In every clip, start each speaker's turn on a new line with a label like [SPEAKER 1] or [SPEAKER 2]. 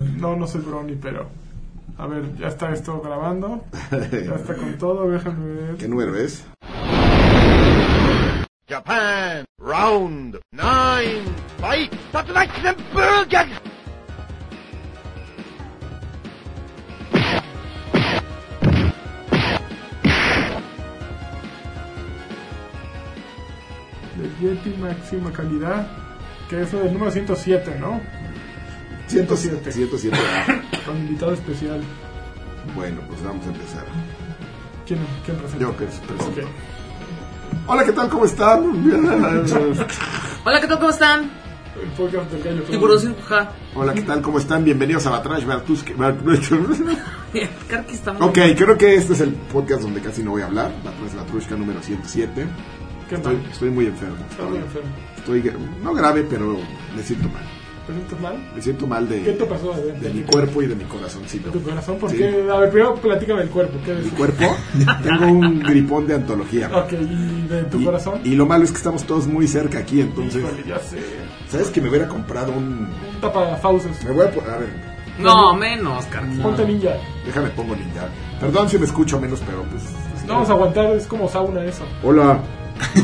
[SPEAKER 1] No, no soy brony, pero. A ver, ya está esto grabando. Ya está con todo, déjame ver.
[SPEAKER 2] ¿Qué número es?
[SPEAKER 3] Japan, round nine, fight! Dat lijkt een burger!
[SPEAKER 1] De Yeti máxima calidad. Que es lo del número 107, ¿no? 107.
[SPEAKER 2] 107. 107.
[SPEAKER 1] Con invitado especial.
[SPEAKER 2] Ah, Bueno, pues vamos a empezar.
[SPEAKER 1] ¿Quién, quién presenta?
[SPEAKER 2] Yo que es presento.
[SPEAKER 1] Ok.
[SPEAKER 2] Hola, ¿qué tal? ¿Cómo están?
[SPEAKER 4] Hola, ¿qué tal? ¿Cómo están?
[SPEAKER 1] El podcast del gallo.
[SPEAKER 4] Tiburoncito, jaja.
[SPEAKER 2] Hola, ¿qué tal? ¿Cómo están? Bienvenidos a Batrash Bartuske.
[SPEAKER 4] Claro que estamos.
[SPEAKER 2] ok, creo que este es el podcast donde casi no voy a hablar. Batrash Batrushka número 107.
[SPEAKER 1] ¿Qué
[SPEAKER 2] Estoy,
[SPEAKER 1] tal?
[SPEAKER 2] estoy muy enfermo.
[SPEAKER 1] Estás muy enfermo.
[SPEAKER 2] Estoy, no grave, pero me siento mal.
[SPEAKER 1] ¿Te sientes mal?
[SPEAKER 2] Me siento mal
[SPEAKER 1] ¿Qué te
[SPEAKER 2] de,
[SPEAKER 1] pasó? A ver,
[SPEAKER 2] de mi
[SPEAKER 1] platícame.
[SPEAKER 2] cuerpo y de mi corazoncito.
[SPEAKER 1] ¿Tu corazón? ¿Por
[SPEAKER 2] Sí.
[SPEAKER 1] qué? A ver, primero platícame el cuerpo. ¿Qué
[SPEAKER 2] Mi
[SPEAKER 1] es?
[SPEAKER 2] cuerpo, tengo un gripón de antología.
[SPEAKER 1] Ok, ¿y de tu
[SPEAKER 2] y,
[SPEAKER 1] corazón?
[SPEAKER 2] y lo malo es que estamos todos muy cerca aquí, entonces.
[SPEAKER 1] Híjole, ya sé.
[SPEAKER 2] ¿Sabes que me hubiera comprado un.
[SPEAKER 1] Un tapafauces.
[SPEAKER 2] Me voy a poner. A ver,
[SPEAKER 4] No, menos, Carqui.
[SPEAKER 1] Ponte ninja.
[SPEAKER 2] déjame pongo ninja. Perdón si me escucho menos, pero pues. es que-
[SPEAKER 1] No vamos a aguantar, es como sauna eso.
[SPEAKER 2] Hola.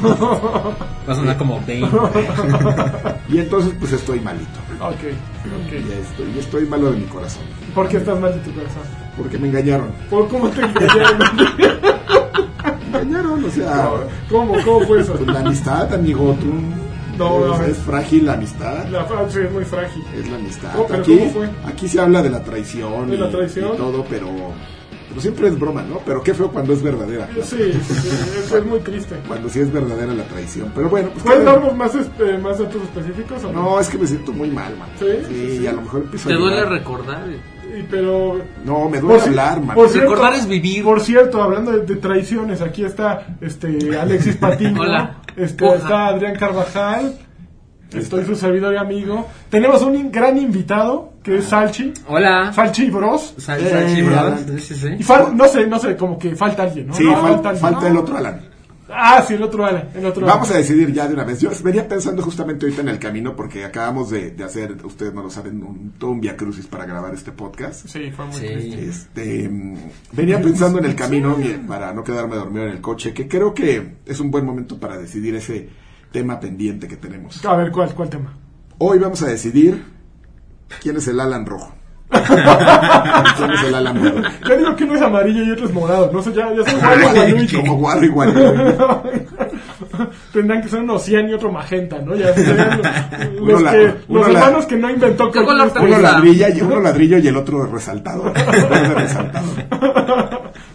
[SPEAKER 5] Va a sonar como Bane.
[SPEAKER 2] Y entonces, pues estoy malito.
[SPEAKER 1] Ok,
[SPEAKER 2] Y
[SPEAKER 1] ok.
[SPEAKER 2] estoy, y estoy malo de mi corazón.
[SPEAKER 1] ¿Por qué estás mal de tu corazón?
[SPEAKER 2] Porque me engañaron.
[SPEAKER 1] ¿Por cómo te engañaron?
[SPEAKER 2] Me engañaron, o sea.
[SPEAKER 1] ¿Cómo? ¿Cómo fue eso?
[SPEAKER 2] pues, la amistad, amigo, tú.
[SPEAKER 1] No,
[SPEAKER 2] es,
[SPEAKER 1] a ver.
[SPEAKER 2] es frágil la amistad.
[SPEAKER 1] La frase es muy frágil.
[SPEAKER 2] Es la amistad.
[SPEAKER 1] Oh, pero
[SPEAKER 2] aquí,
[SPEAKER 1] ¿cómo fue?
[SPEAKER 2] aquí se habla de la traición,
[SPEAKER 1] De la
[SPEAKER 2] y-
[SPEAKER 1] traición.
[SPEAKER 2] Y, todo, pero, pero siempre es broma, ¿no? Pero qué feo cuando es verdadera.
[SPEAKER 1] Sí, sí, es, es muy triste.
[SPEAKER 2] Cuando sí es verdadera la traición. Pero bueno, pues.
[SPEAKER 1] ¿Puedes
[SPEAKER 2] cada-
[SPEAKER 1] darnos más, este, más datos específicos o no?
[SPEAKER 2] No, es que me siento muy mal, man.
[SPEAKER 1] Sí, sí, sí.
[SPEAKER 2] y a lo mejor empiezo
[SPEAKER 4] Te
[SPEAKER 2] a
[SPEAKER 4] duele
[SPEAKER 2] llorar.
[SPEAKER 4] recordar.
[SPEAKER 1] Y, pero...
[SPEAKER 2] No, me duele
[SPEAKER 1] si-
[SPEAKER 2] hablar, man.
[SPEAKER 1] por
[SPEAKER 4] Recordar es vivir.
[SPEAKER 1] Por cierto, hablando de, de traiciones, aquí está este Alexis Patiño.
[SPEAKER 4] Hola.
[SPEAKER 1] Este,
[SPEAKER 4] Hola.
[SPEAKER 1] está Adrián Carvajal. Estoy su servidor y amigo. Tenemos un in- gran invitado, que es Salchi.
[SPEAKER 5] Hola.
[SPEAKER 1] Salchi Bros.
[SPEAKER 5] Sal-
[SPEAKER 2] Eh,
[SPEAKER 5] Salchi, ¿verdad?
[SPEAKER 2] Alan.
[SPEAKER 5] Sí, sí,
[SPEAKER 1] Y
[SPEAKER 5] sí.
[SPEAKER 1] fal- no sé, no sé, como que falta alguien, ¿no?
[SPEAKER 2] Sí,
[SPEAKER 1] No,
[SPEAKER 2] fal-
[SPEAKER 1] alguien,
[SPEAKER 2] falta
[SPEAKER 1] ¿no?
[SPEAKER 2] el otro Alan.
[SPEAKER 1] Ah, sí, el otro Alan, el otro
[SPEAKER 2] Vamos a
[SPEAKER 1] Alan.
[SPEAKER 2] decidir ya de una vez. Yo venía pensando justamente ahorita en el camino porque acabamos de, de hacer, ustedes no lo saben, un, todo un via crucis para grabar este podcast.
[SPEAKER 1] Sí, fue muy triste.
[SPEAKER 5] Sí.
[SPEAKER 2] Este, mm, venía pensando en el camino bien, para no quedarme dormido en el coche, que creo que es un buen momento para decidir ese tema pendiente que tenemos.
[SPEAKER 1] A ver, ¿cuál, cuál tema?
[SPEAKER 2] Hoy vamos a decidir quién es el Alan rojo. ¿Quién es el Alan rojo?
[SPEAKER 1] Yo digo que uno es amarillo y otro es morado. No sé, ya, ya son
[SPEAKER 2] Ay, Como guarro igual.
[SPEAKER 1] Tendrán que ser uno cian y otro magenta, ¿no? Ya serían los,
[SPEAKER 2] Uno la-
[SPEAKER 1] que-
[SPEAKER 2] uno
[SPEAKER 1] los
[SPEAKER 2] la-
[SPEAKER 1] hermanos que no inventó
[SPEAKER 4] ¿Qué color
[SPEAKER 1] Cortés.
[SPEAKER 2] Uno ladrillo y uno ladrillo y el otro resaltado. Verde resaltado.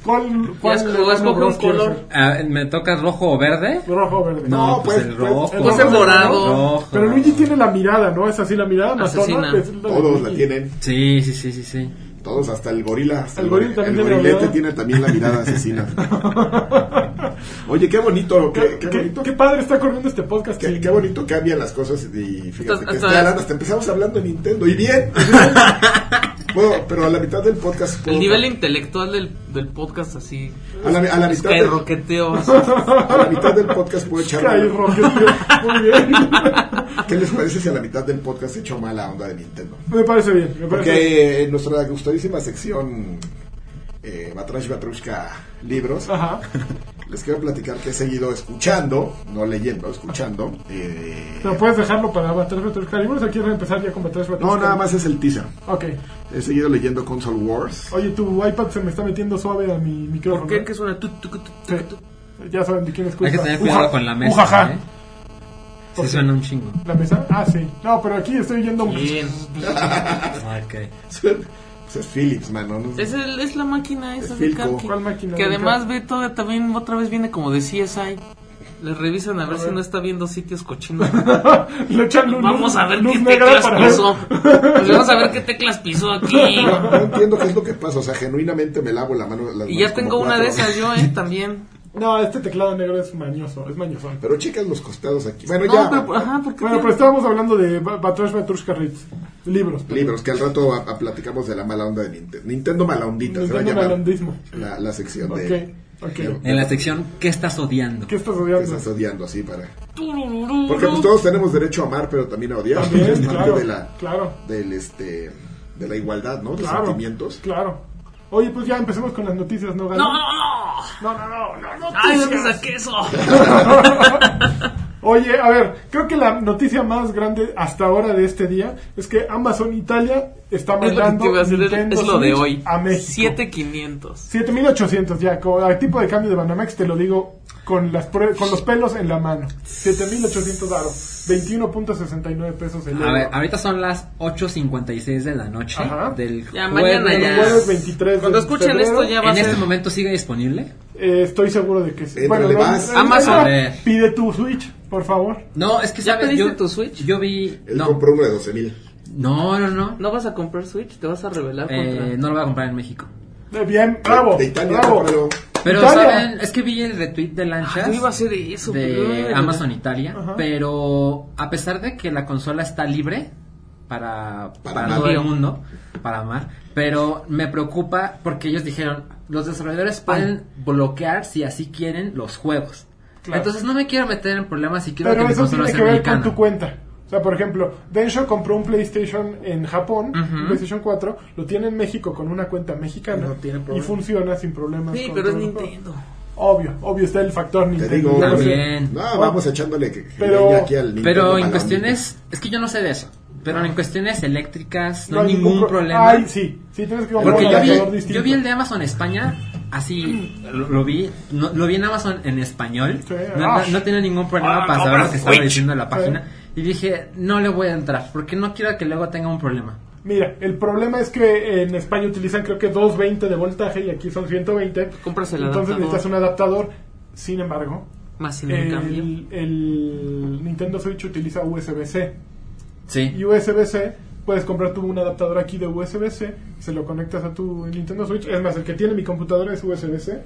[SPEAKER 1] ¿Cuál,
[SPEAKER 4] Ya
[SPEAKER 1] cuál
[SPEAKER 4] esco- escoge
[SPEAKER 1] hermano
[SPEAKER 4] un
[SPEAKER 1] quieres
[SPEAKER 4] color.
[SPEAKER 1] ser?
[SPEAKER 5] Ah, ¿Me toca rojo o verde?
[SPEAKER 1] Rojo o verde.
[SPEAKER 2] No, pues,
[SPEAKER 5] el
[SPEAKER 2] pues,
[SPEAKER 5] rojo.
[SPEAKER 1] Puede ser
[SPEAKER 4] morado.
[SPEAKER 5] Rojo.
[SPEAKER 1] Pero Luigi tiene la mirada, ¿no? Es así la mirada
[SPEAKER 4] Asesina.
[SPEAKER 1] matona. es de
[SPEAKER 2] Todos la
[SPEAKER 1] Luigi.
[SPEAKER 2] tienen.
[SPEAKER 5] Sí, sí, sí, sí, sí.
[SPEAKER 2] Todos, hasta el gorila. hasta
[SPEAKER 1] El
[SPEAKER 2] el
[SPEAKER 1] gorila
[SPEAKER 2] goril-
[SPEAKER 1] también
[SPEAKER 2] el
[SPEAKER 1] tiene la
[SPEAKER 2] gorilete
[SPEAKER 1] mirada.
[SPEAKER 2] tiene también la mirada asesina. Oye, qué bonito. Qué, qué
[SPEAKER 1] Qué-
[SPEAKER 2] bonito.
[SPEAKER 1] qué padre está corriendo este podcast.
[SPEAKER 2] Qué,
[SPEAKER 1] sí.
[SPEAKER 2] qué bonito cambian las cosas y fíjate
[SPEAKER 4] Hasta-
[SPEAKER 2] que
[SPEAKER 4] hasta-
[SPEAKER 2] este Alan, hasta empezamos hablando de Nintendo y bien. Bueno, pero a la mitad del podcast
[SPEAKER 4] El nivel intelectual del, del podcast así.
[SPEAKER 2] a la, a la mitad del-
[SPEAKER 4] Perroqueteo. así.
[SPEAKER 2] a la mitad del podcast puedo echar
[SPEAKER 1] Ay,
[SPEAKER 2] mala-
[SPEAKER 1] Roque, Muy bien.
[SPEAKER 2] ¿Qué les parece si a la mitad del podcast echo mala onda de Nintendo?
[SPEAKER 1] Me parece bien. Me parece bien.
[SPEAKER 2] Porque en nuestra gustadísima sección eh, Batrash Batrushka Libros
[SPEAKER 1] Ajá.
[SPEAKER 2] Les quiero platicar que he seguido escuchando, no leyendo, escuchando. eh,
[SPEAKER 1] Pero puedes dejarlo para Batres Batres Calibros. Aquí quieres empezar ya con Batres Batres
[SPEAKER 2] no, nada más es el teaser.
[SPEAKER 1] Ok.
[SPEAKER 2] He seguido leyendo Console Wars.
[SPEAKER 1] Oye, tu iPad se me está metiendo suave a mi micrófono. ¿eh?
[SPEAKER 4] ¿Por qué? Que suena tu, tu, tu, tu,
[SPEAKER 1] Sí.
[SPEAKER 4] tu.
[SPEAKER 1] Ya saben de quién es culpa.
[SPEAKER 5] Hay que tener cuidado
[SPEAKER 1] Uja-
[SPEAKER 5] con la mesa.
[SPEAKER 1] ujaja.
[SPEAKER 5] ¿eh?
[SPEAKER 1] ¿Por
[SPEAKER 5] Sí,
[SPEAKER 1] qué?
[SPEAKER 5] suena un chingo.
[SPEAKER 1] ¿La mesa? Ah, sí. No, pero aquí estoy yendo un...
[SPEAKER 4] Bien.
[SPEAKER 5] Ah, Ok.
[SPEAKER 2] pues es Philips, mano. ¿no?
[SPEAKER 4] Es, el, es la máquina esa
[SPEAKER 2] Es
[SPEAKER 4] de
[SPEAKER 2] Philco.
[SPEAKER 4] Carqui.
[SPEAKER 1] ¿Cuál máquina?
[SPEAKER 4] Que además ve toda, también otra vez viene como de CSI. Le revisan a, ver, si
[SPEAKER 1] ver.
[SPEAKER 4] no está viendo sitios cochinos.
[SPEAKER 1] Le echan luz,
[SPEAKER 4] Vamos a ver
[SPEAKER 1] luz
[SPEAKER 4] qué
[SPEAKER 1] negra
[SPEAKER 4] teclas
[SPEAKER 1] para
[SPEAKER 4] pisó. Pues vamos a ver qué teclas pisó aquí.
[SPEAKER 2] No, no entiendo qué es lo que pasa. O sea, genuinamente me lavo la mano. las
[SPEAKER 4] Y
[SPEAKER 2] manos
[SPEAKER 4] ya
[SPEAKER 2] como
[SPEAKER 4] tengo una
[SPEAKER 2] cuatro
[SPEAKER 4] de esas
[SPEAKER 2] veces.
[SPEAKER 4] yo, eh, también.
[SPEAKER 1] No, este teclado negro es mañoso, es mañosón.
[SPEAKER 2] Pero checas los costados aquí. Bueno, ya.
[SPEAKER 4] No, pero, ajá, ¿por
[SPEAKER 1] Bueno, pues,
[SPEAKER 4] qué
[SPEAKER 1] pero
[SPEAKER 4] tiene-
[SPEAKER 1] estábamos hablando de Ba- Batrash Batrushka Ritz. Libros.
[SPEAKER 2] Libros, que al rato a- a platicamos de la mala onda de Nintendo. Nintendo mala ondita, se va a
[SPEAKER 1] Nintendo
[SPEAKER 2] llamar
[SPEAKER 1] malandismo.
[SPEAKER 2] la, la sección
[SPEAKER 1] Ok,
[SPEAKER 2] de...
[SPEAKER 1] ok.
[SPEAKER 2] de-
[SPEAKER 5] En la sección, ¿qué estás odiando?
[SPEAKER 1] ¿Qué estás
[SPEAKER 2] que
[SPEAKER 1] odiando?
[SPEAKER 2] estás odiando así para...
[SPEAKER 4] Turururu.
[SPEAKER 2] Porque pues, todos tenemos derecho a amar, pero también a odiar.
[SPEAKER 1] También,
[SPEAKER 2] Es parte
[SPEAKER 1] claro,
[SPEAKER 2] de la,
[SPEAKER 1] claro.
[SPEAKER 2] del este de la igualdad, ¿no? De
[SPEAKER 1] Claro.
[SPEAKER 2] sentimientos.
[SPEAKER 1] Claro. Oye, pues ya empecemos con las noticias, ¿no, Galo?
[SPEAKER 4] ¡No, no, no!
[SPEAKER 1] no, no, no, no, noticias.
[SPEAKER 4] ¡Ay, dónde saqué eso!
[SPEAKER 1] Oye, a ver, creo que la noticia más grande hasta ahora de este día es que Amazon Italia está
[SPEAKER 4] Es lo que te
[SPEAKER 1] mandando
[SPEAKER 4] iba a decir,
[SPEAKER 1] Nintendo
[SPEAKER 4] es lo de
[SPEAKER 1] Switch
[SPEAKER 4] hoy.
[SPEAKER 1] a México.
[SPEAKER 4] 7500.
[SPEAKER 1] 7800 ya, con al tipo de cambio de Banamex te lo digo con las prue- con los pelos en la mano. 7800 daro, 21.69 pesos el
[SPEAKER 5] A
[SPEAKER 1] euro.
[SPEAKER 5] ver, ahorita son las 8.56 de la noche
[SPEAKER 1] Ajá.
[SPEAKER 5] del
[SPEAKER 4] Ya,
[SPEAKER 5] jueves.
[SPEAKER 4] mañana
[SPEAKER 1] El
[SPEAKER 4] ya.
[SPEAKER 1] jueves 23 de
[SPEAKER 4] Cuando escuchen
[SPEAKER 1] febrero,
[SPEAKER 4] esto ya va a
[SPEAKER 5] ¿En
[SPEAKER 4] ser...
[SPEAKER 5] este momento sigue disponible?
[SPEAKER 1] eh, estoy seguro de que sí.
[SPEAKER 2] Entra, le
[SPEAKER 1] no,
[SPEAKER 2] vas.
[SPEAKER 1] entra,
[SPEAKER 4] Amazon.
[SPEAKER 5] Eh.
[SPEAKER 1] pide tu Switch, por favor.
[SPEAKER 5] No, es que
[SPEAKER 4] ¿Ya
[SPEAKER 5] sabes,
[SPEAKER 4] pediste
[SPEAKER 5] yo,
[SPEAKER 4] tu Switch?
[SPEAKER 5] Yo vi...
[SPEAKER 2] Él
[SPEAKER 5] no.
[SPEAKER 2] compró uno de 12 mil.
[SPEAKER 5] no, no, no.
[SPEAKER 4] ¿No vas a comprar Switch? ¿Te vas a revelar
[SPEAKER 5] Eh,
[SPEAKER 4] contra...?
[SPEAKER 5] no lo voy a comprar en México.
[SPEAKER 1] Eh, Bien, bravo.
[SPEAKER 2] De Italia,
[SPEAKER 1] bravo.
[SPEAKER 2] cómpralo.
[SPEAKER 5] Pero,
[SPEAKER 1] Italia.
[SPEAKER 5] ¿saben? Es que vi el retweet de Lanchas
[SPEAKER 4] Yo iba a hacer eso, pero-
[SPEAKER 5] de Amazon Italia.
[SPEAKER 1] Ajá.
[SPEAKER 5] Pero a pesar de que la consola está libre para,
[SPEAKER 2] Para
[SPEAKER 5] para,
[SPEAKER 2] amar.
[SPEAKER 5] todo el mundo, para amar, pero me preocupa porque ellos dijeron, los desarrolladores pueden bloquear si así quieren los juegos.
[SPEAKER 1] Claro.
[SPEAKER 5] Entonces no me quiero meter en problemas si quiero
[SPEAKER 1] Pero
[SPEAKER 5] que mi
[SPEAKER 1] eso
[SPEAKER 5] consola
[SPEAKER 1] tiene
[SPEAKER 5] sea
[SPEAKER 1] que ver
[SPEAKER 5] americana.
[SPEAKER 1] con tu cuenta. O sea, por ejemplo, Densho compró un PlayStation en Japón, un
[SPEAKER 5] Ujú.
[SPEAKER 1] PlayStation 4, lo tiene en México con una cuenta mexicana
[SPEAKER 2] No tiene
[SPEAKER 1] y
[SPEAKER 2] problema.
[SPEAKER 1] funciona sin problemas.
[SPEAKER 4] Sí,
[SPEAKER 1] con
[SPEAKER 4] pero es
[SPEAKER 1] todo el juego.
[SPEAKER 4] Nintendo.
[SPEAKER 1] Obvio, obvio está el factor
[SPEAKER 2] Te
[SPEAKER 1] Nintendo.
[SPEAKER 2] digo, pues,
[SPEAKER 1] Entonces,
[SPEAKER 5] También.
[SPEAKER 2] No, vamos echándole que, que
[SPEAKER 1] Pero-
[SPEAKER 2] leña aquí al Nintendo
[SPEAKER 5] Pero en
[SPEAKER 2] Malón.
[SPEAKER 5] cuestiones, es que yo no sé de eso, pero en cuestiones eléctricas no,
[SPEAKER 1] no
[SPEAKER 5] hay ningún
[SPEAKER 1] pro-
[SPEAKER 5] problema.
[SPEAKER 1] Ay, sí, sí tienes que comprar
[SPEAKER 5] Porque
[SPEAKER 1] un
[SPEAKER 5] yo
[SPEAKER 1] adaptador
[SPEAKER 5] vi,
[SPEAKER 1] distinto.
[SPEAKER 5] yo vi el de Amazon España, así lo, lo vi, no- lo vi en Amazon en español,
[SPEAKER 1] Sí,
[SPEAKER 5] no,
[SPEAKER 1] ah.
[SPEAKER 5] no tenía ningún problema
[SPEAKER 1] Ah,
[SPEAKER 5] para saber lo que estaba diciendo la
[SPEAKER 1] Sí.
[SPEAKER 5] página y dije, no le voy a entrar porque no quiero que luego tenga un problema.
[SPEAKER 1] Mira, el problema es que en España utilizan creo que 220 de voltaje y aquí son 120.
[SPEAKER 4] Compras el
[SPEAKER 1] Entonces
[SPEAKER 4] adaptador.
[SPEAKER 1] necesitas un adaptador. Sin embargo,
[SPEAKER 4] Más sin el cambio.
[SPEAKER 1] el, el Nintendo Switch utiliza USB-C.
[SPEAKER 5] Sí.
[SPEAKER 1] y USB-C, puedes comprar tú un adaptador aquí de USB-C, se lo conectas a tu Nintendo Switch. Es más, el que tiene mi computadora es USB-C.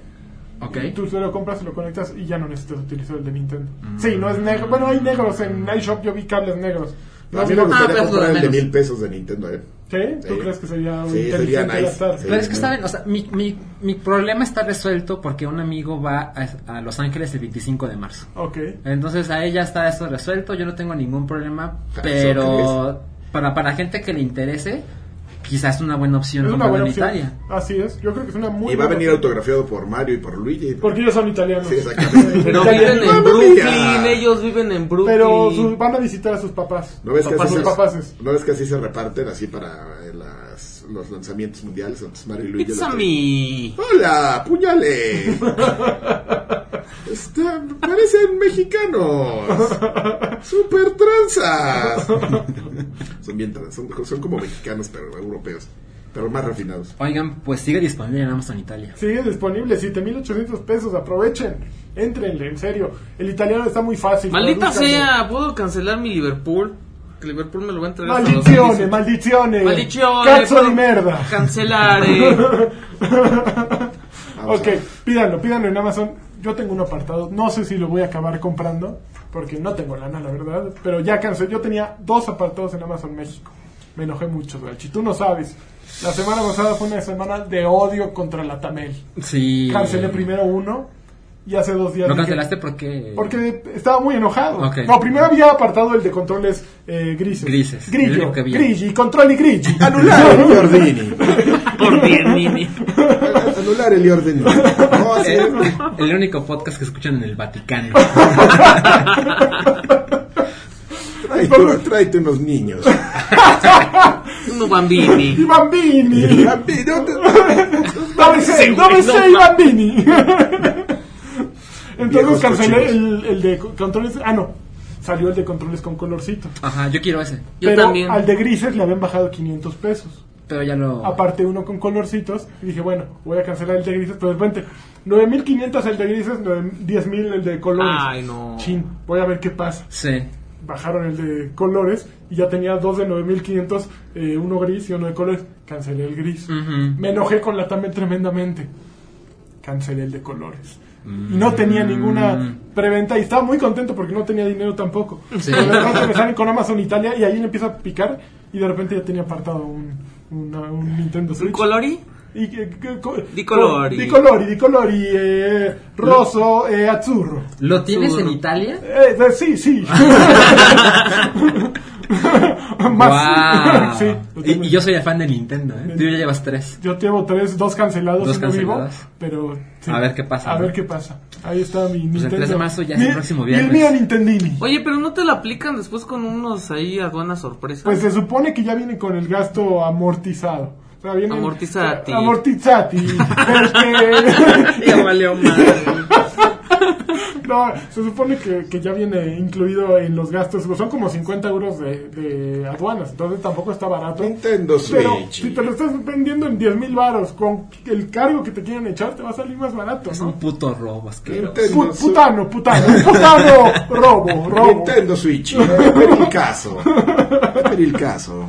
[SPEAKER 5] Ok.
[SPEAKER 1] y Tú se lo compras, se lo conectas y ya no necesitas utilizar el de Nintendo.
[SPEAKER 2] Mm.
[SPEAKER 1] Sí, no es negro. Bueno, hay negros en iShop, yo vi cables negros.
[SPEAKER 2] A mí me
[SPEAKER 5] Ah,
[SPEAKER 2] gustaría
[SPEAKER 5] pero es lo
[SPEAKER 2] comprar el
[SPEAKER 5] de
[SPEAKER 2] de
[SPEAKER 5] menos.
[SPEAKER 2] mil pesos de Nintendo, ¿eh?
[SPEAKER 1] ¿Sí? ¿Tú
[SPEAKER 2] Sí.
[SPEAKER 1] crees que sería
[SPEAKER 2] Sí,
[SPEAKER 1] inteligente
[SPEAKER 2] sería nice.
[SPEAKER 1] gastar?
[SPEAKER 2] Sí.
[SPEAKER 5] Pero es que
[SPEAKER 2] no.
[SPEAKER 5] saben, o sea, mi, mi, mi problema está resuelto porque un amigo va a, a Los Ángeles el 25 de marzo.
[SPEAKER 1] Ok.
[SPEAKER 5] Entonces a ella está eso resuelto, yo no tengo ningún problema,
[SPEAKER 2] Eso
[SPEAKER 5] pero para, para gente que le interese, quizás es una buena opción
[SPEAKER 1] Es una buena
[SPEAKER 5] comprarlo en
[SPEAKER 1] opción.
[SPEAKER 5] Italia.
[SPEAKER 1] Así es. Yo creo que es una muy
[SPEAKER 2] Y va a
[SPEAKER 1] buena
[SPEAKER 2] venir
[SPEAKER 1] opción.
[SPEAKER 2] autografiado por Mario y por Luigi.
[SPEAKER 1] Porque ellos son italianos.
[SPEAKER 2] Sí, exactamente.
[SPEAKER 4] No
[SPEAKER 1] Está bien.
[SPEAKER 4] viven en
[SPEAKER 2] Mamma
[SPEAKER 4] Brooklyn,
[SPEAKER 2] mia.
[SPEAKER 4] ellos viven en Brooklyn.
[SPEAKER 1] Pero su- van a visitar a sus papás.
[SPEAKER 2] ¿No ves, que
[SPEAKER 1] Papás,
[SPEAKER 2] así se,
[SPEAKER 1] sus papaces.
[SPEAKER 2] ¿No ves que así se reparten, así para eh, las, los lanzamientos mundiales? Entonces Mario y Luigi.
[SPEAKER 4] Pizza
[SPEAKER 2] los-
[SPEAKER 4] me.
[SPEAKER 2] ¡Hola! ¡Puñale! Está- parecen mexicanos. ¡Super tranzas! son bien tranzas. Son, son como mexicanos, pero europeos. Pero más refinados.
[SPEAKER 5] Oigan, pues sigue disponible en Amazon Italia.
[SPEAKER 1] Sigue disponible, 7800 pesos, aprovechen. Entrenle, en serio. El italiano está muy fácil.
[SPEAKER 4] Maldita
[SPEAKER 1] tradúzcanlo.
[SPEAKER 4] sea, puedo cancelar mi Liverpool. Que Liverpool me lo va a entregar. hasta los
[SPEAKER 1] Maldizione, maldizione.
[SPEAKER 4] 2017. Maldizione,
[SPEAKER 1] Cazzo
[SPEAKER 4] puedo
[SPEAKER 1] di merda.
[SPEAKER 4] Cancelar, eh.
[SPEAKER 1] ok, pídanlo, pídanlo en Amazon. Yo tengo un apartado, no sé si lo voy a acabar comprando, porque no tengo lana, la verdad. Pero ya cansé, yo tenía dos apartados en Amazon México. Me enojé mucho, Galchi, tú no sabes. La semana pasada fue una semana de odio contra la Tamel.
[SPEAKER 5] Sí.
[SPEAKER 1] Cancelé primero uno y hace dos días...
[SPEAKER 5] ¿Lo
[SPEAKER 1] dije-
[SPEAKER 5] cancelaste porque...
[SPEAKER 1] Porque estaba muy enojado.
[SPEAKER 5] Ok.
[SPEAKER 1] No, primero había apartado el de controles eh, grises.
[SPEAKER 5] Grises, el
[SPEAKER 1] Grillo,
[SPEAKER 5] único que había.
[SPEAKER 1] grilli, control y grilli.
[SPEAKER 2] Anular el Jordini.
[SPEAKER 4] Por 10 mini.
[SPEAKER 2] Anular el Oh, Jordini. No,
[SPEAKER 1] Ah,
[SPEAKER 2] así
[SPEAKER 5] Eh,
[SPEAKER 2] es.
[SPEAKER 5] el único podcast que escuchan en el Vaticano.
[SPEAKER 2] Tráete, tráete unos niños.
[SPEAKER 4] No bambini.
[SPEAKER 1] Y bambini.
[SPEAKER 2] Rápido, te-
[SPEAKER 1] Dame seis, dame seis bambini.
[SPEAKER 2] Viejos
[SPEAKER 1] Entonces cancelé
[SPEAKER 2] cochinos.
[SPEAKER 1] el, el de co- controles. Ah, no. Salió el de controles con colorcito.
[SPEAKER 5] Ajá, yo quiero ese.
[SPEAKER 4] Yo
[SPEAKER 1] Pero
[SPEAKER 4] también.
[SPEAKER 1] al de grises le habían bajado 500 pesos.
[SPEAKER 5] Pero ya lo...
[SPEAKER 1] Aparte uno con colorcitos. Y dije, bueno, voy a cancelar el de grises. Pero de repente, 9.500 el de grises, 9 10.000 el de colores.
[SPEAKER 4] Ay, no.
[SPEAKER 1] Chin, voy a ver qué pasa.
[SPEAKER 5] Sí.
[SPEAKER 1] bajaron el de colores y ya tenía dos de 9500, eh, uno gris y uno de colores. Cancelé el gris.
[SPEAKER 5] Ujú.
[SPEAKER 1] Me enojé con la también tremendamente. Cancelé el de colores. Y no
[SPEAKER 5] Mm.
[SPEAKER 1] tenía ninguna preventa y estaba muy contento porque no tenía dinero tampoco.
[SPEAKER 5] Sí.
[SPEAKER 1] Pero de repente me salen con Amazon Italia y ahí le empiezo a picar y de repente ya tenía apartado un, una- un Nintendo Switch.
[SPEAKER 4] ¿Colori?
[SPEAKER 1] Y, que- que- co-
[SPEAKER 4] Di colori.
[SPEAKER 1] co- Di colori, di colori, eh, rosso e azzurro.
[SPEAKER 5] ¿Lo tienes en
[SPEAKER 4] Sur.
[SPEAKER 5] Italia?
[SPEAKER 1] Eh, eh, sí, sí.
[SPEAKER 5] Guau.
[SPEAKER 1] sí, lo
[SPEAKER 5] y,
[SPEAKER 1] tengo.
[SPEAKER 5] y yo soy el fan de Nintendo, ¿eh? Tú ya llevas tres.
[SPEAKER 1] Yo llevo tres, dos cancelados
[SPEAKER 5] Dos
[SPEAKER 1] y no vivo.
[SPEAKER 5] cancelados.
[SPEAKER 1] Pero. sí.
[SPEAKER 5] A ver qué pasa,
[SPEAKER 1] A
[SPEAKER 5] ¿no? Pues
[SPEAKER 1] ver qué pasa. Ahí está mi
[SPEAKER 5] el
[SPEAKER 1] Nintendo.
[SPEAKER 5] 3 de marzo ya es el
[SPEAKER 1] Mi-
[SPEAKER 5] próximo
[SPEAKER 1] y
[SPEAKER 5] viernes.
[SPEAKER 1] el mío Nintendini.
[SPEAKER 4] Oye, pero no te la aplican después con unos ahí aduanas sorpresas.
[SPEAKER 1] Pues se supone que ya viene con el gasto amortizado. O sea, viene-
[SPEAKER 4] Amortizati.
[SPEAKER 1] Amortizati. Este-
[SPEAKER 5] Ya valió madre.
[SPEAKER 1] No, se supone que, que ya viene incluido en los gastos. Son como 50 euros de, de aduanas, entonces tampoco está barato.
[SPEAKER 2] Nintendo
[SPEAKER 1] Pero
[SPEAKER 2] Switch.
[SPEAKER 1] si te lo estás vendiendo en 10 mil baros, con el cargo que te quieren echar, te va a salir más barato.
[SPEAKER 5] Es
[SPEAKER 1] ¿no?
[SPEAKER 5] un puto robo asqueroso.
[SPEAKER 1] Pu-
[SPEAKER 2] Nintendo, Switch.
[SPEAKER 1] putano, putano, putano, robo, robo.
[SPEAKER 2] Nintendo Switch. Per il caso. Per il caso.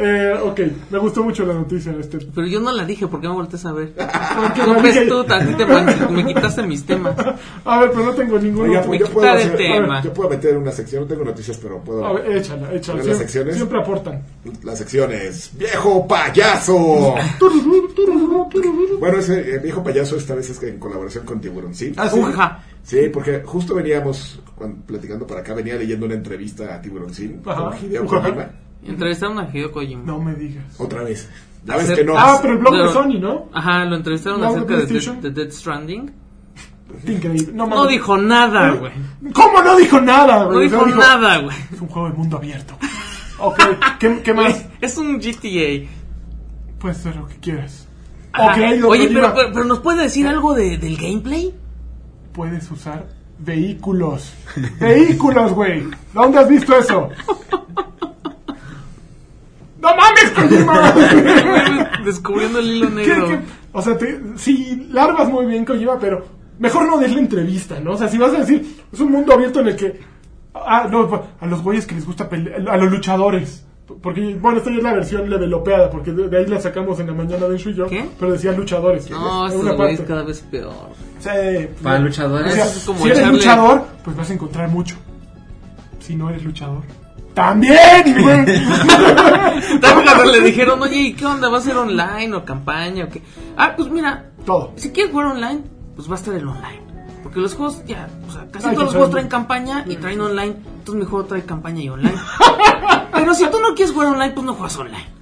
[SPEAKER 1] Eh, ok, me gustó mucho la noticia. Este.
[SPEAKER 4] Pero yo no la dije, ¿por qué me volteas a ver?
[SPEAKER 1] Porque
[SPEAKER 4] Tú
[SPEAKER 1] la
[SPEAKER 4] ves
[SPEAKER 1] dije-
[SPEAKER 4] tú, a ti te pan- me quitaste mis temas.
[SPEAKER 1] A ver, pero no tengo ningún
[SPEAKER 2] Oiga,
[SPEAKER 1] otro-
[SPEAKER 2] pues yo puedo,
[SPEAKER 4] quita de
[SPEAKER 2] hacer-
[SPEAKER 4] tema.
[SPEAKER 2] yo puedo meter una sección, no tengo noticias, pero puedo.
[SPEAKER 1] A ver, eh. échala, échala.
[SPEAKER 2] ¿Pero las
[SPEAKER 1] Siem-
[SPEAKER 2] secciones?
[SPEAKER 1] siempre aportan.
[SPEAKER 2] Las secciones. ¡Viejo payaso! bueno, ese eh, viejo payaso esta vez es en colaboración con Tiburón, Ah, ¿sí?
[SPEAKER 4] Uja.
[SPEAKER 2] Sí, porque justo veníamos cuando- platicando para acá, venía leyendo una entrevista a Tiburoncín
[SPEAKER 1] Ajá.
[SPEAKER 2] con Hideo
[SPEAKER 1] Ujú.
[SPEAKER 2] Kojima.
[SPEAKER 4] Entrevistaron a Hideo Kojima.
[SPEAKER 1] No me digas.
[SPEAKER 2] Otra vez. Ya
[SPEAKER 4] Hacer-
[SPEAKER 2] ves que no.
[SPEAKER 1] Ah, pero el blog de
[SPEAKER 4] Pero-
[SPEAKER 1] Sony, ¿no?
[SPEAKER 4] Ajá, lo entrevistaron
[SPEAKER 1] No,
[SPEAKER 4] acerca de,
[SPEAKER 1] PlayStation.
[SPEAKER 4] Dead- de Death Stranding.
[SPEAKER 1] Increíble. No,
[SPEAKER 4] No
[SPEAKER 1] mames.
[SPEAKER 4] dijo nada, güey.
[SPEAKER 1] ¿Cómo no dijo nada,
[SPEAKER 4] No
[SPEAKER 1] güey?
[SPEAKER 4] dijo nada, güey.
[SPEAKER 1] Es un juego de mundo abierto. Ok, ¿qué, qué más?
[SPEAKER 4] Es un GTA.
[SPEAKER 1] Puedes hacer lo que quieras.
[SPEAKER 4] Ajá.
[SPEAKER 1] Ok, lo
[SPEAKER 4] Oye,
[SPEAKER 1] que
[SPEAKER 4] pero,
[SPEAKER 1] lleva-
[SPEAKER 4] pero, pero ¿nos puede decir algo de- del gameplay?
[SPEAKER 1] Puedes usar vehículos. ¡Vehículos, güey! ¿Dónde has visto eso? ¡No mames, Kojima!
[SPEAKER 4] Descubriendo el hilo
[SPEAKER 1] ¿Qué-
[SPEAKER 4] negro.
[SPEAKER 1] qué? O sea, te, sí, larvas muy bien, Kojima, pero mejor no des la entrevista, ¿no? O sea, si vas a decir, es un mundo abierto en el que. Ah, no, a los güeyes que les gusta pelear, a los luchadores. Porque, bueno, esta ya es la versión levelopeada, porque de, de ahí la sacamos en la mañana de Shu y yo.
[SPEAKER 4] ¿Qué?
[SPEAKER 1] Pero decía luchadores.
[SPEAKER 4] No,
[SPEAKER 1] En
[SPEAKER 4] esto
[SPEAKER 1] una
[SPEAKER 4] güey es
[SPEAKER 1] parte.
[SPEAKER 4] cada vez peor.
[SPEAKER 1] Sí,
[SPEAKER 5] Para
[SPEAKER 1] no.
[SPEAKER 5] luchadores.
[SPEAKER 1] O sea,
[SPEAKER 4] Eso es como
[SPEAKER 1] si eres
[SPEAKER 4] echarle-
[SPEAKER 1] luchador, pues vas a encontrar mucho. Si no eres luchador, también, güey.
[SPEAKER 4] También cuando le dijeron, oye, ¿y qué onda? ¿Va a ser online o campaña o qué? Ah, pues mira,
[SPEAKER 1] Todo.
[SPEAKER 4] si quieres jugar online, pues va a estar el online. Porque los juegos, ya, o sea, casi
[SPEAKER 1] Ay, que
[SPEAKER 4] todos los juegos
[SPEAKER 1] traen-
[SPEAKER 4] traen campaña y traen online. Entonces mi juego trae campaña y online. Pero si tú no quieres jugar online, pues no juegas online.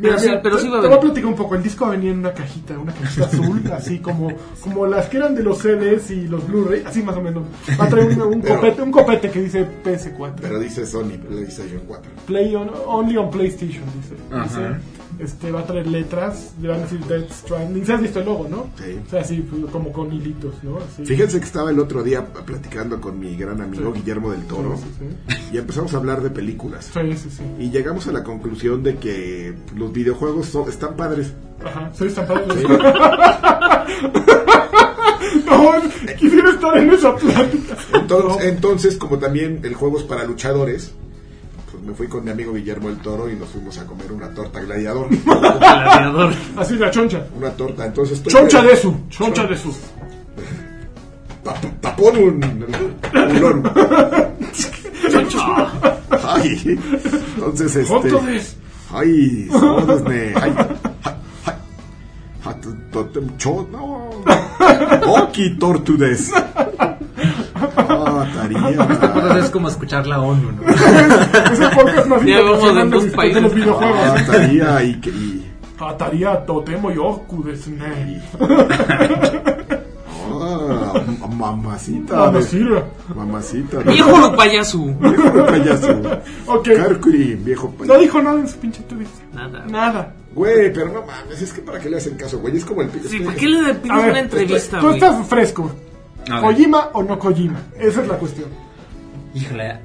[SPEAKER 4] Pero sí- pero
[SPEAKER 1] te,
[SPEAKER 4] sí va a
[SPEAKER 1] te voy
[SPEAKER 4] haber.
[SPEAKER 1] a platicar un poco. El disco venía en una cajita, una cajita azul, así como, como las que eran de los CDs y los Blu-ray, así más o menos. Va a traer un, un
[SPEAKER 2] Pero-
[SPEAKER 1] copete, un copete que dice PS4.
[SPEAKER 2] Pero dice Sony, le dice John 4.
[SPEAKER 1] Play on, only on PlayStation, dice.
[SPEAKER 5] Ajá.
[SPEAKER 1] Dice, Este, va a traer letras, le van a decir Death Stranding. ¿Sí has visto el logo, no?
[SPEAKER 2] Sí.
[SPEAKER 1] O sea, así pues, como con hilitos, ¿no? Así.
[SPEAKER 2] Fíjense que estaba el otro día platicando con mi gran amigo Guillermo del
[SPEAKER 1] Sí,
[SPEAKER 2] Toro
[SPEAKER 1] sí,
[SPEAKER 2] y empezamos a hablar de películas.
[SPEAKER 1] sí. Sí, sí, sí.
[SPEAKER 2] Y llegamos a la conclusión de que los videojuegos son- están padres.
[SPEAKER 1] Ajá, soy tan padre. No, quisiera estar en esa plática.
[SPEAKER 2] Entonces,
[SPEAKER 5] eh,
[SPEAKER 2] entonces, como también el juego es para luchadores, pues me fui con mi amigo Guillermo el Toro y nos fuimos a comer una torta gladiador.
[SPEAKER 4] Gladiador.
[SPEAKER 1] Así la
[SPEAKER 5] eh,
[SPEAKER 1] choncha.
[SPEAKER 2] Una torta, entonces... estoy-
[SPEAKER 1] Choncha de su, choncha de su.
[SPEAKER 2] Pa- pa- Tapón un... un loro. Ay, entonces
[SPEAKER 1] Junto
[SPEAKER 2] este...
[SPEAKER 1] de
[SPEAKER 2] Ay, sabores de- Ay, ay, ay. Ah, tu- tu- tu- cho- no. Oki tortudes. Ah,
[SPEAKER 5] Entonces
[SPEAKER 2] taría.
[SPEAKER 5] es como escuchar la ONU, ¿no?
[SPEAKER 1] Es el podcast más
[SPEAKER 4] Ya vamos
[SPEAKER 1] internacional
[SPEAKER 4] en dos
[SPEAKER 1] de, los-
[SPEAKER 4] países.
[SPEAKER 1] de los videojuegos.
[SPEAKER 2] Ah, taría y que... y-
[SPEAKER 5] Ah.
[SPEAKER 1] Ataría Totemo y Oku de Snake.
[SPEAKER 2] Ah, m- mamacita.
[SPEAKER 5] Ah,
[SPEAKER 1] Vamos,
[SPEAKER 2] de-
[SPEAKER 1] sirve.
[SPEAKER 2] Mamacita. de-
[SPEAKER 4] Viejo payaso.
[SPEAKER 2] Viejo payaso.
[SPEAKER 1] Ok.
[SPEAKER 2] Carcuy, viejo
[SPEAKER 1] No
[SPEAKER 2] payaso.
[SPEAKER 1] dijo nada en su pinche entrevista.
[SPEAKER 4] Nada.
[SPEAKER 1] Nada.
[SPEAKER 2] Güey, pero no mames, es que para qué le hacen caso, güey. Es como el
[SPEAKER 4] Sí,
[SPEAKER 2] es-
[SPEAKER 4] ¿por qué le pides
[SPEAKER 1] A ver,
[SPEAKER 4] una entrevista,
[SPEAKER 1] Tú
[SPEAKER 4] güey?
[SPEAKER 1] estás fresco.
[SPEAKER 5] A ver.
[SPEAKER 1] ¿Kojima o no Kojima? Esa es la cuestión.
[SPEAKER 5] Híjole.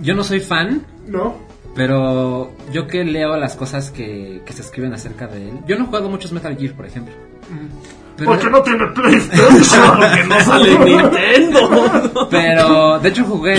[SPEAKER 5] Yo no soy fan,
[SPEAKER 1] ¿No?
[SPEAKER 5] pero yo que leo las cosas que, que se escriben acerca de él. Yo no he jugado muchos Metal Gear, por ejemplo. Pero,
[SPEAKER 1] Porque Mm. no tiene PlayStation. Porque no
[SPEAKER 4] Sale en Nintendo.
[SPEAKER 5] pero de hecho jugué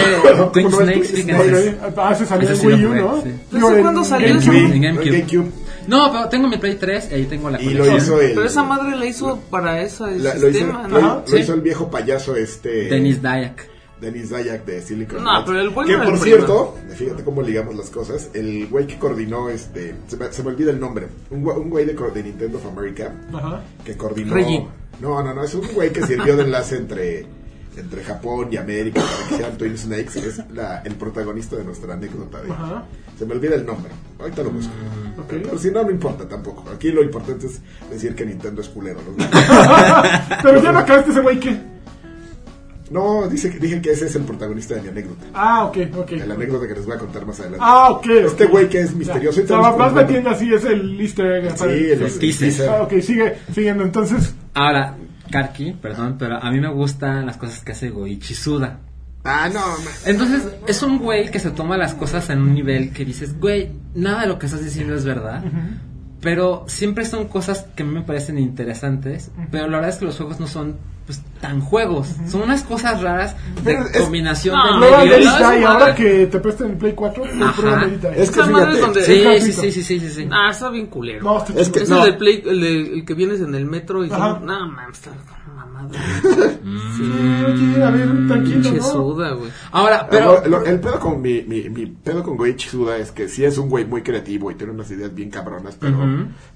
[SPEAKER 5] Twin Snakes. Fíjense.
[SPEAKER 1] Ah, se salió
[SPEAKER 5] Ese
[SPEAKER 1] en
[SPEAKER 5] sí lo
[SPEAKER 1] Wii U,
[SPEAKER 5] jugué,
[SPEAKER 1] ¿no?
[SPEAKER 5] sí.
[SPEAKER 1] Digo,
[SPEAKER 4] ¿Ese
[SPEAKER 1] en
[SPEAKER 4] cuándo salió?
[SPEAKER 1] GameCube.
[SPEAKER 5] Wii, en
[SPEAKER 2] en
[SPEAKER 5] GameCube.
[SPEAKER 2] GameCube.
[SPEAKER 5] No, pero tengo mi Play 3 y ahí tengo la
[SPEAKER 2] Y lo
[SPEAKER 5] colección.
[SPEAKER 2] hizo el.
[SPEAKER 4] Pero esa madre la hizo para ese
[SPEAKER 2] la- lo hizo,
[SPEAKER 4] sistema,
[SPEAKER 2] lo-
[SPEAKER 4] ¿no?
[SPEAKER 2] lo
[SPEAKER 5] Sí.
[SPEAKER 2] hizo el viejo payaso este.
[SPEAKER 5] Dennis Dayak.
[SPEAKER 2] Denis Dayak de Silicon
[SPEAKER 4] No,
[SPEAKER 2] Knights,
[SPEAKER 4] pero el bueno
[SPEAKER 2] Que
[SPEAKER 4] era el
[SPEAKER 2] por
[SPEAKER 4] primo.
[SPEAKER 2] cierto, fíjate cómo ligamos las cosas. El güey que coordinó este. Se me, se me olvida el nombre. Un, gua- un güey de, co- de Nintendo of America
[SPEAKER 1] Ajá.
[SPEAKER 2] que coordinó.
[SPEAKER 4] Reggie.
[SPEAKER 2] No, no, no, es un güey que sirvió de enlace entre, entre Japón y América para que sean Twin Snakes. Es la- el protagonista de nuestra anécdota. De,
[SPEAKER 1] Ajá.
[SPEAKER 2] Se me olvida el nombre. Ahorita lo busco.
[SPEAKER 4] Mm,
[SPEAKER 1] ok.
[SPEAKER 2] Pero, pero si no, no importa tampoco. Aquí lo importante es decir que Nintendo es culero. ¿no?
[SPEAKER 1] Pero ya no acabaste ese güey que.
[SPEAKER 2] No, dice, que- dije que ese es el protagonista de mi anécdota.
[SPEAKER 1] Ah, ok, ok.
[SPEAKER 2] De la anécdota que les voy a contar más adelante.
[SPEAKER 1] Ah, ok.
[SPEAKER 2] Este
[SPEAKER 1] ok.
[SPEAKER 2] güey que es misterioso.
[SPEAKER 1] Ya. O sea,
[SPEAKER 2] Entonces,
[SPEAKER 1] vas
[SPEAKER 2] pues,
[SPEAKER 1] metiendo así, es el easter egg.
[SPEAKER 2] Sí,
[SPEAKER 1] ¿sabes?
[SPEAKER 2] el el
[SPEAKER 5] Teaser.
[SPEAKER 2] teaser.
[SPEAKER 1] Ah, ok, sigue, siguiendo. Entonces,
[SPEAKER 5] Ahora, Karki, perdón, pero a mí me gustan las cosas que hace Goichi Suda.
[SPEAKER 2] Ah, no, ma-
[SPEAKER 5] Entonces, es un güey que se toma las cosas en un nivel que dices, güey, nada de lo que estás diciendo es verdad. Pero siempre son cosas que a mí me parecen interesantes. Pero la verdad es que los juegos no son pues, tan juegos. Son unas cosas raras de
[SPEAKER 2] Pero es-
[SPEAKER 5] combinación
[SPEAKER 4] Ah, No,
[SPEAKER 5] de
[SPEAKER 1] luego
[SPEAKER 4] luego
[SPEAKER 5] medios.
[SPEAKER 4] Days
[SPEAKER 1] Denis
[SPEAKER 4] Day,
[SPEAKER 1] Die,
[SPEAKER 4] madre.
[SPEAKER 1] ahora que te presten el Play 4, lo prueba Denis Die.
[SPEAKER 2] Es que
[SPEAKER 4] Esa madre
[SPEAKER 2] fíjate,
[SPEAKER 4] es donde.
[SPEAKER 5] Sí,
[SPEAKER 1] Deja
[SPEAKER 5] sí,
[SPEAKER 1] frito.
[SPEAKER 5] sí, sí, sí, sí, sí.
[SPEAKER 4] Ah, está bien culero.
[SPEAKER 1] No, está
[SPEAKER 2] Es
[SPEAKER 1] chido.
[SPEAKER 2] que-
[SPEAKER 4] es
[SPEAKER 2] no.
[SPEAKER 4] el de Play, el, de- el que vienes en el metro y
[SPEAKER 1] Ajá.
[SPEAKER 4] son. No, man, está mamada.
[SPEAKER 1] Sí, oye, a ver, tranquilo,
[SPEAKER 4] Pinche
[SPEAKER 1] ¿no?
[SPEAKER 4] suda, güey.
[SPEAKER 5] Ahora,
[SPEAKER 2] Pero
[SPEAKER 5] pero...
[SPEAKER 2] lo- Ah, el pedo con mi, mi, mi pedo con Goichi Suda es que sí es un güey muy creativo y tiene unas ideas bien cabronas, pero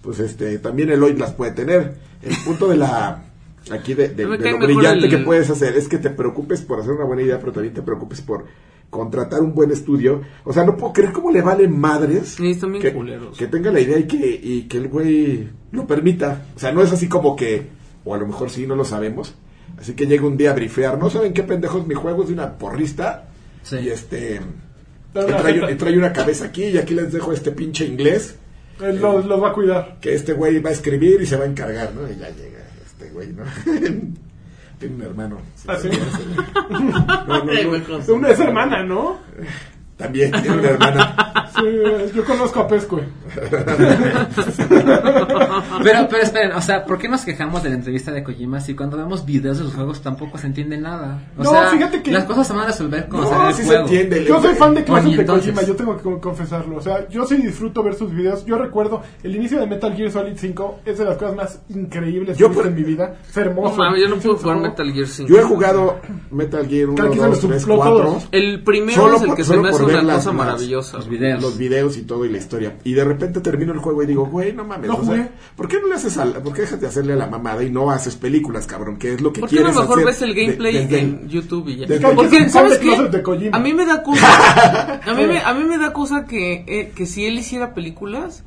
[SPEAKER 2] pues este también Eloy las puede tener. El punto de la aquí de, de-
[SPEAKER 4] Me
[SPEAKER 2] de
[SPEAKER 4] cae
[SPEAKER 2] lo
[SPEAKER 4] mejor
[SPEAKER 2] brillante
[SPEAKER 4] el-
[SPEAKER 2] que puedes hacer es que te preocupes por hacer una buena idea, pero también te preocupes por contratar un buen estudio. O sea, no puedo creer cómo le vale madres
[SPEAKER 4] Sí, están bien
[SPEAKER 2] que,
[SPEAKER 4] culeros.
[SPEAKER 2] que tenga la idea y que, y que el güey lo permita. O sea, no es así como que, o a lo mejor sí, no lo sabemos. Así que llega un día a brifear, no saben qué pendejos mi juego es de una porrista.
[SPEAKER 5] Sí.
[SPEAKER 2] Y este.
[SPEAKER 1] Pero
[SPEAKER 2] y
[SPEAKER 1] la
[SPEAKER 2] trae,
[SPEAKER 1] neta.
[SPEAKER 2] y trae una cabeza aquí y aquí les dejo este pinche inglés
[SPEAKER 1] Él los, los va a cuidar.
[SPEAKER 2] que este güey va a escribir y se va a encargar, ¿no? Y ya llega este güey, ¿no? Tiene un hermano.
[SPEAKER 1] Ah, sí.
[SPEAKER 2] No, no,
[SPEAKER 4] Ay,
[SPEAKER 2] no.
[SPEAKER 4] güey, con-
[SPEAKER 1] Una es hermana, ¿no?
[SPEAKER 2] También tiene una hermana.
[SPEAKER 1] Sí, yo conozco a Pescue.
[SPEAKER 5] Pero, pero esperen, o sea, ¿por qué nos quejamos de la entrevista de Kojima si cuando vemos videos de los juegos tampoco se entiende nada? O
[SPEAKER 1] No,
[SPEAKER 5] sea,
[SPEAKER 1] fíjate que-
[SPEAKER 5] las cosas se van a resolver con
[SPEAKER 2] No,
[SPEAKER 5] saber el
[SPEAKER 2] sí se
[SPEAKER 5] juego.
[SPEAKER 2] entiende.
[SPEAKER 1] Yo soy fan de clases
[SPEAKER 5] Oye,
[SPEAKER 1] de
[SPEAKER 5] entonces.
[SPEAKER 1] Kojima, yo tengo que con- confesarlo. O sea, yo sí disfruto ver sus videos. Yo recuerdo el inicio de Metal Gear Solid 5 es de las cosas más increíbles
[SPEAKER 2] Yo
[SPEAKER 1] que he visto
[SPEAKER 2] por-
[SPEAKER 1] en mi vida. Es hermoso.
[SPEAKER 4] No mames, yo no puedo jugar
[SPEAKER 1] Supongo-
[SPEAKER 4] Metal Gear 5.
[SPEAKER 2] Yo he jugado Metal Gear 1,
[SPEAKER 1] Claro, quizá
[SPEAKER 2] 2,
[SPEAKER 1] los
[SPEAKER 2] 3,
[SPEAKER 1] supló
[SPEAKER 2] 4.
[SPEAKER 1] todos.
[SPEAKER 4] El primero
[SPEAKER 2] Solo
[SPEAKER 4] es el
[SPEAKER 2] por-
[SPEAKER 4] que se
[SPEAKER 2] solo
[SPEAKER 4] me hace
[SPEAKER 2] por
[SPEAKER 4] una
[SPEAKER 2] ver las-
[SPEAKER 4] cosa
[SPEAKER 2] las-
[SPEAKER 4] maravillosa.
[SPEAKER 5] Los
[SPEAKER 4] güey.
[SPEAKER 5] videos.
[SPEAKER 2] Los videos y todo y la historia. Y de repente termino el juego y digo, güey, no mames.
[SPEAKER 1] No
[SPEAKER 2] o sea,
[SPEAKER 1] jugué.
[SPEAKER 2] ¿Por qué no le haces al, por qué dejas de hacerle a la mamada y no haces películas, cabrón? Que es lo que
[SPEAKER 4] ¿Por qué
[SPEAKER 2] quieres
[SPEAKER 4] no mejor
[SPEAKER 2] hacer
[SPEAKER 4] ves el
[SPEAKER 2] de-
[SPEAKER 4] gameplay
[SPEAKER 2] desde el-
[SPEAKER 4] en YouTube y ya?
[SPEAKER 2] desde el-
[SPEAKER 1] Es
[SPEAKER 4] Porque,
[SPEAKER 1] un
[SPEAKER 4] ¿sabes
[SPEAKER 1] fan de
[SPEAKER 4] qué?
[SPEAKER 1] closet de Kojima.
[SPEAKER 4] A mí me da cosa. A mí me, a mí me da cosa que, eh, que si él hiciera películas.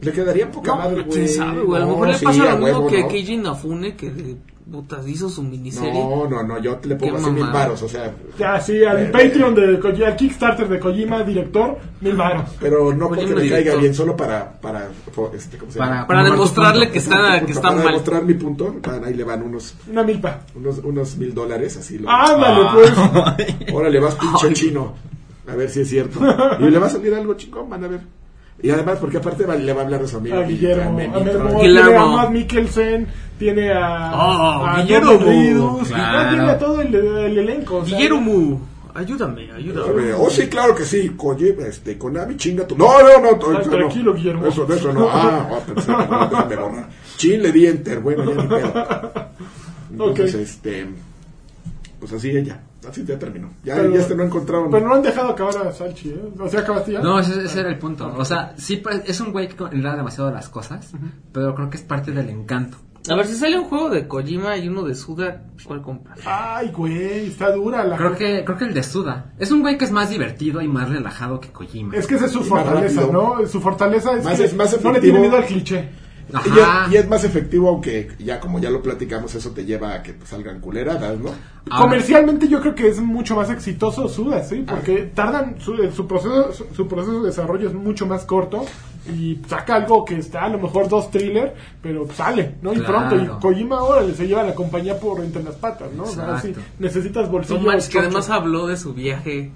[SPEAKER 2] Le quedaría poca
[SPEAKER 4] No,
[SPEAKER 2] madre,
[SPEAKER 4] quién
[SPEAKER 2] güey.
[SPEAKER 4] sabe, güey. A lo
[SPEAKER 2] No,
[SPEAKER 4] mejor le
[SPEAKER 2] sí,
[SPEAKER 4] pasa
[SPEAKER 2] a
[SPEAKER 4] lo mismo
[SPEAKER 2] huevo,
[SPEAKER 4] que
[SPEAKER 2] ¿no?
[SPEAKER 4] a Keiji Inafune, que de putas hizo su miniserie.
[SPEAKER 2] No, no, no, yo te le pongo
[SPEAKER 4] Qué
[SPEAKER 2] así mil
[SPEAKER 4] mamada.
[SPEAKER 2] varos, o sea.
[SPEAKER 1] Ya, sí, al Patreon de Kojima, al Kickstarter de Kojima, director, mil varos.
[SPEAKER 2] Pero no
[SPEAKER 4] Oye,
[SPEAKER 2] porque
[SPEAKER 4] Pues me
[SPEAKER 2] me
[SPEAKER 4] dijo.
[SPEAKER 2] caiga bien, solo para. Para, fo- este, ¿cómo se
[SPEAKER 5] Para-
[SPEAKER 2] llama?
[SPEAKER 4] Para
[SPEAKER 5] Marco
[SPEAKER 4] demostrarle
[SPEAKER 5] Punto.
[SPEAKER 4] que está, que está
[SPEAKER 2] para
[SPEAKER 4] mal.
[SPEAKER 2] demostrar mi punto, van, ahí le van unos,
[SPEAKER 1] Una milpa.
[SPEAKER 2] unos, unos mil dólares, así lo.
[SPEAKER 4] Ah,
[SPEAKER 1] Ándale, pues.
[SPEAKER 2] Ahora le vas pinche chino. A ver si es cierto. Y le va a salir algo chingón, van a ver. Y además, porque aparte va- le va a hablar a su amigo.
[SPEAKER 1] A Guillermo,
[SPEAKER 2] Mitran,
[SPEAKER 1] a Memo, tiene
[SPEAKER 2] Mitran.
[SPEAKER 1] a
[SPEAKER 4] Guillermo.
[SPEAKER 1] Matt Mikkelsen, tiene a,
[SPEAKER 4] Oh,
[SPEAKER 1] a
[SPEAKER 4] Guillermo.
[SPEAKER 1] Norman Reedus,
[SPEAKER 5] Claro.
[SPEAKER 1] y tiene a todo el, el elenco. o sea,
[SPEAKER 4] Guillermo, ayúdame, ayúdame.
[SPEAKER 2] Oh, sí, claro que sí. Kojima, este, Konami, chinga tu. No, no, no.
[SPEAKER 1] Ah,
[SPEAKER 2] eso
[SPEAKER 1] tranquilo,
[SPEAKER 2] no.
[SPEAKER 1] Guillermo.
[SPEAKER 2] Eso, de eso no. Ah, ah, pensé, no, déjame borrar. Chin, le di enter. Bueno, ya ni pedo. Entonces,
[SPEAKER 1] Ok.
[SPEAKER 2] este. Pues así ella. Así ya terminó. Ya,
[SPEAKER 1] Pero-
[SPEAKER 2] ya este no encontraron.
[SPEAKER 1] Pero no han dejado acabar a Salchi, ¿eh? O sea, acabaste ya.
[SPEAKER 5] No, ese, ese era el punto. O sea, sí pa- es un güey que controla demasiado las cosas, pero creo que es parte del encanto.
[SPEAKER 4] A ver, si sale un juego de Kojima y uno de Suda, ¿cuál compras?
[SPEAKER 1] Ay, güey, está dura la
[SPEAKER 5] Creo que, creo que el de Suda. Es un güey que es más divertido y más relajado que Kojima.
[SPEAKER 1] Es que esa es su
[SPEAKER 2] Y más
[SPEAKER 1] fortaleza,
[SPEAKER 2] rápido.
[SPEAKER 1] ¿no? Su fortaleza es
[SPEAKER 2] Más
[SPEAKER 1] que
[SPEAKER 2] es- más
[SPEAKER 1] no le
[SPEAKER 2] efectivo.
[SPEAKER 1] tiene miedo al cliché.
[SPEAKER 2] Y es-
[SPEAKER 5] Ajá.
[SPEAKER 2] Y es más efectivo, aunque ya como ya lo platicamos, eso te lleva a que pues, salgan culeradas, ¿no?
[SPEAKER 5] Ahora-
[SPEAKER 1] Comercialmente yo creo que es mucho más exitoso Suda, ¿sí?
[SPEAKER 4] Ah.
[SPEAKER 1] Porque tardan, su, eh, su proceso su, su proceso de desarrollo es mucho más corto y saca algo que está a lo mejor dos thriller, pero sale, ¿no? Y
[SPEAKER 5] Claro.
[SPEAKER 1] pronto, y Kojima ahora se lleva a la compañía por entre las patas, ¿no? O sea,
[SPEAKER 5] Exacto.
[SPEAKER 1] sí, necesitas
[SPEAKER 4] No
[SPEAKER 1] bolsillos
[SPEAKER 4] manches, que
[SPEAKER 1] chochos
[SPEAKER 4] además habló de su viaje.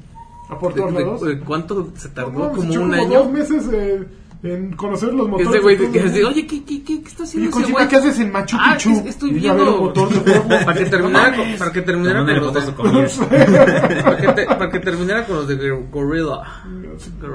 [SPEAKER 1] a por
[SPEAKER 4] de-
[SPEAKER 1] todos
[SPEAKER 4] de-
[SPEAKER 1] lados.
[SPEAKER 4] de ¿Cuánto se tardó?
[SPEAKER 1] No, pues,
[SPEAKER 4] como
[SPEAKER 1] echó
[SPEAKER 4] un
[SPEAKER 1] dos
[SPEAKER 4] año.
[SPEAKER 1] meses eh, en conocer los motores.
[SPEAKER 4] Ese güey
[SPEAKER 1] y todo,
[SPEAKER 4] de- que
[SPEAKER 1] ¿no?
[SPEAKER 4] dice, oye, ¿qué, qué, qué, qué está
[SPEAKER 1] Y
[SPEAKER 4] haciendo ese
[SPEAKER 1] Kojima,
[SPEAKER 4] güey?
[SPEAKER 1] ¿qué haces en Machu
[SPEAKER 4] Ah, es
[SPEAKER 1] Picchu?
[SPEAKER 4] que estoy
[SPEAKER 1] Y a ver un
[SPEAKER 4] viendo.
[SPEAKER 1] motor de juego.
[SPEAKER 4] Para que terminara con, para que terminara con los de, para, que te- para que terminara con los de Gor- Gorilla.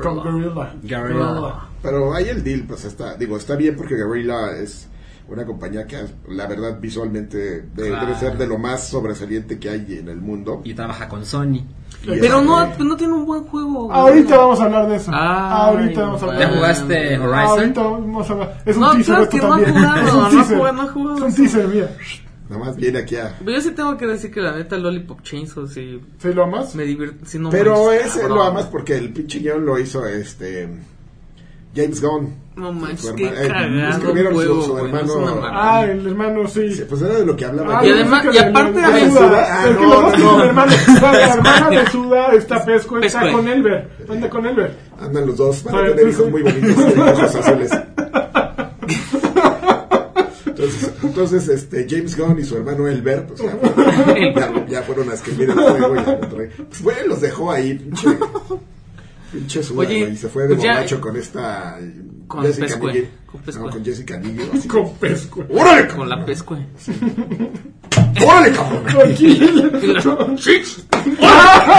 [SPEAKER 1] Con Gorilla.
[SPEAKER 5] Gorilla.
[SPEAKER 2] Pero ahí el deal, pues está, digo, está bien porque Guerrilla es una compañía que la verdad visualmente de-
[SPEAKER 5] Claro.
[SPEAKER 2] debe ser de lo más sobresaliente que hay en el mundo.
[SPEAKER 5] Y trabaja con Sony.
[SPEAKER 2] Y
[SPEAKER 4] Pero
[SPEAKER 2] este,
[SPEAKER 4] no, pues, no tiene un buen juego. güey.
[SPEAKER 1] Ahorita vamos a hablar de eso.
[SPEAKER 4] Ah,
[SPEAKER 5] Ay,
[SPEAKER 1] Ahorita vamos a hablar
[SPEAKER 5] ¿Ya
[SPEAKER 1] de eso.
[SPEAKER 5] jugaste
[SPEAKER 1] Ahorita
[SPEAKER 5] Horizon?
[SPEAKER 1] vamos a hablar. Es un
[SPEAKER 4] No,
[SPEAKER 1] teaser
[SPEAKER 4] claro
[SPEAKER 1] esto
[SPEAKER 4] que no ha
[SPEAKER 1] también.
[SPEAKER 4] jugado,
[SPEAKER 1] es
[SPEAKER 4] no ha
[SPEAKER 1] un teaser.
[SPEAKER 4] jugado, no ha jugado.
[SPEAKER 1] Es un teaser, mira.
[SPEAKER 2] Nada más viene aquí a...
[SPEAKER 4] Pero yo sí tengo que decir que la neta Lollipop Chainsaw sí
[SPEAKER 1] ¿Se lo amas?
[SPEAKER 4] me divierte. sí, no
[SPEAKER 2] Pero
[SPEAKER 4] manches,
[SPEAKER 2] ese
[SPEAKER 4] cabrón.
[SPEAKER 2] lo amas porque el pinche guión lo hizo este James Gunn.
[SPEAKER 4] No
[SPEAKER 2] Su
[SPEAKER 4] manches,
[SPEAKER 2] herma-
[SPEAKER 4] qué
[SPEAKER 2] eh,
[SPEAKER 4] cagado
[SPEAKER 2] escribieron su-
[SPEAKER 4] juego,
[SPEAKER 2] su
[SPEAKER 4] güey,
[SPEAKER 2] hermano-
[SPEAKER 4] es una mamada.
[SPEAKER 1] Ah, el hermano, sí.
[SPEAKER 2] Sí, Pues era de lo que hablaba.
[SPEAKER 1] Ah,
[SPEAKER 4] Y
[SPEAKER 2] yo.
[SPEAKER 4] además-
[SPEAKER 1] sí que
[SPEAKER 4] y
[SPEAKER 1] la-
[SPEAKER 4] aparte
[SPEAKER 1] la
[SPEAKER 4] a
[SPEAKER 1] de
[SPEAKER 4] mí-
[SPEAKER 1] Suda,
[SPEAKER 2] Ah,
[SPEAKER 1] pero que
[SPEAKER 2] no,
[SPEAKER 1] los dos
[SPEAKER 2] no.
[SPEAKER 1] tienen hermanos. O sea, La hermana de Suda está Pesco, está
[SPEAKER 4] Pesco.
[SPEAKER 1] con Elber. Anda con Elber.
[SPEAKER 2] Andan los dos para
[SPEAKER 1] Ah,
[SPEAKER 2] tener hijos
[SPEAKER 1] entonces-
[SPEAKER 2] muy bonitos de ojos azules. Entonces, entonces, este, James Gunn y su hermano Elbert pues, ya, ya- ya fueron a escribir el juego. y lo trae. Pues, güey, los dejó ahí, pinche. Pinche Suda,
[SPEAKER 4] Oye,
[SPEAKER 2] güey, y se fue de
[SPEAKER 4] pues ya-
[SPEAKER 5] eh,
[SPEAKER 2] borracho con esta.
[SPEAKER 4] Con
[SPEAKER 2] Jessica
[SPEAKER 4] Pescue,
[SPEAKER 2] Nigel.
[SPEAKER 4] con Pescue.
[SPEAKER 2] No, con Jessica Nigel. así.
[SPEAKER 1] Con Pesco.
[SPEAKER 2] ¡Órale, cabrón!
[SPEAKER 4] Con la pescue.
[SPEAKER 2] ¡Órale, cabrón!
[SPEAKER 1] Tranquilo.
[SPEAKER 4] Y la-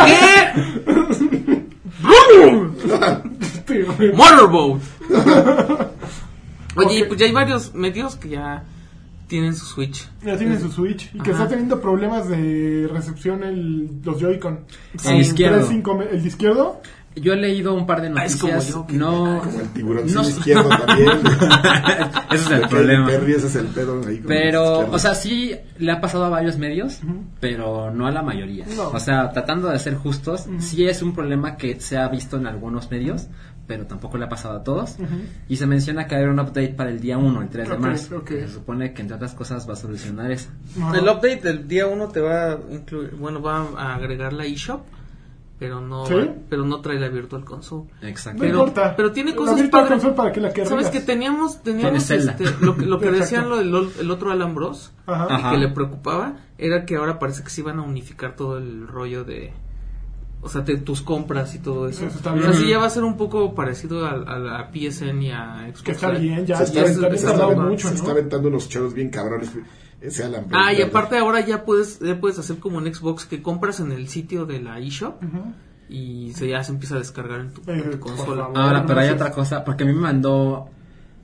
[SPEAKER 4] ¿Qué?
[SPEAKER 1] Tío.
[SPEAKER 4] Motorboat. Oye, pues ya hay varios medios que ya tienen su Switch.
[SPEAKER 1] Ya tiene su Switch. Y que
[SPEAKER 4] Ajá.
[SPEAKER 1] está teniendo problemas de recepción el, los Joy-Con.
[SPEAKER 5] El izquierdo.
[SPEAKER 1] Tres, cinco me- el de izquierdo.
[SPEAKER 5] Yo he leído un par de
[SPEAKER 4] Ah, es como
[SPEAKER 5] noticias.
[SPEAKER 4] yo, que-
[SPEAKER 5] no.
[SPEAKER 2] Como el tiburón
[SPEAKER 5] No.
[SPEAKER 2] izquierdo también.
[SPEAKER 5] Ese es el
[SPEAKER 2] Que
[SPEAKER 5] problema.
[SPEAKER 2] Perry, ese es el pedo ahí con el
[SPEAKER 5] Pero,
[SPEAKER 1] Este,
[SPEAKER 2] izquierdo.
[SPEAKER 5] o sea, sí le ha pasado a varios medios, pero no a la mayoría.
[SPEAKER 1] No.
[SPEAKER 5] O sea, tratando de ser justos, sí es un problema que se ha visto en algunos medios, pero tampoco le ha pasado a todos. Y se menciona que habrá un update para el día 1, el 3
[SPEAKER 1] Ok,
[SPEAKER 5] de marzo.
[SPEAKER 1] ok.
[SPEAKER 5] Se supone que, entre otras cosas, va a solucionar eso.
[SPEAKER 1] Ajá.
[SPEAKER 4] El update del día 1 te va a incluir, bueno, va a agregar la eShop, pero no
[SPEAKER 1] ¿Sí?
[SPEAKER 4] pero no trae la Virtual Console.
[SPEAKER 5] Exacto.
[SPEAKER 1] No
[SPEAKER 4] Pero-
[SPEAKER 1] importa.
[SPEAKER 4] pero tiene
[SPEAKER 1] La
[SPEAKER 4] cosas
[SPEAKER 1] Virtual
[SPEAKER 4] padres.
[SPEAKER 1] Console para que la que
[SPEAKER 4] ¿Sabes
[SPEAKER 1] arribas.
[SPEAKER 4] que teníamos teníamos
[SPEAKER 5] Tiene Zelda.
[SPEAKER 4] este, lo, que- lo que
[SPEAKER 1] Exacto.
[SPEAKER 4] decían lo del ol- el otro Alambros
[SPEAKER 1] Ajá.
[SPEAKER 5] Ajá.
[SPEAKER 4] que le preocupaba era que ahora parece que se iban a unificar todo el rollo de o sea, te- tus compras y todo eso.
[SPEAKER 1] Eso está
[SPEAKER 4] O sea,
[SPEAKER 1] bien.
[SPEAKER 4] sí ya va a ser un poco parecido a, a la PSN y a Xbox
[SPEAKER 1] Que está
[SPEAKER 4] Live.
[SPEAKER 1] bien, ya.
[SPEAKER 2] se está,
[SPEAKER 1] ya
[SPEAKER 4] es-
[SPEAKER 2] aventando-
[SPEAKER 1] también
[SPEAKER 2] se,
[SPEAKER 4] es-
[SPEAKER 2] está,
[SPEAKER 1] tardaba
[SPEAKER 4] es-
[SPEAKER 1] mucho,
[SPEAKER 2] se
[SPEAKER 1] ¿no?
[SPEAKER 2] está aventando unos choros bien cabrones. eh, Ese alambre.
[SPEAKER 4] Ah, y
[SPEAKER 2] verde.
[SPEAKER 4] aparte ahora ya puedes, ya puedes hacer como en Xbox que compras en el sitio de la eShop
[SPEAKER 1] Ujú.
[SPEAKER 4] y se ya se empieza a descargar en tu,
[SPEAKER 1] Eh,
[SPEAKER 4] en tu
[SPEAKER 1] por
[SPEAKER 4] consola.
[SPEAKER 1] favor.
[SPEAKER 5] Ahora, pero hay
[SPEAKER 1] Gracias.
[SPEAKER 5] otra cosa, porque a mí me mandó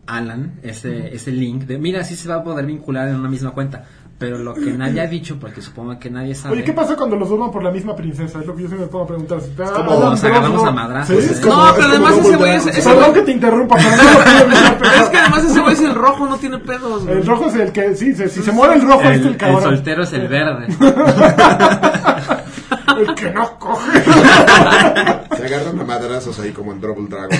[SPEAKER 5] Alan ese, ese link de, mira, sí se va a poder vincular en una misma cuenta. Pero lo que nadie ha dicho, porque supongo que nadie sabe.
[SPEAKER 1] Oye, ¿qué pasa cuando los dos van por la misma princesa? Es lo que yo siempre me pongo a preguntar. Si te-
[SPEAKER 5] como
[SPEAKER 1] Adam
[SPEAKER 5] nos
[SPEAKER 1] Driver,
[SPEAKER 5] agarramos
[SPEAKER 1] ¿no?
[SPEAKER 5] a madrazos,
[SPEAKER 1] Sí,
[SPEAKER 5] ¿eh?
[SPEAKER 1] es como-
[SPEAKER 4] No, pero
[SPEAKER 2] es como
[SPEAKER 4] además
[SPEAKER 2] un
[SPEAKER 4] ese güey es,
[SPEAKER 2] volcán.
[SPEAKER 4] ese
[SPEAKER 1] Perdón que
[SPEAKER 4] güey-
[SPEAKER 1] te interrumpa, pero no lo quiero mirar, pero-
[SPEAKER 4] es que además ese güey es el rojo, no tiene pedos, güey.
[SPEAKER 1] El rojo es el que, sí, se- si se muere el rojo,
[SPEAKER 5] el,
[SPEAKER 1] es el
[SPEAKER 5] el
[SPEAKER 1] cabrón.
[SPEAKER 5] soltero es el verde.
[SPEAKER 1] El que no coge.
[SPEAKER 2] Se agarran a madrazos ahí como en Double Dragon.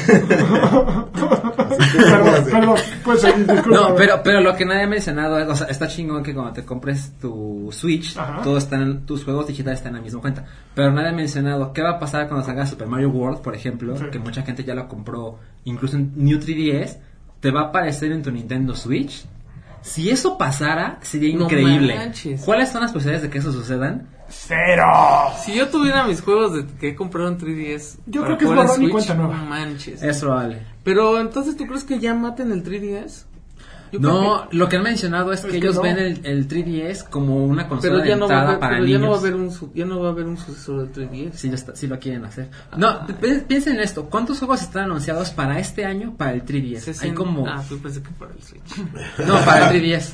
[SPEAKER 1] perdón, perdón, pues seguir, disculpa.
[SPEAKER 5] No, pero, pero lo que nadie ha mencionado es, o sea, está chingón que cuando te compres tu Switch,
[SPEAKER 1] Ajá.
[SPEAKER 5] todos están, tus juegos digitales están en la misma cuenta. Pero nadie ha mencionado qué va a pasar cuando salga Super Mario World, por ejemplo,
[SPEAKER 1] Sí.
[SPEAKER 5] que mucha gente ya lo compró, incluso en New 3DS, te va a aparecer en tu Nintendo Switch. Si eso pasara, sería
[SPEAKER 4] No
[SPEAKER 5] increíble.
[SPEAKER 4] manches.
[SPEAKER 5] ¿Cuáles son las posibilidades de que eso sucedan?
[SPEAKER 1] ¡Cero!
[SPEAKER 4] Si yo tuviera mis juegos de, que he comprado en 3DS,
[SPEAKER 1] Yo
[SPEAKER 4] para
[SPEAKER 1] creo que es
[SPEAKER 4] jugar en
[SPEAKER 1] borrón y
[SPEAKER 4] Switch,
[SPEAKER 1] cuenta nueva.
[SPEAKER 4] no Manches.
[SPEAKER 5] Es probable.
[SPEAKER 4] Pero entonces, ¿tú crees que ya maten el 3DS? Yo creo
[SPEAKER 5] No,
[SPEAKER 4] que-
[SPEAKER 5] lo que han mencionado es, que,
[SPEAKER 1] que
[SPEAKER 5] ellos
[SPEAKER 1] no.
[SPEAKER 5] ven el, el 3DS como una consola
[SPEAKER 4] pero
[SPEAKER 5] de
[SPEAKER 4] ya no, va a
[SPEAKER 5] entrada
[SPEAKER 4] haber,
[SPEAKER 5] para
[SPEAKER 4] pero ya no va a
[SPEAKER 5] niños.
[SPEAKER 4] haber un su- ya no va a haber un sucesor del 3DS.
[SPEAKER 5] Si lo, está- sí lo quieren hacer. No, pi- pi- piensen en esto. ¿Cuántos juegos están anunciados para este año para el 3DS? Hay
[SPEAKER 4] Sesen-
[SPEAKER 5] como...
[SPEAKER 4] Ah, yo pensé que para el Switch.
[SPEAKER 5] No, para el 3DS.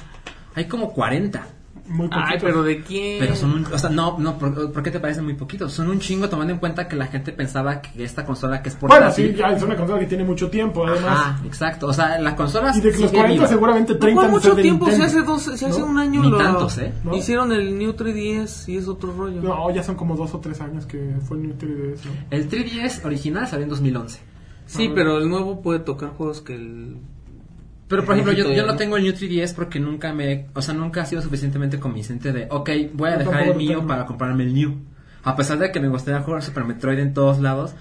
[SPEAKER 5] Hay como 40.
[SPEAKER 1] Muy poquito.
[SPEAKER 4] Ay, pero ¿de quién?
[SPEAKER 5] Pero son un... O sea, no, no, ¿por, por qué te parecen muy poquitos? Son un chingo tomando en cuenta que la gente pensaba que esta consola que es
[SPEAKER 1] Bueno, sí,
[SPEAKER 5] portátil...
[SPEAKER 1] ya es una consola que tiene mucho tiempo, además.
[SPEAKER 5] Ajá, exacto. O sea, la consola...
[SPEAKER 1] Y de que los
[SPEAKER 5] sigue
[SPEAKER 1] 40
[SPEAKER 5] viva.
[SPEAKER 1] seguramente
[SPEAKER 4] No
[SPEAKER 1] 30
[SPEAKER 4] fue
[SPEAKER 1] han de
[SPEAKER 4] mucho
[SPEAKER 1] ser de
[SPEAKER 4] tiempo, si
[SPEAKER 1] Nintendo.
[SPEAKER 4] hace, dos, si hace
[SPEAKER 1] ¿No?
[SPEAKER 4] un año
[SPEAKER 5] Ni
[SPEAKER 4] lo
[SPEAKER 5] tantos, ¿eh?
[SPEAKER 1] ¿No?
[SPEAKER 4] hicieron el New 3DS y es otro rollo.
[SPEAKER 1] No, ya son como dos o tres años que fue el Nintendo DS. ¿no?
[SPEAKER 5] El 3DS original salió en 2011.
[SPEAKER 4] Sí, pero el nuevo puede tocar juegos que el...
[SPEAKER 5] Pero por ejemplo, yo,
[SPEAKER 4] Ojito,
[SPEAKER 5] yo
[SPEAKER 4] ¿no?
[SPEAKER 5] no tengo el New 3DS porque nunca me, o sea, nunca ha sido suficientemente convincente de, ok, voy a
[SPEAKER 1] Yo
[SPEAKER 5] dejar el
[SPEAKER 1] tampoco
[SPEAKER 5] mío
[SPEAKER 1] tengo.
[SPEAKER 5] para comprarme el New. A pesar de que me gustaría jugar Super Metroid en todos lados,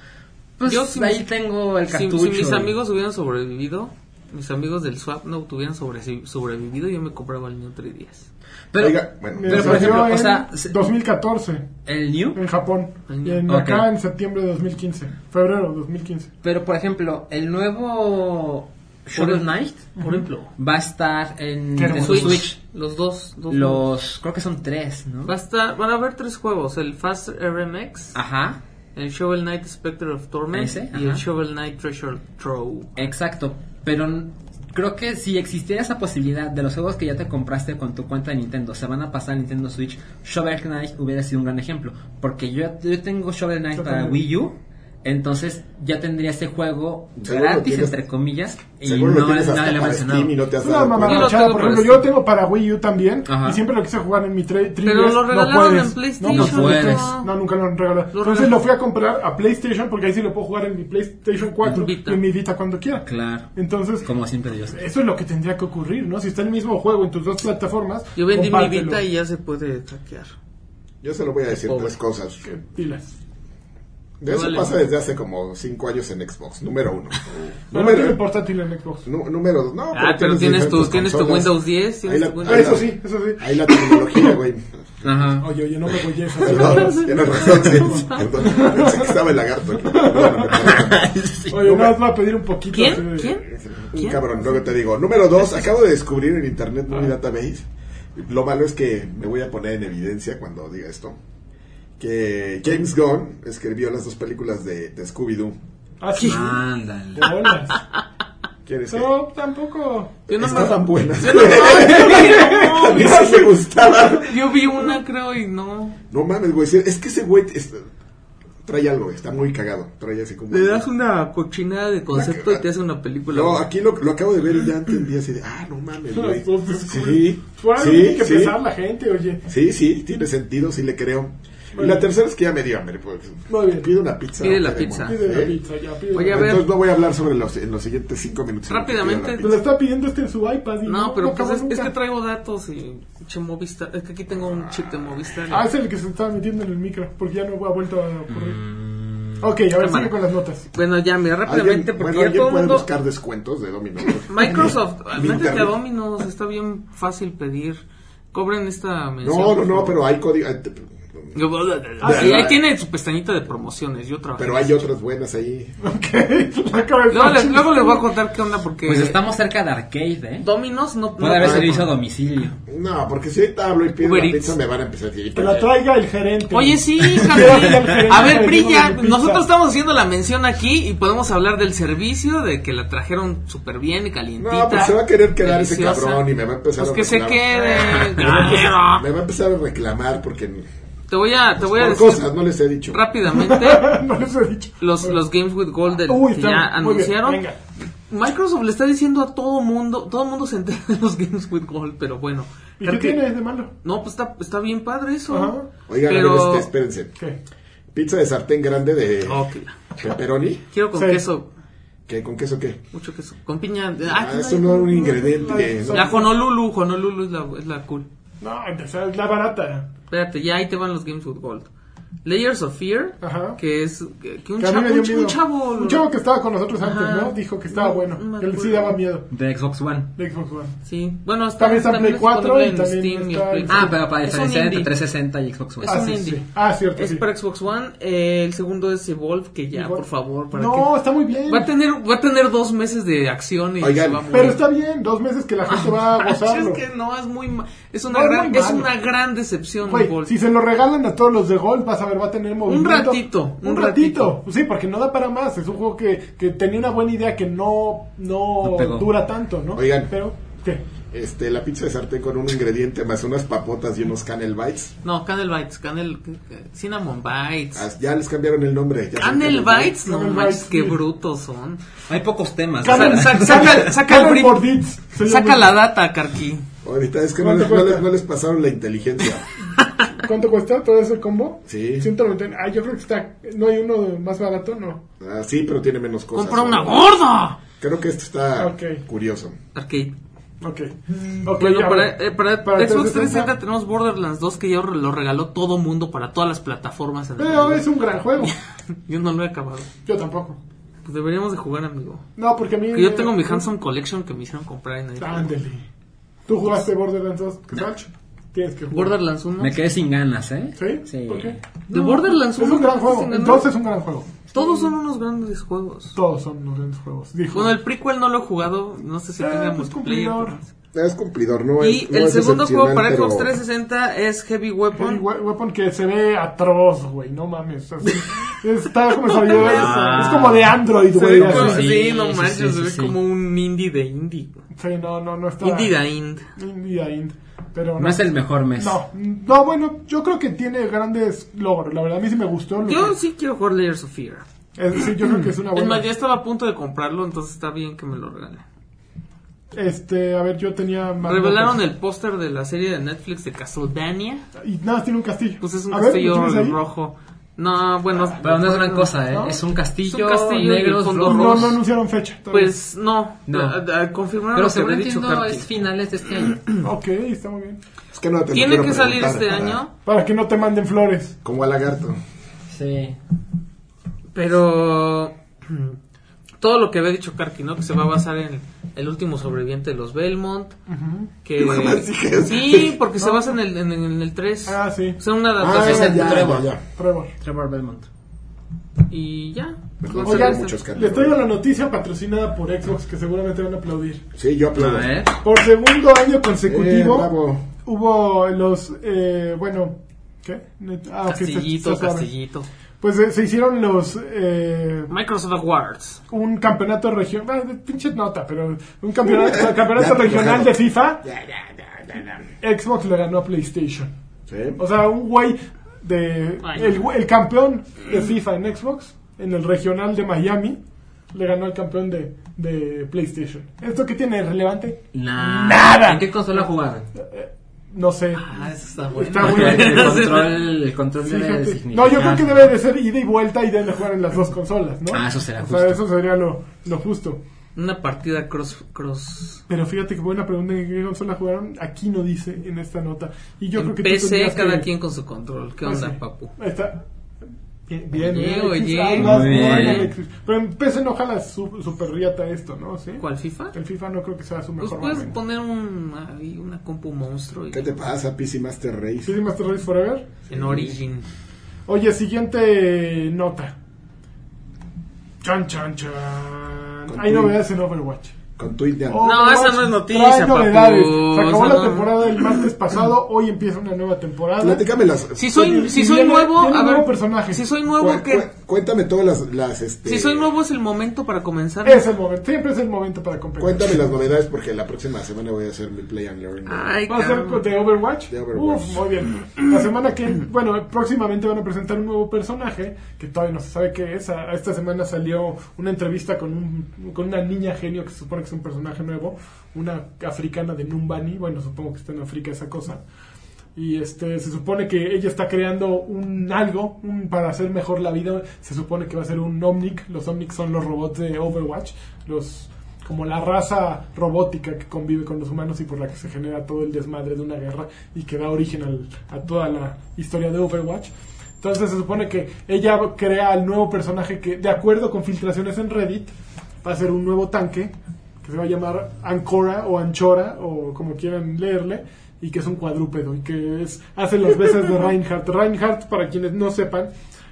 [SPEAKER 5] pues
[SPEAKER 4] Yo sí
[SPEAKER 5] ahí
[SPEAKER 4] me-
[SPEAKER 5] tengo el
[SPEAKER 4] si-
[SPEAKER 5] cartucho.
[SPEAKER 4] Si, mis
[SPEAKER 5] y-
[SPEAKER 4] amigos hubieran sobrevivido, mis amigos del Swap no hubieran sobre- sobrevivido, yo me compraba el New 3DS.
[SPEAKER 5] Pero,
[SPEAKER 2] Oiga, bueno,
[SPEAKER 1] Me
[SPEAKER 5] pero por
[SPEAKER 1] Eh, salió
[SPEAKER 5] ejemplo, o
[SPEAKER 1] en
[SPEAKER 5] sea, se-
[SPEAKER 1] 2014
[SPEAKER 5] el New,
[SPEAKER 1] en Japón y en
[SPEAKER 5] Ok.
[SPEAKER 1] acá en septiembre de 2015, febrero de 2015.
[SPEAKER 5] pero por ejemplo, el nuevo Shovel Knight
[SPEAKER 4] Por ejemplo,
[SPEAKER 5] va a estar en
[SPEAKER 1] Pero
[SPEAKER 5] en su
[SPEAKER 4] Switch,
[SPEAKER 5] Switch.
[SPEAKER 4] los dos. dos
[SPEAKER 5] Los, creo que son tres, ¿no?
[SPEAKER 4] Va a estar- van a haber tres juegos, el Fast RMX,
[SPEAKER 5] Ajá.
[SPEAKER 4] el Shovel Knight Spectre of Torment
[SPEAKER 5] Ese,
[SPEAKER 4] y el
[SPEAKER 5] ajá.
[SPEAKER 4] Shovel Knight Treasure Trove.
[SPEAKER 5] Exacto, pero n- creo que si existiera esa posibilidad de los juegos que ya te compraste con tu cuenta de Nintendo se van a pasar a Nintendo Switch, Shovel Knight hubiera sido un gran ejemplo. Porque yo, yo tengo Shovel Knight
[SPEAKER 1] Yo
[SPEAKER 5] para
[SPEAKER 1] también.
[SPEAKER 5] Wii U. Entonces ya tendría ese juego
[SPEAKER 2] Seguro lo
[SPEAKER 5] gratis,
[SPEAKER 2] tienes-
[SPEAKER 5] entre comillas, y
[SPEAKER 2] Seguro lo
[SPEAKER 5] no,
[SPEAKER 2] tienes
[SPEAKER 5] es- nadie
[SPEAKER 2] hasta
[SPEAKER 5] lo ha
[SPEAKER 2] para
[SPEAKER 5] mencionado.
[SPEAKER 2] Steam y no te has
[SPEAKER 1] Es una
[SPEAKER 2] dado cuenta.
[SPEAKER 1] mamarrachada,
[SPEAKER 4] tengo pues.
[SPEAKER 1] por
[SPEAKER 4] para
[SPEAKER 1] ejemplo. Yo
[SPEAKER 4] Steam.
[SPEAKER 1] tengo para Wii U también.
[SPEAKER 5] Ajá.
[SPEAKER 1] Y siempre lo quise jugar en mi tre- 3DS.
[SPEAKER 4] Pero lo
[SPEAKER 1] no
[SPEAKER 4] regalaron
[SPEAKER 1] puedes.
[SPEAKER 4] en PlayStation.
[SPEAKER 1] No, no
[SPEAKER 5] No puedes.
[SPEAKER 1] No, nunca lo han regalado.
[SPEAKER 4] Lo
[SPEAKER 1] Entonces
[SPEAKER 4] regalan.
[SPEAKER 1] lo fui a comprar a PlayStation porque ahí sí lo puedo jugar en mi PlayStation 4
[SPEAKER 4] Vita.
[SPEAKER 1] y en mi Vita cuando quiera.
[SPEAKER 5] Claro,
[SPEAKER 1] Entonces,
[SPEAKER 5] como siempre yo.
[SPEAKER 1] eso es lo que tendría que ocurrir, ¿no? Si está el mismo juego en tus dos plataformas.
[SPEAKER 4] Yo vendí mi
[SPEAKER 1] compártelo.
[SPEAKER 4] Vita y ya se puede hackear.
[SPEAKER 2] Yo se lo voy a decir
[SPEAKER 5] Pobre.
[SPEAKER 2] tres cosas. que-
[SPEAKER 1] Pilas.
[SPEAKER 2] de eso
[SPEAKER 4] Vale.
[SPEAKER 2] pasa desde hace como cinco años en Xbox. Número uno.
[SPEAKER 1] Pero no tiene
[SPEAKER 2] número,
[SPEAKER 1] portátil en Xbox.
[SPEAKER 2] nú- número dos. No,
[SPEAKER 4] Ah, pero tienes tu,
[SPEAKER 2] diferentes
[SPEAKER 4] tienes tu
[SPEAKER 2] consolas.
[SPEAKER 4] Windows 10,
[SPEAKER 2] Ahí
[SPEAKER 4] tienes
[SPEAKER 2] la,
[SPEAKER 4] tu
[SPEAKER 2] ahí
[SPEAKER 1] Ah,
[SPEAKER 4] Windows
[SPEAKER 1] eso
[SPEAKER 2] la-
[SPEAKER 1] sí, eso sí.
[SPEAKER 2] Ahí la tecnología, güey.
[SPEAKER 5] Ajá.
[SPEAKER 1] Oye, oye, no me voy a esas palabras.
[SPEAKER 2] Perdón, tienes razón, sí. Perdón, pensé que estaba el lagarto. aquí. Perdóname, perdóname.
[SPEAKER 1] Oye, nada más voy a pedir un poquito. así
[SPEAKER 4] ¿Quién?
[SPEAKER 1] de-
[SPEAKER 4] ¿Quién? Este
[SPEAKER 2] Un cabrón, luego te digo. Número dos, acabo de descubrir en internet
[SPEAKER 4] Ah.
[SPEAKER 2] Movie Database. Lo malo es que me voy a poner en evidencia cuando diga esto. Que James Gunn escribió las dos películas de, de Scooby-Doo.
[SPEAKER 1] Ah, sí.
[SPEAKER 5] Ándale.
[SPEAKER 1] Bolas.
[SPEAKER 2] ¿Quieres que-
[SPEAKER 1] No, tampoco.
[SPEAKER 4] Yo no
[SPEAKER 2] Están
[SPEAKER 4] me-
[SPEAKER 2] tan buenas.
[SPEAKER 4] No,
[SPEAKER 2] A mí sí me gustaban.
[SPEAKER 4] Yo vi una, creo, y no.
[SPEAKER 2] No mames, güey. sí, Es que ese güey es- trae algo, está muy cagado. Trae así como.
[SPEAKER 4] Le das una cochinada de concepto y te hace una película.
[SPEAKER 2] No, aquí lo, lo acabo de ver y ya entendí así de. Ah, no mames, güey. Sí.
[SPEAKER 1] Por algo
[SPEAKER 2] Sí,
[SPEAKER 1] tiene que
[SPEAKER 2] sí.
[SPEAKER 1] pensar la gente, oye.
[SPEAKER 2] Sí, sí, tiene sentido, sí le creo. Y
[SPEAKER 1] Bueno.
[SPEAKER 2] la tercera es que ya me dio hambre. Pues.
[SPEAKER 1] Muy bien.
[SPEAKER 2] Pide una pizza.
[SPEAKER 4] Pide la
[SPEAKER 2] ¿no? Qué
[SPEAKER 4] pizza.
[SPEAKER 2] demonios,
[SPEAKER 1] Pide la
[SPEAKER 2] ¿eh?
[SPEAKER 1] pizza, ya, pide
[SPEAKER 4] Oye,
[SPEAKER 1] la
[SPEAKER 4] a ver.
[SPEAKER 2] Entonces no voy a hablar sobre los, en los siguientes cinco minutos.
[SPEAKER 4] Rápidamente.
[SPEAKER 2] Pido
[SPEAKER 1] Te
[SPEAKER 2] la
[SPEAKER 1] lo
[SPEAKER 2] pizza.
[SPEAKER 1] está pidiendo este en su iPad. y
[SPEAKER 4] No, pero
[SPEAKER 1] acabó
[SPEAKER 4] pues es, es
[SPEAKER 1] nunca.
[SPEAKER 4] que traigo datos y che, Movistar. Es que aquí tengo un chip de Movistar.
[SPEAKER 1] Ah, es el que se estaba metiendo en el micro, porque ya no ha vuelto a ocurrir. Ok, a ver,
[SPEAKER 4] Mm. Cámara.
[SPEAKER 1] sigue con las notas.
[SPEAKER 4] Bueno, ya, mira, rápidamente,
[SPEAKER 2] ¿Alguien,
[SPEAKER 4] porque
[SPEAKER 2] bueno,
[SPEAKER 4] ya todo
[SPEAKER 2] ¿alguien
[SPEAKER 4] el
[SPEAKER 2] puede
[SPEAKER 4] mundo.
[SPEAKER 2] buscar descuentos de Domino?
[SPEAKER 4] Microsoft, métete
[SPEAKER 2] internet.
[SPEAKER 4] a Domino's, está bien fácil pedir. Cobren esta mención.
[SPEAKER 2] No, no,
[SPEAKER 4] por
[SPEAKER 2] no,
[SPEAKER 4] favor.
[SPEAKER 2] pero hay código.
[SPEAKER 4] Ah, sí,
[SPEAKER 2] Ya,
[SPEAKER 4] ahí
[SPEAKER 2] ya.
[SPEAKER 4] tiene su pestañita de promociones. Yo trabajé.
[SPEAKER 2] Pero hay otras buenas ahí.
[SPEAKER 1] Ok, la cabeza.
[SPEAKER 4] Luego les, luego les voy a contar qué onda, porque.
[SPEAKER 5] Pues estamos cerca de arcade, ¿eh?
[SPEAKER 4] Dominos no.
[SPEAKER 5] Puede
[SPEAKER 4] no-
[SPEAKER 5] haber
[SPEAKER 4] no-
[SPEAKER 5] servicio a domicilio.
[SPEAKER 2] No, porque si ahorita hablo y pido
[SPEAKER 4] Uber
[SPEAKER 2] la
[SPEAKER 4] Eats.
[SPEAKER 2] pizza, me van a empezar a decir.
[SPEAKER 1] Que la traiga el gerente.
[SPEAKER 4] Oye, sí,
[SPEAKER 1] Sí,
[SPEAKER 4] Javier. A ver,
[SPEAKER 1] sí,
[SPEAKER 4] brilla.
[SPEAKER 1] sí, sí, sí.
[SPEAKER 4] Nosotros estamos haciendo la mención aquí y podemos hablar del servicio, de que la trajeron súper bien y calientita.
[SPEAKER 2] No, pues se va a querer quedar ese
[SPEAKER 4] deliciosa.
[SPEAKER 2] cabrón y me va a empezar
[SPEAKER 4] Pues
[SPEAKER 2] a
[SPEAKER 4] que se
[SPEAKER 2] reclamar.
[SPEAKER 4] quede.
[SPEAKER 2] Me va a empezar-
[SPEAKER 4] Gallero.
[SPEAKER 2] Me va a empezar a reclamar porque.
[SPEAKER 4] Te voy a, te voy a
[SPEAKER 2] por
[SPEAKER 4] decir
[SPEAKER 2] cosas, no les he dicho.
[SPEAKER 4] rápidamente
[SPEAKER 1] no les he dicho.
[SPEAKER 4] los, los Games with Gold del-
[SPEAKER 1] Uy,
[SPEAKER 4] que
[SPEAKER 1] está
[SPEAKER 4] ya
[SPEAKER 1] muy bien,
[SPEAKER 4] anunciaron.
[SPEAKER 1] venga.
[SPEAKER 4] Microsoft le está diciendo a todo mundo, todo mundo se entera de los Games with Gold, pero bueno.
[SPEAKER 1] ¿Y qué
[SPEAKER 4] Creo que-
[SPEAKER 1] tiene de malo?
[SPEAKER 4] No, pues está, está bien padre eso.
[SPEAKER 1] Ajá.
[SPEAKER 2] Oigan, a ver,
[SPEAKER 4] pero...
[SPEAKER 2] este, espérense.
[SPEAKER 1] ¿Qué?
[SPEAKER 2] Pizza de sartén grande de
[SPEAKER 4] Oh, que-
[SPEAKER 2] pepperoni.
[SPEAKER 4] Quiero con
[SPEAKER 1] Sí.
[SPEAKER 4] queso,
[SPEAKER 2] ¿Qué, ¿Con queso qué?
[SPEAKER 4] mucho queso. Con piña.
[SPEAKER 2] Ah,
[SPEAKER 4] Ah, que
[SPEAKER 2] eso
[SPEAKER 4] hay-
[SPEAKER 2] no es un ingrediente.
[SPEAKER 1] Ay,
[SPEAKER 2] ¿no?
[SPEAKER 4] La Honolulu, Honolulu es la, es la cool.
[SPEAKER 1] No, esa es la barata.
[SPEAKER 4] Espérate, ya ahí te van los Games with Gold. Layers of Fear,
[SPEAKER 1] Ajá.
[SPEAKER 4] que es que, que un,
[SPEAKER 1] Que a mí
[SPEAKER 4] chavo,
[SPEAKER 1] me dio
[SPEAKER 4] un, ch-
[SPEAKER 1] miedo.
[SPEAKER 4] un chavo.
[SPEAKER 1] Un chavo que estaba con nosotros antes,
[SPEAKER 4] Ajá.
[SPEAKER 1] ¿no? Dijo que estaba
[SPEAKER 4] No,
[SPEAKER 1] bueno.
[SPEAKER 4] no me
[SPEAKER 1] que él sí
[SPEAKER 4] acuerdo.
[SPEAKER 1] daba miedo.
[SPEAKER 5] De Xbox One.
[SPEAKER 1] De Xbox One.
[SPEAKER 4] Sí, bueno, está,
[SPEAKER 1] También está en Play
[SPEAKER 4] es
[SPEAKER 1] 4
[SPEAKER 4] disponible
[SPEAKER 1] y
[SPEAKER 4] en
[SPEAKER 1] también
[SPEAKER 4] Steam y en
[SPEAKER 1] está
[SPEAKER 4] Play
[SPEAKER 1] en-
[SPEAKER 5] Ah, pero para
[SPEAKER 4] Es un
[SPEAKER 5] diferenciar entre
[SPEAKER 4] indie.
[SPEAKER 5] 360 y Xbox One.
[SPEAKER 4] Es
[SPEAKER 1] Ah,
[SPEAKER 4] un
[SPEAKER 1] sí,
[SPEAKER 4] indie.
[SPEAKER 1] sí. Ah, cierto,
[SPEAKER 4] Es
[SPEAKER 1] sí.
[SPEAKER 4] para Xbox One. eh, el segundo es Evolve, que ya,
[SPEAKER 1] Evolve.
[SPEAKER 4] por favor, para
[SPEAKER 1] No, está muy
[SPEAKER 4] que...
[SPEAKER 1] bien.
[SPEAKER 4] Va a tener, va a tener dos meses de acción y
[SPEAKER 2] Oigan,
[SPEAKER 4] se va a morir.
[SPEAKER 1] Pero está bien, dos meses que la gente va a
[SPEAKER 4] es
[SPEAKER 1] gozarlo.
[SPEAKER 4] que no, es muy ma- es
[SPEAKER 1] No,
[SPEAKER 4] una
[SPEAKER 1] es
[SPEAKER 4] gran,
[SPEAKER 1] muy
[SPEAKER 4] es
[SPEAKER 1] malo.
[SPEAKER 4] una gran decepción
[SPEAKER 1] Güey,
[SPEAKER 4] Evolve.
[SPEAKER 1] si se lo regalan a todos los de golf, vas a ver, va a tener movimiento.
[SPEAKER 4] ratito,
[SPEAKER 1] Un,
[SPEAKER 4] un
[SPEAKER 1] ratito. Sí, porque no da para más. Es un juego que, que tenía una buena idea que no, no
[SPEAKER 5] No pegó.
[SPEAKER 1] dura tanto, ¿no?
[SPEAKER 2] Oigan.
[SPEAKER 1] Pero, ¿qué?
[SPEAKER 2] Este, la pizza de sartén con un ingrediente más unas papotas y unos canel bites.
[SPEAKER 4] No, Candle Bites, Candle eh, Cinnamon Bites.
[SPEAKER 2] Ah, Ya les cambiaron el nombre. ya saben
[SPEAKER 4] Candle
[SPEAKER 2] que los-
[SPEAKER 4] Bites, no
[SPEAKER 1] Candle
[SPEAKER 4] manches,
[SPEAKER 1] Bites,
[SPEAKER 4] qué
[SPEAKER 1] sí.
[SPEAKER 4] brutos son.
[SPEAKER 5] Hay pocos temas.
[SPEAKER 1] Candle-
[SPEAKER 5] o sea,
[SPEAKER 4] Saca, saca, saca, el
[SPEAKER 1] Candle
[SPEAKER 4] brin-
[SPEAKER 1] for Deeds, se llama.
[SPEAKER 4] saca la data, Carqui.
[SPEAKER 2] Ahorita es que no
[SPEAKER 1] ¿Cuánto
[SPEAKER 2] les, no,
[SPEAKER 1] cuesta?
[SPEAKER 2] les, no les pasaron la inteligencia.
[SPEAKER 1] ¿Cuánto cuesta todo ese combo?
[SPEAKER 2] Sí.
[SPEAKER 1] 199. Ah, yo creo que está. ¿No hay uno más barato? No.
[SPEAKER 2] Ah, sí, pero tiene menos cosas.
[SPEAKER 4] Compra una
[SPEAKER 2] ¿no?
[SPEAKER 4] gorda.
[SPEAKER 2] Creo que esto está
[SPEAKER 1] Ok.
[SPEAKER 2] curioso.
[SPEAKER 4] Arcade.
[SPEAKER 1] Ok. Ok,
[SPEAKER 4] Bueno,
[SPEAKER 1] ya,
[SPEAKER 4] para,
[SPEAKER 1] bueno.
[SPEAKER 4] eh, para
[SPEAKER 1] Para 360.
[SPEAKER 4] Xbox 360 tenemos Borderlands 2 que ya re- lo regaló todo mundo para todas las plataformas. en el
[SPEAKER 1] Pero
[SPEAKER 4] mundo.
[SPEAKER 1] es un gran juego.
[SPEAKER 4] Yo no lo he acabado.
[SPEAKER 1] Yo tampoco.
[SPEAKER 4] Pues deberíamos de jugar, amigo.
[SPEAKER 1] No, porque a mí.
[SPEAKER 4] Que yo tengo mi Handsome Collection que me hicieron comprar en el...
[SPEAKER 1] Ándale. ¿Tú jugaste Borderlands 2? ¿Qué tal? Tienes que jugar.
[SPEAKER 4] Borderlands 1.
[SPEAKER 5] Me quedé sin ganas, ¿eh?
[SPEAKER 1] ¿Sí?
[SPEAKER 5] Sí.
[SPEAKER 1] ¿Por qué?
[SPEAKER 4] De Borderlands
[SPEAKER 1] Es
[SPEAKER 4] 1.
[SPEAKER 1] un gran juego.
[SPEAKER 4] ¿no?
[SPEAKER 1] Entonces es un gran juego.
[SPEAKER 4] Todos son unos grandes juegos.
[SPEAKER 1] Todos son unos grandes juegos. Dijo.
[SPEAKER 4] Bueno, el prequel no lo he jugado. No sé si
[SPEAKER 1] Ah,
[SPEAKER 4] tenga
[SPEAKER 1] pues
[SPEAKER 4] multiplayer.
[SPEAKER 1] cumplidor.
[SPEAKER 2] Es cumplidor, no es.
[SPEAKER 4] Y
[SPEAKER 2] no
[SPEAKER 4] el
[SPEAKER 2] Pues, es
[SPEAKER 4] segundo juego para
[SPEAKER 2] excepcional,
[SPEAKER 4] Xbox
[SPEAKER 2] pero-
[SPEAKER 4] 360 es Heavy Weapon.
[SPEAKER 1] Heavy We- Weapon que se ve atroz, güey, no mames. así. Está como salió eso.
[SPEAKER 4] Ah.
[SPEAKER 1] Es como de Android,
[SPEAKER 4] Se
[SPEAKER 1] güey.
[SPEAKER 4] ve como-
[SPEAKER 1] así.
[SPEAKER 4] sí,
[SPEAKER 5] sí,
[SPEAKER 4] no
[SPEAKER 5] sí,
[SPEAKER 4] manches,
[SPEAKER 5] sí,
[SPEAKER 4] se
[SPEAKER 5] sí,
[SPEAKER 4] ve
[SPEAKER 5] sí.
[SPEAKER 4] como un indie de indie.
[SPEAKER 1] Sí, no, no, no está.
[SPEAKER 4] Indie de ind.
[SPEAKER 1] Indie Ind. Pero
[SPEAKER 5] No es el mejor mes.
[SPEAKER 1] No, no, bueno, yo creo que tiene grandes logros. La verdad, a mí sí me gustó. lo
[SPEAKER 4] Yo
[SPEAKER 1] que-
[SPEAKER 4] sí quiero jugar Layers of Fear.
[SPEAKER 1] Ah, Es- sí, yo creo que es una
[SPEAKER 4] Es
[SPEAKER 1] buena.
[SPEAKER 4] más, ya estaba a punto de comprarlo, entonces está bien que me lo regalen.
[SPEAKER 1] Este, a ver, yo tenía. más
[SPEAKER 4] Revelaron
[SPEAKER 1] notas.
[SPEAKER 4] el póster de la serie de Netflix de Castlevania.
[SPEAKER 1] Y nada, más tiene un castillo.
[SPEAKER 4] Pues es un
[SPEAKER 1] A ver,
[SPEAKER 4] castillo
[SPEAKER 1] ¿lo tienes ahí?
[SPEAKER 4] rojo. No, bueno,
[SPEAKER 5] Pero no es gran cosa, ¿eh?
[SPEAKER 1] ¿No?
[SPEAKER 5] Es un castillo,
[SPEAKER 4] Es un castillo y
[SPEAKER 5] negros,
[SPEAKER 4] con
[SPEAKER 1] No,
[SPEAKER 5] rojos.
[SPEAKER 1] no anunciaron fecha. todavía.
[SPEAKER 4] pues no.
[SPEAKER 5] No.
[SPEAKER 4] A- a- Confirmaron
[SPEAKER 5] Pero
[SPEAKER 4] lo que
[SPEAKER 5] según
[SPEAKER 4] había dicho
[SPEAKER 5] entiendo
[SPEAKER 4] Karki.
[SPEAKER 5] es finales de este año.
[SPEAKER 1] Ok, está muy bien.
[SPEAKER 2] Es que no te lo
[SPEAKER 4] Tiene
[SPEAKER 2] quiero
[SPEAKER 4] que salir
[SPEAKER 2] preguntar
[SPEAKER 4] este
[SPEAKER 2] para-
[SPEAKER 4] año,
[SPEAKER 1] Para que no te manden flores.
[SPEAKER 2] Como a lagarto.
[SPEAKER 5] Sí.
[SPEAKER 4] pero todo lo que había dicho Karki, ¿no? Que se va a basar en el último sobreviviente de los Belmont. Que...
[SPEAKER 2] Mamás hijas.
[SPEAKER 4] Sí, porque se basa en el, en, en el 3.
[SPEAKER 1] Ah, sí.
[SPEAKER 4] O sea, una
[SPEAKER 2] Ah,
[SPEAKER 4] adaptación.
[SPEAKER 2] ya,
[SPEAKER 5] el
[SPEAKER 2] ya,
[SPEAKER 5] Trevor.
[SPEAKER 2] ya.
[SPEAKER 1] Trevor.
[SPEAKER 5] Trevor Belmont.
[SPEAKER 4] Y ya.
[SPEAKER 2] Perdón,
[SPEAKER 1] Oigan,
[SPEAKER 4] este.
[SPEAKER 2] tengo muchos
[SPEAKER 1] Les
[SPEAKER 2] cambios.
[SPEAKER 1] traigo la noticia patrocinada por Xbox que seguramente van a aplaudir.
[SPEAKER 2] Sí, yo
[SPEAKER 5] A
[SPEAKER 2] aplaudo.
[SPEAKER 5] ver.
[SPEAKER 1] Por segundo año
[SPEAKER 2] Eh,
[SPEAKER 1] consecutivo
[SPEAKER 2] bravo.
[SPEAKER 1] hubo los, eh, bueno, ¿qué? Net- Ah, ok, se-
[SPEAKER 4] Castillito,
[SPEAKER 1] se sabe.
[SPEAKER 4] castillito.
[SPEAKER 1] Pues eh, se hicieron los, eh,
[SPEAKER 4] Microsoft Awards.
[SPEAKER 1] un campeonato regional, pinche nota, pero un campeonato, campeonato
[SPEAKER 2] Ya,
[SPEAKER 1] regional
[SPEAKER 2] ya.
[SPEAKER 1] de FIFA. Xbox le ganó a PlayStation.
[SPEAKER 2] Sí.
[SPEAKER 1] O sea, un güey de.
[SPEAKER 4] Ay.
[SPEAKER 1] El, güey- el campeón de FIFA en Xbox, en el regional de Miami, le ganó al campeón de, de PlayStation. ¿Esto qué tiene de relevante?
[SPEAKER 5] Nada.
[SPEAKER 1] Nada.
[SPEAKER 5] ¿En qué consola jugaron?
[SPEAKER 1] No sé.
[SPEAKER 5] Ah, eso está bueno.
[SPEAKER 1] Está bueno.
[SPEAKER 5] El control, el control debe de
[SPEAKER 1] Fíjate.
[SPEAKER 5] significar.
[SPEAKER 1] No, yo creo que debe de ser ida y vuelta y deben de jugar en las dos consolas, ¿no?
[SPEAKER 5] Ah, eso será
[SPEAKER 1] O sea,
[SPEAKER 5] justo.
[SPEAKER 1] eso sería lo, lo justo.
[SPEAKER 4] Una partida cross cross
[SPEAKER 1] Pero fíjate que buena pregunta en qué consola jugaron. Aquí no dice en esta nota. Y yo
[SPEAKER 4] en
[SPEAKER 1] creo que tú
[SPEAKER 4] PC,
[SPEAKER 1] tendrías
[SPEAKER 4] cada
[SPEAKER 1] que-
[SPEAKER 4] quien con su control. ¿Qué
[SPEAKER 1] Pues
[SPEAKER 4] onda,
[SPEAKER 1] sí.
[SPEAKER 4] papu?
[SPEAKER 1] Ahí Está. Bien, bien,
[SPEAKER 4] Oye,
[SPEAKER 1] bien,
[SPEAKER 4] oye.
[SPEAKER 1] hablas
[SPEAKER 5] Muy
[SPEAKER 1] bien,
[SPEAKER 5] bien.
[SPEAKER 1] Alexis. Pero en PC no jala su, super riata esto, ¿no? ¿Sí?
[SPEAKER 4] ¿Cuál FIFA?
[SPEAKER 1] El FIFA no creo que sea su
[SPEAKER 4] Pues
[SPEAKER 1] mejor
[SPEAKER 4] puedes
[SPEAKER 1] momento.
[SPEAKER 4] poner un, ahí una compu monstruo y-
[SPEAKER 2] ¿Qué te pasa, PC Master Race?
[SPEAKER 1] ¿Sí, Master Race Forever?
[SPEAKER 4] en Origin.
[SPEAKER 1] Oye, siguiente nota. Chan, chan, chan.
[SPEAKER 2] Con
[SPEAKER 1] Hay
[SPEAKER 2] tu-
[SPEAKER 1] novedades en Overwatch.
[SPEAKER 2] Con tu idea.
[SPEAKER 1] Overwatch
[SPEAKER 4] No, esa no es noticia,
[SPEAKER 1] trae novedades.
[SPEAKER 4] papu.
[SPEAKER 1] Se acabó
[SPEAKER 4] Esa
[SPEAKER 1] la
[SPEAKER 4] no.
[SPEAKER 1] temporada del martes pasado. Hoy empieza una nueva temporada.
[SPEAKER 2] Ah, Platícame las.
[SPEAKER 4] Si
[SPEAKER 1] Oye,
[SPEAKER 4] soy,
[SPEAKER 1] y
[SPEAKER 4] si soy
[SPEAKER 1] viene-
[SPEAKER 4] nuevo,
[SPEAKER 1] viene
[SPEAKER 4] a
[SPEAKER 1] un
[SPEAKER 4] ver,
[SPEAKER 1] nuevo personaje.
[SPEAKER 4] si soy
[SPEAKER 2] cu-
[SPEAKER 4] nuevo, ¿qué?
[SPEAKER 2] cu- Cuéntame todas las. las, este,
[SPEAKER 4] Si soy nuevo es el momento para comenzar.
[SPEAKER 1] Es el momento. Siempre es el momento para competir.
[SPEAKER 2] Cuéntame las novedades porque la próxima semana voy a hacer mi play and learn.
[SPEAKER 4] Ay,
[SPEAKER 1] ¿Va a ser
[SPEAKER 4] cabrón.
[SPEAKER 1] de Overwatch?
[SPEAKER 2] De Overwatch.
[SPEAKER 1] Uf, muy bien. La semana que, bueno, próximamente van a presentar un nuevo personaje que todavía no se sabe qué es. A- Esta semana salió una entrevista con, un- con una niña genio que se supone que es un personaje nuevo, una africana de Numbani. Bueno, supongo que está en África esa cosa. Y este, se supone que ella está creando un algo un- para hacer mejor la vida. Se supone que va a ser un Omnic. Los Omnic son los robots de Overwatch. Los, como la raza robótica que convive con los humanos y por la que se genera todo el desmadre de una guerra y que da origen al- a toda la historia de Overwatch. Entonces se supone que ella crea al nuevo personaje que, de acuerdo con filtraciones en Reddit, va a ser un nuevo tanque que se va a llamar Ancora o Anchora o como quieran leerle y que es un cuadrúpedo y que es hace las veces de Reinhardt. Reinhardt, para quienes no sepan,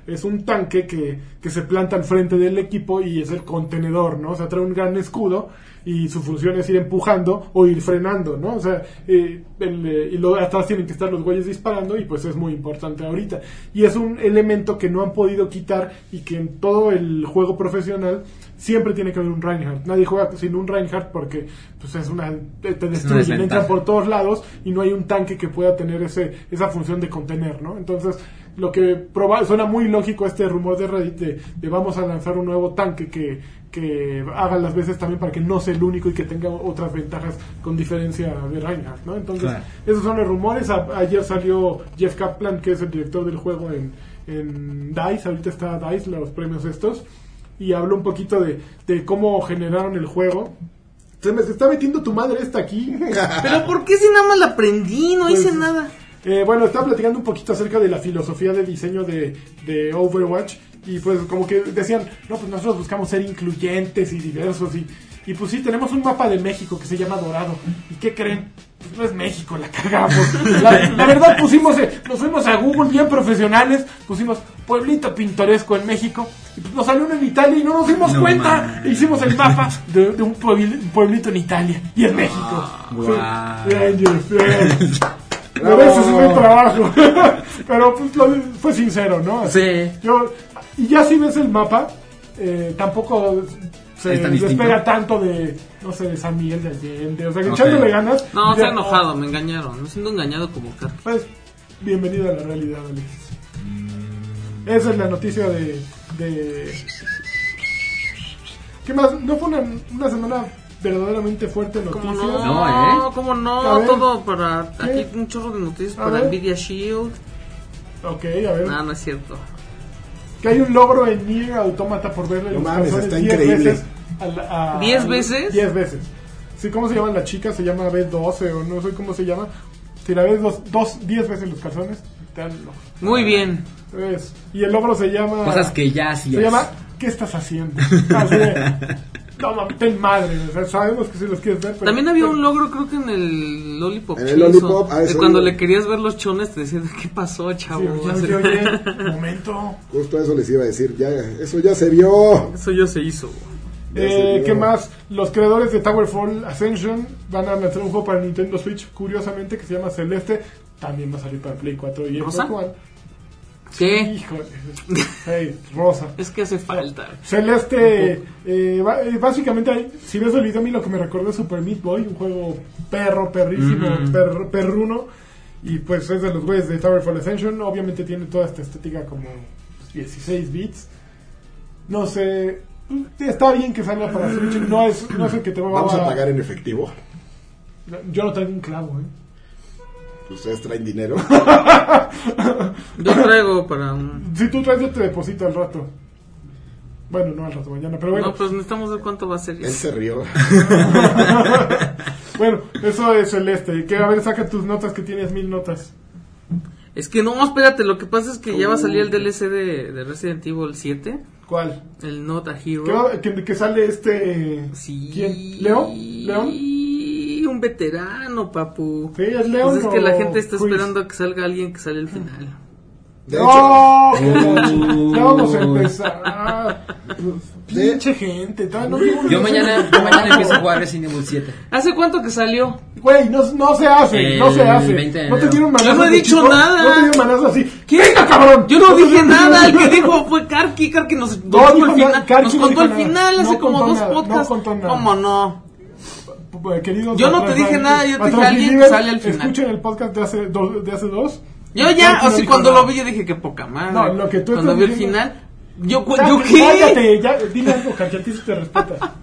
[SPEAKER 1] es un tanque que, que se planta al frente del equipo y es el contenedor, ¿no? O sea, trae un gran escudo y su función es ir empujando o ir frenando, ¿no? O sea, eh, el, eh, y lo, atrás tienen que estar los güeyes disparando y pues es muy importante ahorita. Y es un elemento que no han podido quitar y que en todo el juego profesional siempre tiene que haber un Reinhardt. Nadie juega sin un Reinhardt porque pues es una te, te destruyen,
[SPEAKER 5] desventaja.
[SPEAKER 1] entran por todos lados y no hay un tanque que pueda tener ese esa función de contener, ¿no? Entonces, lo que proba- suena muy lógico este rumor de Reddit de, de vamos a lanzar un nuevo tanque que, que haga las veces también para que no sea el único y que tenga otras ventajas con diferencia de Reinhardt, ¿no? Entonces,
[SPEAKER 5] Claro.
[SPEAKER 1] esos son los rumores. A- ayer salió Jeff Kaplan, que es el director del juego en, en DICE. Ahorita está DICE, los premios estos. Y habló un poquito de, de cómo generaron el juego. Se me se está metiendo tu madre esta aquí.
[SPEAKER 4] Pero ¿por qué si nada más la aprendí? No hice
[SPEAKER 1] Pues,
[SPEAKER 4] nada.
[SPEAKER 1] Eh, bueno, estaba platicando un poquito acerca de la filosofía de diseño de, de Overwatch y pues como que decían, no, pues nosotros buscamos ser incluyentes y diversos y, y pues sí, tenemos un mapa de México que se llama Dorado. ¿Y qué creen? pues no es México, la cagamos. La, la verdad pusimos, eh, nos fuimos a Google bien profesionales, pusimos pueblito pintoresco en México, y pues nos salió uno en Italia y no nos dimos
[SPEAKER 5] No
[SPEAKER 1] cuenta.
[SPEAKER 5] mames.
[SPEAKER 1] E Hicimos el mapa de, de un puebl- un pueblito en Italia y en México.
[SPEAKER 5] Wow.
[SPEAKER 1] Bien, Jeff, bien. Pero ese es mi trabajo. Pero pues lo- fue sincero, ¿no? Así,
[SPEAKER 5] Sí.
[SPEAKER 1] Yo, y ya si ves el mapa, eh, tampoco se
[SPEAKER 5] Es tan
[SPEAKER 1] despega
[SPEAKER 5] distinto.
[SPEAKER 1] tanto de, no sé, de San Miguel de Allende. O sea, que
[SPEAKER 5] Ok.
[SPEAKER 1] echándole ganas.
[SPEAKER 4] No,
[SPEAKER 1] ya-
[SPEAKER 4] estoy enojado, me engañaron. Me siento engañado como Carlos.
[SPEAKER 1] Pues, bienvenido a la realidad, Alexis. Esa es la noticia de. de... ¿Qué más? ¿No fue una, una semana verdaderamente fuerte en
[SPEAKER 4] ¿Cómo
[SPEAKER 1] noticias?
[SPEAKER 4] no?
[SPEAKER 5] No, ¿eh?
[SPEAKER 4] ¿Cómo
[SPEAKER 1] A
[SPEAKER 4] no?
[SPEAKER 1] ver.
[SPEAKER 4] Todo para.
[SPEAKER 1] ¿Qué?
[SPEAKER 4] Aquí un chorro de noticias
[SPEAKER 1] A
[SPEAKER 4] para
[SPEAKER 1] ver.
[SPEAKER 4] Nvidia Shield.
[SPEAKER 1] Ok, a ver.
[SPEAKER 4] No, no es cierto.
[SPEAKER 1] Que hay un logro en Nier Automata por verle
[SPEAKER 2] No
[SPEAKER 1] los
[SPEAKER 2] mames,
[SPEAKER 1] calzones
[SPEAKER 2] está
[SPEAKER 1] 10
[SPEAKER 2] increíble.
[SPEAKER 1] veces a la- a-
[SPEAKER 4] ¿Diez veces?
[SPEAKER 1] 10 veces. Sí, ¿cómo se llama la chica? Se llama B12 o no sé cómo se llama. Si la ves dos, dos, 10 veces los calzones, te dan el logro.
[SPEAKER 4] Muy bien.
[SPEAKER 1] Es- Y el logro se llama...
[SPEAKER 5] Cosas que ya hacías.
[SPEAKER 1] Se llama ¿Qué estás haciendo? Así de, no mames, ten madre. o sea, sabemos que si los quieres ver, pero... pues,
[SPEAKER 4] También había
[SPEAKER 1] pero-
[SPEAKER 4] un logro, creo que en el Lollipop.
[SPEAKER 2] En el
[SPEAKER 4] Chainsaw,
[SPEAKER 2] Lollipop, ah,
[SPEAKER 4] de
[SPEAKER 2] eso
[SPEAKER 4] cuando
[SPEAKER 2] digo.
[SPEAKER 4] le querías ver los chones, te decían, ¿qué pasó, chavo?
[SPEAKER 1] Sí, ya dije, oye, momento.
[SPEAKER 2] Justo eso les iba a decir, ya, eso ya se vio.
[SPEAKER 4] Eso ya se hizo.
[SPEAKER 2] Ya
[SPEAKER 1] Eh,
[SPEAKER 2] se
[SPEAKER 1] ¿Qué
[SPEAKER 2] vio.
[SPEAKER 1] más? Los creadores de Towerfall Ascension van a lanzar un juego para Nintendo Switch, curiosamente, que se llama Celeste. También va a salir para Play 4 y Xbox
[SPEAKER 4] ¿Rosa?
[SPEAKER 1] One.
[SPEAKER 4] ¿Qué?
[SPEAKER 1] Híjole. Hey, Rosa.
[SPEAKER 4] Es que hace falta.
[SPEAKER 1] Celeste, eh, ba- eh, básicamente, ahí, si ves el video, a mí lo que me recuerda es Super Meat Boy, un juego perro, perrísimo, per- perruno. Y pues es de los güeyes de Towerfall Ascension. Obviamente tiene toda esta estética como 16 bits. No sé, está bien que salga para Switch. No es, no es el que te va
[SPEAKER 2] Vamos a pagar en efectivo.
[SPEAKER 1] Yo no traigo un clavo, ¿eh?
[SPEAKER 2] Ustedes traen dinero.
[SPEAKER 4] Yo traigo para un.
[SPEAKER 1] Si tú traes, yo te deposito al rato. Bueno, no al rato, mañana, pero bueno.
[SPEAKER 4] No, pues necesitamos ver cuánto va a ser.
[SPEAKER 2] Él se rió.
[SPEAKER 1] Bueno, eso es Celeste. Que a ver, saca tus notas, que tienes mil notas.
[SPEAKER 4] Es que no, espérate, lo que pasa es que ya va a salir el DLC de, de Resident Evil 7,
[SPEAKER 1] ¿Cuál?
[SPEAKER 4] el Not a
[SPEAKER 1] Que,
[SPEAKER 4] Hero.
[SPEAKER 1] va- que- que sale este. eh,
[SPEAKER 4] Sí.
[SPEAKER 1] ¿Quién? ¿León? ¿León?
[SPEAKER 4] Sí, Un veterano, papu.
[SPEAKER 1] Sí, es León. Ah.
[SPEAKER 4] Pues es que
[SPEAKER 1] o
[SPEAKER 4] la gente está
[SPEAKER 1] Chris.
[SPEAKER 4] esperando a que salga alguien que sale al final.
[SPEAKER 2] De
[SPEAKER 1] ¡No!
[SPEAKER 2] hecho,
[SPEAKER 1] Ya vamos a
[SPEAKER 4] uh.
[SPEAKER 1] empezar. Pinche gente. todavía no vimos
[SPEAKER 5] Yo
[SPEAKER 1] los-
[SPEAKER 5] mañana, yo mañana empiezo a jugar Resident Evil 7.
[SPEAKER 4] ¿Hace cuánto que salió?
[SPEAKER 1] Güey, no, no se hace. no se
[SPEAKER 5] El
[SPEAKER 1] hace.
[SPEAKER 5] 20 de
[SPEAKER 1] no te
[SPEAKER 5] enero.
[SPEAKER 1] dieron manazo.
[SPEAKER 4] Yo no he
[SPEAKER 1] de
[SPEAKER 4] dicho
[SPEAKER 1] chico,
[SPEAKER 4] nada.
[SPEAKER 1] No te dieron manazo así.
[SPEAKER 4] ¿Qué?
[SPEAKER 1] ¡Quita, cabrón!
[SPEAKER 4] Yo no dije nada, el que dijo fue Karki, Karki nos
[SPEAKER 1] No
[SPEAKER 4] contó
[SPEAKER 1] dijo
[SPEAKER 4] el
[SPEAKER 1] nada,
[SPEAKER 4] final,
[SPEAKER 1] Karki
[SPEAKER 4] nos
[SPEAKER 1] no
[SPEAKER 4] contó
[SPEAKER 1] dijo
[SPEAKER 4] el
[SPEAKER 1] nada,
[SPEAKER 4] final hace
[SPEAKER 1] no
[SPEAKER 4] como
[SPEAKER 1] contó
[SPEAKER 4] dos
[SPEAKER 1] nada, no
[SPEAKER 4] podcasts.
[SPEAKER 1] contó nada.
[SPEAKER 4] ¿Cómo no?
[SPEAKER 1] Eh, queridos
[SPEAKER 4] Yo no te
[SPEAKER 1] atrás,
[SPEAKER 4] dije
[SPEAKER 1] van-
[SPEAKER 4] nada, yo te dije
[SPEAKER 1] atrás,
[SPEAKER 4] alguien que
[SPEAKER 1] viven,
[SPEAKER 4] sale al final.
[SPEAKER 1] Escuchen el podcast de hace, do- de hace dos.
[SPEAKER 4] Yo
[SPEAKER 1] Karki
[SPEAKER 4] ya,
[SPEAKER 1] no
[SPEAKER 4] o sea,
[SPEAKER 1] dijo
[SPEAKER 4] cuando lo
[SPEAKER 1] nada.
[SPEAKER 4] vi yo dije que poca madre.
[SPEAKER 1] No, lo que tú
[SPEAKER 4] Cuando
[SPEAKER 1] estás
[SPEAKER 4] vi el
[SPEAKER 1] diciendo-
[SPEAKER 4] final, yo, cu- yo
[SPEAKER 1] Cállate,
[SPEAKER 4] qué.
[SPEAKER 1] cállate, ya, dile algo, Karki, a ti sí te respeta.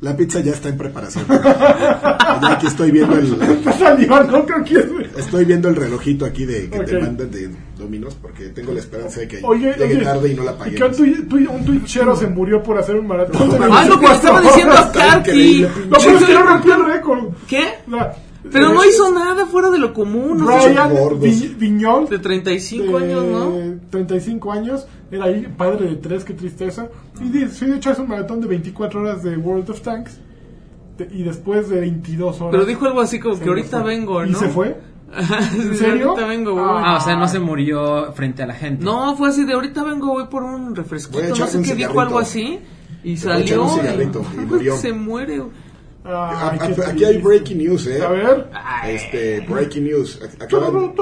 [SPEAKER 2] la pizza ya está en preparación. Ya aquí estoy viendo el,
[SPEAKER 1] Estás salivando, creo que es...
[SPEAKER 2] estoy viendo el relojito aquí de que te
[SPEAKER 1] Ok.
[SPEAKER 2] mandan de Dominos porque tengo la esperanza de que
[SPEAKER 1] Oye,
[SPEAKER 2] llegue
[SPEAKER 1] oye,
[SPEAKER 2] tarde y no la
[SPEAKER 1] ¿y
[SPEAKER 2] pagué.
[SPEAKER 1] qué un, tui- tui- un tuichero se murió por hacer un maratón? de
[SPEAKER 4] Ah, lo que
[SPEAKER 1] 24
[SPEAKER 4] le estaba diciendo a
[SPEAKER 1] horas?
[SPEAKER 2] está
[SPEAKER 4] Karki.
[SPEAKER 2] increíble.
[SPEAKER 1] No, pero es que no rompió el récord.
[SPEAKER 4] ¿Qué?
[SPEAKER 1] O sea,
[SPEAKER 4] Pero
[SPEAKER 1] eh,
[SPEAKER 4] no hizo nada fuera de lo común. ¿no?
[SPEAKER 1] Brian
[SPEAKER 2] Gordos.
[SPEAKER 1] Vi- Viñol, eh,
[SPEAKER 4] De 35
[SPEAKER 1] de
[SPEAKER 4] años, ¿no?
[SPEAKER 1] 35 años, era ahí padre de tres, qué tristeza. Y de, sí, de hecho hace un maratón de 24 horas de World of Tanks. de- y después de 22 horas.
[SPEAKER 4] Pero dijo algo así como
[SPEAKER 1] se
[SPEAKER 4] que ahorita
[SPEAKER 1] fue.
[SPEAKER 4] vengo, ¿no?
[SPEAKER 1] ¿Y se fue?
[SPEAKER 4] ¿En
[SPEAKER 1] serio?
[SPEAKER 4] Ahorita vengo, voy.
[SPEAKER 1] Ah.
[SPEAKER 5] Ah, o sea, no se murió frente a la gente.
[SPEAKER 4] No, fue así de ahorita vengo, voy por un
[SPEAKER 2] Voy a
[SPEAKER 4] refresquito, no
[SPEAKER 2] echarme
[SPEAKER 4] sé
[SPEAKER 2] un
[SPEAKER 4] qué dijo
[SPEAKER 2] cigarrito.
[SPEAKER 4] algo así.
[SPEAKER 2] voy a
[SPEAKER 4] Y
[SPEAKER 2] echar
[SPEAKER 4] salió.
[SPEAKER 2] un cigarrito y murió.
[SPEAKER 4] Se muere. güey.
[SPEAKER 2] A-
[SPEAKER 1] Ay,
[SPEAKER 2] a-
[SPEAKER 1] qué
[SPEAKER 2] aquí hay
[SPEAKER 1] triste.
[SPEAKER 2] breaking news, eh.
[SPEAKER 1] A ver.
[SPEAKER 2] Este, breaking news. Ac- Acaban,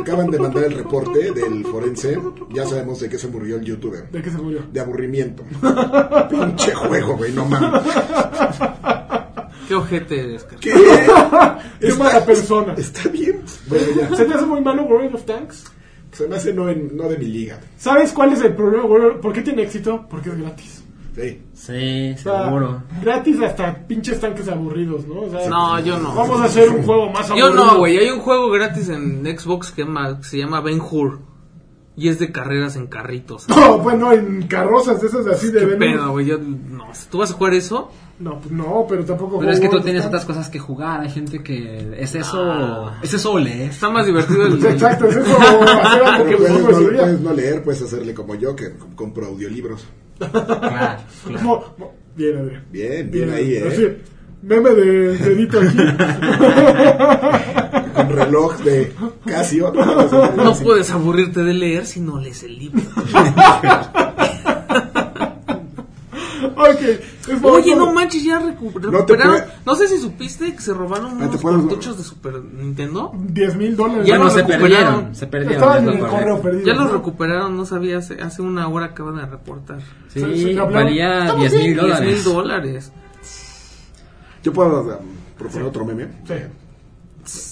[SPEAKER 2] acaban de mandar el reporte del forense. Ya sabemos de qué se murió el youtuber.
[SPEAKER 1] ¿De qué se murió?
[SPEAKER 2] De aburrimiento. Pinche juego, güey, no mames.
[SPEAKER 4] Qué ojete eres, cara.
[SPEAKER 2] ¿Qué?
[SPEAKER 1] Qué mala persona.
[SPEAKER 2] Está bien. Bueno, ya.
[SPEAKER 1] ¿Se te hace muy malo World of Tanks?
[SPEAKER 2] Se me hace no, en- no de mi liga.
[SPEAKER 1] ¿Sabes cuál es el problema? World- ¿Por qué tiene éxito? Porque es gratis.
[SPEAKER 2] Sí.
[SPEAKER 5] Sí,
[SPEAKER 1] O sea,
[SPEAKER 5] seguro.
[SPEAKER 1] Gratis hasta pinches tanques aburridos, ¿no? O sea,
[SPEAKER 4] No, yo no.
[SPEAKER 1] Vamos a hacer un juego más
[SPEAKER 4] Yo
[SPEAKER 1] aburrido.
[SPEAKER 4] no, güey. Hay un juego gratis en Xbox que ma- se llama Ben Hur. Y es de carreras en carritos.
[SPEAKER 1] No, bueno, en carrozas de esas de así de
[SPEAKER 4] Qué
[SPEAKER 1] Venus.
[SPEAKER 4] pedo, güey. Yo, no, si tú vas a jugar eso,
[SPEAKER 1] No, pues no, pero tampoco. pues,
[SPEAKER 5] Pero es que tú
[SPEAKER 1] World of
[SPEAKER 5] tienes otras
[SPEAKER 1] Tanks.
[SPEAKER 5] cosas que jugar. Hay gente que. ¿Es eso?
[SPEAKER 1] Ah.
[SPEAKER 5] ¿Es eso o lees?
[SPEAKER 4] está más divertido el.
[SPEAKER 1] Exacto, es eso. hacer algo Ah, que
[SPEAKER 2] Pero
[SPEAKER 1] el
[SPEAKER 2] puedes,
[SPEAKER 1] mundo
[SPEAKER 2] no,
[SPEAKER 1] destruya.
[SPEAKER 2] puedes no leer, puedes hacerle como yo, que com- compro audiolibros.
[SPEAKER 5] Claro, claro.
[SPEAKER 1] Mo- mo- Bien, Adrián.
[SPEAKER 2] pues, Bien, bien ahí, ¿eh?
[SPEAKER 1] Así, meme de dedito aquí.
[SPEAKER 2] Con reloj de Casio. No,
[SPEAKER 4] No puedes aburrirte de leer si no lees el libro.
[SPEAKER 1] ok. es
[SPEAKER 4] Oye,
[SPEAKER 1] momento-
[SPEAKER 4] no manches, ya recu-
[SPEAKER 2] No te
[SPEAKER 4] recuperaron.
[SPEAKER 2] puede- Ah,
[SPEAKER 4] No sé si supiste que se robaron
[SPEAKER 2] te
[SPEAKER 4] unos
[SPEAKER 2] puedes-
[SPEAKER 4] cartuchos de Super Nintendo.
[SPEAKER 1] 10 mil dólares.
[SPEAKER 4] Ya
[SPEAKER 5] Bueno,
[SPEAKER 4] no
[SPEAKER 5] se
[SPEAKER 4] recuperaron.
[SPEAKER 5] perdieron. Se perdieron.
[SPEAKER 1] Estaban
[SPEAKER 5] es
[SPEAKER 1] en
[SPEAKER 5] lo
[SPEAKER 1] el
[SPEAKER 5] correcto.
[SPEAKER 1] correo perdido.
[SPEAKER 4] Ya los
[SPEAKER 1] ¿no?
[SPEAKER 4] recuperaron, no sabía, hace, hace una hora acaban de reportar.
[SPEAKER 5] Sí,
[SPEAKER 1] Se- se hablaron-
[SPEAKER 5] valía
[SPEAKER 1] Estamos
[SPEAKER 5] 10 mil
[SPEAKER 4] $10,000
[SPEAKER 5] dólares.
[SPEAKER 4] dólares.
[SPEAKER 2] Yo puedo um, proponer otro meme.
[SPEAKER 1] Sí.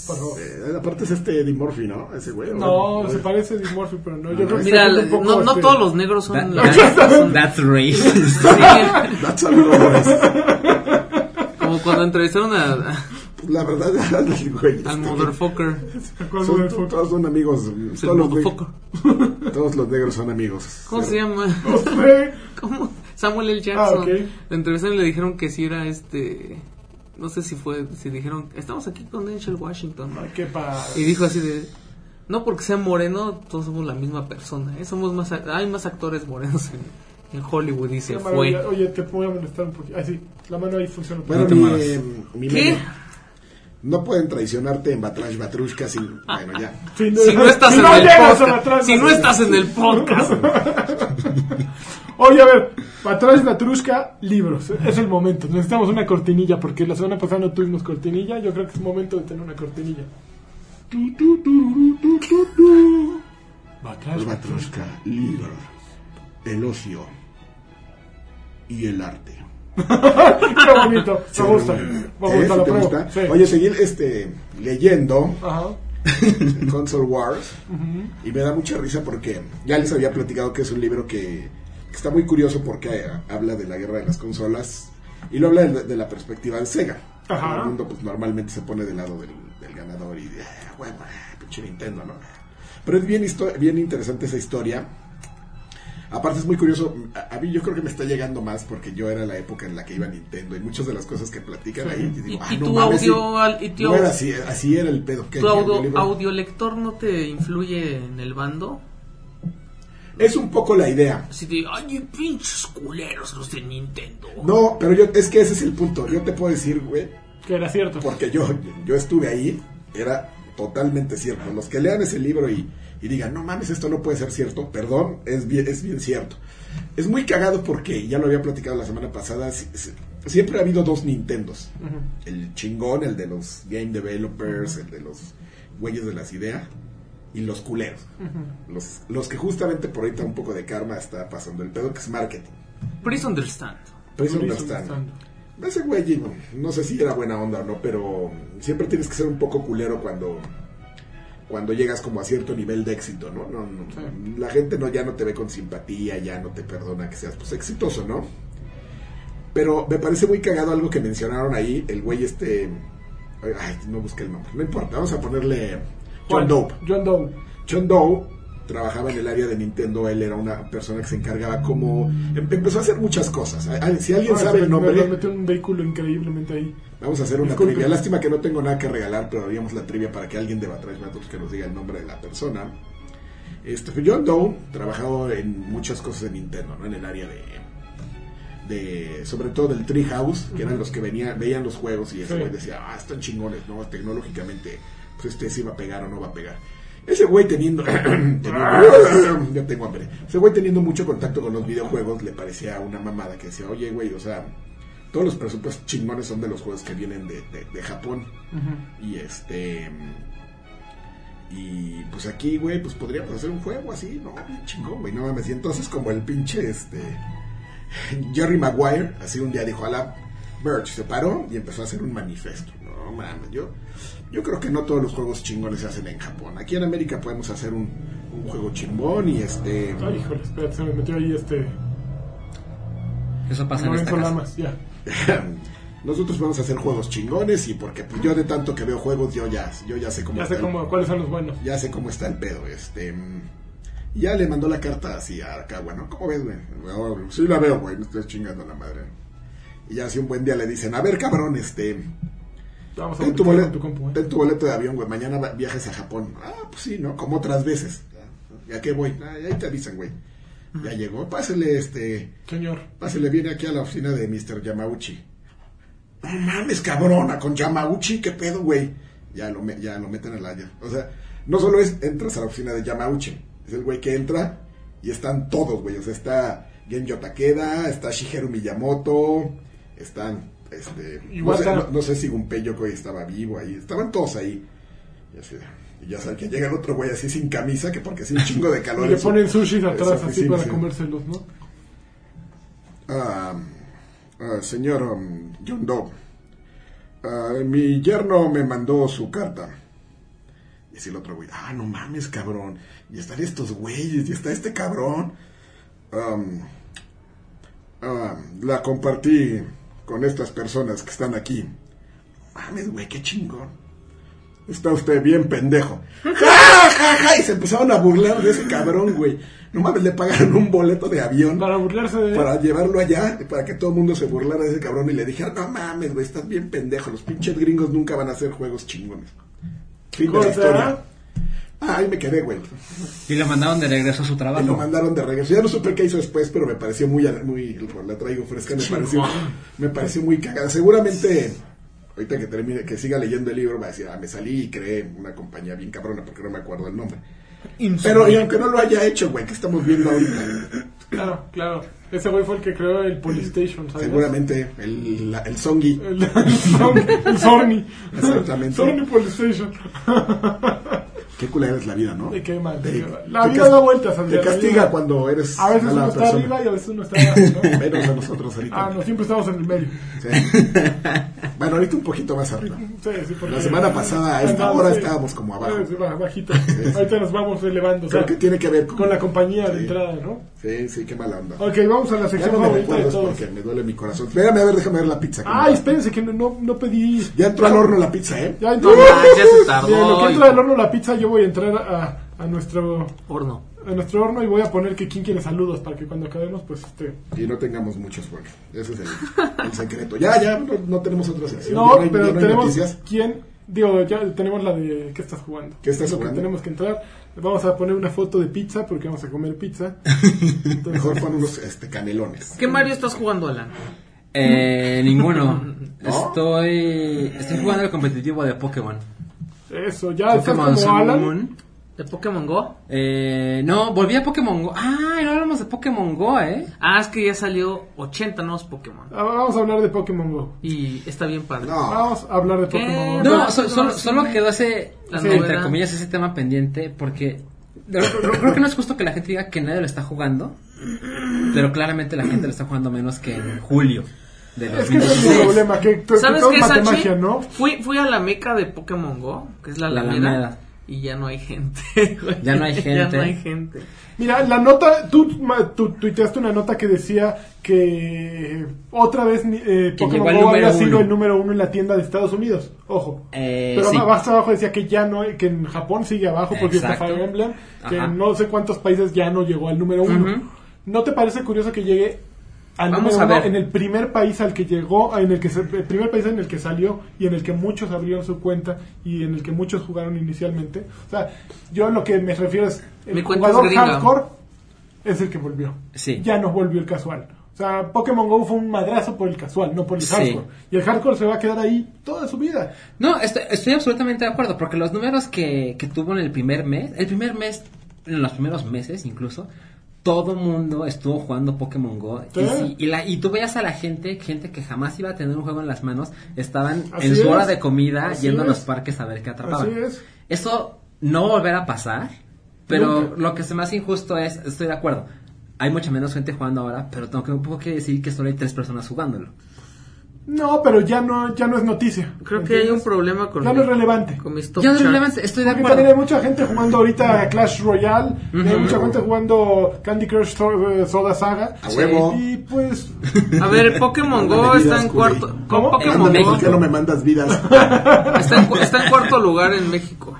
[SPEAKER 1] Por favor.
[SPEAKER 2] Eh, aparte es este Eddie Murphy, ¿no? Ese güey.
[SPEAKER 1] No,
[SPEAKER 2] Oye,
[SPEAKER 1] se parece a Dimorphy, pero no.
[SPEAKER 2] Ah.
[SPEAKER 1] Yo creo que
[SPEAKER 4] Mira,
[SPEAKER 1] se siente un poco
[SPEAKER 4] no, no
[SPEAKER 1] este-
[SPEAKER 4] todos los negros son.
[SPEAKER 5] That- that's, that's racist.
[SPEAKER 4] Sí,
[SPEAKER 2] that's a little racist.
[SPEAKER 4] como cuando entrevistaron a-
[SPEAKER 2] La verdad, el güey.
[SPEAKER 4] al
[SPEAKER 2] este,
[SPEAKER 4] motherfucker.
[SPEAKER 1] ¿te acuerdas
[SPEAKER 2] son-
[SPEAKER 1] del
[SPEAKER 2] to-
[SPEAKER 1] foco?
[SPEAKER 2] todos son amigos.
[SPEAKER 4] Es el
[SPEAKER 2] Todos los,
[SPEAKER 4] motherfucker.
[SPEAKER 2] neg- todos los negros son amigos.
[SPEAKER 4] ¿Cómo se llama?
[SPEAKER 1] Sí.
[SPEAKER 4] ¿Cómo? Samuel L. Jackson.
[SPEAKER 1] Ah, ok.
[SPEAKER 4] Le entrevistaron y le dijeron que si era este. No sé si fue. Si dijeron. Estamos aquí con Denzel Washington.
[SPEAKER 1] Ay, qué
[SPEAKER 4] Y
[SPEAKER 1] padre.
[SPEAKER 4] dijo así de. No porque sea moreno, todos somos la misma persona. ¿eh? Somos más, a- hay más actores morenos en, en Hollywood y se
[SPEAKER 1] Qué
[SPEAKER 4] fue.
[SPEAKER 1] maravilla. Oye, te voy a molestar un poquito. Ah, sí, la mano ahí funciona.
[SPEAKER 2] Bueno,
[SPEAKER 5] te
[SPEAKER 2] mi,
[SPEAKER 5] mueras.
[SPEAKER 2] mi
[SPEAKER 4] ¿Qué?
[SPEAKER 2] meme. No pueden traicionarte en Batrash Batrushka sin. Bueno, ya.
[SPEAKER 1] Si
[SPEAKER 4] Si no estás
[SPEAKER 1] si
[SPEAKER 4] en
[SPEAKER 1] no
[SPEAKER 4] el
[SPEAKER 1] llegas a la
[SPEAKER 4] podcast. Si no
[SPEAKER 1] transmisión.
[SPEAKER 4] estás en el podcast.
[SPEAKER 1] Oye, a ver, Patrás Latrusca, libros. Es el momento. Necesitamos una cortinilla porque la semana pasada no tuvimos cortinilla. Yo creo que es momento de tener una cortinilla. Tu, tu, tu, tu, tu, tu.
[SPEAKER 2] Pues
[SPEAKER 1] Batrash, Batrash.
[SPEAKER 2] Batrushka, libro, el ocio y el arte.
[SPEAKER 1] Qué bonito. Me gusta. Me
[SPEAKER 2] ¿Eh?
[SPEAKER 1] gusta, lo
[SPEAKER 2] ¿Te
[SPEAKER 1] pruebo.
[SPEAKER 2] gusta?
[SPEAKER 1] Sí.
[SPEAKER 2] Oye, seguí este, leyendo
[SPEAKER 1] Ajá.
[SPEAKER 2] Console Wars y me da mucha risa porque ya les había platicado que es un libro que, que está muy curioso porque eh, habla de la guerra de las consolas y lo habla de, de la perspectiva de Sega.
[SPEAKER 1] Ajá.
[SPEAKER 2] El mundo pues, normalmente se pone del lado del, del ganador y de, "Ah, bueno, ah, pinche Nintendo, ¿no? Pero es bien, histo- bien interesante esa historia. Aparte es muy curioso, a, a mí yo creo que me está llegando más porque yo era la época en la que iba Nintendo y muchas de las cosas que platican ahí, y
[SPEAKER 4] Y,
[SPEAKER 2] digo, "Ah,
[SPEAKER 4] y
[SPEAKER 2] no
[SPEAKER 4] tu
[SPEAKER 2] mames, sí".
[SPEAKER 4] audio. al- Y tu,
[SPEAKER 2] No era así, así era el pedo. que
[SPEAKER 4] tu
[SPEAKER 2] había en el
[SPEAKER 4] audio,
[SPEAKER 2] libro.
[SPEAKER 4] audiolector no te influye en el bando.
[SPEAKER 2] Es un poco la idea.
[SPEAKER 4] Así de. ¡Ay, pinches culeros los de Nintendo!
[SPEAKER 2] No, pero yo, es que ese es el punto. Yo te puedo decir, güey,
[SPEAKER 1] Que era cierto.
[SPEAKER 2] porque yo, yo estuve ahí, era totalmente cierto. Los que lean ese libro y, y digan, no mames, esto no puede ser cierto, perdón, es bien, es bien cierto. Es muy cagado porque, ya lo había platicado la semana pasada, si- si- siempre ha habido dos Nintendos. El chingón, el de los game developers, el de los güeyes de las ideas, y los culeros. los, los que justamente por ahorita un poco de karma está pasando el pedo, que es marketing.
[SPEAKER 4] Please understand.
[SPEAKER 2] Please
[SPEAKER 1] Please
[SPEAKER 2] understand.
[SPEAKER 1] understand.
[SPEAKER 2] Ese güey, no, no sé si era buena onda o no, pero siempre tienes que ser un poco culero cuando, cuando llegas como a cierto nivel de éxito, ¿no? No, no,
[SPEAKER 1] Sí.
[SPEAKER 2] La gente no, ya no te ve con simpatía, ya no te perdona que seas pues exitoso, ¿no? Pero me parece muy cagado algo que mencionaron ahí, el güey este... Ay, no busqué el nombre, no importa, vamos a ponerle John
[SPEAKER 1] Juan,
[SPEAKER 2] Dope.
[SPEAKER 1] John Doe.
[SPEAKER 2] John Doe trabajaba en el área de Nintendo, él era una persona que se encargaba como... em- Empezó a hacer muchas cosas. A- a- Si alguien
[SPEAKER 1] Ah,
[SPEAKER 2] sabe
[SPEAKER 1] sí,
[SPEAKER 2] el
[SPEAKER 1] me- me
[SPEAKER 2] nombre,
[SPEAKER 1] metió un vehículo increíblemente ahí.
[SPEAKER 2] vamos a hacer una
[SPEAKER 1] Disculpe.
[SPEAKER 2] trivia. Lástima que no tengo nada que regalar, pero haríamos la trivia para que alguien de Batrash Battles que nos diga el nombre de la persona. Este, John Doe trabajaba en muchas cosas de Nintendo, ¿no? En el área de... De, sobre todo del Treehouse, que eran los que venían, veían los juegos y ese
[SPEAKER 1] Sí.
[SPEAKER 2] güey decía, ah, están chingones, ¿no? Tecnológicamente, pues este sí va a pegar o no va a pegar. Ese güey teniendo, teniendo- ya tengo hambre. Ese güey teniendo mucho contacto con los videojuegos le parecía una mamada que decía, oye güey, o sea, todos los presupuestos chingones son de los juegos que vienen de, de- de Japón. Y este y pues aquí, güey, pues podríamos hacer un juego así, no, bien chingón, güey, no mames. Y entonces como el pinche este Jerry Maguire, así un día dijo a la Birch, se paró y empezó a hacer un manifiesto. No mames, yo, yo creo que no todos los juegos chingones se hacen en Japón. Aquí en América podemos hacer un, un juego chingón y este.
[SPEAKER 1] Ay, híjole, espérate, se me metió ahí este.
[SPEAKER 5] Eso pasa en esta
[SPEAKER 1] Lorenzo
[SPEAKER 5] casa.
[SPEAKER 1] Lamas, ya.
[SPEAKER 2] Nosotros vamos a hacer juegos chingones y porque pues, yo de tanto que veo juegos, yo ya, yo ya sé cómo
[SPEAKER 1] Ya
[SPEAKER 2] está
[SPEAKER 1] sé
[SPEAKER 2] el-
[SPEAKER 1] cómo, cuáles son los buenos.
[SPEAKER 2] ya sé cómo está el pedo, este. mm, y Ya le mandó la carta así a Arcagua, ¿no? ¿Cómo ves, güey? Ahora, Sí la veo, güey, me estoy chingando la madre. Y ya así un buen día le dicen, a ver, cabrón, este,
[SPEAKER 1] Vamos a
[SPEAKER 2] ten tu,
[SPEAKER 1] platicar
[SPEAKER 2] boleto,
[SPEAKER 1] con tu compu, ¿eh?
[SPEAKER 2] ten tu boleto de avión, güey, mañana va- viajes a Japón. Ah, pues sí, ¿no? Como otras veces. ¿Y a qué voy? Ah, ahí te avisan, güey. Ya llegó, pásele, este,
[SPEAKER 1] Señor.
[SPEAKER 2] pásele, viene aquí a la oficina de Mr. Yamauchi. no mames, cabrona, con Yamauchi, qué pedo, güey. Ya lo, me- ya lo meten al área. O sea, no solo es, entras a la oficina de Yamauchi, es el güey que entra y están todos, güey. O sea, está Genjo Takeda, está Shigeru Miyamoto, están, este, no sé,
[SPEAKER 1] Iwata.
[SPEAKER 2] no- no sé si Gunpei Yokoi estaba vivo ahí, estaban todos ahí. Y así de- y ya saben que llega el otro güey así sin camisa, que porque hace un chingo de calor.
[SPEAKER 1] Y le
[SPEAKER 2] en su-
[SPEAKER 1] ponen sushi de
[SPEAKER 2] en su
[SPEAKER 1] atrás así
[SPEAKER 2] oficina,
[SPEAKER 1] para
[SPEAKER 2] Ah, sí.
[SPEAKER 1] comérselos, ¿no?
[SPEAKER 2] Ah, ah, señor um, John Doe, ah, mi yerno me mandó su carta. Y si el otro güey, ah, no mames, cabrón. Y están estos güeyes, y está este cabrón. Am, am, um, la compartí con estas personas que están aquí. Mames, güey, qué chingón. Está usted bien pendejo. ¡Ja, ja, ja! Y se empezaron a burlar de ese cabrón, güey. No mames, le pagaron un boleto de avión
[SPEAKER 1] Para burlarse de...
[SPEAKER 2] para llevarlo allá, para que todo el mundo se burlara de ese cabrón y le dijera, no mames, güey, estás bien pendejo, los pinches gringos nunca van a hacer juegos chingones. Fin de la
[SPEAKER 1] Cosa.
[SPEAKER 2] historia. Ah, ahí me quedé, güey.
[SPEAKER 5] Y lo mandaron de regreso a su
[SPEAKER 2] Me lo
[SPEAKER 5] trabajo.
[SPEAKER 2] mandaron de regreso. Ya no supe qué hizo después, pero me pareció muy, muy, la traigo fresca, me pareció, me pareció muy cagada. Seguramente, ahorita que termine, que siga leyendo el libro, va a decir, ah, me salí y creé una compañía bien cabrona, porque no me acuerdo el nombre. Pero, y aunque no lo haya hecho, güey, que estamos viendo ahorita.
[SPEAKER 1] Claro, claro. Ese güey fue el que creó el Polystation, ¿sabes?
[SPEAKER 2] Seguramente, el, la- el Songi.
[SPEAKER 1] El, el Sony. El Sony.
[SPEAKER 2] Exactamente.
[SPEAKER 1] Sony Polystation.
[SPEAKER 2] Qué culera es la vida, ¿no?
[SPEAKER 1] Qué mal,
[SPEAKER 2] Te-
[SPEAKER 1] qué mal. La
[SPEAKER 2] te
[SPEAKER 1] vida
[SPEAKER 2] cas-
[SPEAKER 1] da vueltas, Andrea,
[SPEAKER 2] Te
[SPEAKER 1] la
[SPEAKER 2] castiga
[SPEAKER 1] vida.
[SPEAKER 2] cuando eres
[SPEAKER 1] A veces
[SPEAKER 2] mala
[SPEAKER 1] uno está
[SPEAKER 2] persona.
[SPEAKER 1] arriba y a veces uno está abajo, ¿no?
[SPEAKER 2] Menos a nosotros ahorita.
[SPEAKER 1] Ah, no, siempre estamos en el medio.
[SPEAKER 2] Sí. bueno, ahorita un poquito más arriba.
[SPEAKER 1] Sí, sí, porque-
[SPEAKER 2] La semana pasada, a esta
[SPEAKER 1] Andamos,
[SPEAKER 2] hora,
[SPEAKER 1] sí.
[SPEAKER 2] estábamos como abajo.
[SPEAKER 1] Sí, sí, ba- bajito. Ahorita nos vamos elevando. o sea,
[SPEAKER 2] Creo que tiene que ver con,
[SPEAKER 1] Con la compañía
[SPEAKER 2] Sí.
[SPEAKER 1] de entrada, ¿no?
[SPEAKER 2] Sí, sí, qué mala onda.
[SPEAKER 1] Ok, vamos a la
[SPEAKER 2] Ya
[SPEAKER 1] sección
[SPEAKER 2] no me
[SPEAKER 1] favorita de
[SPEAKER 2] recuerdas
[SPEAKER 1] todos.
[SPEAKER 2] porque me duele mi corazón. Espérame, a ver, déjame ver la pizza. ¿cómo
[SPEAKER 1] Ay,
[SPEAKER 2] va?
[SPEAKER 1] espérense que no- no, no pedí.
[SPEAKER 2] Ya entró al horno la pizza, ¿eh?
[SPEAKER 1] Ya
[SPEAKER 4] No,
[SPEAKER 1] entró.
[SPEAKER 4] ya se
[SPEAKER 1] De lo que
[SPEAKER 4] tardó.
[SPEAKER 1] entra del horno la pizza, yo voy a entrar a, a nuestro
[SPEAKER 4] Horno.
[SPEAKER 1] a nuestro horno y voy a poner que quién quiere saludos para que cuando acabemos, pues este.
[SPEAKER 2] Y no tengamos muchos, porque ese es el, el secreto. Ya, ya, no, no tenemos otra sección.
[SPEAKER 1] No,
[SPEAKER 2] ya hay-
[SPEAKER 1] pero
[SPEAKER 2] ya no hay
[SPEAKER 1] tenemos
[SPEAKER 2] noticias.
[SPEAKER 1] quién. Digo, ya tenemos la de ¿Qué estás jugando?
[SPEAKER 2] ¿Qué estás
[SPEAKER 1] Es lo que
[SPEAKER 2] jugando?
[SPEAKER 1] tenemos que entrar. Vamos a poner una foto de pizza porque vamos a comer pizza.
[SPEAKER 2] Mejor pon unos este, canelones.
[SPEAKER 4] ¿Qué Mario estás jugando, Alan?
[SPEAKER 5] Eh, ninguno. Estoy, estoy jugando el competitivo de Pokémon.
[SPEAKER 1] Eso, ya Ah, estás
[SPEAKER 5] Pokémon
[SPEAKER 1] como
[SPEAKER 5] Sun and
[SPEAKER 1] Alan.
[SPEAKER 5] Moon.
[SPEAKER 4] ¿De Pokémon Go?
[SPEAKER 5] Eh, no, volví a Pokémon Go. Ah, no hablamos de Pokémon Go, ¿eh?
[SPEAKER 4] Ah, es que ya salió 80 nuevos Pokémon.
[SPEAKER 1] Ah, Vamos a hablar de Pokémon Go.
[SPEAKER 4] Y está bien padre.
[SPEAKER 2] No,
[SPEAKER 1] Vamos a hablar de
[SPEAKER 4] ¿Qué?
[SPEAKER 1] Pokémon Go.
[SPEAKER 5] No,
[SPEAKER 4] Eh, No,
[SPEAKER 5] so-
[SPEAKER 4] no,
[SPEAKER 5] solo,
[SPEAKER 4] sí.
[SPEAKER 5] solo quedó ese,
[SPEAKER 4] La
[SPEAKER 5] entre
[SPEAKER 4] novela.
[SPEAKER 5] comillas, ese tema pendiente porque de- creo creo que no es justo que la gente diga que nadie lo está jugando, pero claramente la gente lo está jugando menos que en julio de
[SPEAKER 1] Es que ese es el
[SPEAKER 5] 2016.
[SPEAKER 1] problema, que, que
[SPEAKER 4] ¿Sabes
[SPEAKER 1] todo
[SPEAKER 4] qué,
[SPEAKER 1] es
[SPEAKER 4] Sachi?
[SPEAKER 1] matemagia, ¿no?
[SPEAKER 4] Fui, fui a la meca de Pokémon Go, que es la
[SPEAKER 5] La
[SPEAKER 4] Alameda,
[SPEAKER 5] Alameda.
[SPEAKER 4] y ya no hay gente. güey.
[SPEAKER 5] Ya no hay
[SPEAKER 4] ya
[SPEAKER 5] gente.
[SPEAKER 4] no hay gente.
[SPEAKER 1] Mira, la nota, tú, ma- tú tuiteaste una nota que decía que otra vez ni- eh,
[SPEAKER 5] Que llegó
[SPEAKER 1] Pokémon
[SPEAKER 5] al
[SPEAKER 1] Go había
[SPEAKER 5] número
[SPEAKER 1] sido
[SPEAKER 5] uno.
[SPEAKER 1] el número uno en la tienda de Estados Unidos. Ojo.
[SPEAKER 5] Eh,
[SPEAKER 1] Pero
[SPEAKER 5] sí.
[SPEAKER 1] más abajo decía que ya no, que en Japón sigue abajo porque está
[SPEAKER 5] Exacto.
[SPEAKER 1] Fire Emblem, que
[SPEAKER 5] Ajá.
[SPEAKER 1] en no sé cuántos países ya no llegó al número uno.
[SPEAKER 5] Ujú.
[SPEAKER 1] ¿No te parece curioso que llegue al
[SPEAKER 5] Vamos
[SPEAKER 1] número
[SPEAKER 5] a
[SPEAKER 1] uno
[SPEAKER 5] ver.
[SPEAKER 1] en el primer país al que llegó, en el que se- el primer país en el que salió y en el que muchos abrieron su cuenta y en el que muchos jugaron inicialmente? O sea, yo lo que me refiero es el
[SPEAKER 4] Mi cuenta es
[SPEAKER 1] jugador
[SPEAKER 4] gringa.
[SPEAKER 1] hardcore es el que volvió.
[SPEAKER 5] Sí.
[SPEAKER 1] Ya no volvió el casual. O sea, Pokémon Go fue un madrazo por el casual, no por el
[SPEAKER 5] Sí.
[SPEAKER 1] hardcore. Y el hardcore se va a quedar ahí toda su vida.
[SPEAKER 5] No, estoy, estoy absolutamente de acuerdo, porque los números que, que tuvo en el primer mes, el primer mes, en los primeros meses incluso, todo mundo estuvo jugando Pokémon Go.
[SPEAKER 1] Sí.
[SPEAKER 5] Y, sí, y la, y tú veías a la gente, gente que jamás iba a tener un juego en las manos, estaban
[SPEAKER 1] Así
[SPEAKER 5] en su hora
[SPEAKER 1] es.
[SPEAKER 5] de comida
[SPEAKER 1] Así
[SPEAKER 5] yendo a los
[SPEAKER 1] es.
[SPEAKER 5] parques a ver qué atrapaban.
[SPEAKER 1] Así es.
[SPEAKER 5] Eso no volverá a pasar, pero
[SPEAKER 1] Nunca.
[SPEAKER 5] lo que se me hace injusto es, estoy de acuerdo, hay mucha menos gente jugando ahora, pero tengo que un poco que decir que solo hay tres personas jugándolo.
[SPEAKER 1] No, pero ya no, ya no es noticia.
[SPEAKER 4] Creo que hay un
[SPEAKER 1] ¿entiendes?
[SPEAKER 4] problema con,
[SPEAKER 1] Ya
[SPEAKER 4] mi-
[SPEAKER 1] no es relevante.
[SPEAKER 4] con mis top
[SPEAKER 5] Ya no es
[SPEAKER 4] charts.
[SPEAKER 5] relevante, estoy de
[SPEAKER 1] Porque
[SPEAKER 5] acuerdo.
[SPEAKER 1] también hay mucha gente jugando ahorita Clash Royale, y hay mucha gente jugando Candy Crush So- eh, Soda Saga.
[SPEAKER 2] A huevo.
[SPEAKER 1] Y pues,
[SPEAKER 4] A ver, Pokémon Go
[SPEAKER 2] Bienvenidas,
[SPEAKER 4] está en
[SPEAKER 2] Curi.
[SPEAKER 4] cuarto. con
[SPEAKER 1] ¿Cómo?
[SPEAKER 4] Pokémon
[SPEAKER 2] Ándame, ¿por qué no
[SPEAKER 4] Go
[SPEAKER 2] me mandas vidas?
[SPEAKER 4] está en, cu- está en cuarto lugar en México.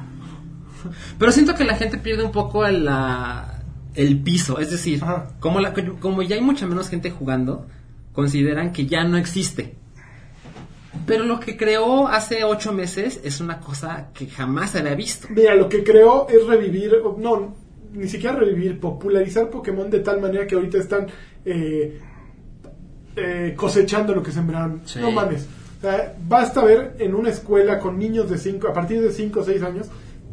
[SPEAKER 5] Pero siento que la gente pierde un poco el, la- el piso. Es decir,
[SPEAKER 1] Ajá.
[SPEAKER 5] como, la, como ya hay mucha menos gente jugando, consideran que ya no existe. Pero lo que creó hace ocho meses es una cosa que jamás se había visto.
[SPEAKER 1] mira, lo que creo es revivir, no, ni siquiera revivir, popularizar Pokémon de tal manera que ahorita están eh, eh, cosechando lo que sembraron.
[SPEAKER 5] Sí.
[SPEAKER 1] No mames. O sea, basta ver en una escuela con niños de 5, a partir de 5 o 6 años,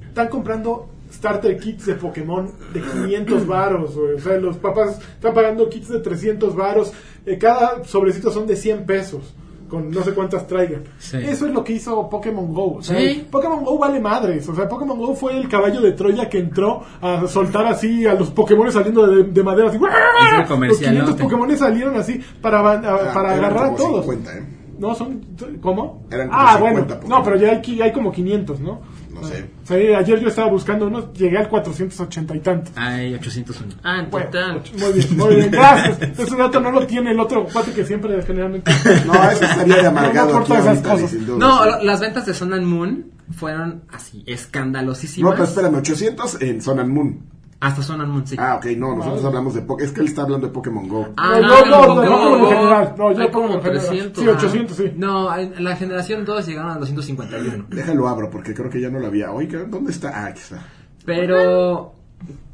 [SPEAKER 1] están comprando starter kits de Pokémon de 500 varos. güey. O sea, los papás están pagando kits de 300 varos. Eh, cada sobrecito son de 100 pesos. Con no sé cuántas traigan.
[SPEAKER 5] Sí.
[SPEAKER 1] Eso es lo que hizo Pokémon Go. O sea,
[SPEAKER 5] Sí.
[SPEAKER 1] Pokémon Go vale madres. O sea, Pokémon Go fue el caballo de Troya que entró a soltar así a los Pokémon saliendo de, de madera. Así.
[SPEAKER 5] el
[SPEAKER 1] Los
[SPEAKER 5] comercial,
[SPEAKER 1] 500
[SPEAKER 5] ¿no?
[SPEAKER 1] Pokémon salieron así para, avan- a-
[SPEAKER 2] Ah,
[SPEAKER 1] para
[SPEAKER 2] eran
[SPEAKER 1] agarrar a
[SPEAKER 2] como
[SPEAKER 1] todos.
[SPEAKER 2] 50, ¿eh?
[SPEAKER 1] No, son. ¿Cómo?
[SPEAKER 2] Eran como
[SPEAKER 1] ah,
[SPEAKER 2] 50
[SPEAKER 1] bueno.
[SPEAKER 2] Pokémon.
[SPEAKER 1] No, pero ya hay, qui- hay como 500, ¿no?
[SPEAKER 2] No sé.
[SPEAKER 1] O sea, ayer yo estaba buscando unos, llegué al 480 y tantos.
[SPEAKER 5] Hay 801.
[SPEAKER 4] Ah, en
[SPEAKER 1] Bueno,
[SPEAKER 4] total.
[SPEAKER 1] muy bien, muy bien, gracias. Ese dato no lo tiene el otro cuate que siempre generalmente.
[SPEAKER 2] No, eso estaría de amargado
[SPEAKER 1] No, no
[SPEAKER 2] aquí
[SPEAKER 1] corto esas
[SPEAKER 2] ahorita,
[SPEAKER 1] cosas.
[SPEAKER 2] sin duda.
[SPEAKER 5] No,
[SPEAKER 2] Sí.
[SPEAKER 5] lo- las ventas de Sun and Moon fueron así,
[SPEAKER 2] No,
[SPEAKER 5] escandalosísimas.
[SPEAKER 2] pero espérame, 800 en Sun and Moon.
[SPEAKER 5] Hasta Sun and Moon, sí.
[SPEAKER 2] Ah, ok, no, nosotros hablamos de Pokémon. Es que él está hablando de Pokémon Go.
[SPEAKER 5] Ah,
[SPEAKER 1] No, yo no,
[SPEAKER 5] no,
[SPEAKER 1] no, no,
[SPEAKER 5] no,
[SPEAKER 1] en general. No, yo
[SPEAKER 4] hay
[SPEAKER 1] pongo
[SPEAKER 4] como
[SPEAKER 1] en general.
[SPEAKER 4] 300,
[SPEAKER 1] Sí, 800, sí.
[SPEAKER 5] No, en la generación 2 llegaron a 251.
[SPEAKER 2] Déjalo abro porque creo que ya no lo había. Oiga, ¿dónde está? Ah, aquí está.
[SPEAKER 5] Pero,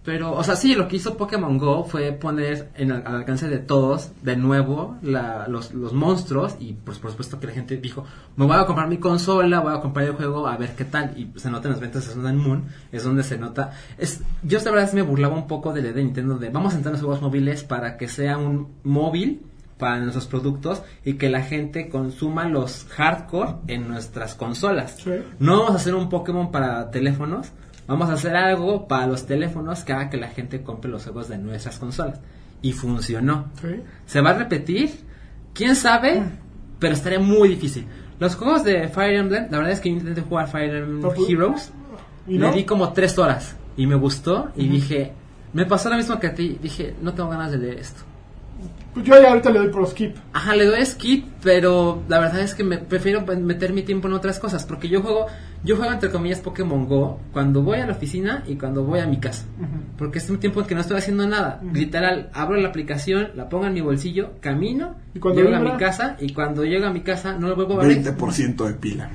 [SPEAKER 5] pero, o sea, sí, lo que hizo Pokémon Go fue poner en al, al alcance de todos de nuevo la- los, los monstruos y pues, por supuesto que la gente dijo, me voy a comprar mi consola, voy a comprar el juego a ver qué tal y se notan las ventas de Sun and Moon, es donde se nota. Es, yo la verdad sí me burlaba un poco de la idea de Nintendo de vamos a entrar en los juegos móviles para que sea un móvil para nuestros productos y que la gente consuma los hardcore en nuestras consolas.
[SPEAKER 1] Sí.
[SPEAKER 5] No vamos a hacer un Pokémon para teléfonos, vamos a hacer algo para los teléfonos que haga que la gente compre los juegos de nuestras consolas. Y funcionó.
[SPEAKER 1] Sí.
[SPEAKER 5] ¿Se va a repetir? ¿Quién sabe?
[SPEAKER 1] Mm.
[SPEAKER 5] Pero estaría muy difícil. Los juegos de Fire Emblem, la verdad es que yo intenté jugar Fire Emblem
[SPEAKER 1] No pude.
[SPEAKER 5] Heroes.
[SPEAKER 1] ¿Y
[SPEAKER 5] Le
[SPEAKER 1] no?
[SPEAKER 5] di como tres horas y me gustó y dije, me pasó lo mismo que a ti, dije, no tengo ganas de leer esto.
[SPEAKER 1] Pues yo ya ahorita le doy por skip.
[SPEAKER 5] Ajá, le doy skip, pero la verdad es que me prefiero pues, meter mi tiempo en otras cosas, porque yo juego, yo juego entre comillas Pokémon Go cuando voy a la oficina y cuando voy a mi casa, porque es un tiempo en que no estoy haciendo nada. Literal, abro la aplicación, la pongo en mi bolsillo, camino,
[SPEAKER 1] ¿Y cuando
[SPEAKER 5] llego a
[SPEAKER 1] vibra?
[SPEAKER 5] mi casa y cuando llego a mi casa no lo vuelvo a abrir.
[SPEAKER 2] 20% de pila.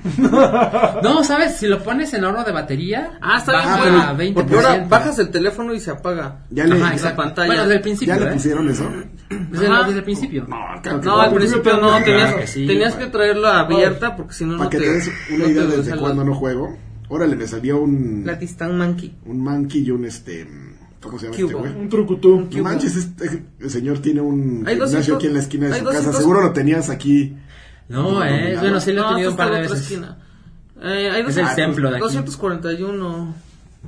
[SPEAKER 5] No, sabes, si lo pones en ahorro de batería,
[SPEAKER 4] Ah, está bien,
[SPEAKER 5] baja
[SPEAKER 4] bueno.
[SPEAKER 5] a 20%.
[SPEAKER 4] Porque ahora bajas el teléfono y se apaga.
[SPEAKER 2] Ya le,
[SPEAKER 5] Ajá,
[SPEAKER 2] ya-
[SPEAKER 5] exacto.
[SPEAKER 4] pantalla.
[SPEAKER 5] Bueno, desde el principio,
[SPEAKER 2] ya le
[SPEAKER 5] ¿eh?
[SPEAKER 2] pusieron eso.
[SPEAKER 5] Desde, el-
[SPEAKER 4] Ajá.
[SPEAKER 5] desde el principio.
[SPEAKER 2] No, claro que
[SPEAKER 4] No, al
[SPEAKER 1] Claro
[SPEAKER 4] principio no,
[SPEAKER 1] que
[SPEAKER 4] tenías,
[SPEAKER 5] sí,
[SPEAKER 4] tenías
[SPEAKER 2] pa-
[SPEAKER 4] que traerla abierta porque si no, no
[SPEAKER 2] Para que
[SPEAKER 4] te
[SPEAKER 2] te des
[SPEAKER 4] no
[SPEAKER 2] una
[SPEAKER 4] te
[SPEAKER 2] idea desde
[SPEAKER 4] deshalas.
[SPEAKER 2] cuándo no juego. Órale, me salió un,
[SPEAKER 4] La Tistán Monkey.
[SPEAKER 2] un monkey y un este. ¿Cómo se llama este
[SPEAKER 4] Cubo.
[SPEAKER 2] güey?
[SPEAKER 1] Un trucutú.
[SPEAKER 2] No manches, este señor tiene un
[SPEAKER 4] Hay
[SPEAKER 2] gimnasio
[SPEAKER 4] 200
[SPEAKER 2] aquí en la esquina de
[SPEAKER 4] hay
[SPEAKER 2] su casa.
[SPEAKER 4] 200
[SPEAKER 2] Seguro lo tenías aquí.
[SPEAKER 5] No, eh,
[SPEAKER 2] No,
[SPEAKER 5] bueno, sí lo he
[SPEAKER 4] No,
[SPEAKER 5] tenido un
[SPEAKER 4] esta
[SPEAKER 5] par
[SPEAKER 4] está
[SPEAKER 5] de
[SPEAKER 4] en otra
[SPEAKER 5] veces.
[SPEAKER 4] esquina. Eh, hay
[SPEAKER 5] Es el
[SPEAKER 4] 200
[SPEAKER 5] templo de aquí.
[SPEAKER 4] 241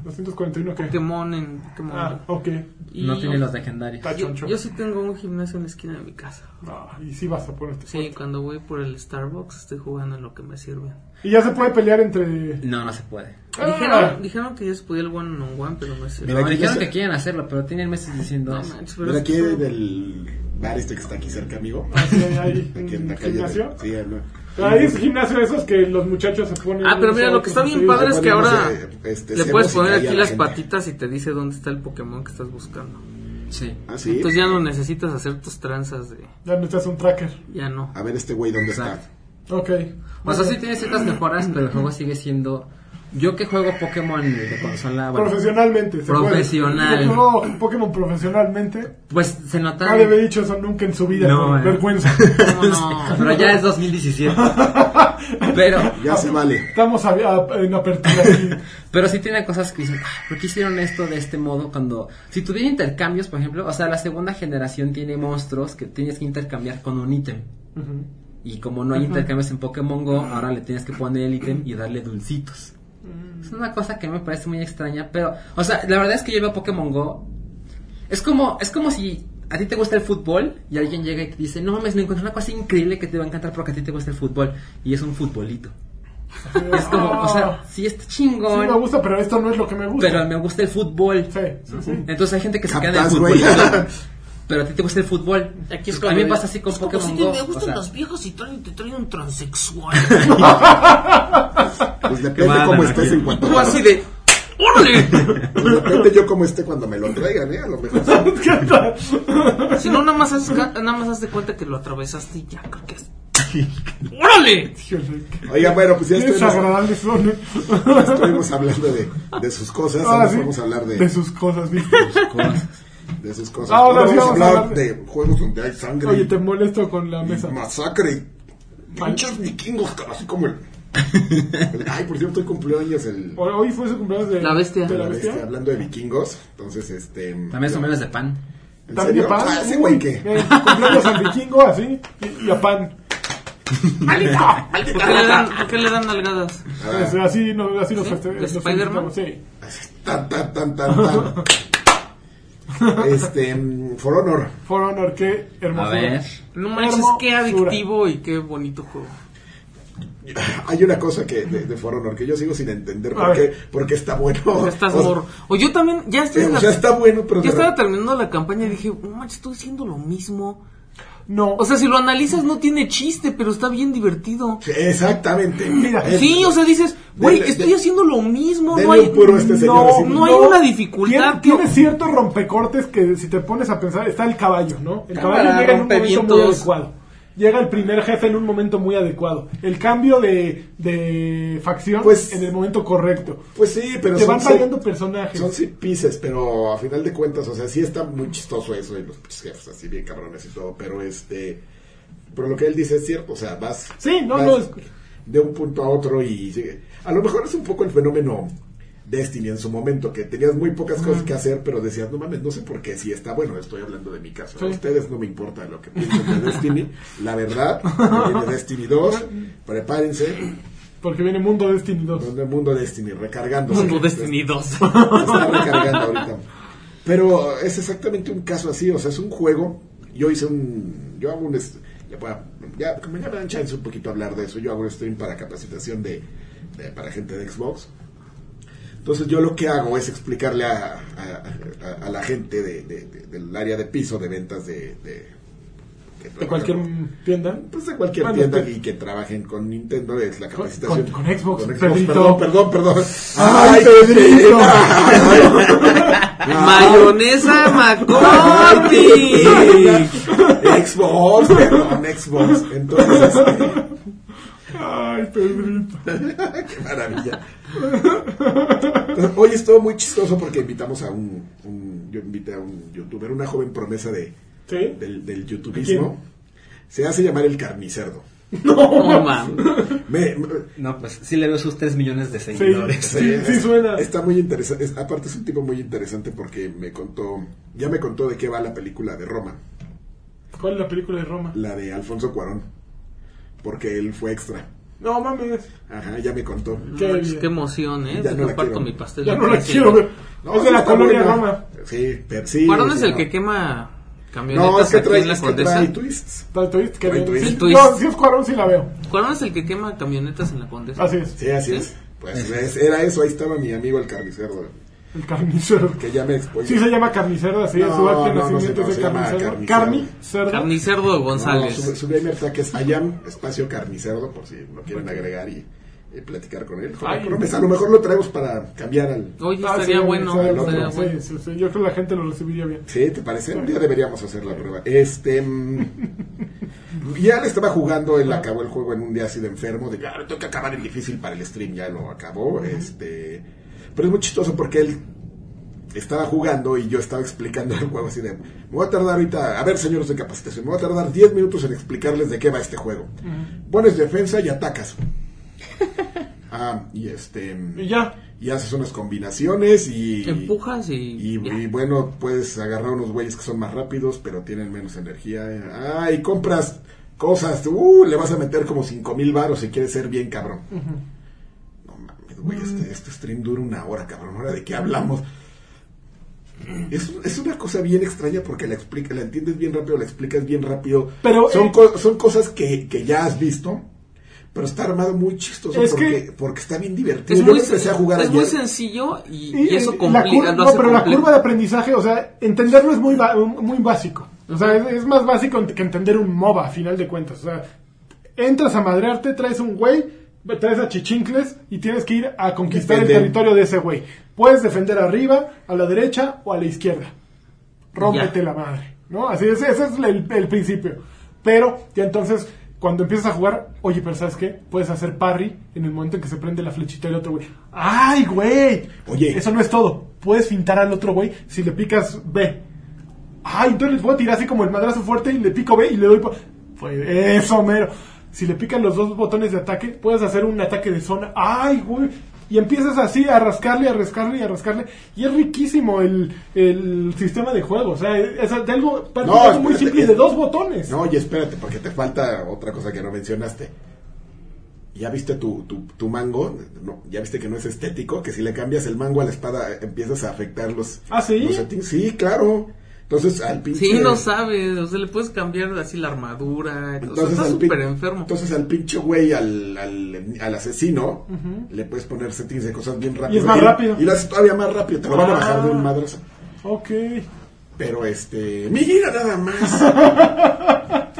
[SPEAKER 1] 241 que.
[SPEAKER 4] Pokémon en Pokémon.
[SPEAKER 1] Ah, ok.
[SPEAKER 4] Y
[SPEAKER 5] No tiene
[SPEAKER 4] yo-
[SPEAKER 5] los legendarios.
[SPEAKER 1] Está
[SPEAKER 4] yo,
[SPEAKER 1] choncho.
[SPEAKER 4] yo sí tengo un gimnasio en la esquina de mi casa.
[SPEAKER 1] Ah, y sí vas a ponerte.
[SPEAKER 4] Sí, cuando voy por el Starbucks estoy jugando en lo que me sirve.
[SPEAKER 1] Y ya se puede pelear entre.
[SPEAKER 5] No, no se puede.
[SPEAKER 1] Ah.
[SPEAKER 4] Dijeron, dijeron que yo se podía el one on one, pero no sé.
[SPEAKER 2] Mira,
[SPEAKER 5] No,
[SPEAKER 2] aquí
[SPEAKER 5] dijeron
[SPEAKER 2] ya se-
[SPEAKER 5] que quieren hacerlo, pero tienen meses diciendo
[SPEAKER 4] No
[SPEAKER 5] eso.
[SPEAKER 4] manches, pero
[SPEAKER 2] Pero
[SPEAKER 4] es
[SPEAKER 2] aquí
[SPEAKER 4] que-
[SPEAKER 2] del bar este que está aquí cerca, amigo.
[SPEAKER 1] Ah, Sí, ahí,
[SPEAKER 2] Aquí en la
[SPEAKER 1] un
[SPEAKER 2] calle. de-
[SPEAKER 1] gimnasio. Ah,
[SPEAKER 2] Sí, ahí, ¿no?
[SPEAKER 1] Ahí es gimnasio esos que los muchachos se ponen.
[SPEAKER 4] Ah, pero mira, lo que está bien padre es que
[SPEAKER 2] ponemos,
[SPEAKER 4] ahora
[SPEAKER 2] eh, este,
[SPEAKER 4] le
[SPEAKER 2] hacemos
[SPEAKER 4] puedes
[SPEAKER 2] y
[SPEAKER 4] poner
[SPEAKER 2] cae a
[SPEAKER 4] aquí
[SPEAKER 2] la
[SPEAKER 4] las
[SPEAKER 2] gente.
[SPEAKER 4] patitas y te dice dónde está el Pokémon que estás buscando.
[SPEAKER 5] Sí.
[SPEAKER 2] Ah, sí.
[SPEAKER 4] Entonces Pues ya no necesitas hacer tus tranzas de...
[SPEAKER 1] Ya no estás un tracker.
[SPEAKER 4] Ya no.
[SPEAKER 2] A ver, este güey, ¿dónde
[SPEAKER 5] Exacto.
[SPEAKER 2] está?
[SPEAKER 1] Ok.
[SPEAKER 5] O sea, sí tiene ciertas mejoras, pero el juego sigue siendo. Yo que juego Pokémon de consola, bueno,
[SPEAKER 1] Profesionalmente. se puede.
[SPEAKER 5] Profesional.
[SPEAKER 1] Si yo juego Pokémon profesionalmente.
[SPEAKER 5] pues se nota.
[SPEAKER 1] Nadie había dicho eso nunca en su vida.
[SPEAKER 5] No,
[SPEAKER 1] con
[SPEAKER 5] eh.
[SPEAKER 1] Vergüenza.
[SPEAKER 5] No, no, pero ya es 2017. Pero,
[SPEAKER 2] Ya se vale.
[SPEAKER 1] Estamos a- a- en apertura aquí.
[SPEAKER 5] pero sí tiene cosas que dicen, "Ah, ¿por qué hicieron esto de este modo? Cuando, si tuviera intercambios, por ejemplo, o sea, la segunda generación tiene monstruos que tienes que intercambiar con un ítem.
[SPEAKER 1] Ujú.
[SPEAKER 5] Y como no hay intercambios en Pokémon Go, ahora le tienes que poner el ítem y darle dulcitos.
[SPEAKER 1] Mm.
[SPEAKER 5] Es una cosa que me parece muy extraña, pero, o sea, la verdad es que yo veo Pokémon Go. Es como, es como si a ti te gusta el fútbol y alguien llega y te dice, no mames, me encontré una cosa increíble que te va a encantar porque a ti te gusta el fútbol y es un futbolito. Es como, o sea,
[SPEAKER 1] Ah,
[SPEAKER 5] sí está
[SPEAKER 1] Sí
[SPEAKER 5] chingón,
[SPEAKER 1] me gusta, pero esto no es lo que me gusta.
[SPEAKER 5] pero me gusta el fútbol.
[SPEAKER 1] Sí, sí, sí.
[SPEAKER 5] Entonces hay gente que se queda en el
[SPEAKER 2] Capaz, güey.
[SPEAKER 5] futbolito, pero a ti te gusta el fútbol.
[SPEAKER 4] Aquí es
[SPEAKER 5] Pues a mí me
[SPEAKER 4] cuando
[SPEAKER 5] pasa
[SPEAKER 4] ya-
[SPEAKER 5] así con
[SPEAKER 4] es como
[SPEAKER 5] Pokémon
[SPEAKER 4] si te-
[SPEAKER 5] Go.
[SPEAKER 4] me
[SPEAKER 5] o
[SPEAKER 4] gustan
[SPEAKER 5] sea,
[SPEAKER 4] los viejos y traen- te traen un transexual.
[SPEAKER 2] Pues depende
[SPEAKER 5] mala,
[SPEAKER 2] cómo
[SPEAKER 5] ¿no?
[SPEAKER 2] estés en cuanto.
[SPEAKER 4] Tú
[SPEAKER 5] Pues
[SPEAKER 4] así de... ¡Órale!
[SPEAKER 2] Pues depende yo cómo esté cuando me lo traigan, ¿eh? A lo mejor.
[SPEAKER 4] Si no, nada más, haces, ca- nada más haz de cuenta que lo atravesaste y ya, creo que es... ¡Órale!
[SPEAKER 1] Híjole, qué
[SPEAKER 2] Oiga, bueno, pues ya estuvimos,
[SPEAKER 1] desagradable son.
[SPEAKER 2] estuvimos hablando de, de sus cosas. Ahora
[SPEAKER 1] Ahora Ah, sí,
[SPEAKER 2] vamos a hablar de,
[SPEAKER 1] de sus cosas, ¿viste?
[SPEAKER 5] cosas.
[SPEAKER 2] de sus cosas.
[SPEAKER 1] Ahora
[SPEAKER 2] Ahora
[SPEAKER 1] sí
[SPEAKER 2] vamos a
[SPEAKER 1] vamos a
[SPEAKER 2] hablar
[SPEAKER 1] hablar
[SPEAKER 2] de juegos donde hay sangre.
[SPEAKER 1] Oye,
[SPEAKER 2] y-
[SPEAKER 1] te molesto con la
[SPEAKER 2] y
[SPEAKER 1] mesa.
[SPEAKER 2] Masacre. Pinchos vikingos, así como el... el- Ay, por cierto, hoy cumplió años el...
[SPEAKER 1] Hoy- Hoy fue su cumpleaños de
[SPEAKER 4] La bestia.
[SPEAKER 1] de la
[SPEAKER 2] la bestia,
[SPEAKER 1] bestia.
[SPEAKER 2] hablando de vikingos, entonces este...
[SPEAKER 5] También son memes de pan.
[SPEAKER 2] ¿En
[SPEAKER 1] También
[SPEAKER 2] serio?
[SPEAKER 1] a pan.
[SPEAKER 2] Ah, ese
[SPEAKER 1] Uy,
[SPEAKER 2] güey que...
[SPEAKER 1] eh, cumpleaños al vikingo, así. Y, y a pan.
[SPEAKER 4] ¡Maldita! ¿Por qué le dan, por qué le dan nalgadas?
[SPEAKER 2] Ah,
[SPEAKER 1] Pues, así nos así nos
[SPEAKER 4] ¿Sí?
[SPEAKER 1] feste-
[SPEAKER 4] ¿De
[SPEAKER 1] nos
[SPEAKER 4] Spider-Man?
[SPEAKER 1] felicitamos, Sí.
[SPEAKER 2] Tan, tan, tan, tan, tan. Este, mm, For Honor.
[SPEAKER 1] For Honor, qué
[SPEAKER 5] A
[SPEAKER 1] hermoso.
[SPEAKER 5] ver.
[SPEAKER 4] No manches, qué adictivo y qué bonito juego.
[SPEAKER 2] Hay una cosa que de, de For Honor que yo sigo sin entender
[SPEAKER 1] A
[SPEAKER 2] por
[SPEAKER 1] ver.
[SPEAKER 2] qué, por qué está bueno.
[SPEAKER 4] O sea, estás
[SPEAKER 2] O-
[SPEAKER 4] morro. O yo también, ya
[SPEAKER 2] Oh, Sí,
[SPEAKER 4] estás en
[SPEAKER 2] o
[SPEAKER 4] la-
[SPEAKER 2] sea, está bueno, pero... de
[SPEAKER 4] Ya estaba
[SPEAKER 2] re-
[SPEAKER 4] terminando la campaña y dije, no manches, estoy haciendo lo mismo.
[SPEAKER 1] No.
[SPEAKER 4] O sea, si lo analizas no tiene chiste, pero está bien divertido.
[SPEAKER 2] Sí, Exactamente. Eh, Mira,
[SPEAKER 4] Sí, o sea, dices, güey,
[SPEAKER 2] Denle-
[SPEAKER 4] estoy
[SPEAKER 2] de-
[SPEAKER 4] haciendo lo mismo, no
[SPEAKER 2] denle
[SPEAKER 4] hay...
[SPEAKER 2] un puro a este señor. así.
[SPEAKER 4] no hay una
[SPEAKER 1] Tiene,
[SPEAKER 4] dificultad, tío.
[SPEAKER 1] tiene ciertos rompecortes que si te pones a pensar, está el caballo, ¿no? El
[SPEAKER 5] Cámara,
[SPEAKER 1] caballo llega en un momento muy
[SPEAKER 5] rompevientos.
[SPEAKER 1] adecuado. Llega el primer jefe en un momento muy adecuado. El cambio de, de facción
[SPEAKER 2] Pues-
[SPEAKER 1] en el momento correcto.
[SPEAKER 2] Pues sí, pero
[SPEAKER 1] te
[SPEAKER 2] son,
[SPEAKER 1] van variando
[SPEAKER 2] son,
[SPEAKER 1] personajes.
[SPEAKER 2] son sí pises, pero a final de cuentas, o sea, sí está muy chistoso eso y los pinches jefes así bien cabrones y todo, pero este... Pero lo que él dice es cierto, o sea, vas...
[SPEAKER 1] Sí, no,
[SPEAKER 2] vas
[SPEAKER 1] no, es-
[SPEAKER 2] De un punto a otro y sigue. A lo mejor es un poco el fenómeno Destiny en su momento, que tenías muy pocas cosas que hacer, pero decías, no mames, no sé por qué, si está bueno, estoy hablando de mi caso. A
[SPEAKER 1] Sí.
[SPEAKER 2] ustedes no me importa lo que piensen de Destiny, la verdad, que viene Destiny 2, prepárense,
[SPEAKER 1] Porque viene Mundo Destiny 2.
[SPEAKER 2] el mundo Destiny, recargándose.
[SPEAKER 4] Mundo Destiny 2.
[SPEAKER 2] Está recargando ahorita. Pero es exactamente un caso así, o sea, es un juego. Yo hice un. Yo hago un. est- Ya, voy a- ya, como ya me dan chance un poquito a hablar de eso. Yo hago un stream para capacitación de, de- para gente de Xbox. Entonces, yo lo que hago es explicarle a, a- a- a la gente de- de- de- del área de piso de ventas de. de- que
[SPEAKER 1] De cualquier tienda.
[SPEAKER 2] pues de cualquier
[SPEAKER 1] Bueno,
[SPEAKER 2] tienda
[SPEAKER 1] pe-
[SPEAKER 2] y que trabajen con Nintendo es la capacitación.
[SPEAKER 1] con- con Xbox, Pedrito.
[SPEAKER 2] perdón, perdón, perdón.
[SPEAKER 1] ¡Ay, Pedrito!
[SPEAKER 2] Ah.
[SPEAKER 4] Mayonesa McCormick.
[SPEAKER 2] Xbox, perdón, Xbox. Entonces, este,
[SPEAKER 1] Ay, Pedrito.
[SPEAKER 2] qué maravilla. Hoy estuvo muy chistoso porque invitamos a un, un- yo invité a un youtuber, una joven promesa de,
[SPEAKER 1] ¿Sí?
[SPEAKER 2] del, del youtubismo. Se hace llamar el carnicero.
[SPEAKER 4] No mames.
[SPEAKER 2] Me- me-
[SPEAKER 5] No, pues sí le veo sus 3 millones de
[SPEAKER 1] Sí,
[SPEAKER 5] seguidores.
[SPEAKER 1] sí, sí suena.
[SPEAKER 2] Está muy interesante. es- aparte es un tipo muy interesante porque me contó, ya me contó de qué va la película de Roma,
[SPEAKER 1] ¿Cuál es la película de Roma?
[SPEAKER 2] la de Alfonso Cuarón, porque él fue extra.
[SPEAKER 1] No mames.
[SPEAKER 2] Ajá, ya me contó.
[SPEAKER 1] Qué
[SPEAKER 4] Manches,
[SPEAKER 1] bien.
[SPEAKER 4] qué emoción, ¿eh?
[SPEAKER 2] Ya
[SPEAKER 4] Te
[SPEAKER 2] no la
[SPEAKER 4] reparto
[SPEAKER 2] quiero.
[SPEAKER 4] mi pastel.
[SPEAKER 1] Ya
[SPEAKER 4] de
[SPEAKER 1] no la
[SPEAKER 4] precio.
[SPEAKER 1] quiero ver.
[SPEAKER 2] No,
[SPEAKER 1] es de
[SPEAKER 2] sí
[SPEAKER 1] la
[SPEAKER 2] está
[SPEAKER 1] colonia
[SPEAKER 2] buena.
[SPEAKER 1] Roma.
[SPEAKER 2] Sí, pero sí.
[SPEAKER 4] ¿Cuarón es
[SPEAKER 2] sí,
[SPEAKER 4] el
[SPEAKER 2] no.
[SPEAKER 4] que quema camionetas
[SPEAKER 2] No, es que
[SPEAKER 4] aquí en
[SPEAKER 2] trae,
[SPEAKER 4] la
[SPEAKER 2] es que
[SPEAKER 4] Condesa?
[SPEAKER 2] trae twists.
[SPEAKER 1] ¿Tanto twist? Qué
[SPEAKER 2] Trae
[SPEAKER 1] bien.
[SPEAKER 2] twist.
[SPEAKER 1] Sí,
[SPEAKER 4] Twist.
[SPEAKER 1] No, si es Cuarón, sí la veo.
[SPEAKER 4] ¿Cuarón es el que quema camionetas en la Condesa?
[SPEAKER 1] Así es.
[SPEAKER 2] Sí, así
[SPEAKER 4] ¿Sí?
[SPEAKER 2] es. Pues es- era eso, ahí estaba mi amigo el carnicero,
[SPEAKER 1] El carnicero.
[SPEAKER 2] que ya me expuso.
[SPEAKER 1] Sí se llama carnicero, así es.
[SPEAKER 2] No,
[SPEAKER 1] Su acta de
[SPEAKER 2] no, no
[SPEAKER 1] nacimiento
[SPEAKER 2] se- no
[SPEAKER 1] es de
[SPEAKER 2] se llama
[SPEAKER 1] carnicero.
[SPEAKER 2] carnicero.
[SPEAKER 1] Carni, cerdo.
[SPEAKER 4] Carnicerdo
[SPEAKER 2] No,
[SPEAKER 4] González.
[SPEAKER 2] su, su gamer tag es Ayam, espacio carnicero, por si lo quieren agregar y, y platicar con él. Joder,
[SPEAKER 1] Ay.
[SPEAKER 2] Promesa, a lo mejor lo traemos para cambiar al...
[SPEAKER 4] Oye,
[SPEAKER 1] Ah,
[SPEAKER 4] estaría
[SPEAKER 1] sí,
[SPEAKER 4] bueno.
[SPEAKER 1] sabe el
[SPEAKER 2] otro,
[SPEAKER 4] estaría
[SPEAKER 1] sí,
[SPEAKER 4] bueno.
[SPEAKER 1] sí, sí, Yo creo que la gente lo recibiría bien.
[SPEAKER 2] Sí, ¿te parece? Un día deberíamos hacer la prueba. Este. mm, ya le estaba jugando, él acabó el juego en un día así de enfermo, de claro, tengo que acabar el difícil para el stream, ya lo acabó. Este. Pero es muy chistoso porque él estaba jugando y yo estaba explicando el juego así de. Me voy a tardar ahorita, a ver señores de capacitación, me voy a tardar 10 minutos en explicarles de qué va este juego. Pones defensa y atacas. Ah, y este.
[SPEAKER 1] Y ya.
[SPEAKER 2] Y haces unas combinaciones y.
[SPEAKER 4] Empujas y...
[SPEAKER 2] Y,
[SPEAKER 4] ya.
[SPEAKER 2] y bueno, puedes agarrar unos güeyes que son más rápidos, pero tienen menos energía. Ah, y compras cosas. Uh, le vas a meter como cinco mil baros si quieres ser bien cabrón. No mames, güey, este, este stream dura una hora, cabrón. ¿Ahora de qué hablamos? Es, es una cosa bien extraña porque la, explica, la entiendes bien rápido, la explicas bien rápido.
[SPEAKER 1] Pero,
[SPEAKER 2] son,
[SPEAKER 1] eh,
[SPEAKER 2] co- son cosas que, que ya has visto, pero está armado muy chistoso
[SPEAKER 1] Es
[SPEAKER 2] porque,
[SPEAKER 1] que-
[SPEAKER 2] porque está bien divertido.
[SPEAKER 4] Es,
[SPEAKER 2] Yo
[SPEAKER 4] muy,
[SPEAKER 2] lo empecé a jugar
[SPEAKER 4] es
[SPEAKER 2] ayer.
[SPEAKER 4] muy sencillo y, y
[SPEAKER 1] Y,
[SPEAKER 4] eso
[SPEAKER 1] la
[SPEAKER 4] complica.
[SPEAKER 1] curva-
[SPEAKER 4] lo
[SPEAKER 1] no,
[SPEAKER 4] hace
[SPEAKER 1] pero la
[SPEAKER 4] comple-
[SPEAKER 1] curva de aprendizaje, o sea, entenderlo es muy, ba- muy básico. O sea, es, es más básico que entender un MOBA, a final de cuentas. O sea, entras a madrearte, traes un güey, traes a chichincles y tienes que ir a conquistar
[SPEAKER 2] Defender.
[SPEAKER 1] el territorio de ese güey. Puedes defender arriba, a la derecha o a la izquierda. Rómpete
[SPEAKER 4] Ya.
[SPEAKER 1] la madre, ¿no? Así es, ese es el, el principio. Pero, ya entonces, cuando empiezas a jugar, oye, pero ¿sabes qué? Puedes hacer parry en el momento en que se prende la flechita del otro güey. ¡Ay, güey!
[SPEAKER 2] Oye.
[SPEAKER 1] Eso no es todo. Puedes fintar al otro güey si le picas B. Ah, entonces le puedo tirar así como el madrazo fuerte y le pico B y le doy. pa- Pues eso, mero. si le pican los dos botones de ataque, puedes hacer un ataque de zona. ¡Ay, güey! Y empiezas así a rascarle, a rascarle y a rascarle. Y es riquísimo el, el sistema de juego. O sea, es de algo prácticamente muy
[SPEAKER 2] espérate,
[SPEAKER 1] simple
[SPEAKER 2] es-
[SPEAKER 1] de dos botones.
[SPEAKER 2] No, y espérate, porque te falta otra cosa que no mencionaste. ¿Ya viste tu, tu, tu mango? No, ¿Ya viste que no es estético? Que si le cambias el mango a la espada eh, empiezas a afectar los...
[SPEAKER 1] ¿Ah, sí?
[SPEAKER 2] los settings. Sí, claro. Entonces al pinche...
[SPEAKER 4] Sí, no sabes, o sea, le puedes cambiar así la armadura, o sea,
[SPEAKER 2] Entonces,
[SPEAKER 4] está
[SPEAKER 2] al pin-
[SPEAKER 4] súper enfermo.
[SPEAKER 2] entonces al pinche güey, al, al, al asesino, le puedes poner settings de cosas bien rápido.
[SPEAKER 1] Y es más rápido. Ah.
[SPEAKER 2] Y lo haces todavía más rápido, te lo van a bajar de un madrazo.
[SPEAKER 1] Ok.
[SPEAKER 2] Pero este... Mi gira nada más.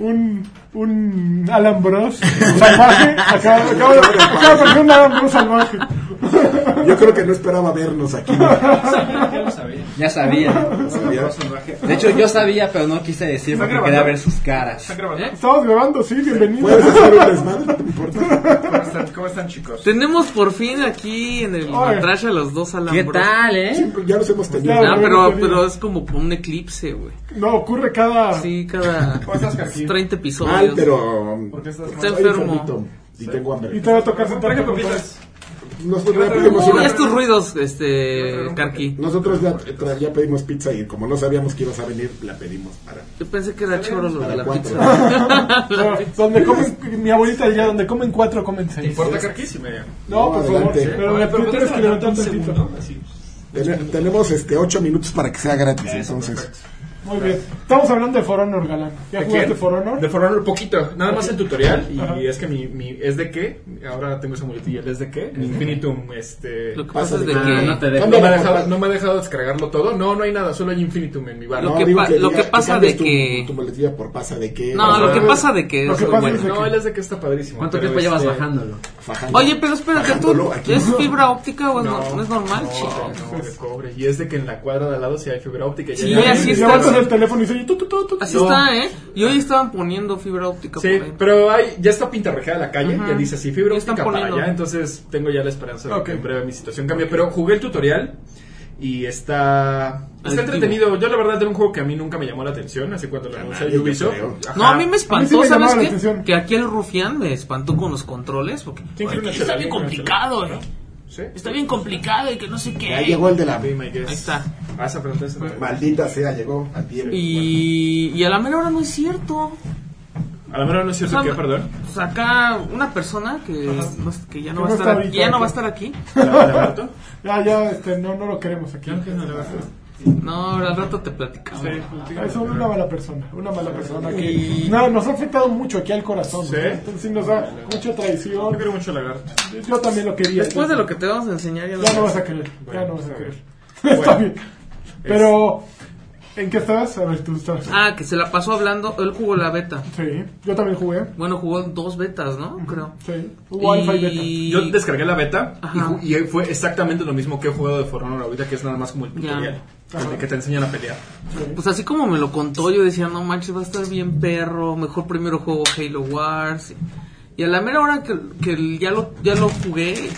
[SPEAKER 1] Un, un Alan Bros salvaje. Acaba, acaba, de- acaba de aparecer un Alan Bros salvaje.
[SPEAKER 2] Yo creo que no esperaba vernos aquí.
[SPEAKER 6] Ya lo sabía.
[SPEAKER 5] Ya sabía.
[SPEAKER 2] ¿sabías?
[SPEAKER 5] De hecho, yo sabía, pero no quise decir
[SPEAKER 6] ¿Está
[SPEAKER 5] porque
[SPEAKER 6] grabando?
[SPEAKER 5] quería ver sus caras.
[SPEAKER 6] ¿Está grabando?
[SPEAKER 1] Estamos grabando, sí, bienvenido.
[SPEAKER 2] ¿Puedes hacer un desmadre? No te importa.
[SPEAKER 6] ¿Cómo están, cómo están, chicos?
[SPEAKER 4] Tenemos por fin aquí en el
[SPEAKER 1] Oye.
[SPEAKER 4] trash a los dos
[SPEAKER 5] ¿Qué
[SPEAKER 4] alambros.
[SPEAKER 5] tal, eh?
[SPEAKER 2] Siempre- ya los hemos tenido.
[SPEAKER 1] Ya,
[SPEAKER 4] Ah, pero,
[SPEAKER 1] Bienvenido.
[SPEAKER 4] pero es como un eclipse, güey.
[SPEAKER 1] No, ocurre cada.
[SPEAKER 4] Sí, cada
[SPEAKER 1] Pues,
[SPEAKER 6] ¿Cómo estás, Carqui?
[SPEAKER 4] 30 episodios.
[SPEAKER 2] Mal, pero.
[SPEAKER 6] ¿Por qué estás
[SPEAKER 2] soy
[SPEAKER 6] mal?
[SPEAKER 4] Está enfermo.
[SPEAKER 2] enfermito Y tengo
[SPEAKER 1] Y
[SPEAKER 2] hambre.
[SPEAKER 1] te va a tocar sentarte
[SPEAKER 6] Traje
[SPEAKER 1] a comprar.
[SPEAKER 6] papitas.
[SPEAKER 2] Nosotros ya
[SPEAKER 6] Pero-
[SPEAKER 2] pedimos
[SPEAKER 4] Uy,
[SPEAKER 2] una-
[SPEAKER 4] haz tus ruidos, este, Karki.
[SPEAKER 2] Nosotros ya, tra- ya pedimos pizza y como no sabíamos que ibas a venir, la pedimos para,
[SPEAKER 4] Yo pensé que era choro lo de
[SPEAKER 2] para
[SPEAKER 4] la
[SPEAKER 2] cuatro.
[SPEAKER 4] pizza.
[SPEAKER 1] No, donde comen, mi abuelita ya, donde comen cuatro, comen
[SPEAKER 6] ¿Te
[SPEAKER 1] seis.
[SPEAKER 6] importa, Carqui? Si me...
[SPEAKER 1] No, por favor.
[SPEAKER 2] Adelante.
[SPEAKER 1] Pero
[SPEAKER 6] Oye,
[SPEAKER 1] tú tienes
[SPEAKER 6] puedes
[SPEAKER 1] que
[SPEAKER 6] adelantar
[SPEAKER 1] levantar
[SPEAKER 6] un
[SPEAKER 1] tantito.
[SPEAKER 6] segundo, así.
[SPEAKER 2] Ten- tenemos este 8 minutos para que sea gratis,
[SPEAKER 6] Eso,
[SPEAKER 2] entonces.
[SPEAKER 6] perfecto.
[SPEAKER 1] Muy bien. Estamos hablando de For Honor, Galán. ¿Ya
[SPEAKER 6] ¿De
[SPEAKER 1] jugaste
[SPEAKER 6] quién?
[SPEAKER 1] For Honor?
[SPEAKER 6] De For Honor, poquito. Nada más el tutorial. Y
[SPEAKER 1] Ajá.
[SPEAKER 6] es que mi, mi. ¿Es de qué? Ahora tengo esa muletilla. ¿Es de qué? Infinitum. Este.
[SPEAKER 4] Lo que
[SPEAKER 2] Pasa
[SPEAKER 4] pasa es
[SPEAKER 2] de
[SPEAKER 4] de
[SPEAKER 2] que-
[SPEAKER 4] que...
[SPEAKER 5] no te
[SPEAKER 6] No
[SPEAKER 5] dejo.
[SPEAKER 6] me, ha dejado, no me ha dejado descargarlo todo. No, no hay nada. Solo hay Infinitum en mi barra.
[SPEAKER 4] Lo que
[SPEAKER 2] digo
[SPEAKER 4] pa- lo
[SPEAKER 2] digas-
[SPEAKER 4] que pasa
[SPEAKER 2] cambies
[SPEAKER 4] de
[SPEAKER 2] tu-
[SPEAKER 4] que-
[SPEAKER 2] Tu boletilla por pasa de que.
[SPEAKER 4] No, lo que pasa de que...
[SPEAKER 1] Lo
[SPEAKER 4] es
[SPEAKER 1] que
[SPEAKER 4] muy
[SPEAKER 1] pasa
[SPEAKER 4] bueno.
[SPEAKER 1] es de-
[SPEAKER 6] No, él es de que está padrísimo.
[SPEAKER 5] ¿Cuánto
[SPEAKER 6] pero
[SPEAKER 5] tiempo llevas
[SPEAKER 6] este-
[SPEAKER 5] bajándolo?
[SPEAKER 2] Fajando.
[SPEAKER 4] Oye, pero espérate, ¿tú
[SPEAKER 2] Fajándolo aquí.
[SPEAKER 4] es fibra óptica o es,
[SPEAKER 6] No,
[SPEAKER 4] no, no es normal,
[SPEAKER 6] no,
[SPEAKER 4] chico?
[SPEAKER 6] no, de cobre. Y es de que en la cuadra de al lado sí hay fibra óptica.
[SPEAKER 4] Sí,
[SPEAKER 6] Ya-
[SPEAKER 4] así
[SPEAKER 1] Y
[SPEAKER 4] está.
[SPEAKER 1] levantas el teléfono y dices, tú, tú, tú, tú.
[SPEAKER 4] Así
[SPEAKER 6] No.
[SPEAKER 4] está, ¿eh? Y hoy estaban poniendo fibra óptica
[SPEAKER 6] Sí,
[SPEAKER 4] por ahí.
[SPEAKER 6] pero hay, ya está pintarrejada la calle,
[SPEAKER 4] Ajá.
[SPEAKER 6] ya dice así, fibra
[SPEAKER 4] Ya están
[SPEAKER 6] óptica para
[SPEAKER 4] poniendo.
[SPEAKER 6] allá, entonces tengo ya la esperanza de
[SPEAKER 1] Ok.
[SPEAKER 6] que en breve mi situación cambie. Pero jugué el tutorial y está, está
[SPEAKER 4] Adictivo.
[SPEAKER 6] entretenido. Yo la verdad era un juego que a mí nunca me llamó la atención, así cuando lo anuncié
[SPEAKER 2] nadie, yo
[SPEAKER 6] Ubisoft.
[SPEAKER 2] creo.
[SPEAKER 6] Ajá.
[SPEAKER 4] No, a mí me
[SPEAKER 1] sí
[SPEAKER 4] espantó,
[SPEAKER 1] me llamaba
[SPEAKER 4] ¿sabes
[SPEAKER 1] la
[SPEAKER 4] qué?
[SPEAKER 1] atención.
[SPEAKER 4] Que aquí el rufián me espantó con los controles porque
[SPEAKER 6] ¿Quién quiere una
[SPEAKER 4] está bien
[SPEAKER 6] chelalina?
[SPEAKER 4] complicado, ¿eh?
[SPEAKER 6] Sí.
[SPEAKER 4] Está bien complicado y que no sé qué.
[SPEAKER 2] Ya llegó el de la.
[SPEAKER 6] Be my guest.
[SPEAKER 4] Ahí está.
[SPEAKER 6] Ah, esa pregunta es-
[SPEAKER 2] Maldita sea, llegó a tiempo.
[SPEAKER 4] Y, y a la mera hora no es cierto.
[SPEAKER 6] A lo mejor no es cierto
[SPEAKER 4] O
[SPEAKER 6] que,
[SPEAKER 4] sea,
[SPEAKER 6] perdón.
[SPEAKER 4] Pues acá una persona que, no- que ya
[SPEAKER 1] Que
[SPEAKER 4] no,
[SPEAKER 1] no
[SPEAKER 4] va a
[SPEAKER 1] está
[SPEAKER 4] estar aquí,
[SPEAKER 1] ahorita
[SPEAKER 4] ya no va a
[SPEAKER 1] aquí.
[SPEAKER 4] estar aquí.
[SPEAKER 6] ¿Alberto?
[SPEAKER 1] Ya, ya, este, no, no lo queremos aquí.
[SPEAKER 4] No, al rato te platicamos.
[SPEAKER 1] Es una mala persona, una mala persona que no, nos ha afectado mucho aquí al corazón.
[SPEAKER 6] Sí.
[SPEAKER 1] ¿no? Entonces sí nos da mucha
[SPEAKER 6] Yo
[SPEAKER 1] traición.
[SPEAKER 6] quiero mucho lagarto.
[SPEAKER 1] Yo también lo quería.
[SPEAKER 4] Después de lo que te vamos a enseñar ya no
[SPEAKER 1] Ya no
[SPEAKER 4] vas
[SPEAKER 1] vas a
[SPEAKER 4] a-
[SPEAKER 1] querer, ya no vas a querer.
[SPEAKER 6] Bueno.
[SPEAKER 1] Está bien. Pero, ¿en qué estabas? A ver, tú estás.
[SPEAKER 4] Ah, que se la pasó hablando, él jugó la beta.
[SPEAKER 1] Sí, yo también jugué.
[SPEAKER 4] Bueno, jugó dos betas, ¿no? Creo.
[SPEAKER 1] Sí, hubo alfa y beta.
[SPEAKER 4] Y-
[SPEAKER 6] Yo descargué la beta y,
[SPEAKER 4] Ajá.
[SPEAKER 6] ju- y fue exactamente lo mismo que he jugado de For Honor ahorita, que es nada más como el tutorial. el Que te enseñan a pelear.
[SPEAKER 4] Pues así como me lo contó, yo decía, no manches, va a estar bien perro, mejor primero juego Halo Wars. Y a la mera hora que, que ya, lo, ya lo jugué,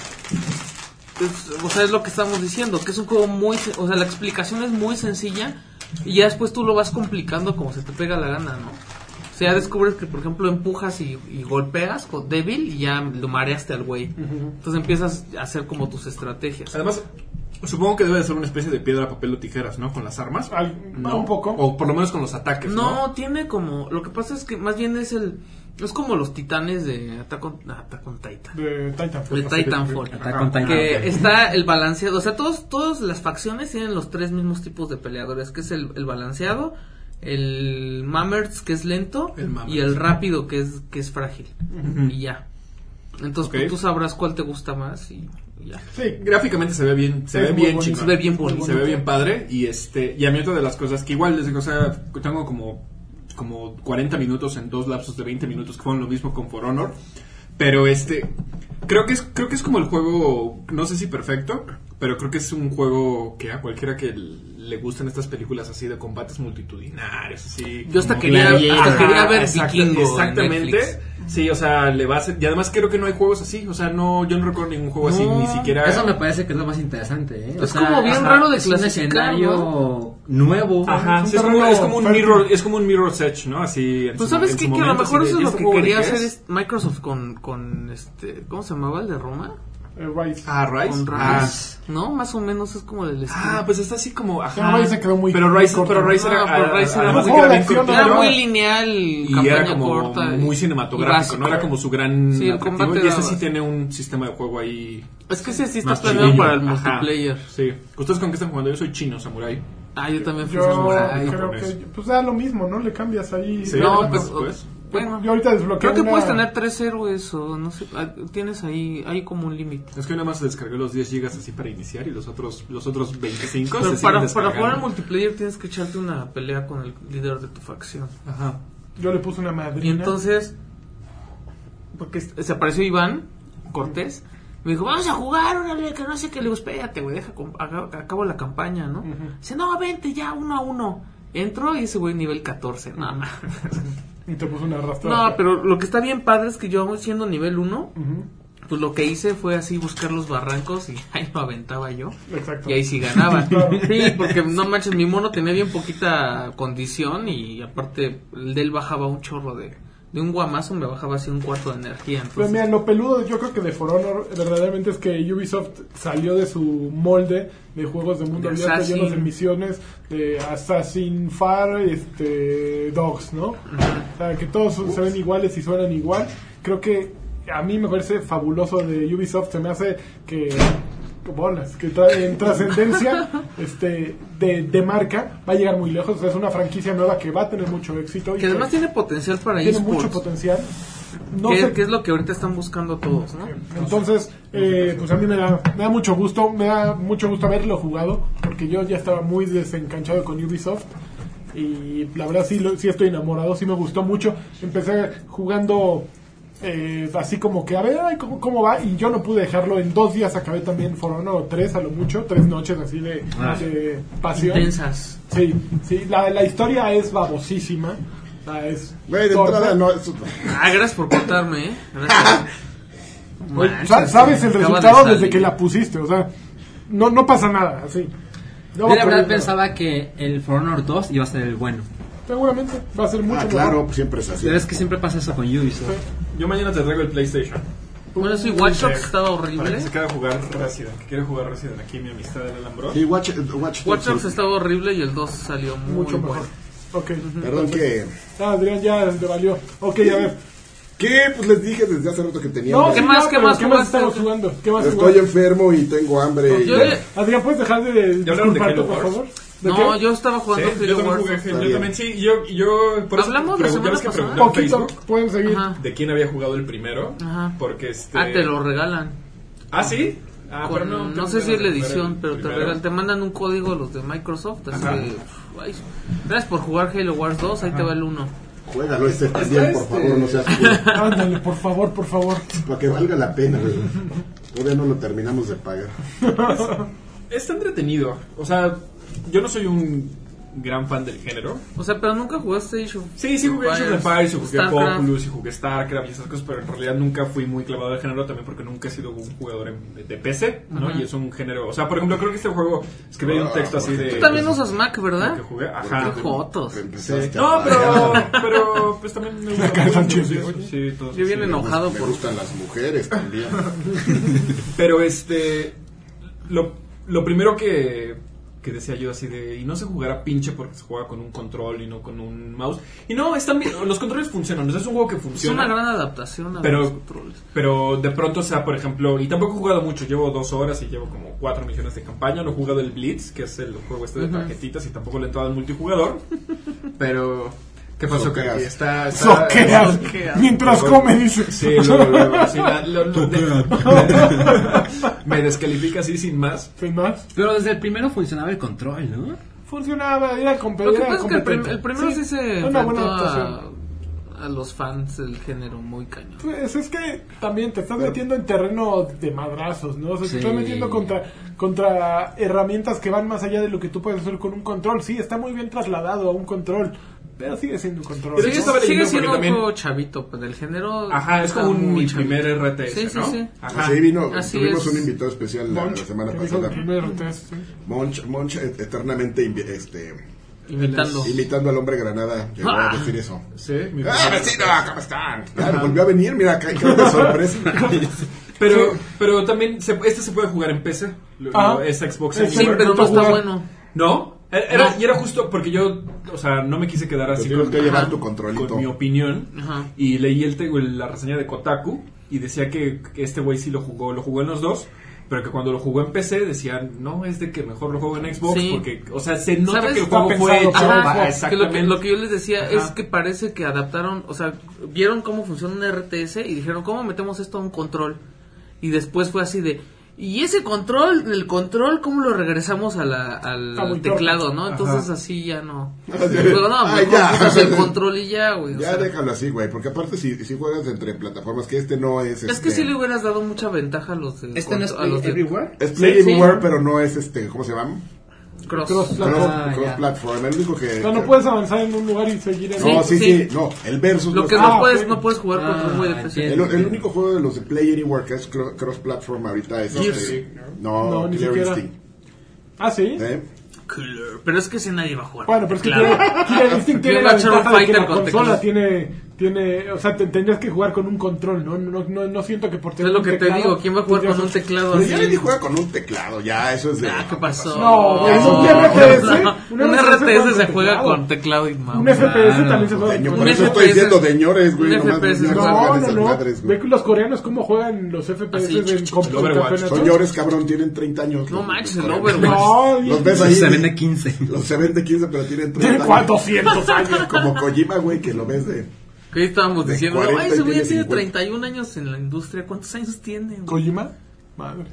[SPEAKER 4] es- o sea, es lo que estamos diciendo, que es un juego muy, sen- o sea, la explicación es muy sencilla y ya después tú lo vas complicando como se te pega la gana, ¿no? O sea, ya descubres que, por ejemplo, empujas y, y golpeas con débil y ya lo mareaste al güey. Entonces empiezas a hacer como tus estrategias.
[SPEAKER 6] Además, supongo que debe de ser una especie de piedra, papel o tijeras, ¿no? Con las armas.
[SPEAKER 1] Al-
[SPEAKER 6] ¿No?
[SPEAKER 1] Un poco.
[SPEAKER 6] O por lo menos con los ataques. No.
[SPEAKER 4] No, tiene como. Lo que pasa es que más bien es el. Es como los titanes de Attack on, ah, Attack on Titan.
[SPEAKER 1] De
[SPEAKER 4] De
[SPEAKER 1] Titanfall.
[SPEAKER 4] Titanfall.
[SPEAKER 5] Attack on Titan.
[SPEAKER 4] Que
[SPEAKER 5] Ok.
[SPEAKER 4] está el balanceado. O sea, todos, todas las facciones tienen los tres mismos tipos de peleadores: que es el, el balanceado, el Mamertz, que es lento,
[SPEAKER 6] El Mamertz.
[SPEAKER 4] y el rápido, que es, que es frágil. Y ya. Entonces
[SPEAKER 6] Ok.
[SPEAKER 4] pues, tú sabrás cuál te gusta más y, y ya.
[SPEAKER 1] Sí,
[SPEAKER 6] Gráficamente se ve bien, se
[SPEAKER 1] Es
[SPEAKER 6] ve
[SPEAKER 1] muy
[SPEAKER 6] bien
[SPEAKER 1] bonito.
[SPEAKER 6] chico.
[SPEAKER 4] Se ve bien bonito.
[SPEAKER 6] Se ve bien padre. Y este, y a mí otra de las cosas que igual les digo, o sea, tengo como, como 40 minutos en dos lapsos de 20 minutos que fueron lo mismo con For Honor. Pero este, creo que es, creo que es como el juego, no sé si perfecto, pero creo que es un juego que a cualquiera que l- le gustan estas películas así de combates multitudinarios, así.
[SPEAKER 4] Yo hasta
[SPEAKER 6] como
[SPEAKER 4] quería-
[SPEAKER 6] gladiador.
[SPEAKER 4] hasta quería ver
[SPEAKER 6] exacta-
[SPEAKER 4] Vikingo en
[SPEAKER 6] Exactamente.
[SPEAKER 4] Netflix.
[SPEAKER 6] Sí, o sea, le va a hacer- Y además creo que no hay juegos así. O sea, no, yo no recuerdo ningún juego así,
[SPEAKER 5] No,
[SPEAKER 6] ni siquiera.
[SPEAKER 5] Eso me parece que es lo más interesante, ¿eh? O
[SPEAKER 4] Es como bien raro de
[SPEAKER 5] es un
[SPEAKER 4] clasificar,
[SPEAKER 5] escenario nuevo.
[SPEAKER 6] Ajá,
[SPEAKER 1] Es
[SPEAKER 6] sí,
[SPEAKER 1] un
[SPEAKER 6] es, como,
[SPEAKER 1] terreno
[SPEAKER 6] es como un
[SPEAKER 1] fértil.
[SPEAKER 6] mirror, es como un mirror's edge, ¿no? Así. en
[SPEAKER 4] Pues
[SPEAKER 6] su-
[SPEAKER 4] sabes
[SPEAKER 6] en
[SPEAKER 4] qué?
[SPEAKER 6] su
[SPEAKER 4] que a lo
[SPEAKER 6] momento,
[SPEAKER 4] mejor
[SPEAKER 6] así de,
[SPEAKER 4] eso es
[SPEAKER 6] ¿y
[SPEAKER 4] lo
[SPEAKER 6] este
[SPEAKER 4] que
[SPEAKER 6] juego de
[SPEAKER 4] quería
[SPEAKER 6] qué
[SPEAKER 4] hacer
[SPEAKER 6] es?
[SPEAKER 4] es Microsoft con, con este, ¿cómo se llamaba el de Roma?
[SPEAKER 1] Eh, Rise.
[SPEAKER 6] Ah, Rise.
[SPEAKER 4] Con
[SPEAKER 6] Ah,
[SPEAKER 4] Rise, ¿no? Más o menos es como del estilo.
[SPEAKER 6] Ah, pues está así como. Ajá.
[SPEAKER 1] Pero Rise se quedó muy-
[SPEAKER 6] Pero
[SPEAKER 1] muy
[SPEAKER 6] Rise,
[SPEAKER 1] corto.
[SPEAKER 6] pero Rise era.
[SPEAKER 4] Ah, pero Rise era
[SPEAKER 6] además
[SPEAKER 1] muy
[SPEAKER 6] de que
[SPEAKER 1] joven,
[SPEAKER 6] bien
[SPEAKER 1] sí,
[SPEAKER 6] cortito,
[SPEAKER 1] no,
[SPEAKER 4] era
[SPEAKER 1] no.
[SPEAKER 4] muy lineal,
[SPEAKER 6] Y
[SPEAKER 4] campaña
[SPEAKER 6] era como
[SPEAKER 4] corta. y-
[SPEAKER 6] muy
[SPEAKER 4] y
[SPEAKER 6] cinematográfico,
[SPEAKER 4] básico.
[SPEAKER 6] ¿no? Era como su gran.
[SPEAKER 4] Sí, el
[SPEAKER 6] atractivo,
[SPEAKER 4] combate
[SPEAKER 6] Y
[SPEAKER 4] era
[SPEAKER 6] este sí
[SPEAKER 4] básico.
[SPEAKER 6] tiene un sistema de juego ahí.
[SPEAKER 4] Es que ese sí está
[SPEAKER 6] más
[SPEAKER 4] planeado
[SPEAKER 6] chidillo.
[SPEAKER 4] para el
[SPEAKER 6] Ajá.
[SPEAKER 4] multiplayer.
[SPEAKER 6] Sí. ¿Ustedes con qué están jugando? Yo soy chino, samurai.
[SPEAKER 4] Ah, yo también fui
[SPEAKER 1] Yo
[SPEAKER 4] samurai.
[SPEAKER 1] creo
[SPEAKER 6] japonés.
[SPEAKER 1] que. Pues da lo mismo, ¿no? Le cambias ahí.
[SPEAKER 6] Sí,
[SPEAKER 4] No,
[SPEAKER 6] nada más
[SPEAKER 4] pues,
[SPEAKER 6] después.
[SPEAKER 4] Bueno,
[SPEAKER 1] Yo ahorita desbloqueo.
[SPEAKER 4] creo que
[SPEAKER 1] una-
[SPEAKER 4] puedes tener tres héroes o no sé. ah, Tienes ahí, hay como un límite.
[SPEAKER 6] Es que yo nada más descargué los 10 gigas así para iniciar y los otros, los otros 25
[SPEAKER 4] Pero
[SPEAKER 6] se
[SPEAKER 4] para,
[SPEAKER 6] siguen
[SPEAKER 4] para jugar al
[SPEAKER 6] descargando.
[SPEAKER 4] multiplayer tienes que echarte una pelea con el líder de tu facción.
[SPEAKER 6] Ajá.
[SPEAKER 1] Yo le puse una
[SPEAKER 4] Y
[SPEAKER 1] madrina.
[SPEAKER 4] entonces, porque es- se apareció Iván Cortés, me dijo, vamos a jugar, órale, que no sé qué. Le digo, espérate, güey, deja, com- haga- acabo la campaña, ¿no? Dice, no, vente ya, uno a uno. Entró y ese güey nivel 14, nada más.
[SPEAKER 1] Y te puse una arrastrada.
[SPEAKER 4] No, pero lo que está bien padre es que yo aún siendo nivel 1,
[SPEAKER 1] Ujú,
[SPEAKER 4] pues lo que hice fue así buscar los barrancos y ahí lo aventaba yo.
[SPEAKER 1] Exacto.
[SPEAKER 4] Y ahí sí ganaba.
[SPEAKER 1] Claro.
[SPEAKER 4] Sí, porque no manches, mi mono tenía bien poquita condición y aparte el de él bajaba un chorro de... De un guamazo me bajaba así un cuarto de energía.
[SPEAKER 1] Pues
[SPEAKER 4] Entonces,
[SPEAKER 1] mira, lo peludo yo creo que de For Honor verdaderamente es que Ubisoft salió de su molde de juegos de mundo
[SPEAKER 4] De
[SPEAKER 1] abierto
[SPEAKER 4] Assassin.
[SPEAKER 1] llenos de misiones de Assassin Far este, Dogs, ¿no? O sea, que todos se ven iguales y suenan igual. Creo que a mí me parece fabuloso de Ubisoft, se me hace que que bolas, que tra- en trascendencia este de, de marca va a llegar muy lejos, o sea, es una franquicia nueva que va a tener mucho éxito y
[SPEAKER 4] que además tiene potencial para
[SPEAKER 1] tiene
[SPEAKER 4] esports.
[SPEAKER 1] mucho potencial. No
[SPEAKER 4] que,
[SPEAKER 1] sé
[SPEAKER 4] que es lo que ahorita están buscando todos, ¿no?
[SPEAKER 1] entonces, eh, pues a mí me da, me da mucho gusto, me da mucho gusto haberlo jugado, porque yo ya estaba muy desencanchado con Ubisoft. Y la verdad sí, lo- sí estoy enamorado, sí me gustó mucho. Empecé jugando eh, así como que, a ver, ay, ¿cómo, cómo va? Y yo no pude dejarlo, en dos días acabé también For Honor 3 a lo mucho, tres noches así de,
[SPEAKER 2] Ah.
[SPEAKER 1] de pasión.
[SPEAKER 4] Intensas.
[SPEAKER 1] Sí, sí, la, la historia es babosísima. o sea, es
[SPEAKER 2] Güey, de
[SPEAKER 1] torpe.
[SPEAKER 2] entrada no. eso-
[SPEAKER 4] Ah, gracias por contarme, ¿eh? Gracias.
[SPEAKER 1] Oye,
[SPEAKER 4] Manches,
[SPEAKER 1] sa- sabes el
[SPEAKER 4] acaba de
[SPEAKER 1] resultado desde
[SPEAKER 4] salir.
[SPEAKER 1] que la pusiste, o sea, no, no pasa nada, así. No
[SPEAKER 5] Yo
[SPEAKER 1] va
[SPEAKER 5] la
[SPEAKER 1] a
[SPEAKER 5] verdad
[SPEAKER 1] perder nada.
[SPEAKER 5] pensaba que el For Honor 2 iba a ser el bueno.
[SPEAKER 1] Seguramente va a ser mucho
[SPEAKER 2] Ah,
[SPEAKER 1] mejor.
[SPEAKER 2] claro, pues siempre es así.
[SPEAKER 5] Pero es que siempre pasa eso con Ubisoft.
[SPEAKER 6] Yo mañana te traigo el PlayStation.
[SPEAKER 4] Bueno, sí, Watch Dogs
[SPEAKER 6] Sí.
[SPEAKER 4] estaba
[SPEAKER 6] Para que
[SPEAKER 4] horrible.
[SPEAKER 6] se quede a jugar Resident. Que quiere jugar Resident aquí, mi amistad del Alhambra.
[SPEAKER 2] Sí, Watch, eh, Watch
[SPEAKER 4] Watch Dogs
[SPEAKER 2] Dogs.
[SPEAKER 4] estaba horrible y el 2 salió muy
[SPEAKER 1] mucho mejor.
[SPEAKER 4] bueno.
[SPEAKER 1] Ok.
[SPEAKER 2] Perdón que.
[SPEAKER 1] Ah, Adrián ya le valió. Ok, a ver.
[SPEAKER 2] ¿Qué? Pues les dije desde hace rato que tenía.
[SPEAKER 1] No,
[SPEAKER 2] hambre.
[SPEAKER 4] ¿qué
[SPEAKER 1] sí,
[SPEAKER 4] más,
[SPEAKER 1] ya,
[SPEAKER 4] qué
[SPEAKER 1] pero
[SPEAKER 4] más
[SPEAKER 1] ¿Qué más
[SPEAKER 4] jugaste?
[SPEAKER 1] estamos jugando? ¿Qué más
[SPEAKER 2] Estoy
[SPEAKER 1] jugaste?
[SPEAKER 2] enfermo y tengo hambre. y-
[SPEAKER 4] Yo le-
[SPEAKER 1] Adrián, ¿puedes dejar de
[SPEAKER 6] hablaron de
[SPEAKER 1] disculparte,
[SPEAKER 6] Halo
[SPEAKER 1] por
[SPEAKER 6] Wars?
[SPEAKER 1] favor? ¿De
[SPEAKER 4] No,
[SPEAKER 1] qué?
[SPEAKER 4] yo estaba
[SPEAKER 6] Sí,
[SPEAKER 4] jugando
[SPEAKER 6] yo
[SPEAKER 4] Halo
[SPEAKER 6] también
[SPEAKER 4] Wars.
[SPEAKER 6] jugué Halo.
[SPEAKER 2] Está
[SPEAKER 6] Yo
[SPEAKER 2] bien.
[SPEAKER 6] también, sí. Yo, yo por eso
[SPEAKER 4] Hablamos la
[SPEAKER 6] pregunté,
[SPEAKER 4] semana
[SPEAKER 6] es que
[SPEAKER 4] pasada.
[SPEAKER 6] pregunté en
[SPEAKER 1] Poquito,
[SPEAKER 6] Facebook
[SPEAKER 1] pueden seguir.
[SPEAKER 4] Ajá.
[SPEAKER 6] de quién había jugado el primero.
[SPEAKER 4] Ajá.
[SPEAKER 6] Porque este.
[SPEAKER 4] Ah, te lo regalan.
[SPEAKER 6] Ah, sí. Ah,
[SPEAKER 4] Con-
[SPEAKER 6] pero no.
[SPEAKER 4] no,
[SPEAKER 6] tengo
[SPEAKER 4] sé si es la
[SPEAKER 6] ganas de jugar
[SPEAKER 4] edición,
[SPEAKER 6] el
[SPEAKER 4] pero te
[SPEAKER 6] primero.
[SPEAKER 4] regalan, te mandan un código los de Microsoft. Así
[SPEAKER 6] Ajá.
[SPEAKER 4] que, ay, gracias por jugar Halo Wars 2, ahí te va el 1.
[SPEAKER 2] Juégalo este también, por
[SPEAKER 6] este-
[SPEAKER 2] favor, no seas culo.
[SPEAKER 1] Ándale, por favor, por favor.
[SPEAKER 2] Para que valga la pena, güey. Todavía no lo terminamos de pagar.
[SPEAKER 6] Está entretenido. O sea, yo no soy un gran fan del género.
[SPEAKER 4] O sea, pero nunca jugaste Age of
[SPEAKER 6] Sí, sí jugué Age of
[SPEAKER 4] Empires,
[SPEAKER 6] Empires, y jugué
[SPEAKER 4] Starcraft.
[SPEAKER 6] Populous, y jugué StarCraft y esas cosas, pero en realidad nunca fui muy clavado del género también porque nunca he sido un jugador en- de PC, ¿no? Y es un género... O sea, por ejemplo, creo que este juego escribí un texto así de...
[SPEAKER 4] Tú también usas Mac, ¿verdad?
[SPEAKER 6] que jugué, ajá.
[SPEAKER 4] Qué jotos.
[SPEAKER 2] Empezaste a
[SPEAKER 6] No, pero,
[SPEAKER 2] pagar.
[SPEAKER 6] pero pues también me gusta.
[SPEAKER 1] Carlos
[SPEAKER 6] mucho,
[SPEAKER 1] Sánchez,
[SPEAKER 6] sí, sí, todo
[SPEAKER 4] Yo bien
[SPEAKER 6] sí.
[SPEAKER 4] enojado
[SPEAKER 2] Me
[SPEAKER 4] por...
[SPEAKER 2] gustan las mujeres también.
[SPEAKER 6] Pero este. Lo, lo primero que, que decía yo así de. Y no se jugará pinche porque se juega con un control y no con un mouse. Y no, están bien. Los controles funcionan. o sea, Es un juego que
[SPEAKER 4] Es una
[SPEAKER 6] funciona.
[SPEAKER 4] gran adaptación a
[SPEAKER 6] Pero-
[SPEAKER 4] los controles.
[SPEAKER 6] Pero de pronto, o sea, por ejemplo, y tampoco he jugado mucho, llevo dos horas y llevo como cuatro misiones de campaña, no he jugado el Blitz, que es el juego este de tarjetitas, y tampoco le he entrado al multijugador. Pero, ¿qué pasó,
[SPEAKER 2] Soqueas.
[SPEAKER 6] Karki? Está, está-
[SPEAKER 1] Soqueas.
[SPEAKER 4] soqueas.
[SPEAKER 1] Mientras
[SPEAKER 6] Luego-
[SPEAKER 1] come, dice.
[SPEAKER 6] Sí, luego, luego, sí, la- lo- lo- de- me descalifica así sin más.
[SPEAKER 1] ¿Sin más?
[SPEAKER 5] Pero desde el primero funcionaba el control, ¿no?
[SPEAKER 1] Funcionaba, era, comp
[SPEAKER 4] Lo que
[SPEAKER 1] era
[SPEAKER 4] pasa es que el, prim-
[SPEAKER 1] competente.
[SPEAKER 4] el primero sí, se
[SPEAKER 1] Fue una
[SPEAKER 4] enfrentó
[SPEAKER 1] buena
[SPEAKER 4] a,
[SPEAKER 1] adaptación.
[SPEAKER 4] a los fans del género muy cañón.
[SPEAKER 1] Pues es que también te estás
[SPEAKER 2] Pero-
[SPEAKER 1] metiendo en terreno de madrazos, ¿no? O sea,
[SPEAKER 5] Sí.
[SPEAKER 1] te estás metiendo contra, contra herramientas que van más allá de lo que tú puedes hacer con un control. Sí, está muy bien trasladado a un control, pero sigue siendo un control. ¿no?
[SPEAKER 6] Pero de hecho estaba
[SPEAKER 4] sigue
[SPEAKER 6] leyendo
[SPEAKER 4] siendo
[SPEAKER 6] porque
[SPEAKER 4] un
[SPEAKER 6] también-
[SPEAKER 4] juego chavito, pues del género.
[SPEAKER 6] Ajá, es
[SPEAKER 4] está
[SPEAKER 6] como un
[SPEAKER 4] muy
[SPEAKER 6] mi
[SPEAKER 4] chavito.
[SPEAKER 6] primer RTS,
[SPEAKER 4] Sí, sí,
[SPEAKER 6] ¿no?
[SPEAKER 4] sí.
[SPEAKER 6] Ajá.
[SPEAKER 2] Así Pues vino,
[SPEAKER 4] Así
[SPEAKER 2] tuvimos
[SPEAKER 4] es.
[SPEAKER 2] un invitado especial la, la
[SPEAKER 1] Monch,
[SPEAKER 2] semana
[SPEAKER 1] que dijo el
[SPEAKER 2] pasada.
[SPEAKER 1] primer test, sí.
[SPEAKER 2] Monch, Monch et- eternamente invi- este,
[SPEAKER 4] Imitando.
[SPEAKER 2] imitando al hombre granada, llegó a
[SPEAKER 4] Ah.
[SPEAKER 2] decir eso.
[SPEAKER 6] Sí, mi
[SPEAKER 2] ¡Ah,
[SPEAKER 6] primer-
[SPEAKER 2] vecino! ¿Cómo están? Claro, volvió a venir, mira, ca- creo que sorpresa.
[SPEAKER 6] Pero, pero también, se- este se puede jugar en PC. Lo-
[SPEAKER 1] Ajá.
[SPEAKER 6] lo- es Xbox
[SPEAKER 1] Ah. Sí,
[SPEAKER 4] Sí,
[SPEAKER 6] Anywhere.
[SPEAKER 4] pero no está
[SPEAKER 1] jugar.
[SPEAKER 4] bueno.
[SPEAKER 6] ¿No? Eh, Era,
[SPEAKER 4] No.
[SPEAKER 6] Y era justo porque yo, o sea, no me quise quedar así
[SPEAKER 2] Tienes
[SPEAKER 6] con,
[SPEAKER 2] que llevar tu
[SPEAKER 6] con mi
[SPEAKER 2] controlito.
[SPEAKER 6] opinión.
[SPEAKER 4] Ajá.
[SPEAKER 6] Y leí el, te- la reseña de Kotaku y decía que que este güey sí lo jugó, lo jugó en los dos. Pero que cuando lo jugó en PC decían, no, es de que mejor lo juego en Xbox.
[SPEAKER 4] Sí.
[SPEAKER 6] Porque, o sea, se nota
[SPEAKER 4] ¿Sabes?
[SPEAKER 6] que el
[SPEAKER 4] Está
[SPEAKER 6] juego fue
[SPEAKER 1] pensado
[SPEAKER 6] hecho.
[SPEAKER 1] para
[SPEAKER 4] Ajá,
[SPEAKER 6] para-
[SPEAKER 4] Ah, que lo,
[SPEAKER 6] exactamente.
[SPEAKER 4] que, lo que yo les decía
[SPEAKER 6] Ajá.
[SPEAKER 4] es que parece que adaptaron, o sea, vieron cómo funciona un RTS y dijeron, ¿cómo metemos esto a un control? Y después fue así de, ¿y ese control, el control, cómo lo regresamos a la-
[SPEAKER 1] Está muy
[SPEAKER 4] al teclado, no? Entonces
[SPEAKER 6] Ajá.
[SPEAKER 4] así ya no.
[SPEAKER 2] Así de,
[SPEAKER 4] Pero no,
[SPEAKER 2] "Ay,
[SPEAKER 4] mejor
[SPEAKER 2] ya".
[SPEAKER 4] usas el control y ya, güey. o
[SPEAKER 2] Ya
[SPEAKER 4] sea,
[SPEAKER 2] déjalo así, güey, porque aparte si, si juegas entre plataformas, que este no es...
[SPEAKER 4] es
[SPEAKER 2] este,
[SPEAKER 4] que sí le hubieras dado mucha ventaja a los de,
[SPEAKER 5] ¿Este no es
[SPEAKER 4] a los
[SPEAKER 5] Play
[SPEAKER 4] de
[SPEAKER 5] Everywhere?
[SPEAKER 2] Es Play
[SPEAKER 4] Sí, sí.
[SPEAKER 2] Anywhere, pero no es este, ¿cómo se llama?
[SPEAKER 4] Cross.
[SPEAKER 2] Cross,
[SPEAKER 1] Cross-platform.
[SPEAKER 5] Ah,
[SPEAKER 2] cross
[SPEAKER 5] ya.
[SPEAKER 2] platform, el único que...
[SPEAKER 1] O sea, no
[SPEAKER 2] que-
[SPEAKER 1] puedes avanzar en un lugar y seguir en
[SPEAKER 2] No,
[SPEAKER 1] otro.
[SPEAKER 2] sí,
[SPEAKER 4] Sí,
[SPEAKER 2] sí,
[SPEAKER 4] sí.
[SPEAKER 2] no, el versus...
[SPEAKER 4] Lo
[SPEAKER 2] no
[SPEAKER 4] que
[SPEAKER 2] está.
[SPEAKER 1] Ah,
[SPEAKER 4] no puedes,
[SPEAKER 1] ok.
[SPEAKER 4] no puedes jugar
[SPEAKER 5] Ah,
[SPEAKER 4] contra un güey de
[SPEAKER 5] entiendo.
[SPEAKER 4] PC.
[SPEAKER 2] El, el único juego de los de Play Anywhere que es cro- cross platform ahorita es
[SPEAKER 1] Gears.
[SPEAKER 2] este,
[SPEAKER 1] No,
[SPEAKER 2] no,
[SPEAKER 1] ni
[SPEAKER 2] Killer
[SPEAKER 1] siquiera.
[SPEAKER 2] Instinct,
[SPEAKER 1] Ah, sí.
[SPEAKER 2] ¿eh?
[SPEAKER 4] Killer. Pero es que si nadie va a jugar.
[SPEAKER 1] Bueno, pero es que
[SPEAKER 4] Claro.
[SPEAKER 1] tiene, Killer Instinct tiene
[SPEAKER 4] Yo
[SPEAKER 1] la
[SPEAKER 4] voy a echar un
[SPEAKER 1] ventaja de que
[SPEAKER 4] fighter
[SPEAKER 1] la
[SPEAKER 4] con
[SPEAKER 1] consola
[SPEAKER 4] teclas.
[SPEAKER 1] tiene, tiene, o sea, te- tendrías que jugar con un control, ¿no? No, no, no siento que por
[SPEAKER 4] Pues Es lo que te digo, ¿quién va a jugar con un
[SPEAKER 1] teclado?
[SPEAKER 4] teclado
[SPEAKER 2] Pero
[SPEAKER 4] así?
[SPEAKER 2] Pues ya le juega con un teclado, ya, eso es de...
[SPEAKER 4] Ah, ¿qué pasó?
[SPEAKER 1] No, güey,
[SPEAKER 2] es un RTS.
[SPEAKER 1] Un
[SPEAKER 4] No, Un RTS se
[SPEAKER 1] con
[SPEAKER 4] juega
[SPEAKER 1] teclado.
[SPEAKER 4] con teclado y
[SPEAKER 1] Un
[SPEAKER 4] mouse.
[SPEAKER 1] FPS también se juega con
[SPEAKER 2] Deño, pues, por
[SPEAKER 4] Un
[SPEAKER 2] eso
[SPEAKER 1] teclado.
[SPEAKER 2] estoy
[SPEAKER 4] FPS.
[SPEAKER 2] diciendo deñores, güey.
[SPEAKER 4] Un
[SPEAKER 2] No, mames,
[SPEAKER 4] FPS,
[SPEAKER 2] no,
[SPEAKER 4] no,
[SPEAKER 1] No,
[SPEAKER 2] hagan
[SPEAKER 1] no,
[SPEAKER 2] esas
[SPEAKER 1] no.
[SPEAKER 2] madres,
[SPEAKER 1] Ve
[SPEAKER 2] güey. Ah,
[SPEAKER 1] que los coreanos cómo juegan los FPS
[SPEAKER 4] Así,
[SPEAKER 1] en
[SPEAKER 4] chuchu,
[SPEAKER 1] compu-
[SPEAKER 6] Overwatch.
[SPEAKER 1] campeonatos.
[SPEAKER 2] Son llores, cabrón, tienen 30 años.
[SPEAKER 4] No
[SPEAKER 2] los-
[SPEAKER 4] manches,
[SPEAKER 2] los
[SPEAKER 4] el
[SPEAKER 2] cabrones.
[SPEAKER 4] Overwatch.
[SPEAKER 1] No,
[SPEAKER 2] Los
[SPEAKER 1] y-
[SPEAKER 2] ves ahí.
[SPEAKER 5] Se vende 15.
[SPEAKER 2] Los se vende 15, pero tienen 30
[SPEAKER 1] tiene
[SPEAKER 2] años.
[SPEAKER 1] 400 años.
[SPEAKER 2] Como Kojima, güey, que lo ves de...
[SPEAKER 4] Que ahí estábamos
[SPEAKER 2] De
[SPEAKER 4] diciendo,
[SPEAKER 2] 40
[SPEAKER 4] ay, ese güey
[SPEAKER 2] tiene
[SPEAKER 4] ya tiene
[SPEAKER 2] 50.
[SPEAKER 4] 31 años en la industria, ¿cuántos años tiene? güey?
[SPEAKER 1] ¿Kojima? Madre.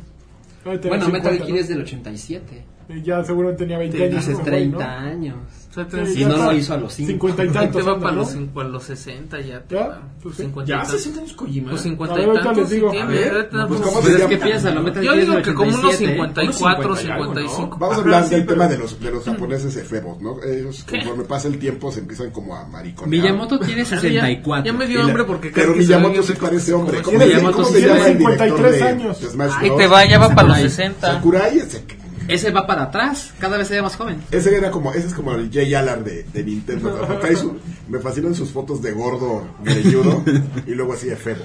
[SPEAKER 1] Debe tener
[SPEAKER 5] Bueno,
[SPEAKER 1] 50,
[SPEAKER 5] Metal Gear
[SPEAKER 1] ¿no?
[SPEAKER 5] es del 87.
[SPEAKER 1] Eh, Ya seguro tenía 20
[SPEAKER 5] Te
[SPEAKER 1] años.
[SPEAKER 5] hace
[SPEAKER 1] ese güey,
[SPEAKER 5] 30
[SPEAKER 1] ¿no?
[SPEAKER 5] años.
[SPEAKER 4] O sea,
[SPEAKER 1] Sí,
[SPEAKER 4] te-
[SPEAKER 5] Si
[SPEAKER 1] ya
[SPEAKER 5] no
[SPEAKER 1] está.
[SPEAKER 5] lo hizo a los 5.
[SPEAKER 1] 50 y
[SPEAKER 4] te
[SPEAKER 1] tantos.
[SPEAKER 4] va
[SPEAKER 1] anda,
[SPEAKER 4] para
[SPEAKER 1] ¿no?
[SPEAKER 4] los, cinco- a los 60 ya te
[SPEAKER 1] ¿Ya?
[SPEAKER 4] va.
[SPEAKER 1] Pues sí.
[SPEAKER 4] 50 y
[SPEAKER 6] Ya,
[SPEAKER 4] tantos.
[SPEAKER 6] 60 años Kojima.
[SPEAKER 4] Pues
[SPEAKER 1] A
[SPEAKER 4] 50
[SPEAKER 1] ver,
[SPEAKER 4] y
[SPEAKER 1] ahorita les
[SPEAKER 4] tantos sí
[SPEAKER 1] digo.
[SPEAKER 4] tiene,
[SPEAKER 1] A
[SPEAKER 2] ver,
[SPEAKER 4] debe tener
[SPEAKER 2] pues,
[SPEAKER 4] unos-
[SPEAKER 2] ¿cómo
[SPEAKER 5] Pues es
[SPEAKER 2] llama?
[SPEAKER 5] que piénsalo, Metal
[SPEAKER 4] Yo
[SPEAKER 5] Gear es
[SPEAKER 4] digo
[SPEAKER 5] del
[SPEAKER 4] que como unos
[SPEAKER 5] 87.
[SPEAKER 4] 54,
[SPEAKER 6] Unos 50 y algo, ¿no?
[SPEAKER 4] 55.
[SPEAKER 2] Vamos a
[SPEAKER 6] Ajá,
[SPEAKER 2] hablar
[SPEAKER 6] sí,
[SPEAKER 2] del
[SPEAKER 6] pero-
[SPEAKER 2] tema de los, de los japoneses efebos, ¿no? Ellos, conforme pasa el tiempo, se empiezan como a mariconear.
[SPEAKER 5] Miyamoto tiene
[SPEAKER 4] Ah, Ya- Ya
[SPEAKER 5] 64.
[SPEAKER 4] me
[SPEAKER 2] Y
[SPEAKER 4] dio
[SPEAKER 2] la-
[SPEAKER 4] hambre porque
[SPEAKER 2] Pero
[SPEAKER 4] creo que se ve
[SPEAKER 2] Miyamoto
[SPEAKER 4] bien
[SPEAKER 2] sí
[SPEAKER 4] rico.
[SPEAKER 2] parece hombre. ¿Cómo,
[SPEAKER 5] Miyamoto
[SPEAKER 2] Miyamoto
[SPEAKER 5] sí
[SPEAKER 2] se llama
[SPEAKER 1] tiene
[SPEAKER 2] el director
[SPEAKER 1] 53
[SPEAKER 2] de,
[SPEAKER 1] años.
[SPEAKER 2] de Smash
[SPEAKER 4] Ahí
[SPEAKER 2] Bros?
[SPEAKER 4] te va, ya va para los
[SPEAKER 5] Sakurai.
[SPEAKER 4] 60.
[SPEAKER 2] Sakurai, ese,
[SPEAKER 5] Ese va para atrás, cada vez se ve más joven.
[SPEAKER 2] ese era como, ese es como el Jay Allard de, de Nintendo. o sea, trae su- me fascinan sus fotos de gordo, greñudo, y luego así efebo.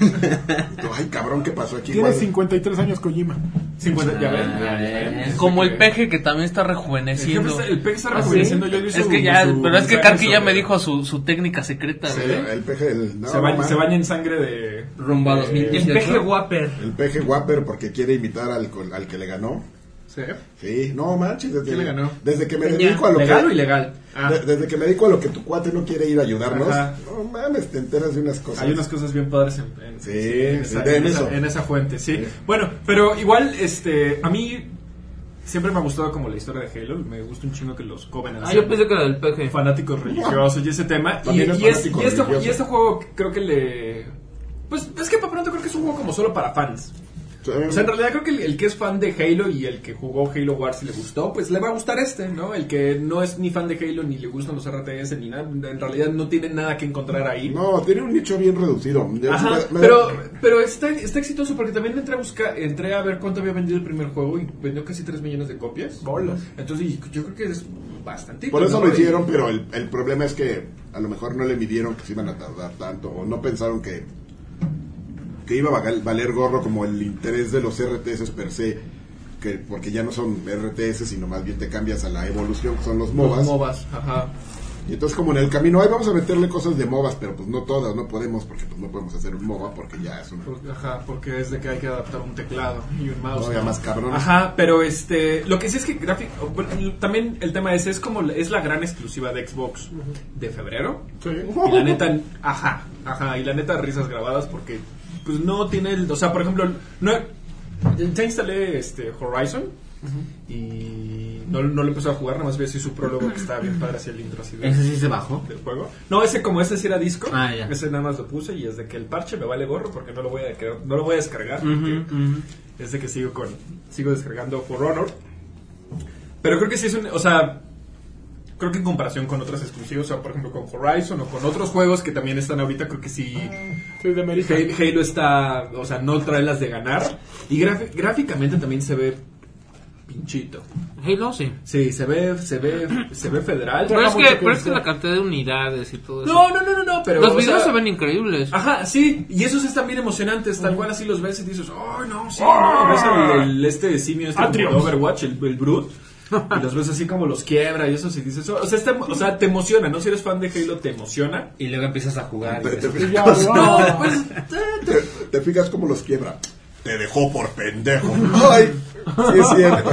[SPEAKER 2] Y tú, Ay, cabrón, ¿qué pasó aquí?
[SPEAKER 1] Tiene
[SPEAKER 2] Igual-
[SPEAKER 1] 53 años Kojima.
[SPEAKER 6] 50, ya ven.
[SPEAKER 5] Ah,
[SPEAKER 6] ya ven.
[SPEAKER 5] ves.
[SPEAKER 4] Como el
[SPEAKER 6] que-
[SPEAKER 4] peje que también está
[SPEAKER 6] El
[SPEAKER 4] rejuveneciendo.
[SPEAKER 6] jefe está- el peje está
[SPEAKER 4] ¿Ah, sí?
[SPEAKER 6] rejuveneciendo, yo vi
[SPEAKER 4] Es
[SPEAKER 6] su-
[SPEAKER 4] que ya,
[SPEAKER 6] su
[SPEAKER 4] pero es que
[SPEAKER 6] mensaje
[SPEAKER 4] Karki ya
[SPEAKER 6] sobre-
[SPEAKER 4] me dijo su, su técnica secreta.
[SPEAKER 2] Sí,
[SPEAKER 4] güey.
[SPEAKER 2] el peje del- no,
[SPEAKER 6] ¿eh? Se baña,
[SPEAKER 2] mamá.
[SPEAKER 6] se baña en sangre de.
[SPEAKER 5] Rumbo a
[SPEAKER 6] de-
[SPEAKER 5] 2018.
[SPEAKER 4] El peje guaper.
[SPEAKER 2] El peje Whopper porque quiere imitar al, col- al que le ganó.
[SPEAKER 6] Sí.
[SPEAKER 2] Sí, no manches, desde,
[SPEAKER 6] ¿Quién le ganó?
[SPEAKER 2] desde que me
[SPEAKER 4] Peña.
[SPEAKER 2] dedico a lo
[SPEAKER 6] ¿Legal o
[SPEAKER 2] que
[SPEAKER 6] ilegal? Ah,
[SPEAKER 2] de- desde que me dedico a lo que tu cuate no quiere ir a ayudarnos.
[SPEAKER 6] Ajá.
[SPEAKER 2] No mames, te enteras de unas cosas.
[SPEAKER 6] hay unas cosas bien padres en, en-
[SPEAKER 2] Sí,
[SPEAKER 6] en,
[SPEAKER 2] sí,
[SPEAKER 6] esa,
[SPEAKER 2] de
[SPEAKER 6] en
[SPEAKER 2] eso.
[SPEAKER 6] esa- en esa fuente, sí.
[SPEAKER 2] Sí.
[SPEAKER 6] Bueno, pero igual, este, a mí siempre me ha gustado como la historia de Halo. Me gusta un chingo que los jóvenes
[SPEAKER 4] Ah, yo pensé que era del peje.
[SPEAKER 6] fanáticos religiosos y ese tema. Y,
[SPEAKER 2] También es
[SPEAKER 6] y es-
[SPEAKER 2] fanático
[SPEAKER 6] y este,
[SPEAKER 2] religioso.
[SPEAKER 6] y este juego creo que le... Pues es que para pronto creo que es un juego como solo para fans.
[SPEAKER 2] Sí.
[SPEAKER 6] O sea, Pues en realidad creo que el, el que es fan de Halo y el que jugó Halo Wars y le gustó, pues le va a gustar este, ¿no? El que no es ni fan de Halo ni le gustan los RTS ni nada, en realidad no tiene nada que encontrar ahí.
[SPEAKER 2] No, tiene un nicho bien reducido.
[SPEAKER 6] Ajá,
[SPEAKER 2] Me- me-
[SPEAKER 6] pero, pero está, está exitoso porque también entré a buscar, entré a ver cuánto había vendido el primer juego y vendió casi 3 millones de copias.
[SPEAKER 1] Bolas.
[SPEAKER 6] Entonces y yo creo que es bastante.
[SPEAKER 2] Por eso
[SPEAKER 6] ¿no?
[SPEAKER 2] lo
[SPEAKER 6] Y-
[SPEAKER 2] hicieron, pero el, el problema es que a lo mejor no le midieron que se iban a tardar tanto o no pensaron que que iba a vagal- valer gorro como el interés de los RTS per se, que porque ya no son RTS, sino más bien te cambias a la evolución, que son los
[SPEAKER 6] Los
[SPEAKER 2] MOBAs.
[SPEAKER 6] MOBAs, ajá.
[SPEAKER 2] Y entonces como en el camino, ay, vamos a meterle cosas de MOBAs, pero pues no todas, no podemos, porque pues no podemos hacer un MOBA porque ya es una
[SPEAKER 6] Por- Ajá, porque es de que hay que adaptar un teclado y un mouse.
[SPEAKER 2] todavía más cabrón.
[SPEAKER 6] Ajá, pero este, lo que sí es que gráfico, también el tema es, es como, la- es la gran exclusiva de Xbox de febrero. Y la neta, ajá, ajá, y la neta risas grabadas porque pues no tiene el, o sea, por ejemplo, no ya instalé este Horizon Y no, no lo empezó a jugar, nada más vi así su prólogo que estaba bien padre, así el intro así de-
[SPEAKER 5] Ese sí se bajó.
[SPEAKER 6] del juego. No, ese como ese sí era disco.
[SPEAKER 5] Ah, ya.
[SPEAKER 6] Ese nada más lo puse y es de que el parche me vale gorro porque no lo voy a, crear- no lo voy a descargar.
[SPEAKER 5] Ujú,
[SPEAKER 6] porque
[SPEAKER 5] ujú.
[SPEAKER 6] Es de que sigo con sigo descargando For Honor. Pero creo que sí es un, o sea, creo que en comparación con otras exclusivas, o sea, por ejemplo con Horizon o con otros juegos que también están ahorita, creo que sí
[SPEAKER 1] Sí, de Merita.
[SPEAKER 6] Halo, Halo está, o sea, no trae las de ganar y graf- gráficamente también se ve pinchito.
[SPEAKER 4] Halo, sí.
[SPEAKER 6] Sí, se ve se ve se ve federal.
[SPEAKER 4] Pero es,
[SPEAKER 1] mucho
[SPEAKER 4] que,
[SPEAKER 1] que
[SPEAKER 4] pero es que
[SPEAKER 1] desear.
[SPEAKER 4] la cantidad de unidades y todo eso.
[SPEAKER 6] No, no, no, no, no, pero
[SPEAKER 4] Los
[SPEAKER 6] o
[SPEAKER 4] videos
[SPEAKER 6] sea,
[SPEAKER 4] se ven increíbles.
[SPEAKER 6] Ajá, sí, y esos están bien emocionantes, tal cual así los ves y dices, oh, no, sí, no, ves el, el- este simio, este como de
[SPEAKER 1] Atrios.
[SPEAKER 6] Overwatch, el, el Brute, y los ves así como los quiebra y eso, y dices, oh, o, sea, está- o sea, te emociona, ¿no? Si eres fan de Halo, te emociona.
[SPEAKER 5] Y luego empiezas a jugar. y
[SPEAKER 2] Pero te
[SPEAKER 5] dices,
[SPEAKER 1] Y ya,
[SPEAKER 2] fijas-
[SPEAKER 1] no.
[SPEAKER 2] pues, te, te fijas cómo los quiebra. Te dejó por pendejo. Ay, sí es cierto.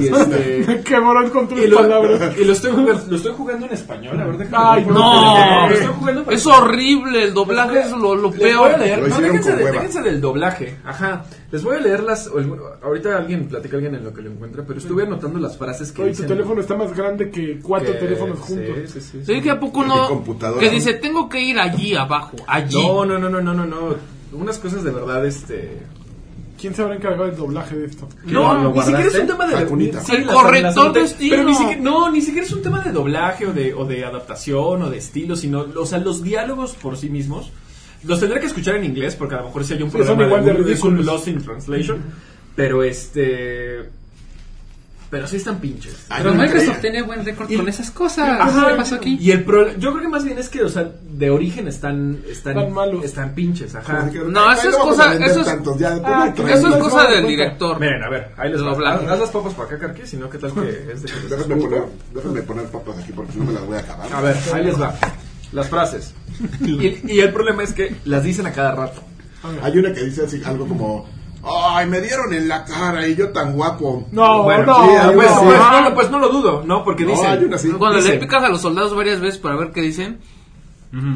[SPEAKER 6] Y, este,
[SPEAKER 1] Qué morón con tus
[SPEAKER 6] y lo,
[SPEAKER 1] palabras.
[SPEAKER 6] y lo estoy, jugando, lo estoy jugando en español, la verdad.
[SPEAKER 1] Ay,
[SPEAKER 4] No,
[SPEAKER 6] Lo estoy jugando para-
[SPEAKER 4] es horrible, el doblaje es lo, lo
[SPEAKER 6] Les voy a
[SPEAKER 4] peor.
[SPEAKER 6] leer-
[SPEAKER 2] Lo
[SPEAKER 6] no,
[SPEAKER 2] hicieron
[SPEAKER 6] déjense,
[SPEAKER 2] con
[SPEAKER 6] de-
[SPEAKER 2] hueva.
[SPEAKER 6] déjense del doblaje. Ajá. Les voy a leer las. o el- Ahorita alguien platica alguien en lo que lo encuentra, pero estuve anotando las frases que
[SPEAKER 1] Oye, tu
[SPEAKER 6] dicen.
[SPEAKER 1] teléfono está más grande que cuatro
[SPEAKER 6] que-
[SPEAKER 1] teléfonos
[SPEAKER 6] sí,
[SPEAKER 1] juntos.
[SPEAKER 6] sí, sí, sí.
[SPEAKER 4] Sí, que a poco
[SPEAKER 2] Mi
[SPEAKER 4] no.
[SPEAKER 2] computadora.
[SPEAKER 4] Que dice, tengo que ir allí abajo, allí.
[SPEAKER 6] No, no, no, no, no, no, no. Unas cosas de verdad, este.
[SPEAKER 1] ¿Quién se habrá encargado del doblaje de esto?
[SPEAKER 6] No,
[SPEAKER 5] ¿Lo- lo
[SPEAKER 6] ni siquiera es
[SPEAKER 5] guardaste?
[SPEAKER 6] un tema de
[SPEAKER 2] Facunita.
[SPEAKER 6] sí,
[SPEAKER 4] El
[SPEAKER 6] las-
[SPEAKER 4] corrector
[SPEAKER 6] las anoté,
[SPEAKER 4] destino.
[SPEAKER 6] Pero ni siquiera, no, ni siquiera es un tema de doblaje o de, o de adaptación o de estilo, sino, o sea, los diálogos por sí mismos. Los tendré que escuchar en inglés porque a lo mejor si hay un
[SPEAKER 1] Sí,
[SPEAKER 6] problema
[SPEAKER 1] son igual de
[SPEAKER 6] un- es un
[SPEAKER 1] ridículos.
[SPEAKER 6] loss in translation, pero este pero sí están pinches.
[SPEAKER 2] Ay,
[SPEAKER 5] Pero
[SPEAKER 2] no me
[SPEAKER 5] Microsoft
[SPEAKER 2] creía.
[SPEAKER 5] tiene buen récord
[SPEAKER 6] Y-
[SPEAKER 5] con esas cosas. Ah,
[SPEAKER 6] Ajá,
[SPEAKER 5] ¿Qué pasó aquí?
[SPEAKER 6] Y el pro, yo creo que más bien es que, o sea, de origen están están
[SPEAKER 1] Están malos.
[SPEAKER 6] están pinches, ajá.
[SPEAKER 4] No, eso
[SPEAKER 2] Ay,
[SPEAKER 4] es
[SPEAKER 2] vamos
[SPEAKER 4] cosa-
[SPEAKER 2] a vender
[SPEAKER 4] eso es-
[SPEAKER 2] tantos, ya, después
[SPEAKER 1] Ah,
[SPEAKER 2] me traen.
[SPEAKER 4] Eso es
[SPEAKER 1] Las
[SPEAKER 4] cosa
[SPEAKER 1] manos,
[SPEAKER 4] del
[SPEAKER 1] nunca.
[SPEAKER 4] director.
[SPEAKER 6] Miren, a ver, ahí les
[SPEAKER 4] El
[SPEAKER 6] va.
[SPEAKER 4] doblaje.
[SPEAKER 6] Haz las papas para acá, Carqui, si no, ¿qué tal que es de que les
[SPEAKER 2] Déjame poner, déjame poner papas aquí porque no me las voy a acabar.
[SPEAKER 6] A ver, ahí les va. Las frases. Y, y el problema es que las dicen a cada rato.
[SPEAKER 2] Hay una que dice así, algo como, ay, me dieron en la cara y yo tan guapo.
[SPEAKER 1] No,
[SPEAKER 6] bueno,
[SPEAKER 1] no,
[SPEAKER 2] sí,
[SPEAKER 1] no.
[SPEAKER 2] algo
[SPEAKER 6] pues,
[SPEAKER 2] así.
[SPEAKER 6] pues, no, lo- pues no lo dudo, ¿no? Porque
[SPEAKER 2] No,
[SPEAKER 6] dicen.
[SPEAKER 2] hay una así.
[SPEAKER 4] Cuando le
[SPEAKER 6] dicen,
[SPEAKER 4] picas a los soldados varias veces para ver qué dicen,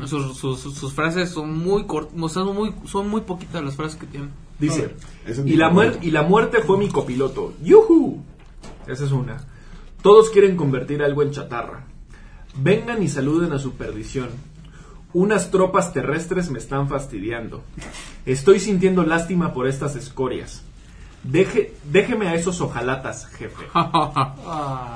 [SPEAKER 4] sus, sus- sus- sus frases son muy cortas, son muy, son muy poquitas las frases que tienen.
[SPEAKER 6] Dice.
[SPEAKER 2] Ese es mi
[SPEAKER 6] Y la, muer-
[SPEAKER 2] favorito.
[SPEAKER 6] y la muerte fue mi copiloto. ¡Yuhu! Esa es una. Todos quieren convertir algo en chatarra. Vengan y saluden a su perdición. Unas tropas terrestres me están fastidiando. Estoy sintiendo lástima por estas escorias. Deje, déjeme a esos ojalatas, jefe.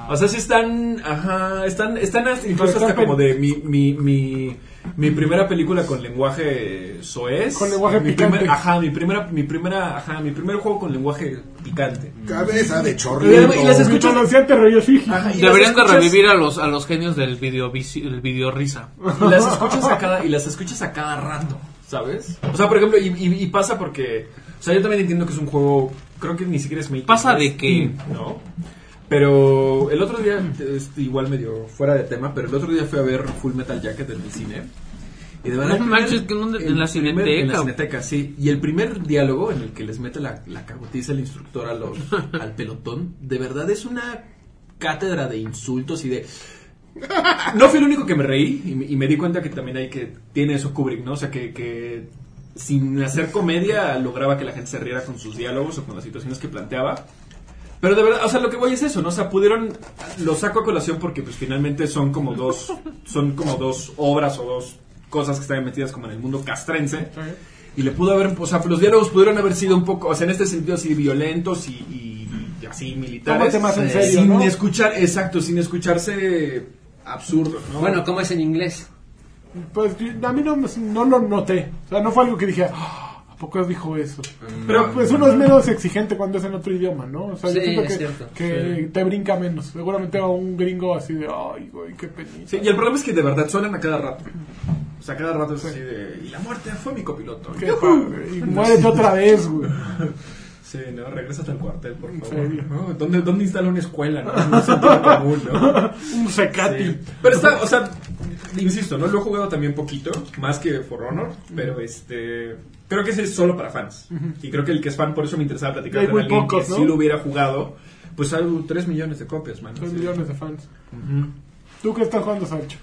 [SPEAKER 6] O sea, sí están, ajá, están, están hasta- incluso hasta como de mi, mi, mi, mi primera película con lenguaje soez.
[SPEAKER 1] Con lenguaje
[SPEAKER 6] mi
[SPEAKER 1] picante.
[SPEAKER 6] primer- ajá, mi primera, mi primera, ajá, mi primer juego con lenguaje picante.
[SPEAKER 2] Cabeza de chorrito.
[SPEAKER 6] Y las
[SPEAKER 1] Mi
[SPEAKER 6] escuchas-
[SPEAKER 1] conociente reyes, sí.
[SPEAKER 6] Ajá, y las
[SPEAKER 4] Deberían de
[SPEAKER 6] escuchas-
[SPEAKER 4] revivir a los, a los genios del video, el video risa.
[SPEAKER 6] Y las escuchas a cada, y las escuchas a cada rato, ¿sabes? O sea, por ejemplo, y, y- y pasa porque, o sea, yo también entiendo que es un juego, creo que ni siquiera es making.
[SPEAKER 4] ¿Pasa
[SPEAKER 6] es
[SPEAKER 4] de qué?
[SPEAKER 6] in, ¿No? Pero el otro día, este, igual medio fuera de tema, pero el otro día fui a ver Full Metal Jacket en el cine. Y de verdad,
[SPEAKER 4] No
[SPEAKER 6] el
[SPEAKER 4] manches,
[SPEAKER 6] primer-
[SPEAKER 4] que en un- en
[SPEAKER 6] el
[SPEAKER 4] la
[SPEAKER 6] primer- En la
[SPEAKER 4] cineteca.
[SPEAKER 6] cineteca, sí. Y el primer diálogo en el que les mete la, la cagotiza el instructor a los, al pelotón, de verdad es una cátedra de insultos y de... No fui el único que me reí y me, y me di cuenta que también hay que... Tiene eso Kubrick, ¿no? O sea, que, que sin hacer comedia lograba que la gente se riera con sus diálogos o con las situaciones que planteaba. Pero de verdad, o sea, lo que voy es eso, ¿no? O sea, pudieron, lo saco a colación porque pues finalmente son como dos, son como dos obras o dos cosas que están metidas como en el mundo castrense. Y le pudo haber, o sea, los diálogos pudieron haber sido un poco, o sea, en este sentido así violentos y, y- y así militares.
[SPEAKER 1] Tómate más en
[SPEAKER 6] eh,
[SPEAKER 1] serio,
[SPEAKER 6] sin
[SPEAKER 1] ¿no?
[SPEAKER 6] escuchar, exacto, sin escucharse absurdo, ¿no?
[SPEAKER 5] Bueno, ¿cómo es en inglés?
[SPEAKER 1] Pues yo- a mí no, me- no lo noté. O sea, no fue algo que dije, "Ah, ¿a poco dijo eso? Pero pues uno es menos exigente cuando es en otro idioma, ¿no? O sea, yo
[SPEAKER 5] Sí,
[SPEAKER 1] siento
[SPEAKER 5] es
[SPEAKER 1] que,
[SPEAKER 5] cierto.
[SPEAKER 1] que te brinca menos. Seguramente a un gringo así de, ay, güey, qué penita.
[SPEAKER 6] Sí, y el problema es que de verdad suenan a cada rato. O sea, cada rato es así de... Y la muerte fue mi copiloto.
[SPEAKER 1] Qué
[SPEAKER 6] ¡Yujú!
[SPEAKER 1] padre. Y muérete otra vez, güey.
[SPEAKER 6] Sí, no, regrésate al cuartel, por
[SPEAKER 1] serio.
[SPEAKER 6] favor. ¿no? ¿Dónde, ¿Dónde instala una escuela? No, En un sentido común, ¿no?
[SPEAKER 1] Un secati.
[SPEAKER 6] Sí. Pero está, o sea, insisto, ¿no? Lo he jugado también poquito, más que For Honor, pero este. Creo que ese es solo para fans. Y creo que el que es fan, por eso me interesaba platicar
[SPEAKER 1] Hay
[SPEAKER 6] con
[SPEAKER 1] muy
[SPEAKER 6] alguien
[SPEAKER 1] pocos,
[SPEAKER 6] que
[SPEAKER 1] ¿no?
[SPEAKER 6] si lo hubiera jugado, pues hay 3 millones de copias, man.
[SPEAKER 1] Tres
[SPEAKER 6] Sí.
[SPEAKER 1] millones de fans. ¿Tú qué estás jugando, Sancho?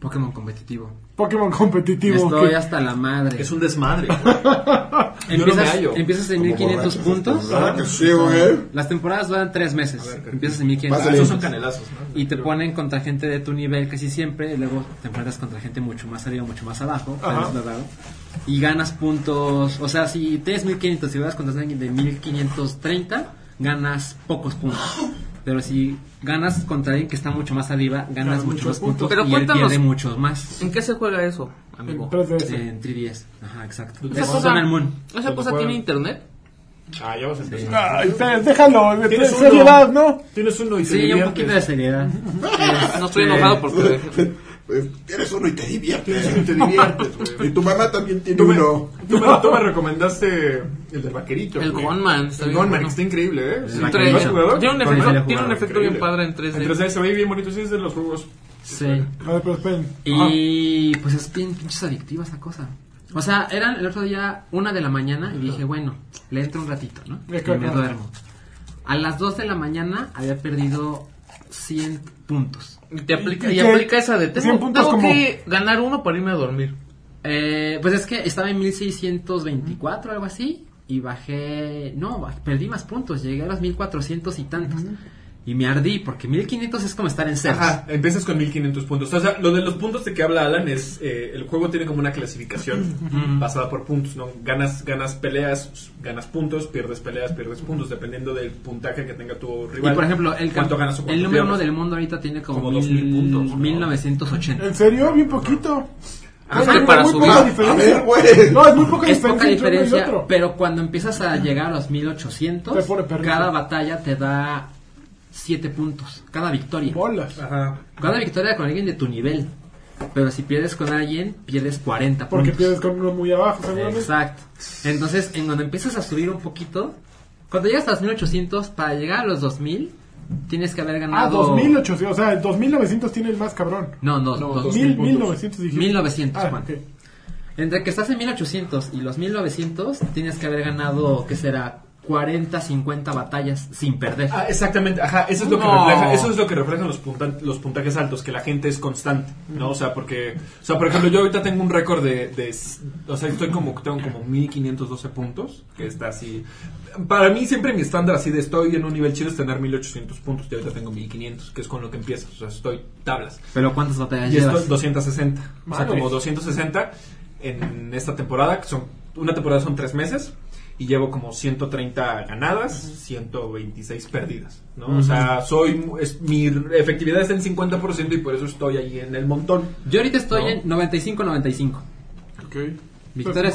[SPEAKER 5] Pokémon competitivo.
[SPEAKER 1] Pokémon competitivo.
[SPEAKER 5] Estoy
[SPEAKER 1] que-
[SPEAKER 5] hasta la madre.
[SPEAKER 6] Es un desmadre. güey. Yo no me
[SPEAKER 5] Empiezas,
[SPEAKER 6] hallo.
[SPEAKER 5] empiezas en 1500 puntos.
[SPEAKER 2] ¿Verdad Ah, que sí, güey?
[SPEAKER 5] Las temporadas duran tres meses. Empiezas en
[SPEAKER 6] Ah,
[SPEAKER 5] 1500
[SPEAKER 2] Pásale.
[SPEAKER 6] Esos
[SPEAKER 5] puntos.
[SPEAKER 6] son canelazos, ¿no?
[SPEAKER 5] Y te ponen contra gente de tu nivel casi siempre. y luego te enfrentas contra gente mucho más arriba, mucho más abajo. tal
[SPEAKER 1] Ajá.
[SPEAKER 5] vez lo raro, Y ganas puntos. O sea, si tienes 1500 y vas contra alguien de 1530, ganas pocos puntos. Pero si ganas contra alguien que está mucho más arriba, ganas
[SPEAKER 1] Ganas
[SPEAKER 5] muchos
[SPEAKER 1] muchos
[SPEAKER 5] más puntos.
[SPEAKER 1] puntos.
[SPEAKER 5] Pero
[SPEAKER 4] Pero
[SPEAKER 5] y él
[SPEAKER 4] cuéntanos-
[SPEAKER 5] pierde muchos más.
[SPEAKER 4] ¿En qué se juega eso, amigo?
[SPEAKER 1] en 3DS.
[SPEAKER 5] En 3DS. Ajá, exacto.
[SPEAKER 4] Esa
[SPEAKER 5] Es
[SPEAKER 4] cosa,
[SPEAKER 5] Sun and Moon.
[SPEAKER 4] ¿Esa cosa tiene internet?
[SPEAKER 6] Ah, ya vas a empezar.
[SPEAKER 1] Ay, Fer, déjalo, de
[SPEAKER 6] Tienes
[SPEAKER 1] de
[SPEAKER 6] uno.
[SPEAKER 1] seriedad, ¿no?
[SPEAKER 6] Tienes uno y te
[SPEAKER 5] Sí, un
[SPEAKER 6] diviertes.
[SPEAKER 5] poquito de seriedad.
[SPEAKER 6] Este,
[SPEAKER 4] No estoy enojado porque...
[SPEAKER 2] Pues, Tienes uno y te diviertes. y te diviertes, güey. Y tu mamá también tiene
[SPEAKER 6] Tú me,
[SPEAKER 2] uno.
[SPEAKER 6] tú me- tú me recomendaste el del vaquerito.
[SPEAKER 4] El
[SPEAKER 6] güey.
[SPEAKER 4] Gunman, está
[SPEAKER 6] El
[SPEAKER 4] bien
[SPEAKER 6] Gunman,
[SPEAKER 4] bueno.
[SPEAKER 6] está increíble, ¿eh? Sí,
[SPEAKER 5] Vaquerito.
[SPEAKER 6] ¿lo has jugado?
[SPEAKER 4] Tiene un
[SPEAKER 5] Con el
[SPEAKER 4] efecto,
[SPEAKER 5] jugador,
[SPEAKER 4] tiene un efecto bien
[SPEAKER 6] Increíble.
[SPEAKER 4] padre en 3D.
[SPEAKER 6] En 3D se ve bien bonito, sí, es de los juegos.
[SPEAKER 5] Sí.
[SPEAKER 1] A ver, pero esperen.
[SPEAKER 5] Y pues es bien pinches adictiva esa cosa. O sea, eran el otro día una de la mañana y dije, bueno, le entro un ratito, ¿no?
[SPEAKER 1] De
[SPEAKER 5] Y me
[SPEAKER 1] acuerdo.
[SPEAKER 5] duermo. A las 2 de la mañana había perdido 100 puntos.
[SPEAKER 4] Y te aplica,
[SPEAKER 1] ¿Y
[SPEAKER 4] y
[SPEAKER 1] qué?
[SPEAKER 4] aplica esa de
[SPEAKER 1] Cien
[SPEAKER 4] tengo,
[SPEAKER 1] puntos
[SPEAKER 4] tengo
[SPEAKER 1] como-
[SPEAKER 4] que ganar uno para irme a dormir.
[SPEAKER 5] Eh, pues es que estaba en 1624, algo así, y bajé, no, baj- perdí más puntos, llegué a los 1400 y tantos. Y me ardí, porque 1500 es como estar en ceros.
[SPEAKER 6] Ajá, empiezas con 1500 puntos. O sea, lo de los puntos de que habla Alan es. eh, el juego tiene como una clasificación basada por puntos, ¿no? Ganas, ganas peleas, ganas puntos, pierdes peleas, pierdes puntos, dependiendo del puntaje que tenga tu rival.
[SPEAKER 5] Y por ejemplo, el,
[SPEAKER 6] ¿Cuánto
[SPEAKER 5] camp-
[SPEAKER 6] ganas o cuánto
[SPEAKER 5] el número uno
[SPEAKER 6] pierdes?
[SPEAKER 5] del mundo ahorita tiene como,
[SPEAKER 6] Como
[SPEAKER 5] mil-
[SPEAKER 6] 2000 puntos, ¿no?
[SPEAKER 5] 1980.
[SPEAKER 1] ¿En serio? Bien poquito.
[SPEAKER 5] Ah,
[SPEAKER 4] Ajá,
[SPEAKER 1] Bueno,
[SPEAKER 4] para
[SPEAKER 1] muy
[SPEAKER 4] subir.
[SPEAKER 1] poca
[SPEAKER 2] A
[SPEAKER 1] diferencia.
[SPEAKER 2] ver, güey.
[SPEAKER 1] No, es muy poca
[SPEAKER 5] Es
[SPEAKER 1] diferencia entre
[SPEAKER 5] poca
[SPEAKER 1] uno y
[SPEAKER 5] diferencia,
[SPEAKER 1] otro.
[SPEAKER 5] pero cuando empiezas a llegar a los
[SPEAKER 1] Te
[SPEAKER 5] 1800,
[SPEAKER 1] pone perrito.
[SPEAKER 5] cada batalla te da 7 puntos, cada victoria.
[SPEAKER 1] Bolas.
[SPEAKER 5] Ah,
[SPEAKER 6] Ajá.
[SPEAKER 5] Cada victoria con alguien de tu nivel. Pero si pierdes con alguien, pierdes 40
[SPEAKER 1] Porque
[SPEAKER 5] puntos.
[SPEAKER 1] pierdes con uno muy abajo, seguramente.
[SPEAKER 5] Exacto. Entonces, en cuando empiezas a subir un poquito, cuando llegas a los 1800, para llegar a los 2000, tienes que haber
[SPEAKER 1] Ah,
[SPEAKER 5] ganado...
[SPEAKER 1] 2800. O sea, el 2900 tiene el más cabrón.
[SPEAKER 5] No, no,
[SPEAKER 6] No,
[SPEAKER 5] dos-
[SPEAKER 1] 1000,
[SPEAKER 6] 2000
[SPEAKER 1] 1900 dijiste.
[SPEAKER 5] 1900,
[SPEAKER 1] Ah,
[SPEAKER 5] Juan.
[SPEAKER 1] ok.
[SPEAKER 5] Entre que estás en 1800 y los 1900, tienes que haber ganado, ¿qué será? 40, 50 batallas sin perder.
[SPEAKER 6] Ah, exactamente, ajá, eso es lo que
[SPEAKER 4] No.
[SPEAKER 6] refleja, eso es lo que reflejan los, punta- los puntajes altos, que la gente es constante, ¿no? O sea, porque, o sea, por ejemplo, yo ahorita tengo un récord de, de s- o sea, estoy como, tengo como 1512 puntos, que está así, para mí siempre mi estándar así de estoy en un nivel chido es tener 1800 puntos, y ahorita tengo 1500, que es con lo que empiezas, o sea, estoy tablas.
[SPEAKER 5] Pero ¿cuántas batallas
[SPEAKER 6] Y esto
[SPEAKER 5] llevas?
[SPEAKER 6] es 260. O
[SPEAKER 1] Madre.
[SPEAKER 6] sea, como 260 en esta temporada, que son una temporada son tres meses, y llevo como 130 ganadas, 126 perdidas, ¿no? O sea, soy, mu- es- mi efectividad está en 50% y por eso estoy ahí en el montón.
[SPEAKER 5] Yo ahorita estoy
[SPEAKER 6] No.
[SPEAKER 5] en 95-95. Victorias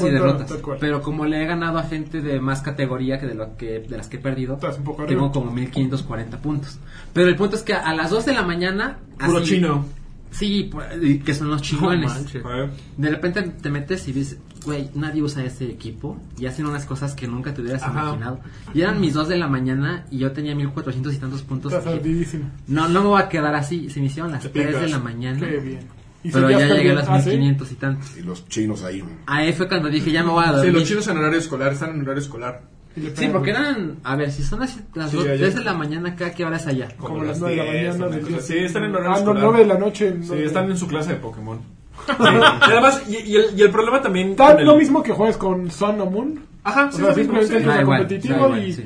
[SPEAKER 1] Entonces,
[SPEAKER 5] y
[SPEAKER 1] cuenta
[SPEAKER 5] derrotas.
[SPEAKER 1] tal cual.
[SPEAKER 5] Pero como le he ganado a gente de más categoría que de, lo que, de las que he perdido,
[SPEAKER 1] Estás un poco arriba.
[SPEAKER 5] tengo como 1540 puntos. Pero el punto es que a las 2 de la mañana...
[SPEAKER 6] Puro
[SPEAKER 5] así-
[SPEAKER 6] chino.
[SPEAKER 5] Sí, pu- y que son los chingones.
[SPEAKER 4] manches.
[SPEAKER 6] A ver.
[SPEAKER 5] De repente te metes y dices, güey, nadie usa este equipo y hacen unas cosas que nunca te hubieras
[SPEAKER 6] Ajá.
[SPEAKER 5] imaginado. Y eran mis dos de la mañana y yo tenía 1400 y tantos puntos.
[SPEAKER 1] Estás
[SPEAKER 5] Dije,
[SPEAKER 1] ardidísimo.
[SPEAKER 5] no, no me voy a quedar así. Se iniciaron las
[SPEAKER 6] Te
[SPEAKER 5] 3 de
[SPEAKER 6] picas.
[SPEAKER 5] la mañana,
[SPEAKER 1] Qué bien. ¿Y
[SPEAKER 5] pero
[SPEAKER 1] seguías
[SPEAKER 5] ya llegué a
[SPEAKER 1] perdiendo?
[SPEAKER 5] las
[SPEAKER 1] Ah, ¿sí?
[SPEAKER 5] 1500 y tantos.
[SPEAKER 2] Y los chinos ahí.
[SPEAKER 5] Ahí fue cuando dije, ya me voy a
[SPEAKER 6] Sí,
[SPEAKER 5] dormir.
[SPEAKER 6] los chinos en horario escolar, están en horario escolar.
[SPEAKER 1] Y le
[SPEAKER 5] Sí,
[SPEAKER 1] pegan.
[SPEAKER 5] porque eran, a ver, si son las, las
[SPEAKER 6] Sí,
[SPEAKER 5] dos-
[SPEAKER 6] allá.
[SPEAKER 5] 3 de la mañana, ¿cada qué hora es allá?
[SPEAKER 1] Como, las 9 de la
[SPEAKER 6] 10,
[SPEAKER 1] mañana.
[SPEAKER 6] una
[SPEAKER 1] del
[SPEAKER 6] cosa
[SPEAKER 1] día.
[SPEAKER 6] así. Sí, están en horario
[SPEAKER 1] Ah, no,
[SPEAKER 6] escolar.
[SPEAKER 1] 9 de la noche. no-
[SPEAKER 6] Sí, están en su clase de Pokémon. Sí. Y además, y, y el, y el problema también...
[SPEAKER 1] Está
[SPEAKER 6] con el-
[SPEAKER 1] lo mismo que juegues con Sun o Moon.
[SPEAKER 6] Ajá,
[SPEAKER 1] O
[SPEAKER 6] sí,
[SPEAKER 1] sea,
[SPEAKER 6] es lo mismo,
[SPEAKER 1] simplemente
[SPEAKER 6] sí.
[SPEAKER 1] entras
[SPEAKER 5] Da
[SPEAKER 1] a
[SPEAKER 5] igual, da
[SPEAKER 1] competitivo
[SPEAKER 5] igual,
[SPEAKER 1] y,
[SPEAKER 5] sí.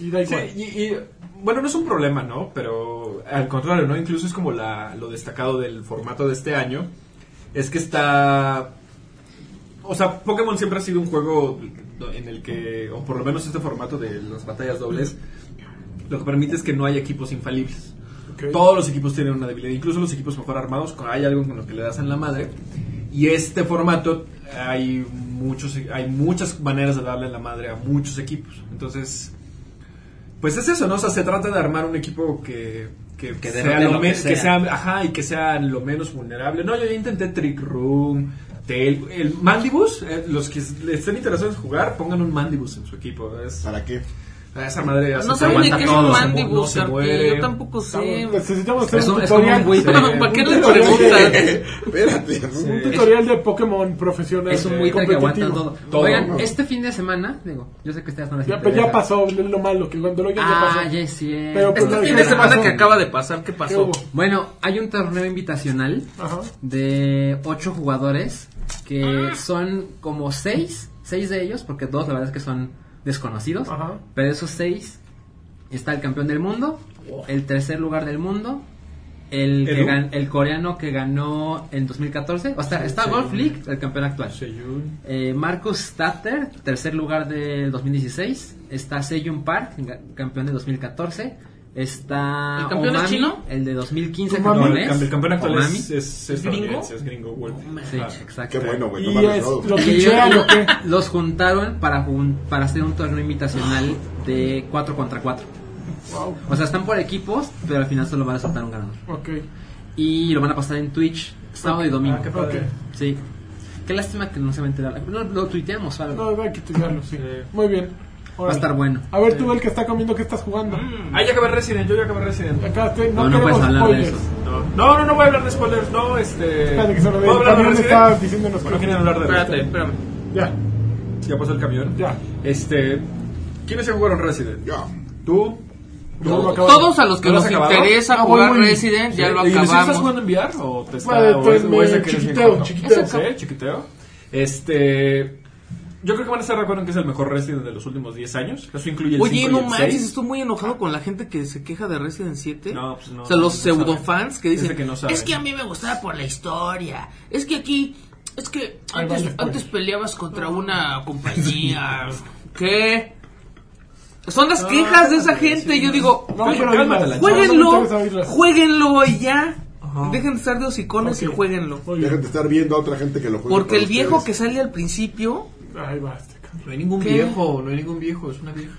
[SPEAKER 1] y da
[SPEAKER 6] Sí,
[SPEAKER 1] igual.
[SPEAKER 6] y, y, bueno, no es un problema, ¿no? Pero al contrario, ¿no? Incluso es como la, lo destacado del formato de este año. Es que está... O sea, Pokémon siempre ha sido un juego en el que, o por lo menos este formato de las batallas dobles, lo que permite es que no hay equipos infalibles.
[SPEAKER 1] Ok.
[SPEAKER 6] Todos los equipos tienen una debilidad, incluso los equipos mejor armados, con- hay algo con lo que le das en la madre. Y este formato hay muchos hay muchas maneras de darle en la madre a muchos equipos. Entonces, pues es eso, ¿no? O sea, se trata de armar un equipo que que,
[SPEAKER 5] Que
[SPEAKER 6] sea
[SPEAKER 5] derrote
[SPEAKER 6] lo
[SPEAKER 5] lo
[SPEAKER 6] men-
[SPEAKER 5] que
[SPEAKER 6] que
[SPEAKER 5] sea.
[SPEAKER 6] sea, ajá, y que sea lo menos vulnerable. No, yo ya intenté Trick Room, Tail, el Mandibus, eh, los que les estén interesados en jugar, pongan un Mandibus en su equipo. Es,
[SPEAKER 2] ¿Para qué?
[SPEAKER 6] Ah, Esa madre hace
[SPEAKER 4] No
[SPEAKER 6] que
[SPEAKER 4] saben ni
[SPEAKER 6] aguanta
[SPEAKER 4] qué es
[SPEAKER 6] todo,
[SPEAKER 4] un
[SPEAKER 6] se mu- no
[SPEAKER 4] mandibus,
[SPEAKER 6] se
[SPEAKER 4] Carti.
[SPEAKER 6] muere.
[SPEAKER 4] Yo tampoco sé.
[SPEAKER 1] Necesitamos hacer
[SPEAKER 5] Es
[SPEAKER 1] un
[SPEAKER 5] un- es como
[SPEAKER 1] tutorial.
[SPEAKER 5] un güey de-
[SPEAKER 4] ¿Para qué
[SPEAKER 1] Un
[SPEAKER 4] les
[SPEAKER 1] tutorial de-
[SPEAKER 4] preguntan?
[SPEAKER 2] Espérate.
[SPEAKER 1] Un tutorial de Pokémon profesional.
[SPEAKER 5] Es un
[SPEAKER 1] eh,
[SPEAKER 5] buitre que aguanta
[SPEAKER 1] competitivo.
[SPEAKER 5] todo.
[SPEAKER 6] Todo.
[SPEAKER 5] Oigan,
[SPEAKER 2] No.
[SPEAKER 5] este fin de semana, digo, yo sé que ustedes no les
[SPEAKER 1] Ya, pero ya
[SPEAKER 5] interesa.
[SPEAKER 1] pasó lo malo, que cuando lo oigan ya
[SPEAKER 5] Ah,
[SPEAKER 1] pasó.
[SPEAKER 5] ya es cierto.
[SPEAKER 1] Pero pues,
[SPEAKER 4] Este
[SPEAKER 1] no,
[SPEAKER 4] fin
[SPEAKER 1] ¿qué
[SPEAKER 4] de semana
[SPEAKER 1] pasó?
[SPEAKER 4] que acaba de pasar, ¿qué
[SPEAKER 1] ¿Qué
[SPEAKER 4] pasó?
[SPEAKER 1] hubo?
[SPEAKER 5] Bueno, hay un torneo invitacional
[SPEAKER 1] Ajá.
[SPEAKER 5] de ocho jugadores que son como seis, seis de ellos, porque dos la verdad es que son desconocidos,
[SPEAKER 1] Ajá.
[SPEAKER 5] pero esos seis está el campeón del mundo, el tercer lugar del mundo, el, que
[SPEAKER 6] ¿Edu?
[SPEAKER 5] gan- el coreano que ganó en 2014, o sea, está Golf League, el campeón actual.
[SPEAKER 6] Sheyun.
[SPEAKER 5] Eh, Marcus Statter, tercer lugar del 2016. Está Seyun Park, ga- campeón de 2014. Está.
[SPEAKER 4] ¿El campeón es
[SPEAKER 5] Omami,
[SPEAKER 4] chino?
[SPEAKER 5] El de 2015,
[SPEAKER 1] Omami.
[SPEAKER 6] No,
[SPEAKER 5] campeón
[SPEAKER 6] el,
[SPEAKER 5] es.
[SPEAKER 6] cam- el campeón actual
[SPEAKER 5] Omami.
[SPEAKER 6] es, eh, es, es
[SPEAKER 4] ¿Gringo?
[SPEAKER 6] estadounidense, es gringo, güey.
[SPEAKER 5] Sí,
[SPEAKER 6] Ah.
[SPEAKER 5] exacto.
[SPEAKER 2] Qué bueno, güey. No
[SPEAKER 1] Y
[SPEAKER 2] mames,
[SPEAKER 1] es
[SPEAKER 2] no.
[SPEAKER 1] lo
[SPEAKER 5] Y
[SPEAKER 1] que
[SPEAKER 5] ellos
[SPEAKER 1] chean
[SPEAKER 5] lo-
[SPEAKER 1] o qué.
[SPEAKER 5] los juntaron para, jun- para hacer un torneo invitacional de 4 contra 4.
[SPEAKER 1] Wow.
[SPEAKER 5] O sea, están por equipos, pero al final solo van a soltar un ganador.
[SPEAKER 1] Ok.
[SPEAKER 5] Y lo van a pasar en Twitch sábado y domingo.
[SPEAKER 6] Ah, qué padre.
[SPEAKER 1] Ok.
[SPEAKER 5] Sí. Qué lástima que no se va a enterar. Lo, lo tuiteamos o algo.
[SPEAKER 1] No, hay que estudiarlo, sí.
[SPEAKER 6] Sí.
[SPEAKER 1] Muy bien.
[SPEAKER 5] Va a
[SPEAKER 1] Órale.
[SPEAKER 5] estar bueno.
[SPEAKER 1] A ver, tú, el que está comiendo, ¿qué estás jugando?
[SPEAKER 6] Ah, ya acabé Resident, yo ya acabé Resident.
[SPEAKER 1] Acá estoy. No,
[SPEAKER 5] No, no
[SPEAKER 1] queremos
[SPEAKER 5] puedes hablar de
[SPEAKER 1] spoilers.
[SPEAKER 5] eso.
[SPEAKER 6] No, no, no voy a hablar de spoilers, no, este...
[SPEAKER 1] Espérate, que se lo ve.
[SPEAKER 6] ¿Puedo
[SPEAKER 1] El
[SPEAKER 6] hablar de
[SPEAKER 1] camión
[SPEAKER 6] Resident?
[SPEAKER 1] está diciéndonos
[SPEAKER 6] Bueno,
[SPEAKER 1] que-
[SPEAKER 6] quieren hablar de
[SPEAKER 4] Espérate,
[SPEAKER 6] Resident.
[SPEAKER 4] espérame.
[SPEAKER 1] Ya,
[SPEAKER 6] Ya pasó el camión.
[SPEAKER 1] ya.
[SPEAKER 6] Este... ¿Quiénes se jugaron Resident?
[SPEAKER 2] Ya.
[SPEAKER 6] ¿Tú?
[SPEAKER 1] Yo lo acabo de-
[SPEAKER 4] Todos a los que
[SPEAKER 6] ¿No lo
[SPEAKER 4] nos
[SPEAKER 6] has acabado?
[SPEAKER 4] interesa
[SPEAKER 1] Ah,
[SPEAKER 4] jugar
[SPEAKER 1] voy, voy.
[SPEAKER 4] Resident ya lo
[SPEAKER 6] ¿Y Luis, estás
[SPEAKER 4] acabamos.
[SPEAKER 6] jugando en VR o te está
[SPEAKER 1] Vale,
[SPEAKER 6] o
[SPEAKER 1] pues,
[SPEAKER 6] es- o es de
[SPEAKER 1] me-
[SPEAKER 6] que eres bien
[SPEAKER 1] chiquiteo,
[SPEAKER 6] corto?
[SPEAKER 1] chiquiteo.
[SPEAKER 6] Sí, chiquiteo. Este yo creo que van a estar de acuerdo en que es el mejor Resident de los últimos 10 años. Eso incluye el 5 y
[SPEAKER 4] Oye,
[SPEAKER 6] el
[SPEAKER 4] no manches,
[SPEAKER 6] 6.
[SPEAKER 4] estoy muy enojado con la gente que se queja de Resident 7.
[SPEAKER 6] No, pues no,
[SPEAKER 4] o sea, los
[SPEAKER 6] no
[SPEAKER 4] pseudo
[SPEAKER 6] saben.
[SPEAKER 4] fans que
[SPEAKER 6] Es
[SPEAKER 4] dicen,
[SPEAKER 6] de que no saben.
[SPEAKER 4] es que a mí me gustaba por la historia, es que aquí, es que
[SPEAKER 1] Ahí van
[SPEAKER 4] antes,
[SPEAKER 6] pues.
[SPEAKER 1] después.
[SPEAKER 4] antes peleabas contra una compañía. ¿Qué? Son
[SPEAKER 6] Ah,
[SPEAKER 4] las quejas de esa gente, yo digo,
[SPEAKER 1] No,
[SPEAKER 4] "Oye,
[SPEAKER 1] pero
[SPEAKER 6] cálmate,
[SPEAKER 1] oílas. No me
[SPEAKER 4] jueguenlo,
[SPEAKER 1] interesa oírlas.
[SPEAKER 4] jueguenlo y ya. Dejen de estar de hocicones
[SPEAKER 1] Ok.
[SPEAKER 4] y jueguenlo.
[SPEAKER 1] Muy
[SPEAKER 2] Dejen de
[SPEAKER 1] bien.
[SPEAKER 2] estar viendo a otra gente que lo juega.
[SPEAKER 4] Porque el viejo que sale al principio,
[SPEAKER 1] Ahí va, este cabrón.
[SPEAKER 6] No hay ningún
[SPEAKER 4] ¿Qué?
[SPEAKER 6] viejo, no hay ningún viejo, es una vieja.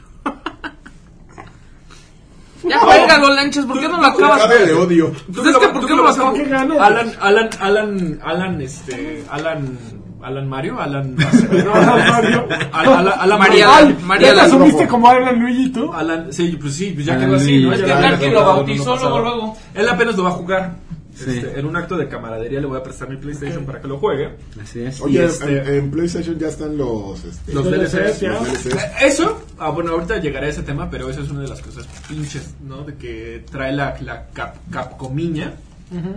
[SPEAKER 4] ya juégalo, lanchas, ¿por qué no lo acabas?
[SPEAKER 2] Cabe de odio.
[SPEAKER 4] Pues es que, ¿por qué no lo
[SPEAKER 6] vas a
[SPEAKER 4] acabo?
[SPEAKER 1] ¿Qué ganas?
[SPEAKER 6] Alan, Alan, Alan, Alan, este, Alan, Alan Mario, Alan,
[SPEAKER 1] Alan Mario.
[SPEAKER 6] Alan, Alan, Alan
[SPEAKER 4] María
[SPEAKER 6] Mario.
[SPEAKER 4] Alan, María
[SPEAKER 1] ¿Ya te
[SPEAKER 4] Alan.
[SPEAKER 1] asumiste como Alan Luigi tú?
[SPEAKER 6] Alan, sí, pues sí, pues ya
[SPEAKER 5] Alan
[SPEAKER 6] quedó así,
[SPEAKER 5] Lee.
[SPEAKER 6] ¿no? Es que
[SPEAKER 2] Ya,
[SPEAKER 6] Alan
[SPEAKER 2] ya
[SPEAKER 6] lo
[SPEAKER 2] lo
[SPEAKER 6] bautizó
[SPEAKER 4] bautizó
[SPEAKER 6] luego,
[SPEAKER 4] luego,
[SPEAKER 6] luego.
[SPEAKER 4] luego.
[SPEAKER 6] Él apenas lo va a jugar.
[SPEAKER 5] Sí.
[SPEAKER 6] Este, en un acto de camaradería le voy a prestar mi PlayStation para que lo juegue.
[SPEAKER 5] Así es.
[SPEAKER 2] Oye,
[SPEAKER 6] Y
[SPEAKER 2] en-
[SPEAKER 6] este-
[SPEAKER 2] en PlayStation ya están los. este,
[SPEAKER 6] Los
[SPEAKER 1] Los DLCs,
[SPEAKER 6] DLCs.
[SPEAKER 1] ya.
[SPEAKER 2] los DLCs.
[SPEAKER 6] Eso, ah, bueno, ahorita llegaré a ese tema, pero eso es una de las cosas pinches, ¿no? De que trae la, la cap, capcomiña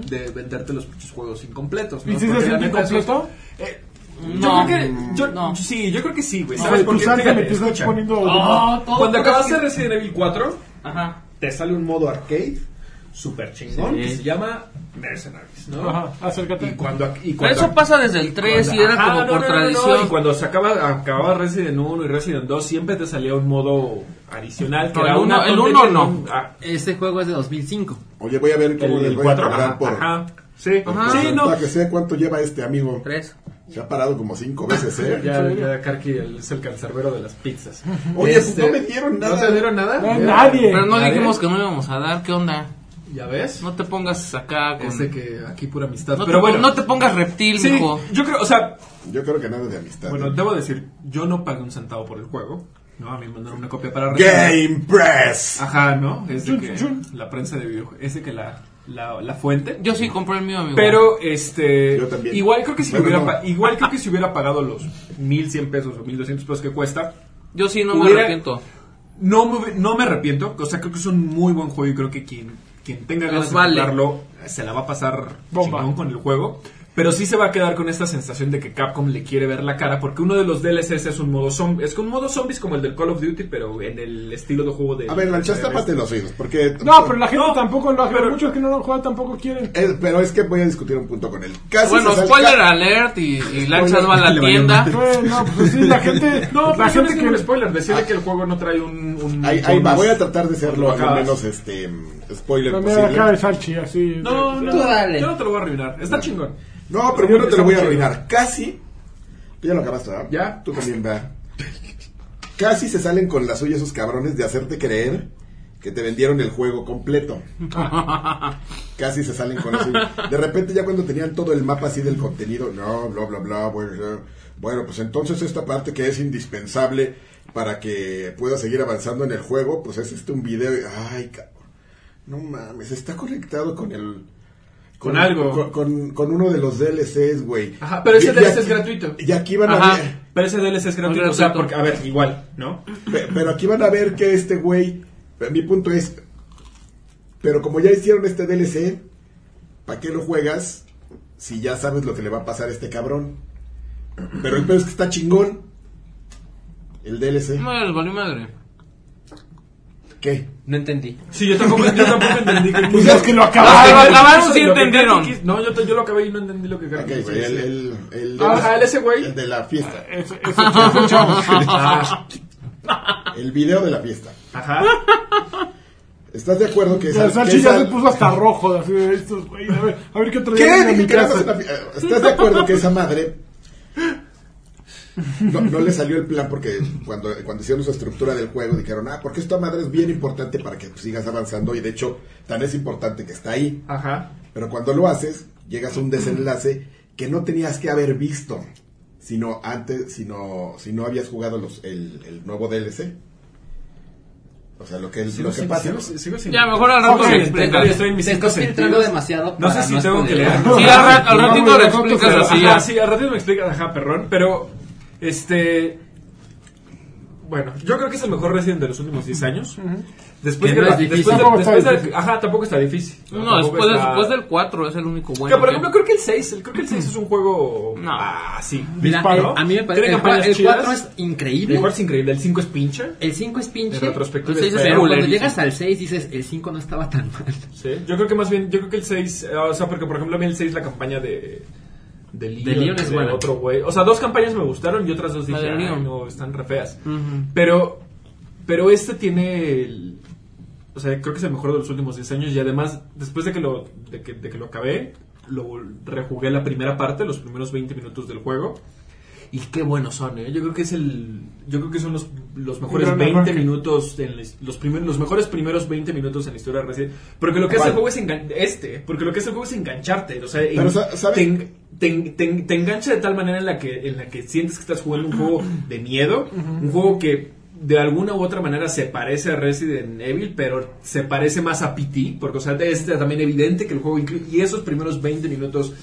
[SPEAKER 6] de venderte los pinches juegos incompletos, ¿no?
[SPEAKER 1] ¿Y si se
[SPEAKER 6] Porque la
[SPEAKER 1] siente
[SPEAKER 6] neta, eso es-
[SPEAKER 1] incompleto?
[SPEAKER 6] Eh,
[SPEAKER 4] No,
[SPEAKER 6] yo creo que. Yo,
[SPEAKER 4] no.
[SPEAKER 6] Sí, yo creo que sí, güey.
[SPEAKER 1] No,
[SPEAKER 6] ¿Sabes
[SPEAKER 1] tú
[SPEAKER 6] por qué?
[SPEAKER 1] sabes que
[SPEAKER 6] Fíjate,
[SPEAKER 1] me estás
[SPEAKER 6] escucha.
[SPEAKER 1] poniendo-
[SPEAKER 6] Ah,
[SPEAKER 4] todo
[SPEAKER 6] Cuando
[SPEAKER 4] por
[SPEAKER 6] acabas
[SPEAKER 4] eso.
[SPEAKER 6] de Resident Evil 4,
[SPEAKER 4] Ajá.
[SPEAKER 6] te sale un modo arcade super chingón
[SPEAKER 5] Sí.
[SPEAKER 6] que se llama Mercenaries, ¿no?
[SPEAKER 1] Ajá, acércate.
[SPEAKER 6] Y cuando, y
[SPEAKER 4] Pero
[SPEAKER 6] cuando
[SPEAKER 4] eso pasa desde el 3 y
[SPEAKER 6] cuando-
[SPEAKER 4] era
[SPEAKER 6] Ajá,
[SPEAKER 4] como
[SPEAKER 6] no,
[SPEAKER 4] por
[SPEAKER 6] no, no, no,
[SPEAKER 4] tradición.
[SPEAKER 6] y cuando se acaba, acababa Resident 1 y Resident 2, siempre te salía un modo adicional. Que
[SPEAKER 4] No,
[SPEAKER 6] era
[SPEAKER 4] el
[SPEAKER 6] una
[SPEAKER 4] uno- el
[SPEAKER 6] tontería,
[SPEAKER 4] uno no.
[SPEAKER 6] un- ah,
[SPEAKER 5] Este juego es de 2005.
[SPEAKER 2] Oye, voy a ver cómo
[SPEAKER 6] el,
[SPEAKER 2] les
[SPEAKER 6] el
[SPEAKER 2] voy
[SPEAKER 6] 4.
[SPEAKER 2] a cobrar
[SPEAKER 6] Ajá,
[SPEAKER 2] por.
[SPEAKER 6] ajá, sí,
[SPEAKER 4] Ajá.
[SPEAKER 6] sí, no.
[SPEAKER 2] Para que sé cuánto lleva este amigo.
[SPEAKER 4] Tres.
[SPEAKER 2] Se ha parado como cinco veces, ¿eh?
[SPEAKER 6] Ya, ya Karki el- es el cancerbero de las pizzas. Este,
[SPEAKER 2] Oye, pues no me dieron nada.
[SPEAKER 6] ¿No te dieron nada?
[SPEAKER 1] No, nadie.
[SPEAKER 4] Pero no
[SPEAKER 6] A ver.
[SPEAKER 4] dijimos que no íbamos a dar, ¿qué onda?
[SPEAKER 6] ¿Ya ves?
[SPEAKER 4] No te pongas acá con...
[SPEAKER 6] Este que aquí pura amistad.
[SPEAKER 4] no,
[SPEAKER 6] Pero
[SPEAKER 4] te,
[SPEAKER 6] bueno.
[SPEAKER 4] no te pongas reptil,
[SPEAKER 6] Sí,
[SPEAKER 4] mijo.
[SPEAKER 6] yo creo, o sea,
[SPEAKER 2] Yo creo que nada de amistad. ¿eh?
[SPEAKER 6] bueno, debo decir, yo no pagué un centavo por el juego. No, a mí me mandaron una copia para regalar.
[SPEAKER 2] Game Press.
[SPEAKER 6] Ajá, ¿no? Es de
[SPEAKER 1] Chun,
[SPEAKER 6] que
[SPEAKER 1] chun.
[SPEAKER 6] la prensa de videojuegos, es de que la, la, la fuente.
[SPEAKER 4] Yo sí compré el mío, amigo.
[SPEAKER 6] Pero, este,
[SPEAKER 2] Yo también.
[SPEAKER 6] igual creo que si
[SPEAKER 2] Bueno,
[SPEAKER 6] hubiera,
[SPEAKER 2] no.
[SPEAKER 6] pa- igual creo que si hubiera pagado los 1100 pesos o 1200 pesos que cuesta,
[SPEAKER 4] Yo sí no me
[SPEAKER 6] Hubiera-
[SPEAKER 4] arrepiento.
[SPEAKER 6] no me, hubie- no me arrepiento. O sea, creo que es un muy buen juego y creo que quien, quien tenga ganas
[SPEAKER 4] Los vale.
[SPEAKER 6] de jugarlo eh, se la va a pasar
[SPEAKER 1] Bomba.
[SPEAKER 6] chingón con el juego. Pero sí se va a quedar con esta sensación de que Capcom le quiere ver la cara porque uno de los DLCs es un modo zombie, es que un modo zombies como el del Call of Duty, pero en el estilo de juego de
[SPEAKER 2] A ver, Lanchas,
[SPEAKER 6] de-
[SPEAKER 2] tápate los oídos. Porque.
[SPEAKER 1] No, pero la gente
[SPEAKER 6] No,
[SPEAKER 1] tampoco lo ha
[SPEAKER 6] pero-
[SPEAKER 1] jugado. Muchos que no lo han jugado tampoco quieren.
[SPEAKER 2] Eh, pero es que voy a discutir un punto con él. Casi
[SPEAKER 4] bueno,
[SPEAKER 2] se sale
[SPEAKER 4] spoiler
[SPEAKER 2] Cap-
[SPEAKER 4] alert y, y lanchas va a
[SPEAKER 6] este le
[SPEAKER 4] la
[SPEAKER 6] valió
[SPEAKER 4] tienda.
[SPEAKER 1] Bueno, no, pues sí, la gente.
[SPEAKER 6] No,
[SPEAKER 1] la
[SPEAKER 6] pero eso no Ah.
[SPEAKER 1] gente
[SPEAKER 6] es
[SPEAKER 1] que.
[SPEAKER 6] ningún spoiler. Decirle que el juego no trae un. un
[SPEAKER 2] Ahí, ahí va,
[SPEAKER 6] bonus.
[SPEAKER 2] voy a tratar de serlo lo
[SPEAKER 6] Acabas.
[SPEAKER 2] menos este mm, spoiler
[SPEAKER 1] La mera cara de
[SPEAKER 2] posible.
[SPEAKER 1] Salchi, así.
[SPEAKER 6] No, no,
[SPEAKER 5] Tú dale.
[SPEAKER 6] yo no te lo voy a arruinar. Está chingón.
[SPEAKER 2] No, pero yo no te lo voy a arruinar. Casi. Tú ya lo acabaste, ¿verdad?
[SPEAKER 6] Ya.
[SPEAKER 2] Tú también, va. Casi se salen con la suya esos cabrones de hacerte creer que te vendieron el juego completo. Casi se salen con la suya. De repente ya cuando tenían todo el mapa así del contenido, no, bla, bla, bla, bueno, ya. bueno, pues entonces esta parte que es indispensable para que pueda seguir avanzando en el juego, pues es este un video. y- Ay, cabrón. No mames, está conectado con el.
[SPEAKER 6] Con algo.
[SPEAKER 2] Con, con- con uno de los DLCs, güey.
[SPEAKER 6] Ajá, pero ese
[SPEAKER 2] Y- y
[SPEAKER 6] DLC es
[SPEAKER 2] aquí-
[SPEAKER 6] gratuito.
[SPEAKER 2] Y aquí van a
[SPEAKER 5] Ajá.
[SPEAKER 2] ver.
[SPEAKER 6] Pero ese DLC es gratuito, o sea,
[SPEAKER 5] gratuito.
[SPEAKER 6] porque, a ver, igual, ¿no?
[SPEAKER 2] Pe- Pero aquí van a ver que este güey. Mi punto es. Pero como ya hicieron este DLC, ¿para qué lo juegas si ya sabes lo que le va a pasar a este cabrón? Pero el peor es que está chingón. El DLC.
[SPEAKER 4] No, les valió madre.
[SPEAKER 2] ¿Qué?
[SPEAKER 5] No entendí.
[SPEAKER 6] Sí, yo tampoco, yo tampoco entendí que...
[SPEAKER 1] Pues es que lo
[SPEAKER 4] Ah,
[SPEAKER 1] acabaste.
[SPEAKER 4] bueno. acabaron, sí
[SPEAKER 6] Lo que
[SPEAKER 4] entendieron.
[SPEAKER 6] Karki quis- No, yo, te- yo lo acabé y no entendí lo que
[SPEAKER 2] Ok,
[SPEAKER 6] Karki
[SPEAKER 2] güey,
[SPEAKER 6] quis
[SPEAKER 2] el,
[SPEAKER 6] decir.
[SPEAKER 2] el, el
[SPEAKER 1] Ah,
[SPEAKER 6] Ajá, el ese güey.
[SPEAKER 2] el de la fiesta.
[SPEAKER 1] Eso, eso que escuchamos.
[SPEAKER 6] Ah,
[SPEAKER 2] El video de la fiesta.
[SPEAKER 6] Ajá.
[SPEAKER 2] ¿Estás de acuerdo que
[SPEAKER 1] El
[SPEAKER 2] esa- que
[SPEAKER 1] Salchi ya
[SPEAKER 2] esa-
[SPEAKER 1] se puso hasta rojo. Así de estos, güey. A ver, a ver qué otro
[SPEAKER 2] ¿Qué?
[SPEAKER 1] día viene a
[SPEAKER 2] Dije
[SPEAKER 1] mi
[SPEAKER 2] que era más
[SPEAKER 1] casa.
[SPEAKER 2] una fi- ¿Estás de acuerdo que esa madre no, no le salió el plan porque cuando, cuando hicieron su estructura del juego dijeron, ah, porque esta madre es bien importante para que sigas avanzando y de hecho tan es importante que está ahí.
[SPEAKER 6] Ajá.
[SPEAKER 2] Pero cuando lo haces, llegas a un desenlace que no tenías que haber visto, sino antes, sino, si no habías jugado los, el, el nuevo DLC. O sea, lo que, lo que
[SPEAKER 6] sin-
[SPEAKER 2] pasa.
[SPEAKER 6] sigo- sigo sin-
[SPEAKER 4] Ya, mejor al rato
[SPEAKER 6] Ok,
[SPEAKER 4] me explicas.
[SPEAKER 6] Estoy en mis
[SPEAKER 5] Te
[SPEAKER 6] cinco
[SPEAKER 5] estás filtrando
[SPEAKER 6] sentidos.
[SPEAKER 5] demasiado.
[SPEAKER 6] No sé
[SPEAKER 5] para
[SPEAKER 6] si tengo que
[SPEAKER 5] spoilear.
[SPEAKER 6] leer.
[SPEAKER 4] Sí, al, ra- al ratito
[SPEAKER 1] Vamos,
[SPEAKER 4] lo
[SPEAKER 1] nosotros,
[SPEAKER 4] explicas
[SPEAKER 1] pero-
[SPEAKER 4] así
[SPEAKER 6] Ajá,
[SPEAKER 4] ya.
[SPEAKER 6] sí, al ratito me explicas, ajá, perrón. Pero, este. Bueno, yo creo que es el mejor Resident de los últimos 10 años. Después
[SPEAKER 5] Que
[SPEAKER 6] de
[SPEAKER 5] no
[SPEAKER 6] la-
[SPEAKER 5] es difícil.
[SPEAKER 6] después de-
[SPEAKER 1] Tampoco está
[SPEAKER 6] después de-
[SPEAKER 1] difícil.
[SPEAKER 6] Ajá, tampoco está difícil.
[SPEAKER 4] No,
[SPEAKER 6] Tampoco
[SPEAKER 4] después,
[SPEAKER 6] está-
[SPEAKER 4] después del 4 es el único bueno.
[SPEAKER 6] Que, por
[SPEAKER 4] que-
[SPEAKER 6] ejemplo, creo que el 6, el, creo que el 6 es un juego.
[SPEAKER 4] No.
[SPEAKER 6] Ah, sí.
[SPEAKER 5] Mira,
[SPEAKER 6] Disparo.
[SPEAKER 5] el- a mí me parece.
[SPEAKER 6] Tiene
[SPEAKER 5] El,
[SPEAKER 6] campañas
[SPEAKER 5] el 4
[SPEAKER 6] chidas.
[SPEAKER 5] es
[SPEAKER 6] El
[SPEAKER 5] increíble.
[SPEAKER 6] 4 es increíble, el 5 es pinche.
[SPEAKER 5] El 5 es pinche.
[SPEAKER 6] En retrospectiva
[SPEAKER 5] el seis
[SPEAKER 6] es
[SPEAKER 5] es pero cuando
[SPEAKER 4] culerísimo.
[SPEAKER 5] llegas al 6 dices, el 5 no estaba tan mal.
[SPEAKER 6] Sí. Yo creo que más bien, yo creo que el 6, eh, o sea, porque por ejemplo a mí el 6 la campaña de... De Leon,
[SPEAKER 5] De Leon es
[SPEAKER 6] de
[SPEAKER 5] buena.
[SPEAKER 6] otro güey. O sea, dos campañas me gustaron y otras dos
[SPEAKER 4] La
[SPEAKER 6] dije,
[SPEAKER 4] de
[SPEAKER 6] "Ay,
[SPEAKER 4] Leon".
[SPEAKER 6] no, están re feas.
[SPEAKER 4] Ujú.
[SPEAKER 6] Pero, pero este tiene el... O sea, creo que es el mejor de los últimos 10 años y además, después de que lo, de que, de que lo acabé, lo vol- rejugué la primera parte, los primeros 20 minutos del juego. Y qué buenos son, ¿eh? Yo creo que es el... Yo creo que son los, los mejores
[SPEAKER 1] Gran
[SPEAKER 6] 20
[SPEAKER 1] arranque.
[SPEAKER 6] minutos, en la his- los, primeros, los mejores primeros 20 minutos en la historia de Resident Porque lo que hace
[SPEAKER 2] ¿Cuál?
[SPEAKER 6] el juego es engan- este, porque lo que hace el juego es engancharte, o sea, en-
[SPEAKER 2] Pero, sa- ¿sabes?
[SPEAKER 6] te, en- te en- te en- te engancha de tal manera en la que en la que sientes que estás jugando un juego de miedo, un juego que de alguna u otra manera se parece a Resident Evil, pero se parece más a PT, porque o sea, es también evidente que el juego incluye y esos primeros 20 minutos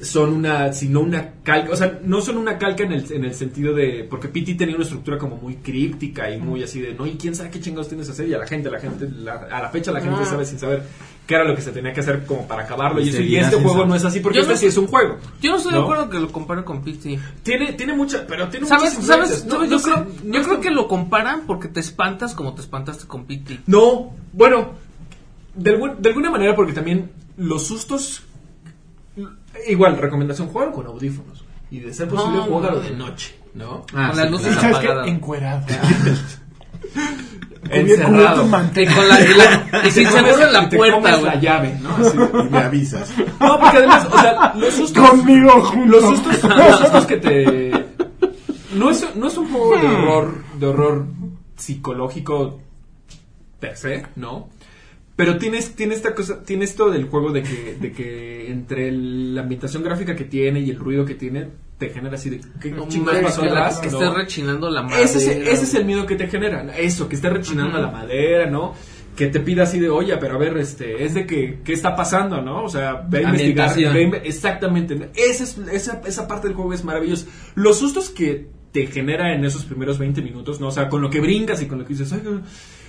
[SPEAKER 6] son una, sino una calca, o sea, no son una calca en el, en el sentido de, porque PT tenía una estructura como muy críptica y muy así de, no, y quién sabe qué chingados tienes que hacer, y a la gente, la gente, la- a la fecha la gente sabe sin saber qué era lo que se tenía que hacer como para acabarlo, y, eso, y
[SPEAKER 5] Seriedad
[SPEAKER 6] este juego
[SPEAKER 5] sensato.
[SPEAKER 6] no es así, porque
[SPEAKER 4] Yo
[SPEAKER 6] este
[SPEAKER 4] no-
[SPEAKER 6] sí es un juego.
[SPEAKER 4] Yo no estoy
[SPEAKER 6] ¿No?
[SPEAKER 4] de acuerdo que lo comparen con PT.
[SPEAKER 6] Tiene, tiene mucha, pero tiene
[SPEAKER 4] ¿Sabes?
[SPEAKER 6] muchas
[SPEAKER 4] ¿Sabes?
[SPEAKER 6] influencias. No,
[SPEAKER 4] ¿Sabes?
[SPEAKER 6] no
[SPEAKER 4] yo
[SPEAKER 6] sé,
[SPEAKER 4] creo,
[SPEAKER 6] no
[SPEAKER 4] yo
[SPEAKER 6] es
[SPEAKER 4] creo
[SPEAKER 6] tan-
[SPEAKER 4] que lo comparan porque te espantas como te espantaste con PT.
[SPEAKER 6] No, bueno, de, algún- de alguna manera porque también los sustos... Igual, recomendación, jugar con audífonos. Y de ser posible,
[SPEAKER 4] No,
[SPEAKER 6] jugarlo
[SPEAKER 4] no.
[SPEAKER 6] de noche, ¿no?
[SPEAKER 5] Ah,
[SPEAKER 4] con
[SPEAKER 5] sí,
[SPEAKER 4] las luces
[SPEAKER 5] claro.
[SPEAKER 1] ¿Sabes qué?
[SPEAKER 4] apagadas.
[SPEAKER 1] Encuerado. Cubierto
[SPEAKER 6] Encerrado.
[SPEAKER 1] en mantel.
[SPEAKER 4] Y con la, y la- y sin
[SPEAKER 6] Te comes-
[SPEAKER 4] seguro en
[SPEAKER 6] y
[SPEAKER 4] la
[SPEAKER 6] te
[SPEAKER 4] puerta,
[SPEAKER 6] comes la
[SPEAKER 4] güey.
[SPEAKER 6] llave, ¿no? Así.
[SPEAKER 2] Y me avisas.
[SPEAKER 6] No, porque además, o sea, los sustos...
[SPEAKER 1] Conmigo junto.
[SPEAKER 6] Los sustos, los sustos que te... No es, no es un juego
[SPEAKER 4] Hmm.
[SPEAKER 6] de horror, de horror psicológico per se, ¿no? Pero tienes, tiene esta cosa, tiene esto del juego de que, de que entre el- la ambientación gráfica que tiene y el ruido que tiene, te genera así de qué
[SPEAKER 4] Como
[SPEAKER 6] chingados pasó
[SPEAKER 4] que,
[SPEAKER 6] atrás,
[SPEAKER 4] que
[SPEAKER 6] ¿no?
[SPEAKER 4] esté rechinando la madre.
[SPEAKER 6] Ese es, ese es el miedo que te genera, eso, que esté rechinando la madera, ¿no? Que te pida así de, oye, pero a ver, este, es de que, ¿qué está pasando, no? O sea, ve a investigar,
[SPEAKER 5] Ambientación.
[SPEAKER 6] ve a inve- exactamente, ¿no? Ese es- esa, esa parte del juego es maravillosa. Los sustos que te genera en esos primeros 20 minutos, ¿no? O sea, con lo que brincas y con lo que dices, "Ay, ay",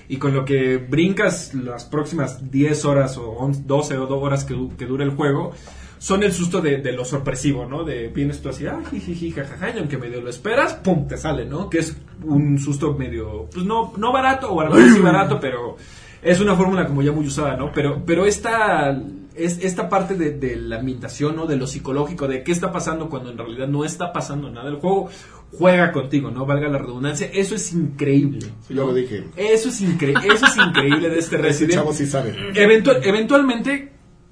[SPEAKER 6] y con lo que brincas las próximas 10 horas o 11, 12 o 2 horas que, du- que dura el juego, son el susto de, de lo sorpresivo, ¿no? De vienes tú así, ah, jijiji, jajaja, y aunque medio lo esperas, pum, te sale, ¿no? Que es un susto medio, pues no, no barato, o a lo mejor sí barato, pero es una fórmula como ya muy usada, ¿no? Pero, pero esta, es, esta parte de, de la ambientación, ¿no? De lo psicológico, de qué está pasando cuando en realidad no está pasando nada. El juego juega contigo, ¿no? Valga la redundancia, eso es increíble.
[SPEAKER 2] Sí, yo lo dije.
[SPEAKER 6] Eso es, incre eso es increíble de este
[SPEAKER 2] Ese
[SPEAKER 6] Resident
[SPEAKER 2] chavo sí sabe.
[SPEAKER 6] Eventual- eventualmente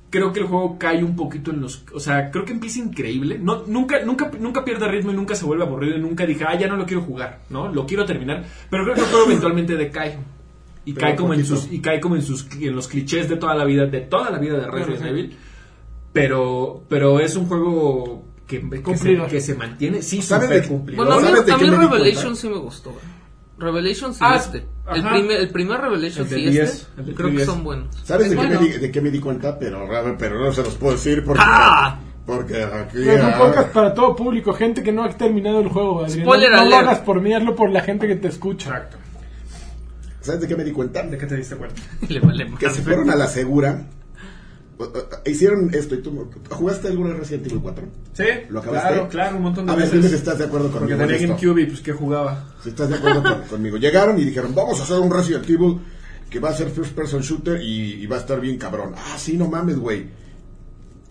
[SPEAKER 6] creo que el juego cae un poquito en los, o sea, creo que empieza increíble. No, nunca, nunca, nunca pierde ritmo y nunca se vuelve aburrido y nunca dije, ah, ya no lo quiero jugar, no, lo quiero terminar. Pero creo que el juego eventualmente decae y
[SPEAKER 2] Pero
[SPEAKER 6] cae como en
[SPEAKER 2] poquito.
[SPEAKER 6] sus y cae como en sus en los clichés de toda la vida de toda la vida de Resident Evil. Pero, pero es un juego que, que, se,
[SPEAKER 1] Cumplidor.
[SPEAKER 6] que se mantiene, sí,
[SPEAKER 2] ¿Saben
[SPEAKER 6] súper
[SPEAKER 2] de-
[SPEAKER 6] cumplidor.
[SPEAKER 4] Bueno, a mí,
[SPEAKER 2] ¿Sabes de
[SPEAKER 4] a
[SPEAKER 2] qué
[SPEAKER 4] mí
[SPEAKER 2] me di
[SPEAKER 4] Revelation
[SPEAKER 2] cuenta?
[SPEAKER 4] sí me gustó, güey. Revelations y
[SPEAKER 6] Ah,
[SPEAKER 4] este. El
[SPEAKER 6] ajá.
[SPEAKER 4] primer, el primer Revelations
[SPEAKER 7] El de
[SPEAKER 4] y este
[SPEAKER 7] 10, el de
[SPEAKER 4] creo que
[SPEAKER 7] 3DS.
[SPEAKER 4] son buenos.
[SPEAKER 2] ¿Sabes
[SPEAKER 6] Es
[SPEAKER 7] Pues
[SPEAKER 2] de, qué
[SPEAKER 6] bueno.
[SPEAKER 2] me di, de qué me di cuenta? Pero, raro, pero no se los puedo decir porque...
[SPEAKER 4] ¡Ah!
[SPEAKER 2] Porque aquí...
[SPEAKER 1] Pero es un
[SPEAKER 2] ah,
[SPEAKER 1] podcast para todo público, gente que no ha terminado el juego, Adrián.
[SPEAKER 4] Spoiler
[SPEAKER 1] no, no lo
[SPEAKER 4] alert.
[SPEAKER 1] hagas por mí, hazlo por la gente que te escucha.
[SPEAKER 7] Exacto.
[SPEAKER 2] ¿Sabes de qué me di cuenta?
[SPEAKER 7] ¿De qué te diste cuenta?
[SPEAKER 4] Le vale más.
[SPEAKER 2] Que se fueron a la segura. o- o- Hicieron esto y tú... ¿Jugaste alguna Resident Evil 4?
[SPEAKER 7] Sí,
[SPEAKER 2] ¿Lo acabaste?
[SPEAKER 7] claro, claro, un montón de
[SPEAKER 2] A ver, dime
[SPEAKER 7] veces.
[SPEAKER 2] si estás de acuerdo conmigo
[SPEAKER 7] Porque
[SPEAKER 2] en
[SPEAKER 7] tenía
[SPEAKER 2] esto.
[SPEAKER 7] GameCube y pues que jugaba.
[SPEAKER 2] Si estás de acuerdo con- conmigo. Llegaron y dijeron, vamos a hacer un Resident Evil que va a ser first person shooter y, y va a estar bien cabrón. Ah, sí, no mames, güey.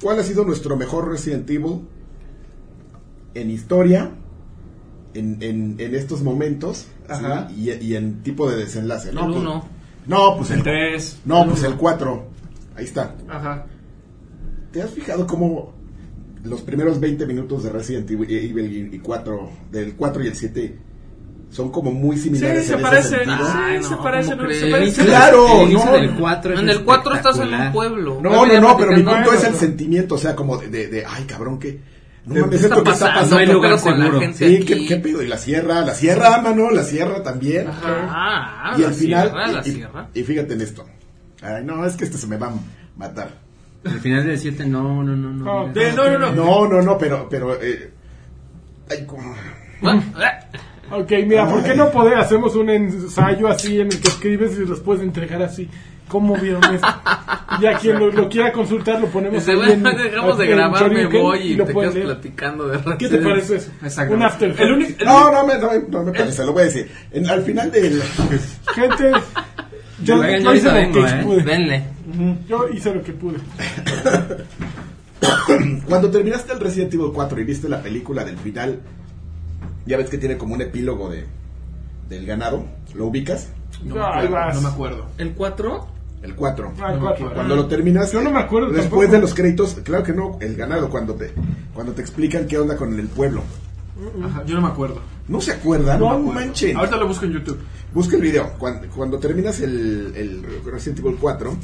[SPEAKER 2] ¿Cuál ha sido nuestro mejor Resident Evil en historia, en, en- en estos momentos
[SPEAKER 7] Ajá.
[SPEAKER 2] ¿sí? y, y en tipo de desenlace? No,
[SPEAKER 4] El
[SPEAKER 2] pues,
[SPEAKER 4] uno.
[SPEAKER 2] no pues el,
[SPEAKER 7] Tres.
[SPEAKER 2] no, pues el 4. Ahí está.
[SPEAKER 7] Ajá.
[SPEAKER 2] ¿Te has fijado cómo los primeros 20 minutos de Resident Evil y 4, del 4 y el 7 son como muy similares
[SPEAKER 7] Sí, se
[SPEAKER 2] en ese
[SPEAKER 7] parecen.
[SPEAKER 2] sentido?
[SPEAKER 4] Ah,
[SPEAKER 7] Ay, se parece,
[SPEAKER 4] ¿cómo
[SPEAKER 7] no, se
[SPEAKER 4] crees?
[SPEAKER 7] parece.
[SPEAKER 2] Claro,
[SPEAKER 5] el inicio
[SPEAKER 2] no,
[SPEAKER 5] del
[SPEAKER 2] no.
[SPEAKER 5] 4 es
[SPEAKER 4] En el 4 estás en un
[SPEAKER 5] espectacular.
[SPEAKER 4] pueblo.
[SPEAKER 2] No, no, no, pero mi punto
[SPEAKER 1] Bueno,
[SPEAKER 2] es el
[SPEAKER 1] no.
[SPEAKER 2] sentimiento, o sea, como de, de, de, ay, cabrón, que no
[SPEAKER 7] ¿Qué
[SPEAKER 2] mames,
[SPEAKER 4] está
[SPEAKER 2] esto que está
[SPEAKER 4] pasando?
[SPEAKER 2] pasando.
[SPEAKER 5] No hay lugar
[SPEAKER 2] pero
[SPEAKER 5] seguro.
[SPEAKER 4] con la gente
[SPEAKER 2] Sí,
[SPEAKER 4] aquí.
[SPEAKER 2] ¿qué, qué pedo, y la sierra, la sierra, mano, la sierra también.
[SPEAKER 4] Ah,
[SPEAKER 2] y
[SPEAKER 4] la
[SPEAKER 2] al final,
[SPEAKER 4] sierra, la
[SPEAKER 2] y- y-
[SPEAKER 4] sierra.
[SPEAKER 2] y, fíjate en esto. Ay, no, es que este se me va a matar.
[SPEAKER 5] Al final del 7, no, no, no, no.
[SPEAKER 1] No,
[SPEAKER 5] mira.
[SPEAKER 7] De- no, no, no.
[SPEAKER 2] No, no, no, pero, pero, eh, ay, como-
[SPEAKER 4] Bueno, eh,
[SPEAKER 1] Ok, mira, ¿por qué
[SPEAKER 2] Ay.
[SPEAKER 1] no poder hacemos un ensayo así en el que escribes y los puedes entregar así? ¿Cómo vieron esto? Ya quien lo, lo quiera consultar lo ponemos
[SPEAKER 4] se
[SPEAKER 1] ahí
[SPEAKER 4] va-
[SPEAKER 1] en-
[SPEAKER 4] dejamos de
[SPEAKER 1] en
[SPEAKER 4] grabar, me
[SPEAKER 1] Shoryuken
[SPEAKER 4] voy y
[SPEAKER 1] lo
[SPEAKER 4] te
[SPEAKER 1] pueden
[SPEAKER 4] quedas
[SPEAKER 1] leer.
[SPEAKER 4] platicando de
[SPEAKER 1] ¿Qué te
[SPEAKER 4] repente.
[SPEAKER 1] parece eso?
[SPEAKER 7] Exacto.
[SPEAKER 1] Un after.
[SPEAKER 6] El único. el
[SPEAKER 2] No, no, me- no, no me parece, lo voy a decir. En- al final del...
[SPEAKER 1] Gente, yo,
[SPEAKER 5] Venga,
[SPEAKER 1] yo hice
[SPEAKER 5] ahorita
[SPEAKER 1] lo
[SPEAKER 5] vengo,
[SPEAKER 1] que
[SPEAKER 5] ¿eh?
[SPEAKER 1] pude.
[SPEAKER 5] Venle.
[SPEAKER 1] Yo hice lo que pude.
[SPEAKER 2] Cuando terminaste el Resident Evil 4 y viste la película del final, ya ves que tiene como un epílogo de del ganado, ¿lo ubicas?
[SPEAKER 1] No,
[SPEAKER 7] Ah, Ahí vas. No me acuerdo.
[SPEAKER 4] ¿El 4?
[SPEAKER 2] El 4.
[SPEAKER 1] Ah, cuatro.
[SPEAKER 2] Cuando lo terminas,
[SPEAKER 1] Yo no me acuerdo
[SPEAKER 2] Después
[SPEAKER 1] tampoco.
[SPEAKER 2] de los créditos, claro que no, el ganado cuando te cuando te explican qué onda con el pueblo.
[SPEAKER 7] Ajá, yo no me acuerdo.
[SPEAKER 2] No se acuerdan, no,
[SPEAKER 1] No,
[SPEAKER 2] manchen.
[SPEAKER 7] Ahorita lo busco en YouTube.
[SPEAKER 2] Busca el video. Cuando, cuando terminas el, el Resident Evil 4,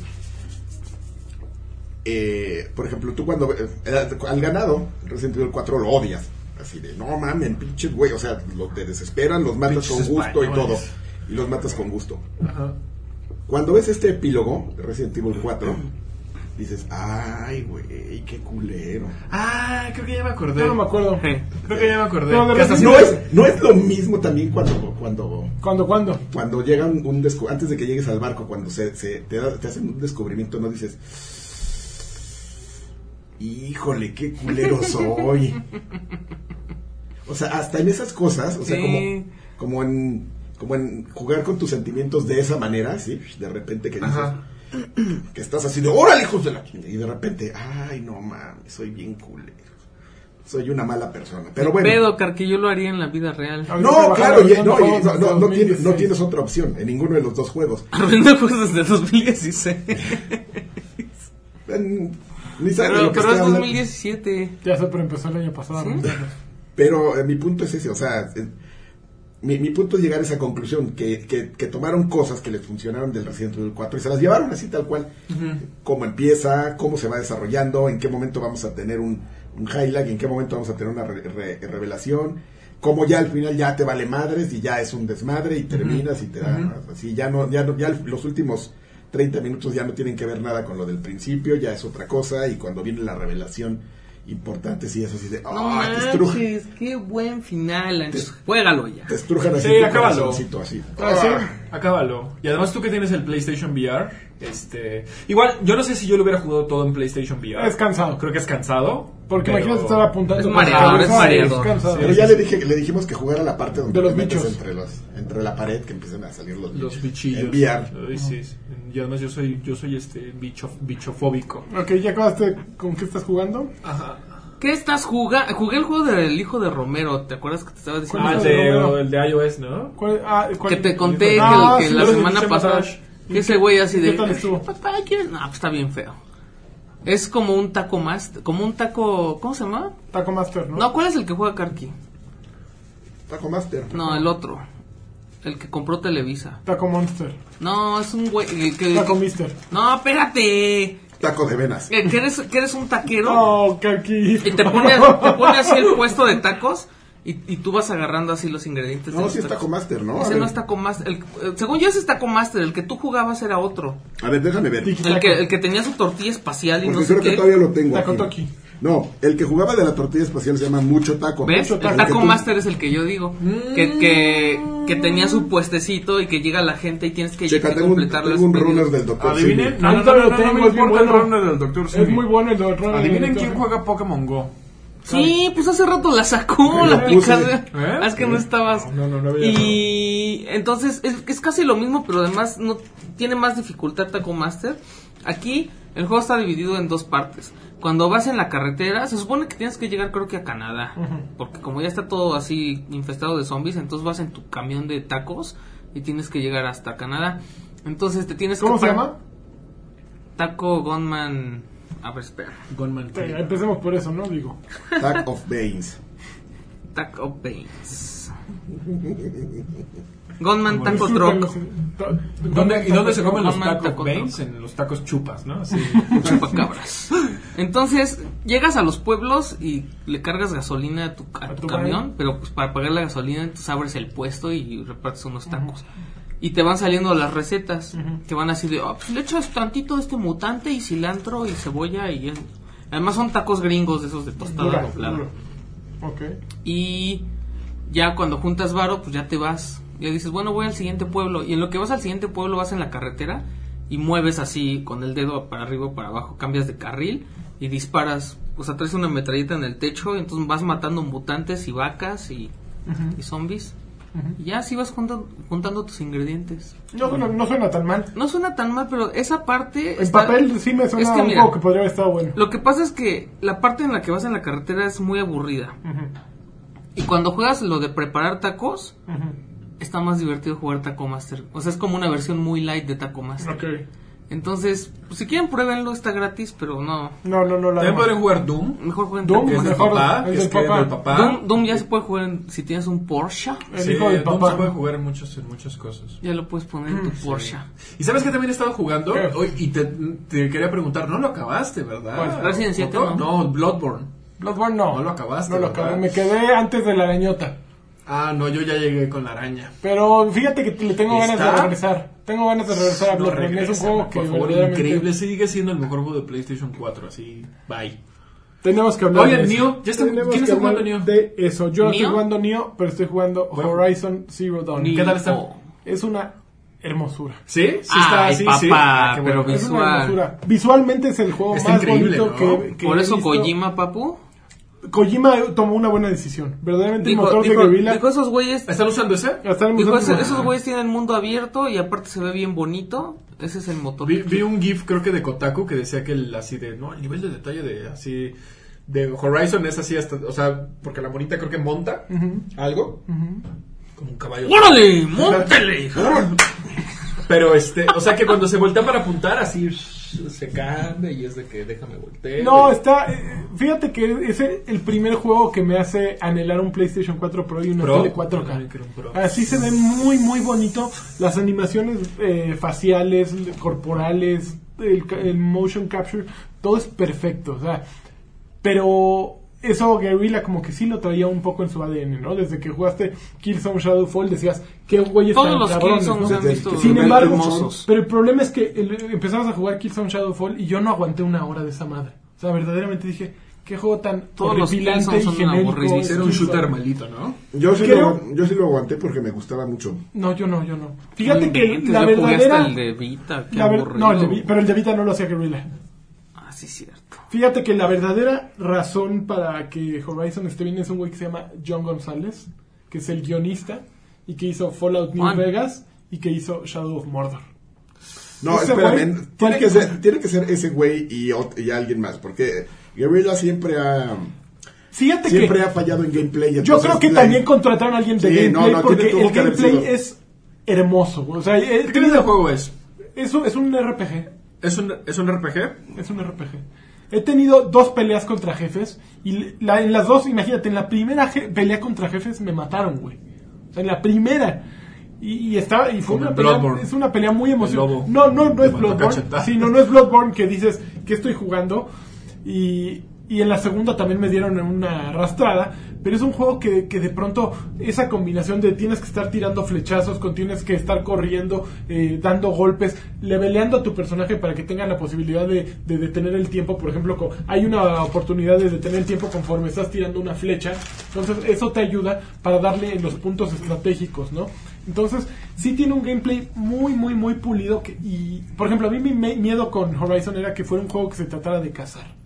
[SPEAKER 2] eh, por ejemplo, tú cuando eh, al ganado, Resident Evil 4 lo odias. Así de, no mamen, pinches güey. O sea, lo, te desesperan, los matas
[SPEAKER 7] Pinches
[SPEAKER 2] con gusto y todo.
[SPEAKER 7] españoles.
[SPEAKER 2] Y los matas con gusto.
[SPEAKER 7] Ajá.
[SPEAKER 2] Cuando ves este epílogo, de Resident Evil 4, dices, ay, güey, qué culero.
[SPEAKER 7] Ah, creo que ya me acordé.
[SPEAKER 1] Yo no me acuerdo.
[SPEAKER 7] Creo que ya me acordé.
[SPEAKER 1] No, de
[SPEAKER 7] Que hasta-
[SPEAKER 1] repente-
[SPEAKER 2] No es, no es lo mismo también cuando, cuando
[SPEAKER 1] ¿Cuándo, cuándo?
[SPEAKER 2] cuando llega un, un descu- antes de que llegues al barco, cuando se, se- te, da- te hacen un descubrimiento, no dices, híjole, qué culero soy. O sea, hasta en esas cosas, o sea,
[SPEAKER 4] Sí.
[SPEAKER 2] como, como en, como en jugar con tus sentimientos de esa manera, sí, de repente que dices,
[SPEAKER 7] Ajá.
[SPEAKER 2] que estás así de, órale, hijos de la chingada", y de repente, ay, no mames, soy bien culero, soy una mala persona, pero bueno.
[SPEAKER 4] Pedo, car, que yo lo haría en la vida real.
[SPEAKER 2] No, claro, ya- no,
[SPEAKER 1] Trabajando
[SPEAKER 2] y- no, no, no
[SPEAKER 1] desde
[SPEAKER 2] tienes, no
[SPEAKER 1] 2016.
[SPEAKER 2] tienes otra opción en ninguno de los dos juegos.
[SPEAKER 4] Arruinando juegos desde 2016.
[SPEAKER 2] En- ni sabe de
[SPEAKER 4] Pero,
[SPEAKER 2] lo que estoy
[SPEAKER 4] pero es
[SPEAKER 2] hablando.
[SPEAKER 4] 2017.
[SPEAKER 1] Ya sé, pero empezó el año pasado.
[SPEAKER 4] ¿Sí?
[SPEAKER 1] ¿no?
[SPEAKER 2] Pero eh, mi punto es ese, o sea, eh, mi, mi punto es llegar a esa conclusión, que, que- que tomaron cosas que les funcionaron del Resident Evil 4 y se las llevaron así tal cual, cómo empieza, cómo se va desarrollando, en qué momento vamos a tener un, un highlight, en qué momento vamos a tener una re- re- revelación, cómo ya al final ya te vale madres y ya es un desmadre y terminas y te da así, ya no, ya no, ya los últimos 30 minutos ya no tienen que ver nada con lo del principio, ya es otra cosa y cuando viene la revelación importante sí es así de,
[SPEAKER 4] No
[SPEAKER 2] ah, te estruja".
[SPEAKER 4] manches, qué buen final. Ancho. Juégalo ya.
[SPEAKER 2] Te estrujan así.
[SPEAKER 7] Sí,
[SPEAKER 2] tu
[SPEAKER 7] acábalo.
[SPEAKER 2] corazoncito así.
[SPEAKER 7] Ah, sí.
[SPEAKER 2] Ah,
[SPEAKER 7] Acábalo. Y además tú que tienes el PlayStation VR, este, igual yo no sé si yo lo hubiera jugado todo en PlayStation VR.
[SPEAKER 1] Es cansado.
[SPEAKER 7] Creo que es cansado.
[SPEAKER 1] Porque
[SPEAKER 7] pero-
[SPEAKER 1] imagínate estar apuntando.
[SPEAKER 4] Es
[SPEAKER 1] con
[SPEAKER 4] mareador,
[SPEAKER 1] la
[SPEAKER 4] es
[SPEAKER 1] cabeza,
[SPEAKER 4] mareador.
[SPEAKER 1] cansado.
[SPEAKER 2] Pero ya le, dije, le dijimos que jugara la parte donde
[SPEAKER 1] De los
[SPEAKER 2] te metes
[SPEAKER 1] bichos.
[SPEAKER 2] entre, los, entre la pared que empiezan a salir los,
[SPEAKER 7] los
[SPEAKER 2] bichos.
[SPEAKER 7] bichillos.
[SPEAKER 2] En VR.
[SPEAKER 7] Ay, sí, sí. Y además yo soy yo soy este bicho bichofóbico. Ah,
[SPEAKER 1] Ok, ¿ya acabaste con qué estás jugando?
[SPEAKER 7] Ajá.
[SPEAKER 4] ¿Qué estás jugando? Jugué el juego del hijo de Romero. ¿Te acuerdas que te estaba diciendo?
[SPEAKER 7] Ah,
[SPEAKER 1] es
[SPEAKER 7] el
[SPEAKER 1] el número?
[SPEAKER 7] de, el de iOS, ¿no?
[SPEAKER 1] ¿Cuál- ah, cuál-
[SPEAKER 4] que te conté
[SPEAKER 1] Ah,
[SPEAKER 4] que, que
[SPEAKER 1] sí,
[SPEAKER 4] la
[SPEAKER 1] lo-
[SPEAKER 4] semana
[SPEAKER 7] escuché
[SPEAKER 4] pasada.
[SPEAKER 7] Matash.
[SPEAKER 4] Que ese güey así
[SPEAKER 1] ¿Qué
[SPEAKER 4] de.
[SPEAKER 1] tal estuvo?
[SPEAKER 4] Papá, ¿quieres? No, pues está bien feo. Es como un taco más. Como un taco. ¿Cómo se llama?
[SPEAKER 1] Taco Master, ¿no?
[SPEAKER 4] No, ¿cuál es el que juega Karki?
[SPEAKER 2] Taco Master.
[SPEAKER 4] No, el otro. El que compró Televisa.
[SPEAKER 1] Taco Monster.
[SPEAKER 4] No, es un güey. el que-
[SPEAKER 1] Taco Mister.
[SPEAKER 4] no, espérate. Eh,
[SPEAKER 2] Taco de venas.
[SPEAKER 4] Que que eres, que eres un taquero.
[SPEAKER 1] Oh, Kaki.
[SPEAKER 4] Y te pone, te pone así el puesto de tacos. Y, y tú vas agarrando así los ingredientes.
[SPEAKER 2] No,
[SPEAKER 4] del
[SPEAKER 2] sí es Taco Master, ¿no? A
[SPEAKER 4] Ese
[SPEAKER 2] ver,
[SPEAKER 4] no es Taco Master. El- eh, según yo, ese es Taco Master. El que tú jugabas era otro.
[SPEAKER 2] a ver, déjame ver.
[SPEAKER 1] Tiki
[SPEAKER 4] El
[SPEAKER 1] Taco.
[SPEAKER 4] que, el que tenía su tortilla espacial y
[SPEAKER 2] Porque
[SPEAKER 4] no sé
[SPEAKER 2] creo que
[SPEAKER 4] qué.
[SPEAKER 2] todavía lo tengo.
[SPEAKER 1] Taco
[SPEAKER 2] aquí.
[SPEAKER 1] Toki.
[SPEAKER 2] No, el que jugaba de la tortilla espacial se llama Mucho Taco.
[SPEAKER 4] ¿Ves?
[SPEAKER 1] Mucho
[SPEAKER 4] El
[SPEAKER 1] taco.
[SPEAKER 4] Taco
[SPEAKER 2] Que tú-
[SPEAKER 4] Master es el que yo digo. Que, que, que tenía su puestecito y que llega la gente y tienes que
[SPEAKER 2] Checa,
[SPEAKER 4] llegar a
[SPEAKER 2] tengo un,
[SPEAKER 4] completar
[SPEAKER 2] tengo
[SPEAKER 4] los
[SPEAKER 2] un
[SPEAKER 4] pedidos.
[SPEAKER 2] runner del doctor.
[SPEAKER 7] Adivinen. No,
[SPEAKER 2] Simi.
[SPEAKER 7] no,
[SPEAKER 1] Ahorita
[SPEAKER 7] no,
[SPEAKER 1] lo
[SPEAKER 7] no,
[SPEAKER 1] tengo,
[SPEAKER 7] no me
[SPEAKER 1] es bien
[SPEAKER 7] importa el
[SPEAKER 1] bueno.
[SPEAKER 7] runner del Dr.
[SPEAKER 1] Es
[SPEAKER 7] Simi.
[SPEAKER 1] muy bueno el de Ronan.
[SPEAKER 7] Adivinen quién juega Pokémon Go.
[SPEAKER 4] Sí, pues hace rato la sacó,
[SPEAKER 2] Lo
[SPEAKER 4] la
[SPEAKER 2] puse.
[SPEAKER 4] picada.
[SPEAKER 7] ¿Eh?
[SPEAKER 4] Es que no estabas.
[SPEAKER 1] No, no, no había.
[SPEAKER 4] Y entonces es, es casi lo mismo, pero además no tiene más dificultad Taco Master. Aquí el juego está dividido en dos partes. Cuando vas en la carretera, se supone que tienes que llegar creo que a Canadá, porque como ya está todo así infestado de zombies, entonces vas en tu camión de tacos y tienes que llegar hasta Canadá. Entonces te
[SPEAKER 7] este
[SPEAKER 4] tienes
[SPEAKER 1] ¿Cómo
[SPEAKER 4] que
[SPEAKER 1] se
[SPEAKER 4] par-
[SPEAKER 1] llama?
[SPEAKER 4] Taco Gunman. A ver, espera.
[SPEAKER 7] Gunman
[SPEAKER 1] Eh, Empecemos por eso, ¿no? Digo.
[SPEAKER 2] Tack of Banes.
[SPEAKER 4] Taco Baines. Gunman Taco
[SPEAKER 1] Disfrútenlo,
[SPEAKER 4] Truck.
[SPEAKER 1] sí. Ta-
[SPEAKER 7] ¿Dónde, ¿Y dónde se comen los
[SPEAKER 4] Gunman
[SPEAKER 7] tacos
[SPEAKER 4] Taco
[SPEAKER 7] veins?
[SPEAKER 4] Truck.
[SPEAKER 7] En los tacos chupas, ¿no? Así.
[SPEAKER 4] chupacabras. Entonces, llegas a los pueblos y le cargas gasolina a tu, a
[SPEAKER 1] A
[SPEAKER 4] tu
[SPEAKER 1] tu
[SPEAKER 4] camión,
[SPEAKER 1] camión.
[SPEAKER 4] pero pues para pagar la gasolina entonces abres el puesto y repartes unos tacos. Y te van saliendo las recetas, que van así de, "Ah, pues le echas tantito de este mutante y cilantro y cebolla y... es-". Además son tacos gringos de esos de tostada
[SPEAKER 1] Dura,
[SPEAKER 4] doblada.
[SPEAKER 1] dura. Ok.
[SPEAKER 4] Y ya cuando juntas varo, pues ya te vas. Ya dices, bueno, voy al siguiente pueblo. Y en lo que vas al siguiente pueblo, vas en la carretera y mueves así con el dedo para arriba o para abajo, cambias de carril y disparas. O sea, traes una metralleta en el techo y entonces vas matando mutantes y vacas y, y zombies. Y ya así vas juntan- juntando tus ingredientes.
[SPEAKER 1] No, suena- no suena tan mal.
[SPEAKER 4] No suena tan mal, pero esa parte...
[SPEAKER 1] En
[SPEAKER 4] está-
[SPEAKER 1] papel sí me suena
[SPEAKER 4] Es que
[SPEAKER 1] un
[SPEAKER 4] mira,
[SPEAKER 1] juego que podría haber estado bueno.
[SPEAKER 4] Lo que pasa es que la parte en la que vas en la carretera es muy aburrida. Y cuando juegas lo de preparar tacos, está más divertido jugar Taco Master. O sea, es como una versión muy light de Taco Master.
[SPEAKER 1] Ok.
[SPEAKER 4] Entonces, pues, si quieren pruébenlo, está gratis, pero no.
[SPEAKER 1] No, no, no.
[SPEAKER 7] También
[SPEAKER 1] La demás.
[SPEAKER 7] podrían jugar Doom.
[SPEAKER 4] Mejor jueguen
[SPEAKER 1] Doom,
[SPEAKER 7] Que
[SPEAKER 4] Taco
[SPEAKER 7] es del
[SPEAKER 4] Master.
[SPEAKER 1] mejor.
[SPEAKER 7] papá.
[SPEAKER 1] el
[SPEAKER 7] Que es
[SPEAKER 1] del
[SPEAKER 7] que es
[SPEAKER 1] papá.
[SPEAKER 7] del papá.
[SPEAKER 4] Doom, Doom ya se puede jugar en- si tienes un Porsche.
[SPEAKER 1] El
[SPEAKER 7] Sí,
[SPEAKER 1] hijo del
[SPEAKER 7] Doom
[SPEAKER 1] papá.
[SPEAKER 7] se puede jugar en muchas, en muchas cosas.
[SPEAKER 4] Ya lo puedes poner en tu Porsche.
[SPEAKER 7] ¿Y sabes que también he estado jugando?
[SPEAKER 1] ¿Qué?
[SPEAKER 7] Hoy, y te, te quería preguntar, no lo acabaste, ¿verdad?
[SPEAKER 4] ¿Cuál? Resident Evil
[SPEAKER 7] ¿No?
[SPEAKER 4] siete,
[SPEAKER 7] No, Bloodborne.
[SPEAKER 1] Bloodborne no.
[SPEAKER 7] No lo acabaste,
[SPEAKER 1] No lo
[SPEAKER 7] ¿verdad?
[SPEAKER 1] acabé. Me quedé antes de la arañota.
[SPEAKER 7] Ah, no, yo ya llegué con la araña.
[SPEAKER 1] Pero fíjate que le tengo ganas de
[SPEAKER 7] ¿Está?
[SPEAKER 1] regresar. Tengo ganas de regresar a
[SPEAKER 7] No
[SPEAKER 1] Bloodborne. es un
[SPEAKER 7] regresa,
[SPEAKER 1] juego que
[SPEAKER 7] por favor,
[SPEAKER 1] verdaderamente
[SPEAKER 7] increíble. Sigue siendo el mejor juego de PlayStation 4, así, bye.
[SPEAKER 1] Tenemos que hablar
[SPEAKER 7] Oye,
[SPEAKER 1] de eso.
[SPEAKER 7] Neo, ya está-
[SPEAKER 1] Tenemos
[SPEAKER 7] ¿quién
[SPEAKER 1] que
[SPEAKER 7] está jugando
[SPEAKER 1] hablar
[SPEAKER 7] Neo?
[SPEAKER 1] De eso. Yo no estoy
[SPEAKER 4] ¿Neo?
[SPEAKER 1] jugando Neo, pero estoy jugando
[SPEAKER 7] Bueno.
[SPEAKER 1] Horizon Zero Dawn. Oh.
[SPEAKER 7] ¿Qué tal está?
[SPEAKER 1] Es una hermosura.
[SPEAKER 7] ¿Sí? ¿Sí está
[SPEAKER 4] Ay,
[SPEAKER 7] así?
[SPEAKER 4] papá,
[SPEAKER 7] sí. Ah, qué bueno.
[SPEAKER 4] pero
[SPEAKER 1] Es una
[SPEAKER 4] visual.
[SPEAKER 1] hermosura. Visualmente es el juego
[SPEAKER 7] Está
[SPEAKER 1] más
[SPEAKER 7] increíble,
[SPEAKER 1] bonito
[SPEAKER 7] ¿no?
[SPEAKER 1] que, que
[SPEAKER 4] Por
[SPEAKER 1] he
[SPEAKER 4] eso
[SPEAKER 1] visto.
[SPEAKER 4] Kojima, papu,
[SPEAKER 1] Kojima tomó una buena decisión. Verdaderamente el
[SPEAKER 4] dijo,
[SPEAKER 1] motor
[SPEAKER 4] dijo-
[SPEAKER 1] de Guerrilla.
[SPEAKER 4] dijo esos güeyes
[SPEAKER 7] ¿Están usando ese?
[SPEAKER 1] hasta el
[SPEAKER 4] Dijo,
[SPEAKER 1] motor
[SPEAKER 4] "Ese-
[SPEAKER 1] de-
[SPEAKER 4] esos güeyes tienen mundo abierto y aparte se ve bien bonito. Ese es el motor.
[SPEAKER 7] Vi, vi un GIF, creo que de Kotaku, que decía que el, así de, no, el nivel de detalle de así de Horizon es así hasta, o sea, porque la monita creo que monta algo, como un caballo.
[SPEAKER 4] ¡Órale! ¡Móntele!
[SPEAKER 7] Pero este, o sea que cuando se voltea para apuntar, así se cambia y es de que déjame voltear.
[SPEAKER 1] No, está. eh, Fíjate que es el el primer juego que me hace anhelar un PlayStation 4 Pro y una
[SPEAKER 7] Pro.
[SPEAKER 1] tele
[SPEAKER 7] Ay,
[SPEAKER 1] 4K.
[SPEAKER 7] quiero un Pro.
[SPEAKER 1] Así se ve muy, muy bonito. Las animaciones eh, faciales, l- corporales, el, ca- el motion capture, todo es perfecto. O sea, pero eso Guerrilla como que sí lo traía un poco en su ADN, ¿no? Desde que jugaste Killzone Shadowfall decías, qué güey
[SPEAKER 4] Todos los Killzones se han
[SPEAKER 2] Sí,
[SPEAKER 4] visto
[SPEAKER 2] sí,
[SPEAKER 1] sin
[SPEAKER 2] Pero
[SPEAKER 1] embargo,
[SPEAKER 4] hermosos.
[SPEAKER 1] pero el problema es que el- empezamos a jugar Killzone Shadowfall y yo no aguanté una hora de esa madre. O sea, verdaderamente dije, qué juego tan
[SPEAKER 4] Todos los
[SPEAKER 1] horripilante
[SPEAKER 4] Killzone
[SPEAKER 1] y
[SPEAKER 4] son
[SPEAKER 1] genérico.
[SPEAKER 4] aburridísimos.
[SPEAKER 1] es
[SPEAKER 7] Era un shooter
[SPEAKER 1] Killzone".
[SPEAKER 7] malito, ¿no?
[SPEAKER 2] Yo sí,
[SPEAKER 1] Creo-
[SPEAKER 2] lo, yo sí lo aguanté porque me gustaba mucho.
[SPEAKER 1] No, yo no, yo no. Fíjate
[SPEAKER 5] Mm,
[SPEAKER 4] No
[SPEAKER 1] que
[SPEAKER 4] inventes,
[SPEAKER 1] la
[SPEAKER 4] yo jugué
[SPEAKER 1] verdadera...
[SPEAKER 4] hasta el de Vita, qué
[SPEAKER 1] la ver-
[SPEAKER 4] aburrido.
[SPEAKER 1] no, el de Vi- pero el de Vita no lo hacía Guerrilla.
[SPEAKER 4] Ah, sí, cierto.
[SPEAKER 1] Fíjate que la verdadera razón para que Horizon esté bien es un güey que se llama John González, que es el guionista y que hizo Fallout New
[SPEAKER 4] Juan.
[SPEAKER 1] Vegas y que hizo Shadow of Mordor.
[SPEAKER 2] No,
[SPEAKER 1] Ese
[SPEAKER 2] espérame.
[SPEAKER 1] güey-
[SPEAKER 2] tiene, que ser, tiene que ser ese güey y, ot- y alguien más. Porque Guerrilla siempre ha,
[SPEAKER 1] Fíjate que...
[SPEAKER 2] siempre ha fallado en gameplay.
[SPEAKER 1] Yo
[SPEAKER 2] entonces
[SPEAKER 1] creo que
[SPEAKER 2] la-
[SPEAKER 1] también contrataron a alguien de
[SPEAKER 2] Sí,
[SPEAKER 1] gameplay
[SPEAKER 2] no, no,
[SPEAKER 1] porque
[SPEAKER 2] tiene todo
[SPEAKER 1] el
[SPEAKER 2] que haber
[SPEAKER 1] gameplay
[SPEAKER 2] sido.
[SPEAKER 1] es hermoso. güey. O sea, he
[SPEAKER 7] ¿Qué clase de
[SPEAKER 1] tenido-
[SPEAKER 7] juego es?
[SPEAKER 1] es, un- es un RPG.
[SPEAKER 7] ¿Es un, ¿Es un RPG?
[SPEAKER 1] Es un RPG. He tenido dos peleas contra jefes y la- en las dos, imagínate, en la primera je- pelea contra jefes me mataron, güey. O sea, en la primera. Y, y estaba y fue
[SPEAKER 7] Como
[SPEAKER 1] una
[SPEAKER 7] en
[SPEAKER 1] pelea,
[SPEAKER 7] Bloodborne.
[SPEAKER 1] es una pelea muy emocionante.
[SPEAKER 7] lobo.
[SPEAKER 1] No, no, no
[SPEAKER 7] Te
[SPEAKER 1] es
[SPEAKER 7] mató
[SPEAKER 1] Bloodborne,
[SPEAKER 7] cachetada.
[SPEAKER 1] sino no es Bloodborne que dices que estoy jugando y, y en la segunda también me dieron una arrastrada, pero es un juego que, que de pronto esa combinación de tienes que estar tirando flechazos, con tienes que estar corriendo, eh, dando golpes, leveleando a tu personaje para que tenga la posibilidad de, de detener el tiempo. Por ejemplo, co- hay una oportunidad de detener el tiempo conforme estás tirando una flecha. Entonces, eso te ayuda para darle en los puntos estratégicos, ¿no? Entonces, sí tiene un gameplay muy, muy, muy pulido. que- y, por ejemplo, a mí mi me- miedo con Horizon era que fuera un juego que se tratara de cazar.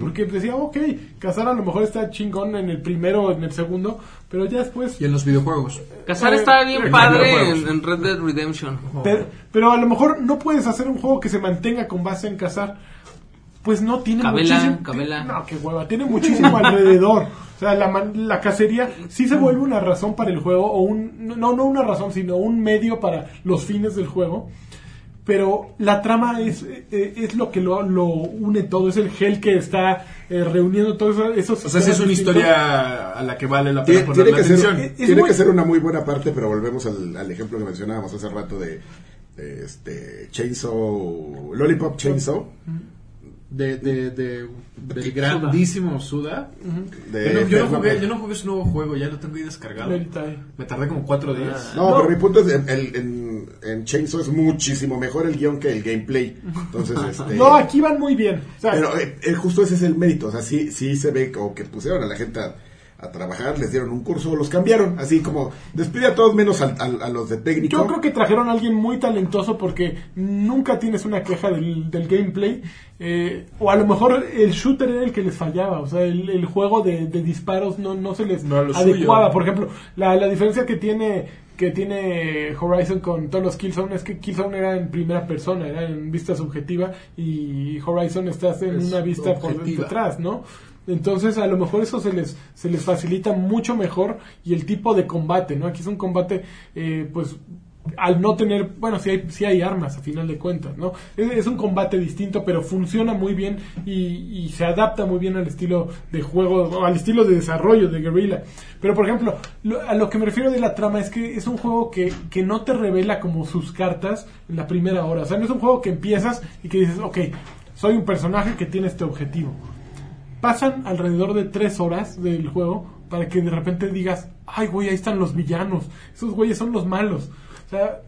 [SPEAKER 1] Porque decía, ok, cazar a lo mejor está chingón en el primero o en el segundo, pero ya después...
[SPEAKER 7] Y en los videojuegos.
[SPEAKER 4] Cazar
[SPEAKER 1] Eh,
[SPEAKER 4] está bien padre
[SPEAKER 7] videojuegos.
[SPEAKER 4] en, en Red Dead Redemption.
[SPEAKER 1] Pero, pero a lo mejor no puedes hacer un juego que se mantenga con base en cazar. Pues no tiene
[SPEAKER 4] Cabela,
[SPEAKER 1] muchísimo.
[SPEAKER 4] cabela.
[SPEAKER 1] No, qué hueva, tiene muchísimo alrededor. O sea, la, man- la cacería sí se vuelve una razón para el juego, o un. No, no una razón, sino un medio para los fines del juego. Pero la trama es, eh, eh, es lo que lo, lo une todo, es el gel que está eh, reuniendo todos esos- esos.
[SPEAKER 7] O sea, sí es una
[SPEAKER 1] distintos.
[SPEAKER 7] historia a la que vale la pena
[SPEAKER 2] Tiene,
[SPEAKER 7] poner
[SPEAKER 2] tiene
[SPEAKER 7] la
[SPEAKER 2] que, ser,
[SPEAKER 7] atención.
[SPEAKER 1] Es- es
[SPEAKER 2] tiene
[SPEAKER 1] muy-
[SPEAKER 2] que ser una muy buena parte, pero volvemos al, al ejemplo que mencionábamos hace rato de, de este Chainsaw, Lollipop Chainsaw,
[SPEAKER 7] De, de, de, del grandísimo Suda.
[SPEAKER 2] de
[SPEAKER 7] Yo no- yo,
[SPEAKER 2] Death
[SPEAKER 7] no jugué,
[SPEAKER 2] Note.
[SPEAKER 7] yo no jugué su nuevo juego, ya lo tengo ahí descargado.
[SPEAKER 1] Ahorita, eh.
[SPEAKER 7] Me tardé como cuatro días.
[SPEAKER 2] No, pero mi punto es, en, el- en- en Chainsaw es muchísimo mejor el guión que el gameplay. Entonces, este...
[SPEAKER 1] No, aquí van muy bien. O sea,
[SPEAKER 2] Pero eh, eh, justo ese es el mérito, o sea, sí, sí se ve como que pusieron a la gente a, a trabajar, les dieron un curso, los cambiaron, así como despide a todos menos al- al- a, los de técnico.
[SPEAKER 1] Yo creo que trajeron a alguien muy talentoso porque nunca tienes una queja del, del gameplay. eh, o a lo mejor el shooter era el que les fallaba. O sea, el, el juego de, de disparos no, no se les
[SPEAKER 7] No era lo
[SPEAKER 1] adecuaba.
[SPEAKER 7] suyo.
[SPEAKER 1] Por ejemplo, la, la diferencia que tiene que tiene Horizon con todos los Killzone es que Killzone era en primera persona, era en vista subjetiva y Horizon estás en
[SPEAKER 7] Es
[SPEAKER 1] una vista por
[SPEAKER 7] objetiva.
[SPEAKER 1] detrás, ¿no? Entonces, a lo mejor eso se les, se les facilita mucho mejor y el tipo de combate, ¿no? Aquí es un combate, eh, pues, al no tener, bueno, sí hay, sí hay armas a final de cuentas, ¿no? Es, es un combate distinto, pero funciona muy bien y, y se adapta muy bien al estilo de juego, o al estilo de desarrollo de Guerrilla. Pero, por ejemplo, lo- a lo que me refiero de la trama es que es un juego que, que no te revela como sus cartas en la primera hora. O sea, no es un juego que empiezas y que dices, ok, soy un personaje que tiene este objetivo pasan alrededor de tres horas del juego para que de repente digas, ay, güey, ahí están los villanos, esos güeyes son los malos. O sea,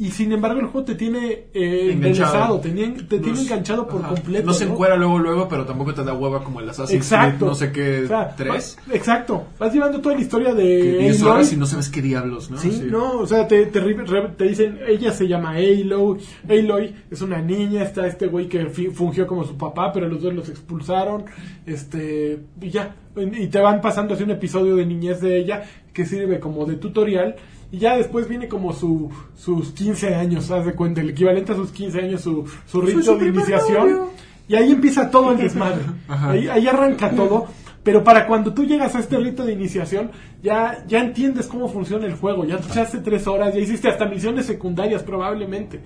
[SPEAKER 1] y sin embargo el juego te tiene eh,
[SPEAKER 7] Enganchado.
[SPEAKER 1] embelesado, te, tiene- te
[SPEAKER 7] No
[SPEAKER 1] tiene
[SPEAKER 7] es-
[SPEAKER 1] enganchado por
[SPEAKER 7] ajá.
[SPEAKER 1] completo.
[SPEAKER 7] No se encuera luego, luego, pero tampoco te da hueva como el Assassin's
[SPEAKER 1] Exacto.
[SPEAKER 7] Creed, no sé qué,
[SPEAKER 1] O sea,
[SPEAKER 7] tres.
[SPEAKER 1] va- exacto. Vas llevando toda la historia de...
[SPEAKER 7] que diez
[SPEAKER 1] Aloy.
[SPEAKER 7] horas y no sabes qué diablos, ¿no?
[SPEAKER 1] Sí, no, o sea, te, te, ri- re- te dicen, ella se llama Aloy, Aloy es una niña, está este güey que fi- fungió como su papá, pero los dos los expulsaron, este, y ya, y te van pasando así un episodio de niñez de ella que sirve como de tutorial, y ya después viene como su, sus 15 años, haz de cuenta, el equivalente a sus 15 años, su, su rito
[SPEAKER 7] su
[SPEAKER 1] de
[SPEAKER 7] primer
[SPEAKER 1] iniciación.
[SPEAKER 7] novio.
[SPEAKER 1] Y ahí empieza todo el desmadre. Ahí, ahí arranca todo. Pero para cuando tú llegas a este rito de iniciación, ya, ya entiendes cómo funciona el juego. Ya te echaste tres horas, ya hiciste hasta misiones secundarias probablemente.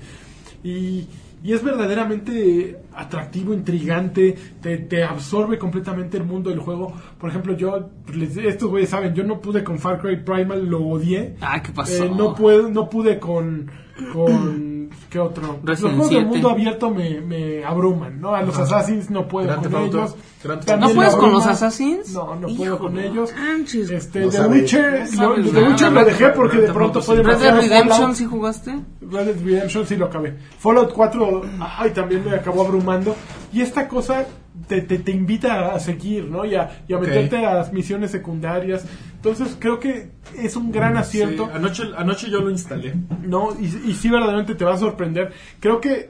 [SPEAKER 1] Y, y es verdaderamente atractivo, intrigante, te, te absorbe completamente el mundo del juego. Por ejemplo, yo, les- estos güeyes saben, yo no pude con Far Cry Primal, lo odié.
[SPEAKER 4] Ah, ¿qué pasó?
[SPEAKER 1] Eh, no, puedo, no pude con. con ¿Qué otro?
[SPEAKER 4] Resident
[SPEAKER 1] Los juegos del
[SPEAKER 4] 7.
[SPEAKER 1] mundo abierto me, me abruman, ¿no? A los Assassins no puedo
[SPEAKER 7] Grand
[SPEAKER 1] con
[SPEAKER 7] Theft Auto.
[SPEAKER 1] ellos.
[SPEAKER 7] Grand Theft
[SPEAKER 1] También
[SPEAKER 4] ¿No puedes
[SPEAKER 1] me
[SPEAKER 4] con
[SPEAKER 1] abruma.
[SPEAKER 4] los Assassins?
[SPEAKER 1] No, no
[SPEAKER 4] Hijo,
[SPEAKER 1] puedo con
[SPEAKER 4] no
[SPEAKER 1] ellos.
[SPEAKER 4] manches.
[SPEAKER 1] Este,
[SPEAKER 2] No
[SPEAKER 1] The
[SPEAKER 2] sabes.
[SPEAKER 1] Witcher,
[SPEAKER 4] No
[SPEAKER 1] lo,
[SPEAKER 4] sabes
[SPEAKER 1] The
[SPEAKER 4] nada.
[SPEAKER 1] Witcher lo dejé porque de
[SPEAKER 7] Grand
[SPEAKER 1] pronto
[SPEAKER 7] Theft
[SPEAKER 1] puede
[SPEAKER 7] Auto
[SPEAKER 4] Red
[SPEAKER 1] pasar
[SPEAKER 4] Dead
[SPEAKER 1] a Fallout.
[SPEAKER 4] Redemption sí jugaste.
[SPEAKER 1] Red Dead Redemption sí lo acabé. Fallout 4, ay, también me acabó abrumando. Y esta cosa te, te, te invita a seguir, ¿no? Y a, y a
[SPEAKER 7] Ok.
[SPEAKER 1] meterte a las misiones secundarias. Entonces creo que es un gran acierto.
[SPEAKER 7] Mm, Sí, Anoche, anoche yo lo instalé.
[SPEAKER 1] No, y, y sí verdaderamente te va a sorprender. Creo que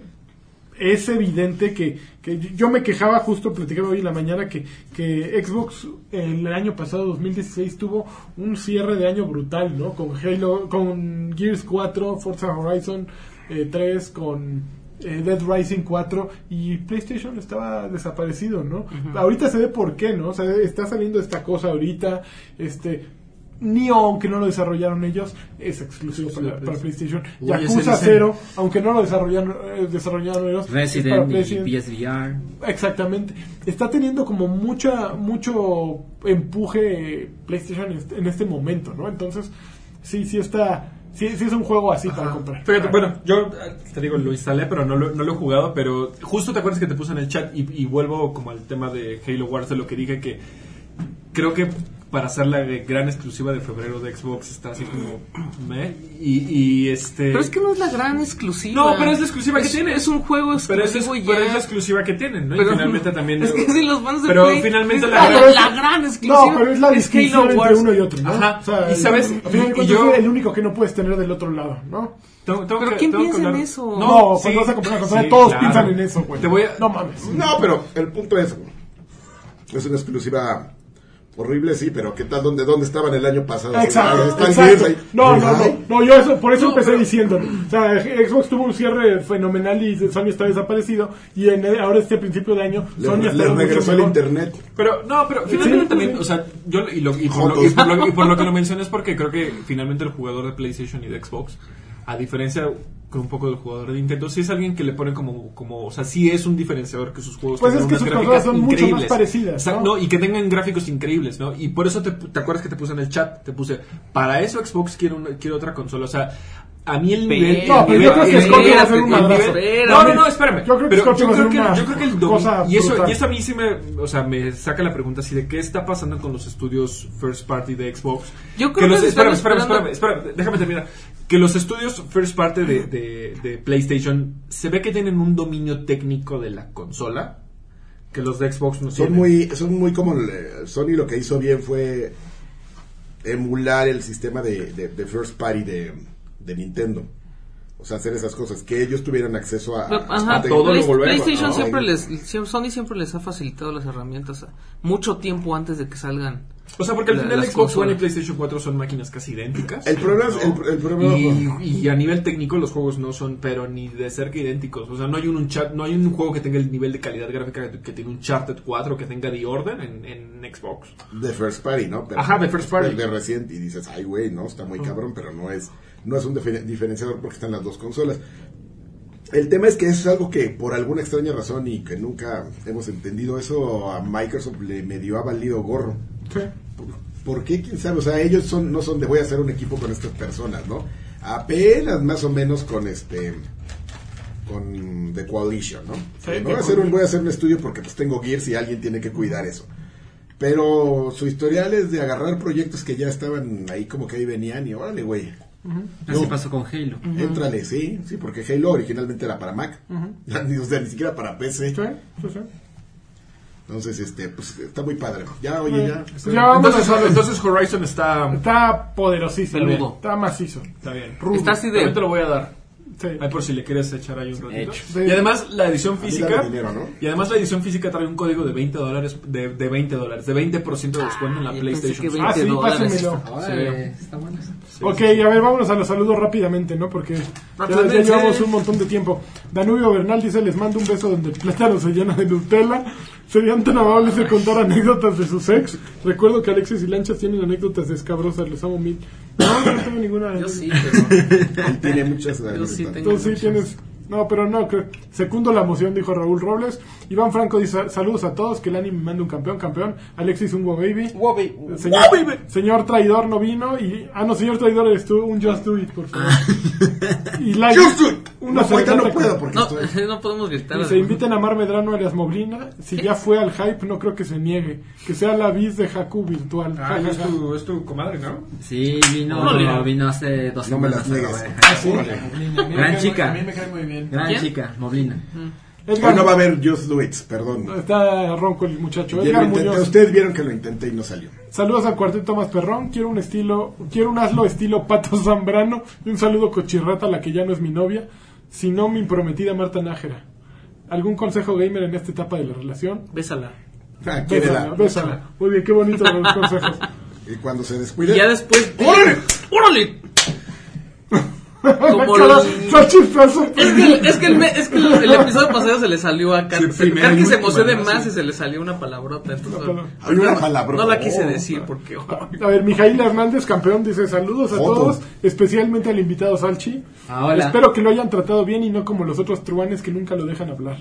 [SPEAKER 1] es evidente que, que yo me quejaba justo, platicaba hoy en la mañana, que, que Xbox el año pasado, 2016, tuvo un cierre de año brutal, ¿no? Con Halo, con Gears 4, Forza Horizon eh, 3, con eh, Dead Rising 4 y PlayStation estaba desaparecido, ¿no? Ahorita se ve por qué, ¿no? O sea, está saliendo esta cosa ahorita, este... Neo, aunque no lo desarrollaron ellos, es exclusivo para, para PlayStation.
[SPEAKER 7] Uy, ese
[SPEAKER 1] Yakuza
[SPEAKER 7] dicen-
[SPEAKER 1] 0, aunque no lo desarrollaron, eh, desarrollaron ellos, es para
[SPEAKER 5] Resident y
[SPEAKER 1] PlayStation.
[SPEAKER 5] PSVR.
[SPEAKER 1] Exactamente. Está teniendo como mucha mucho empuje PlayStation en este- en este momento, ¿no? Entonces, sí, sí está... Sí, sí es un juego así para comprar.
[SPEAKER 7] Fíjate, bueno, yo eh, te digo, lo instalé, pero no lo, no lo he jugado. Pero justo te acuerdas que te puse en el chat y, y vuelvo como al tema de Halo Wars, de lo que dije que creo que
[SPEAKER 6] para hacer la eh, gran exclusiva de febrero de Xbox está así como meh, y, y este
[SPEAKER 4] Pero es que no es la gran exclusiva.
[SPEAKER 6] No, pero es la exclusiva que
[SPEAKER 4] Es-
[SPEAKER 6] tiene.
[SPEAKER 4] Es un juego
[SPEAKER 6] pero es,
[SPEAKER 4] exclusivo y
[SPEAKER 6] pero es la
[SPEAKER 4] ya.
[SPEAKER 6] exclusiva que tienen, ¿no?
[SPEAKER 4] Pero-
[SPEAKER 6] y finalmente también
[SPEAKER 4] Es que si los fans de
[SPEAKER 6] Pero
[SPEAKER 4] Play-
[SPEAKER 6] finalmente
[SPEAKER 4] es
[SPEAKER 6] la
[SPEAKER 4] la,
[SPEAKER 6] gran-
[SPEAKER 4] la gran exclusiva.
[SPEAKER 1] No, pero es la
[SPEAKER 4] Halo
[SPEAKER 1] distinción entre
[SPEAKER 4] Wars.
[SPEAKER 1] uno y otro, ¿no?
[SPEAKER 6] Ajá. Y
[SPEAKER 1] el-
[SPEAKER 6] sabes,
[SPEAKER 1] a final de
[SPEAKER 6] y- y
[SPEAKER 1] cuentas,
[SPEAKER 6] yo-
[SPEAKER 1] es el único que no puedes tener del otro lado, ¿no?
[SPEAKER 6] Tengo- tengo
[SPEAKER 4] Pero
[SPEAKER 6] que-
[SPEAKER 4] ¿quién
[SPEAKER 6] tengo que
[SPEAKER 4] piensa en
[SPEAKER 6] hablar-
[SPEAKER 4] eso?
[SPEAKER 1] No, cuando vas a comprar una consola,
[SPEAKER 6] sí,
[SPEAKER 1] todos
[SPEAKER 6] claro.
[SPEAKER 1] piensan en eso, güey.
[SPEAKER 6] Te voy a-
[SPEAKER 1] No mames.
[SPEAKER 2] No, pero el punto es. Es una exclusiva horrible, sí, pero ¿qué tal? ¿Dónde, dónde estaban el año pasado?
[SPEAKER 1] Exacto,
[SPEAKER 2] Están
[SPEAKER 1] exacto.
[SPEAKER 2] bien ahí.
[SPEAKER 1] No, no, no,
[SPEAKER 2] Ay,
[SPEAKER 1] no, yo eso, por eso
[SPEAKER 6] No,
[SPEAKER 1] empecé
[SPEAKER 6] pero-
[SPEAKER 1] diciendo. O sea, Xbox tuvo un cierre fenomenal y Sony está desaparecido. Y en, ahora este principio de año,
[SPEAKER 2] le-
[SPEAKER 1] Sony
[SPEAKER 2] Le,
[SPEAKER 1] está mucho
[SPEAKER 2] regresó el
[SPEAKER 1] mejor.
[SPEAKER 2] internet.
[SPEAKER 6] Pero, no, pero finalmente también, o sea, yo y, lo- y por lo, y por lo- y por lo que lo mencioné es porque creo que finalmente el jugador de PlayStation y de Xbox, a diferencia con un poco del jugador de Nintendo, sí es alguien que le ponen como, como o sea, sí es un diferenciador que sus juegos
[SPEAKER 1] Pues
[SPEAKER 6] tengan
[SPEAKER 1] es que
[SPEAKER 6] unas
[SPEAKER 1] sus consolas
[SPEAKER 6] gráficas
[SPEAKER 1] son mucho más
[SPEAKER 6] increíbles.
[SPEAKER 1] parecidas,
[SPEAKER 6] Exacto,
[SPEAKER 1] ¿no?
[SPEAKER 6] ¿no? y que tengan gráficos increíbles, ¿no? Y por eso te, pu- te acuerdas que te puse en el chat, te puse, para eso Xbox quiere, una- quiere otra consola, o sea, a mí el nivel...
[SPEAKER 1] No, pero
[SPEAKER 6] el
[SPEAKER 1] yo
[SPEAKER 6] nivel-
[SPEAKER 1] creo que
[SPEAKER 6] el
[SPEAKER 1] Scorpio va a ser
[SPEAKER 6] nivel-
[SPEAKER 1] un
[SPEAKER 6] el
[SPEAKER 1] madrazo.
[SPEAKER 6] nivel- No, no, no, espérame.
[SPEAKER 1] Yo creo que
[SPEAKER 6] Pero
[SPEAKER 1] Scorpio va a
[SPEAKER 6] yo creo
[SPEAKER 1] ser
[SPEAKER 6] que-
[SPEAKER 1] una
[SPEAKER 6] yo creo que el
[SPEAKER 1] cosa
[SPEAKER 6] dominio... Y eso,
[SPEAKER 1] brutal.
[SPEAKER 6] y eso a mí sí me, o sea, me saca la pregunta así de qué está pasando con los estudios first party de Xbox.
[SPEAKER 4] Yo creo que se están
[SPEAKER 6] espérame, espérame,
[SPEAKER 4] esperando-
[SPEAKER 6] espérame, espérame, déjame terminar. Que los estudios first party de, de, de PlayStation se ve que tienen un dominio técnico de la consola que los de Xbox no
[SPEAKER 2] Son
[SPEAKER 6] tienen.
[SPEAKER 2] muy, son muy como el, eh, Sony lo que hizo bien fue emular el sistema de, de- de first party de, de Nintendo. O sea, hacer esas cosas, que ellos tuvieran acceso a, a-
[SPEAKER 4] Ajá,
[SPEAKER 2] a
[SPEAKER 6] todo lo
[SPEAKER 4] Play-
[SPEAKER 6] volvemos,
[SPEAKER 4] PlayStation
[SPEAKER 2] ¿no?
[SPEAKER 4] siempre
[SPEAKER 2] Ahí.
[SPEAKER 4] les, siem- Sony siempre les ha facilitado las herramientas a- mucho tiempo antes de que salgan.
[SPEAKER 6] O sea, porque al
[SPEAKER 4] La-
[SPEAKER 6] final
[SPEAKER 4] las
[SPEAKER 6] Xbox One
[SPEAKER 4] consolas.
[SPEAKER 6] y PlayStation 4 son máquinas casi idénticas.
[SPEAKER 2] El problema es-
[SPEAKER 6] ¿no?
[SPEAKER 2] el- el problema-
[SPEAKER 6] y, y a nivel técnico los juegos no son, pero ni de cerca idénticos. O sea, no hay un, chat, no hay un juego que tenga el nivel de calidad gráfica que, que tiene un Charted 4 que tenga The Order en, en Xbox.
[SPEAKER 2] De first party, ¿no? Pero
[SPEAKER 6] Ajá, de first party.
[SPEAKER 2] El de Resident y dices, ay, güey, no, está muy cabrón, pero no es, no es un diferen- diferenciador porque están las dos consolas. El tema es que eso es algo que por alguna extraña razón y que nunca hemos entendido, eso a Microsoft le medio ha valido gorro. ¿Por qué? ¿Quién sabe? O sea, ellos son, no son de voy a hacer un equipo con estas personas, ¿no? Apenas más o menos con este con The Coalition, ¿no?
[SPEAKER 1] Sí,
[SPEAKER 2] Eh,
[SPEAKER 1] The
[SPEAKER 2] voy, a hacer un, voy a hacer un estudio porque pues tengo Gears y alguien tiene que cuidar eso. Pero su historial es de agarrar proyectos que ya estaban ahí como que ahí venían y órale, güey.
[SPEAKER 5] Así
[SPEAKER 2] No.
[SPEAKER 5] pasó con Halo.
[SPEAKER 1] Mm.
[SPEAKER 2] Éntrale, sí, sí, porque Halo originalmente era para Mac. Ni- O sea, ni siquiera para PC.
[SPEAKER 1] Sí, sí, sí.
[SPEAKER 2] Entonces, este, pues está muy padre. Ya, oye, ya.
[SPEAKER 1] Pues ya vamos
[SPEAKER 6] entonces,
[SPEAKER 1] a-
[SPEAKER 6] entonces Horizon está...
[SPEAKER 1] Está poderosísimo.
[SPEAKER 4] Peludo.
[SPEAKER 1] Está macizo.
[SPEAKER 6] Está bien.
[SPEAKER 4] Está así
[SPEAKER 6] También te
[SPEAKER 4] de.
[SPEAKER 6] lo voy a dar.
[SPEAKER 1] Sí.
[SPEAKER 6] Ahí por si le quieres echar ahí un ratito.
[SPEAKER 5] Hecho.
[SPEAKER 1] Sí.
[SPEAKER 6] Y además la edición
[SPEAKER 2] mí
[SPEAKER 6] física...
[SPEAKER 2] dame dinero, ¿no?
[SPEAKER 6] Y además la edición física trae un código de 20 dólares, de, de 20 dólares, de 20% de descuento en la
[SPEAKER 4] Ah, yo pensé
[SPEAKER 6] PlayStation.
[SPEAKER 4] que
[SPEAKER 1] Ah, sí,
[SPEAKER 4] 20 dólares.
[SPEAKER 1] pásenmelo.
[SPEAKER 5] Órale, está bueno.
[SPEAKER 1] Ok, a ver, vámonos a los saludos rápidamente, ¿no? Porque ya, ya
[SPEAKER 4] Rápidamente.
[SPEAKER 1] llevamos un montón de tiempo. Danubio Bernal dice, les mando un beso donde el plátano se llena de Nutella. Serían tan amables de contar anécdotas de sus ex. Recuerdo que Alexis y Lanchas tienen anécdotas escabrosas, los amo mil. No, yo no tengo ninguna.
[SPEAKER 4] Yo sí, pero.
[SPEAKER 2] Él tiene muchas.
[SPEAKER 4] Yo sí tengo
[SPEAKER 1] Tú sí
[SPEAKER 4] muchas.
[SPEAKER 1] tienes... No, pero no, creo. Secundo la moción, dijo Raúl Robles. Iván Franco dice, saludos a todos, que el anime manda un campeón, campeón. Alexis, un wow baby. Señor, señor traidor no vino y... Ah, no, señor traidor eres tú, un Just Do It, por favor.
[SPEAKER 2] Ah.
[SPEAKER 1] y like,
[SPEAKER 2] Yo estoy.
[SPEAKER 1] una
[SPEAKER 2] No, ahorita no
[SPEAKER 1] serenata
[SPEAKER 2] puedo
[SPEAKER 1] con-
[SPEAKER 2] porque
[SPEAKER 4] No,
[SPEAKER 2] estoy.
[SPEAKER 4] no podemos gritar.
[SPEAKER 1] Y se inviten a Mar Medrano a las Moblina. Si ya fue al hype, no creo que se niegue. Que sea la bis de Haku virtual. Ja,
[SPEAKER 6] Ah,
[SPEAKER 1] ja,
[SPEAKER 6] es
[SPEAKER 1] ja.
[SPEAKER 6] tu, es tu comadre, ¿no?
[SPEAKER 5] Sí, vino,
[SPEAKER 4] Órale.
[SPEAKER 5] vino hace dos
[SPEAKER 2] No Ah, me
[SPEAKER 5] semanas.
[SPEAKER 2] las niegues.
[SPEAKER 5] pero, eh,
[SPEAKER 2] Órale.
[SPEAKER 5] Gran chica.
[SPEAKER 7] A mí me cae muy bien.
[SPEAKER 5] Gran
[SPEAKER 4] ¿Quién?
[SPEAKER 5] chica, Moblina.
[SPEAKER 1] Edgar-
[SPEAKER 2] Hoy no va a haber Just Do It, perdón.
[SPEAKER 1] Está ronco el muchacho.
[SPEAKER 2] Ya
[SPEAKER 1] Edgar
[SPEAKER 2] lo intenté.
[SPEAKER 1] Muñoz.
[SPEAKER 2] Ustedes vieron que lo intenté y no salió.
[SPEAKER 1] Saludos al cuarteto más perrón. Quiero un estilo, quiero un hazlo estilo Pato Zambrano. Y un saludo cochirrata a la que ya no es mi novia, sino mi prometida Marta Nájera. ¿Algún consejo gamer en esta etapa de la relación?
[SPEAKER 4] Bésala.
[SPEAKER 2] Ah,
[SPEAKER 1] Bésala,
[SPEAKER 2] quiérela.
[SPEAKER 1] bésala. Muy bien, qué bonitos los consejos.
[SPEAKER 2] Y cuando se
[SPEAKER 4] Y
[SPEAKER 2] descuide.
[SPEAKER 4] ya después.
[SPEAKER 2] ¡Órale!
[SPEAKER 4] ¡Órale! Como
[SPEAKER 1] Cara,
[SPEAKER 4] los-
[SPEAKER 1] Xochitl está súper-
[SPEAKER 4] Es que, el, es que, el, me- es que el, el episodio pasado se le salió a Kat. se-
[SPEAKER 6] Sí, primero
[SPEAKER 4] Kat
[SPEAKER 6] y
[SPEAKER 4] que se
[SPEAKER 6] último,
[SPEAKER 4] emocione
[SPEAKER 6] ¿no?
[SPEAKER 4] más
[SPEAKER 6] Sí.
[SPEAKER 4] y se le salió una palabrota. Entonces,
[SPEAKER 1] Una
[SPEAKER 2] Hay una palabra.
[SPEAKER 4] no la quise
[SPEAKER 2] Oh.
[SPEAKER 4] decir porque.
[SPEAKER 6] Ah,
[SPEAKER 4] oh,
[SPEAKER 1] A ver, Mijail Hernández, campeón, dice saludos a
[SPEAKER 2] Foto.
[SPEAKER 1] todos, especialmente al invitado Salchi.
[SPEAKER 5] Ah, hola.
[SPEAKER 1] Espero que lo hayan tratado bien y no como los otros truanes que nunca lo dejan hablar.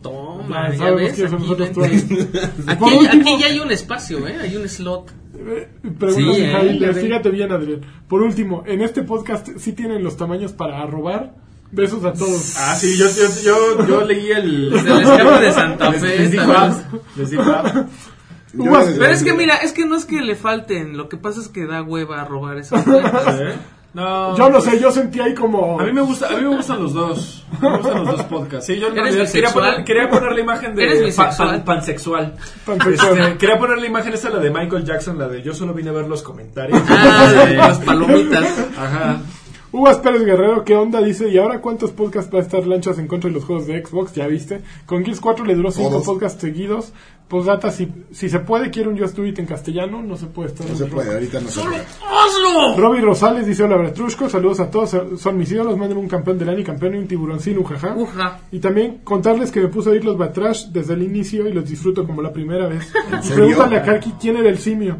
[SPEAKER 4] toma,
[SPEAKER 1] Ya
[SPEAKER 4] Ah, ya
[SPEAKER 1] sabemos
[SPEAKER 4] ves.
[SPEAKER 1] quiénes
[SPEAKER 4] Aquí,
[SPEAKER 1] son nosotros
[SPEAKER 4] vente. Aquí
[SPEAKER 1] Por
[SPEAKER 4] hay-
[SPEAKER 1] último-
[SPEAKER 4] aquí ya hay un espacio, ¿eh? Hay un slot.
[SPEAKER 1] Eh, Pregunta
[SPEAKER 5] Sí, ¿eh?
[SPEAKER 1] Mijail,
[SPEAKER 5] Ya
[SPEAKER 1] fíjate bien, Adrián. Por último, en este podcast sí tienen los tamaños para arrobar. Besos a todos.
[SPEAKER 6] Ah, sí, yo, yo, yo, yo leí el...
[SPEAKER 4] El escape de Santa Fe.
[SPEAKER 6] Les, les dijo
[SPEAKER 4] tal
[SPEAKER 6] ah,
[SPEAKER 4] vez.
[SPEAKER 6] Les dijo ah.
[SPEAKER 2] Yo
[SPEAKER 1] Uvas,
[SPEAKER 2] les-
[SPEAKER 4] Pero es que mira, es que no es que le falten, lo que pasa es que da hueva robar esas cuentas.
[SPEAKER 6] No.
[SPEAKER 1] Yo no sé, yo sentí ahí como...
[SPEAKER 6] A mí me gusta, a mí me gustan los dos. Me gustan los dos podcasts. Sí, yo en
[SPEAKER 4] ¿Eres
[SPEAKER 6] realidad quería
[SPEAKER 4] bisexual?
[SPEAKER 6] poner, quería poner la imagen de
[SPEAKER 4] ¿Eres bisexual?
[SPEAKER 6] pansexual.
[SPEAKER 1] Pansexual.
[SPEAKER 6] Este, quería poner la imagen esta la de Michael Jackson, la de yo solo vine a ver los comentarios.
[SPEAKER 4] Ah, de las palomitas.
[SPEAKER 6] Ajá.
[SPEAKER 1] Uvas Pérez Guerrero, ¿qué onda? Dice, ¿y ahora cuántos podcasts va a estar lanchas en contra de los juegos de Xbox? Ya viste. Con Gears 4 le duró 5
[SPEAKER 2] Todos.
[SPEAKER 1] podcasts seguidos. Postdata, si, si se puede, quiero un Just Do It en castellano. No se puede estar.
[SPEAKER 2] No
[SPEAKER 1] en
[SPEAKER 2] se
[SPEAKER 1] rojo.
[SPEAKER 2] puede, ahorita no se puede.
[SPEAKER 1] Robbie Rosales dice, hola Bertrusco, saludos a todos. Son mis ídolos, manden un campeón del año y campeón y un tiburoncín, ujaja.
[SPEAKER 4] Uja.
[SPEAKER 1] Y también contarles que me puse a oír los Batrash desde el inicio y los disfruto como la primera vez. Y
[SPEAKER 2] serio?
[SPEAKER 1] pregúntale a Karki quién era el simio.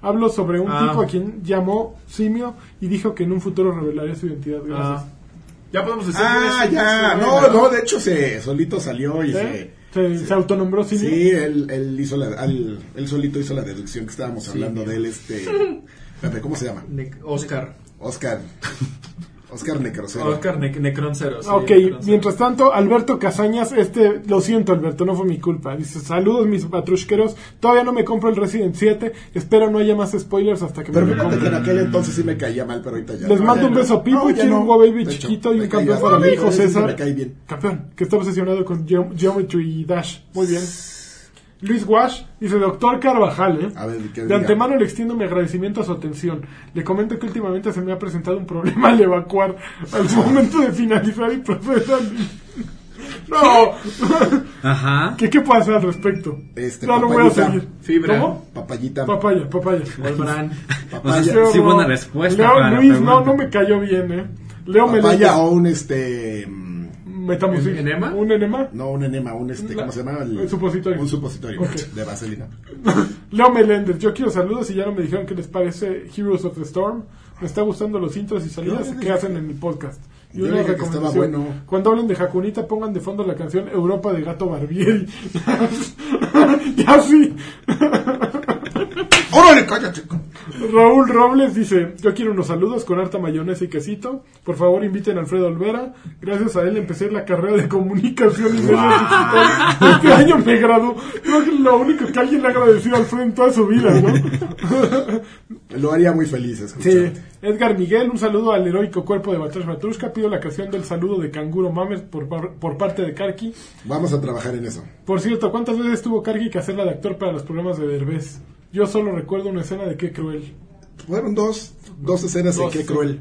[SPEAKER 1] Hablo sobre un
[SPEAKER 6] Ah.
[SPEAKER 1] tipo a quien llamó simio y dijo que en un futuro revelaría su identidad. Gracias.
[SPEAKER 6] Ah.
[SPEAKER 7] Ya podemos decir.
[SPEAKER 2] Ah,
[SPEAKER 7] quién es-
[SPEAKER 2] ya.
[SPEAKER 7] quién es,
[SPEAKER 2] No,
[SPEAKER 7] ¿verdad?
[SPEAKER 2] no, de hecho se solito salió y
[SPEAKER 1] ¿Eh?
[SPEAKER 2] se...
[SPEAKER 1] Se, se autonombró simio.
[SPEAKER 2] Sí, él, él hizo la, al- él solito hizo la deducción que estábamos hablando de él, este... espérate, ¿cómo se llama?
[SPEAKER 6] Ne- Oscar.
[SPEAKER 2] Oscar. Oscar Necrocero.
[SPEAKER 6] Oscar ne Necron Cero. sí,
[SPEAKER 1] Ok,
[SPEAKER 6] Necron Cero.
[SPEAKER 1] mientras tanto, Alberto Cazañas, este, lo siento Alberto, no fue mi culpa. Dice, saludos mis patrushqueros, todavía no me compro el Resident 7, espero no haya más spoilers hasta que
[SPEAKER 2] Pero
[SPEAKER 1] me lo
[SPEAKER 2] fíjate que
[SPEAKER 1] compre.
[SPEAKER 2] en aquel entonces sí me caía mal, pero ahorita ya.
[SPEAKER 1] Les
[SPEAKER 2] no,
[SPEAKER 1] mando
[SPEAKER 2] ya
[SPEAKER 1] un
[SPEAKER 2] no.
[SPEAKER 1] beso a Pipo
[SPEAKER 2] No,
[SPEAKER 1] y
[SPEAKER 2] ya
[SPEAKER 1] quiero
[SPEAKER 2] no.
[SPEAKER 1] un Huawei Baby
[SPEAKER 2] De hecho,
[SPEAKER 1] chiquito y
[SPEAKER 2] me
[SPEAKER 1] un
[SPEAKER 2] cae
[SPEAKER 1] campeón
[SPEAKER 2] ya
[SPEAKER 1] para
[SPEAKER 2] mal,
[SPEAKER 1] mi hijo
[SPEAKER 2] ese sí
[SPEAKER 1] César.
[SPEAKER 2] Me cae bien.
[SPEAKER 1] Campeón, que está obsesionado con Geo- Geometry Dash. Muy bien. Luis Wash dice, doctor Carvajal, ¿eh?
[SPEAKER 2] A ver, ¿qué
[SPEAKER 1] de
[SPEAKER 2] diga?
[SPEAKER 1] antemano le extiendo mi agradecimiento a su atención. Le comento que últimamente se me ha presentado un problema al evacuar al momento de finalizar y procesar. No,
[SPEAKER 5] Ajá.
[SPEAKER 1] ¿Qué, ¿qué pasa al respecto?
[SPEAKER 2] Este,
[SPEAKER 1] no, no voy a
[SPEAKER 2] papayita,
[SPEAKER 1] seguir.
[SPEAKER 7] fibra.
[SPEAKER 1] ¿Cómo?
[SPEAKER 2] Papayita.
[SPEAKER 1] Papaya, papaya.
[SPEAKER 6] Wolfram.
[SPEAKER 5] O sea,
[SPEAKER 2] Papaya.
[SPEAKER 5] sí, sí, buena respuesta.
[SPEAKER 1] Leo
[SPEAKER 5] para la
[SPEAKER 1] Luis,
[SPEAKER 5] pregunta.
[SPEAKER 1] no, no me cayó bien, ¿eh? Leo
[SPEAKER 2] papaya
[SPEAKER 1] Meléndez.
[SPEAKER 2] o un este. mm,
[SPEAKER 1] Metamucil.
[SPEAKER 7] ¿En- enema?
[SPEAKER 1] ¿Un enema?
[SPEAKER 2] No, un enema, un este.
[SPEAKER 1] La-
[SPEAKER 2] ¿Cómo se llama?
[SPEAKER 1] un supositorio.
[SPEAKER 2] Un supositorio
[SPEAKER 1] Ok.
[SPEAKER 2] de vaselina.
[SPEAKER 1] Leo Meléndez, yo quiero saludos y ya no me dijeron qué les parece Heroes of the Storm. Me está gustando los intros y salidas
[SPEAKER 2] Yo dije-
[SPEAKER 1] que hacen en el podcast. Y
[SPEAKER 2] Yo
[SPEAKER 1] una
[SPEAKER 2] dije que estaba
[SPEAKER 1] recomendación.
[SPEAKER 2] bueno.
[SPEAKER 1] Cuando hablen de Jacunita, pongan de fondo la canción Europa de Gato Barbieri. ya sí.
[SPEAKER 2] ¡Órale, cállate!
[SPEAKER 1] Raúl Robles dice, yo quiero unos saludos con harta mayonesa y quesito. Por favor, inviten a Alfredo Olvera. Gracias a él empecé la carrera de comunicación y medios digitales. Este año me graduó. Creo que es lo único que alguien le ha agradecido a Alfredo en toda su vida, ¿no?
[SPEAKER 2] Lo haría muy feliz
[SPEAKER 1] Sí.
[SPEAKER 2] escucharte.
[SPEAKER 1] Edgar Miguel, un saludo al heroico cuerpo de Batrash Matrushka. Pido la canción del saludo de Canguro Mames por, par- por parte de Karki.
[SPEAKER 2] Vamos a trabajar en eso.
[SPEAKER 1] Por cierto, ¿cuántas veces tuvo Karki que hacerla de actor para los programas de Derbez? Yo solo recuerdo una escena de Qué Cruel.
[SPEAKER 2] Fueron dos, dos escenas
[SPEAKER 1] Dos,
[SPEAKER 2] de qué
[SPEAKER 1] sí.
[SPEAKER 2] cruel.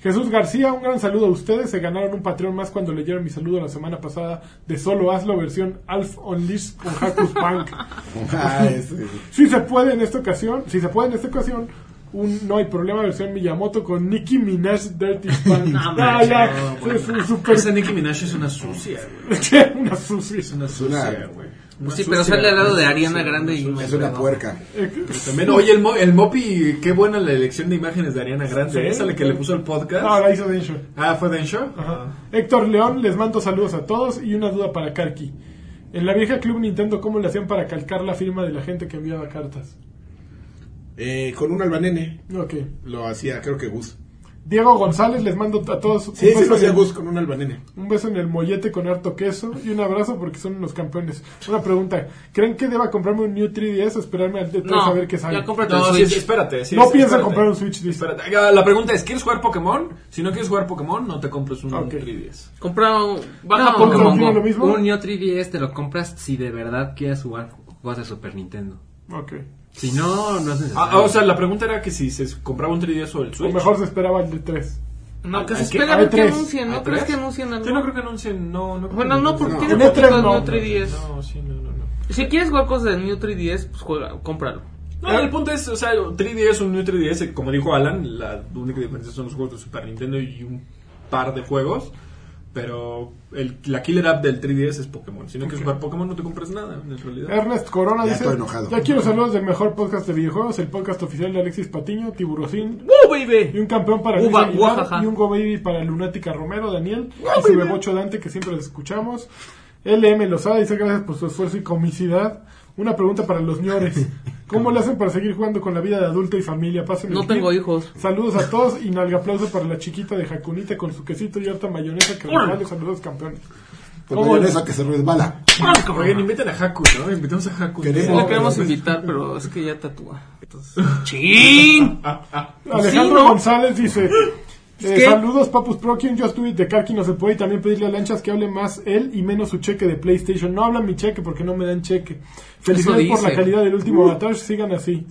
[SPEAKER 1] Jesús García, un gran saludo a ustedes. Se ganaron un Patreon más cuando leyeron mi saludo la semana pasada de Solo Hazlo versión Alf Unleashed con Hakus Punk.
[SPEAKER 2] Ah, ese.
[SPEAKER 1] Si se puede en esta ocasión, si se puede en esta ocasión, un No hay problema versión Miyamoto con Nicki Minaj Dirty Punk.
[SPEAKER 5] No,
[SPEAKER 1] ah,
[SPEAKER 5] manches,
[SPEAKER 1] ya,
[SPEAKER 5] no,
[SPEAKER 1] es un super
[SPEAKER 6] Pues Esa Nicki Minaj es una sucia, güey.
[SPEAKER 1] una sucia.
[SPEAKER 6] Es una sucia, güey. Una
[SPEAKER 4] Pues sí, pero
[SPEAKER 6] sucia,
[SPEAKER 4] sale al lado
[SPEAKER 6] una
[SPEAKER 4] de
[SPEAKER 6] sucia,
[SPEAKER 4] Ariana Grande y
[SPEAKER 6] sucia.
[SPEAKER 2] Es una puerca.
[SPEAKER 1] Eh,
[SPEAKER 6] También, oye, el, mo- el Mopi, qué buena la elección de imágenes de Ariana Grande. ¿eh? Esa la que le puso el podcast.
[SPEAKER 1] No, la hizo Densho.
[SPEAKER 6] Ah, ¿fue Densho?
[SPEAKER 1] Ajá. Héctor León, les mando saludos a todos y una duda para Karki. En la vieja Club Nintendo, ¿cómo le hacían para calcar la firma de la gente que enviaba cartas?
[SPEAKER 2] Eh, con un albanene.
[SPEAKER 1] Ok.
[SPEAKER 2] Lo hacía, creo que Gus.
[SPEAKER 1] Diego González, les mando a todos un
[SPEAKER 2] Sí, sí,
[SPEAKER 1] beso
[SPEAKER 2] lo hacía
[SPEAKER 1] en-
[SPEAKER 2] Gus con un albanene.
[SPEAKER 1] Un beso en el mollete con harto queso y un abrazo porque son unos campeones. Una pregunta, ¿creen que deba comprarme un New 3DS o esperarme al D3 a
[SPEAKER 4] No,
[SPEAKER 1] ver qué sale?
[SPEAKER 4] ya cómprate el
[SPEAKER 6] No, sí,
[SPEAKER 4] Switch.
[SPEAKER 6] sí, espérate. sí,
[SPEAKER 1] No
[SPEAKER 6] sí,
[SPEAKER 1] pienso
[SPEAKER 6] espérate.
[SPEAKER 1] comprar un Switch, dice.
[SPEAKER 6] Espérate. Ah, La pregunta es, ¿quieres jugar Pokémon? Si no quieres jugar Pokémon, no te compres un
[SPEAKER 1] Ok.
[SPEAKER 6] 3DS.
[SPEAKER 4] Compra un... Baja
[SPEAKER 5] No,
[SPEAKER 1] ¿Pokémon
[SPEAKER 5] como
[SPEAKER 1] tiene
[SPEAKER 5] un-
[SPEAKER 1] lo mismo?
[SPEAKER 5] Un Neo 3DS te lo compras si de verdad quieres jugar juegos de Super Nintendo.
[SPEAKER 1] Ok.
[SPEAKER 5] Si no, no es
[SPEAKER 6] Ah,
[SPEAKER 5] necesario.
[SPEAKER 6] ah, o sea, la pregunta era que si se compraba un 3DS o el
[SPEAKER 1] O
[SPEAKER 6] Switch.
[SPEAKER 1] mejor se esperaba el D3.
[SPEAKER 4] No, que se
[SPEAKER 6] ¿Hay qué?
[SPEAKER 4] espera a
[SPEAKER 1] Hay
[SPEAKER 4] ver qué
[SPEAKER 1] tres.
[SPEAKER 4] anuncian,
[SPEAKER 6] ¿Hay
[SPEAKER 4] ¿no crees
[SPEAKER 6] tres?
[SPEAKER 4] que anuncian algo?
[SPEAKER 6] Yo no creo que anuncien, no, no creo
[SPEAKER 4] Bueno,
[SPEAKER 6] que-
[SPEAKER 4] no, porque tiene
[SPEAKER 1] No, tres
[SPEAKER 4] poquitos
[SPEAKER 1] no.
[SPEAKER 4] New 3DS.
[SPEAKER 6] No, sí, no, no, no.
[SPEAKER 4] Si quieres jugar cosas de New 3DS, pues juega, cómpralo.
[SPEAKER 6] No, el punto es, o sea, 3DS, un New 3DS, como dijo Alan, la única diferencia son los juegos de Super Nintendo y un par de juegos. Pero el- la killer app del 3DS es Pokémon. Si no quieres jugar Pokémon, no te compras nada, en realidad.
[SPEAKER 1] Ernest Corona
[SPEAKER 2] Ya
[SPEAKER 1] dice,
[SPEAKER 2] estoy enojado.
[SPEAKER 1] ya quiero saludos del mejor podcast de videojuegos, el podcast oficial de Alexis Patiño, Tiburocín,
[SPEAKER 4] ¡Uh,
[SPEAKER 1] y
[SPEAKER 4] baby!
[SPEAKER 1] un campeón para
[SPEAKER 4] Uba,
[SPEAKER 1] Luis Aguilar,
[SPEAKER 4] guajaja.
[SPEAKER 1] y un Go Baby para Lunática Romero, Daniel, y su bebocho Dante, que siempre les escuchamos. LM Lozada dice gracias por su esfuerzo y comicidad. Una pregunta para los ñores. ¿Cómo le hacen para seguir jugando con la vida de adulto y familia? Pásenme
[SPEAKER 4] No
[SPEAKER 1] el tip.
[SPEAKER 4] tengo hijos.
[SPEAKER 1] Saludos a todos y nalga aplauso para la chiquita de Jacunita con su quesito y harta mayonesa que regale. Saludos, campeones.
[SPEAKER 2] Con mayonesa que se resbala.
[SPEAKER 4] Ah,
[SPEAKER 7] Oigan, inviten a Haku, ¿no? Invitamos a Haku.
[SPEAKER 2] Queremos.
[SPEAKER 4] Sí, la queremos invitar, pero es que ya tatúa. Entonces, ¡Chin!
[SPEAKER 1] Alejandro
[SPEAKER 4] Sí, ¿no?
[SPEAKER 1] González dice: eh,
[SPEAKER 4] que-
[SPEAKER 1] Saludos, Papus Pro. Quien Just Do It de Karki no se puede. Y también pedirle a Lanchas que hable más él y menos su cheque de PlayStation. No hablan mi cheque porque no me dan cheque. Felicidades por
[SPEAKER 4] dice. Uh.
[SPEAKER 1] la calidad del último avatar. Sigan así.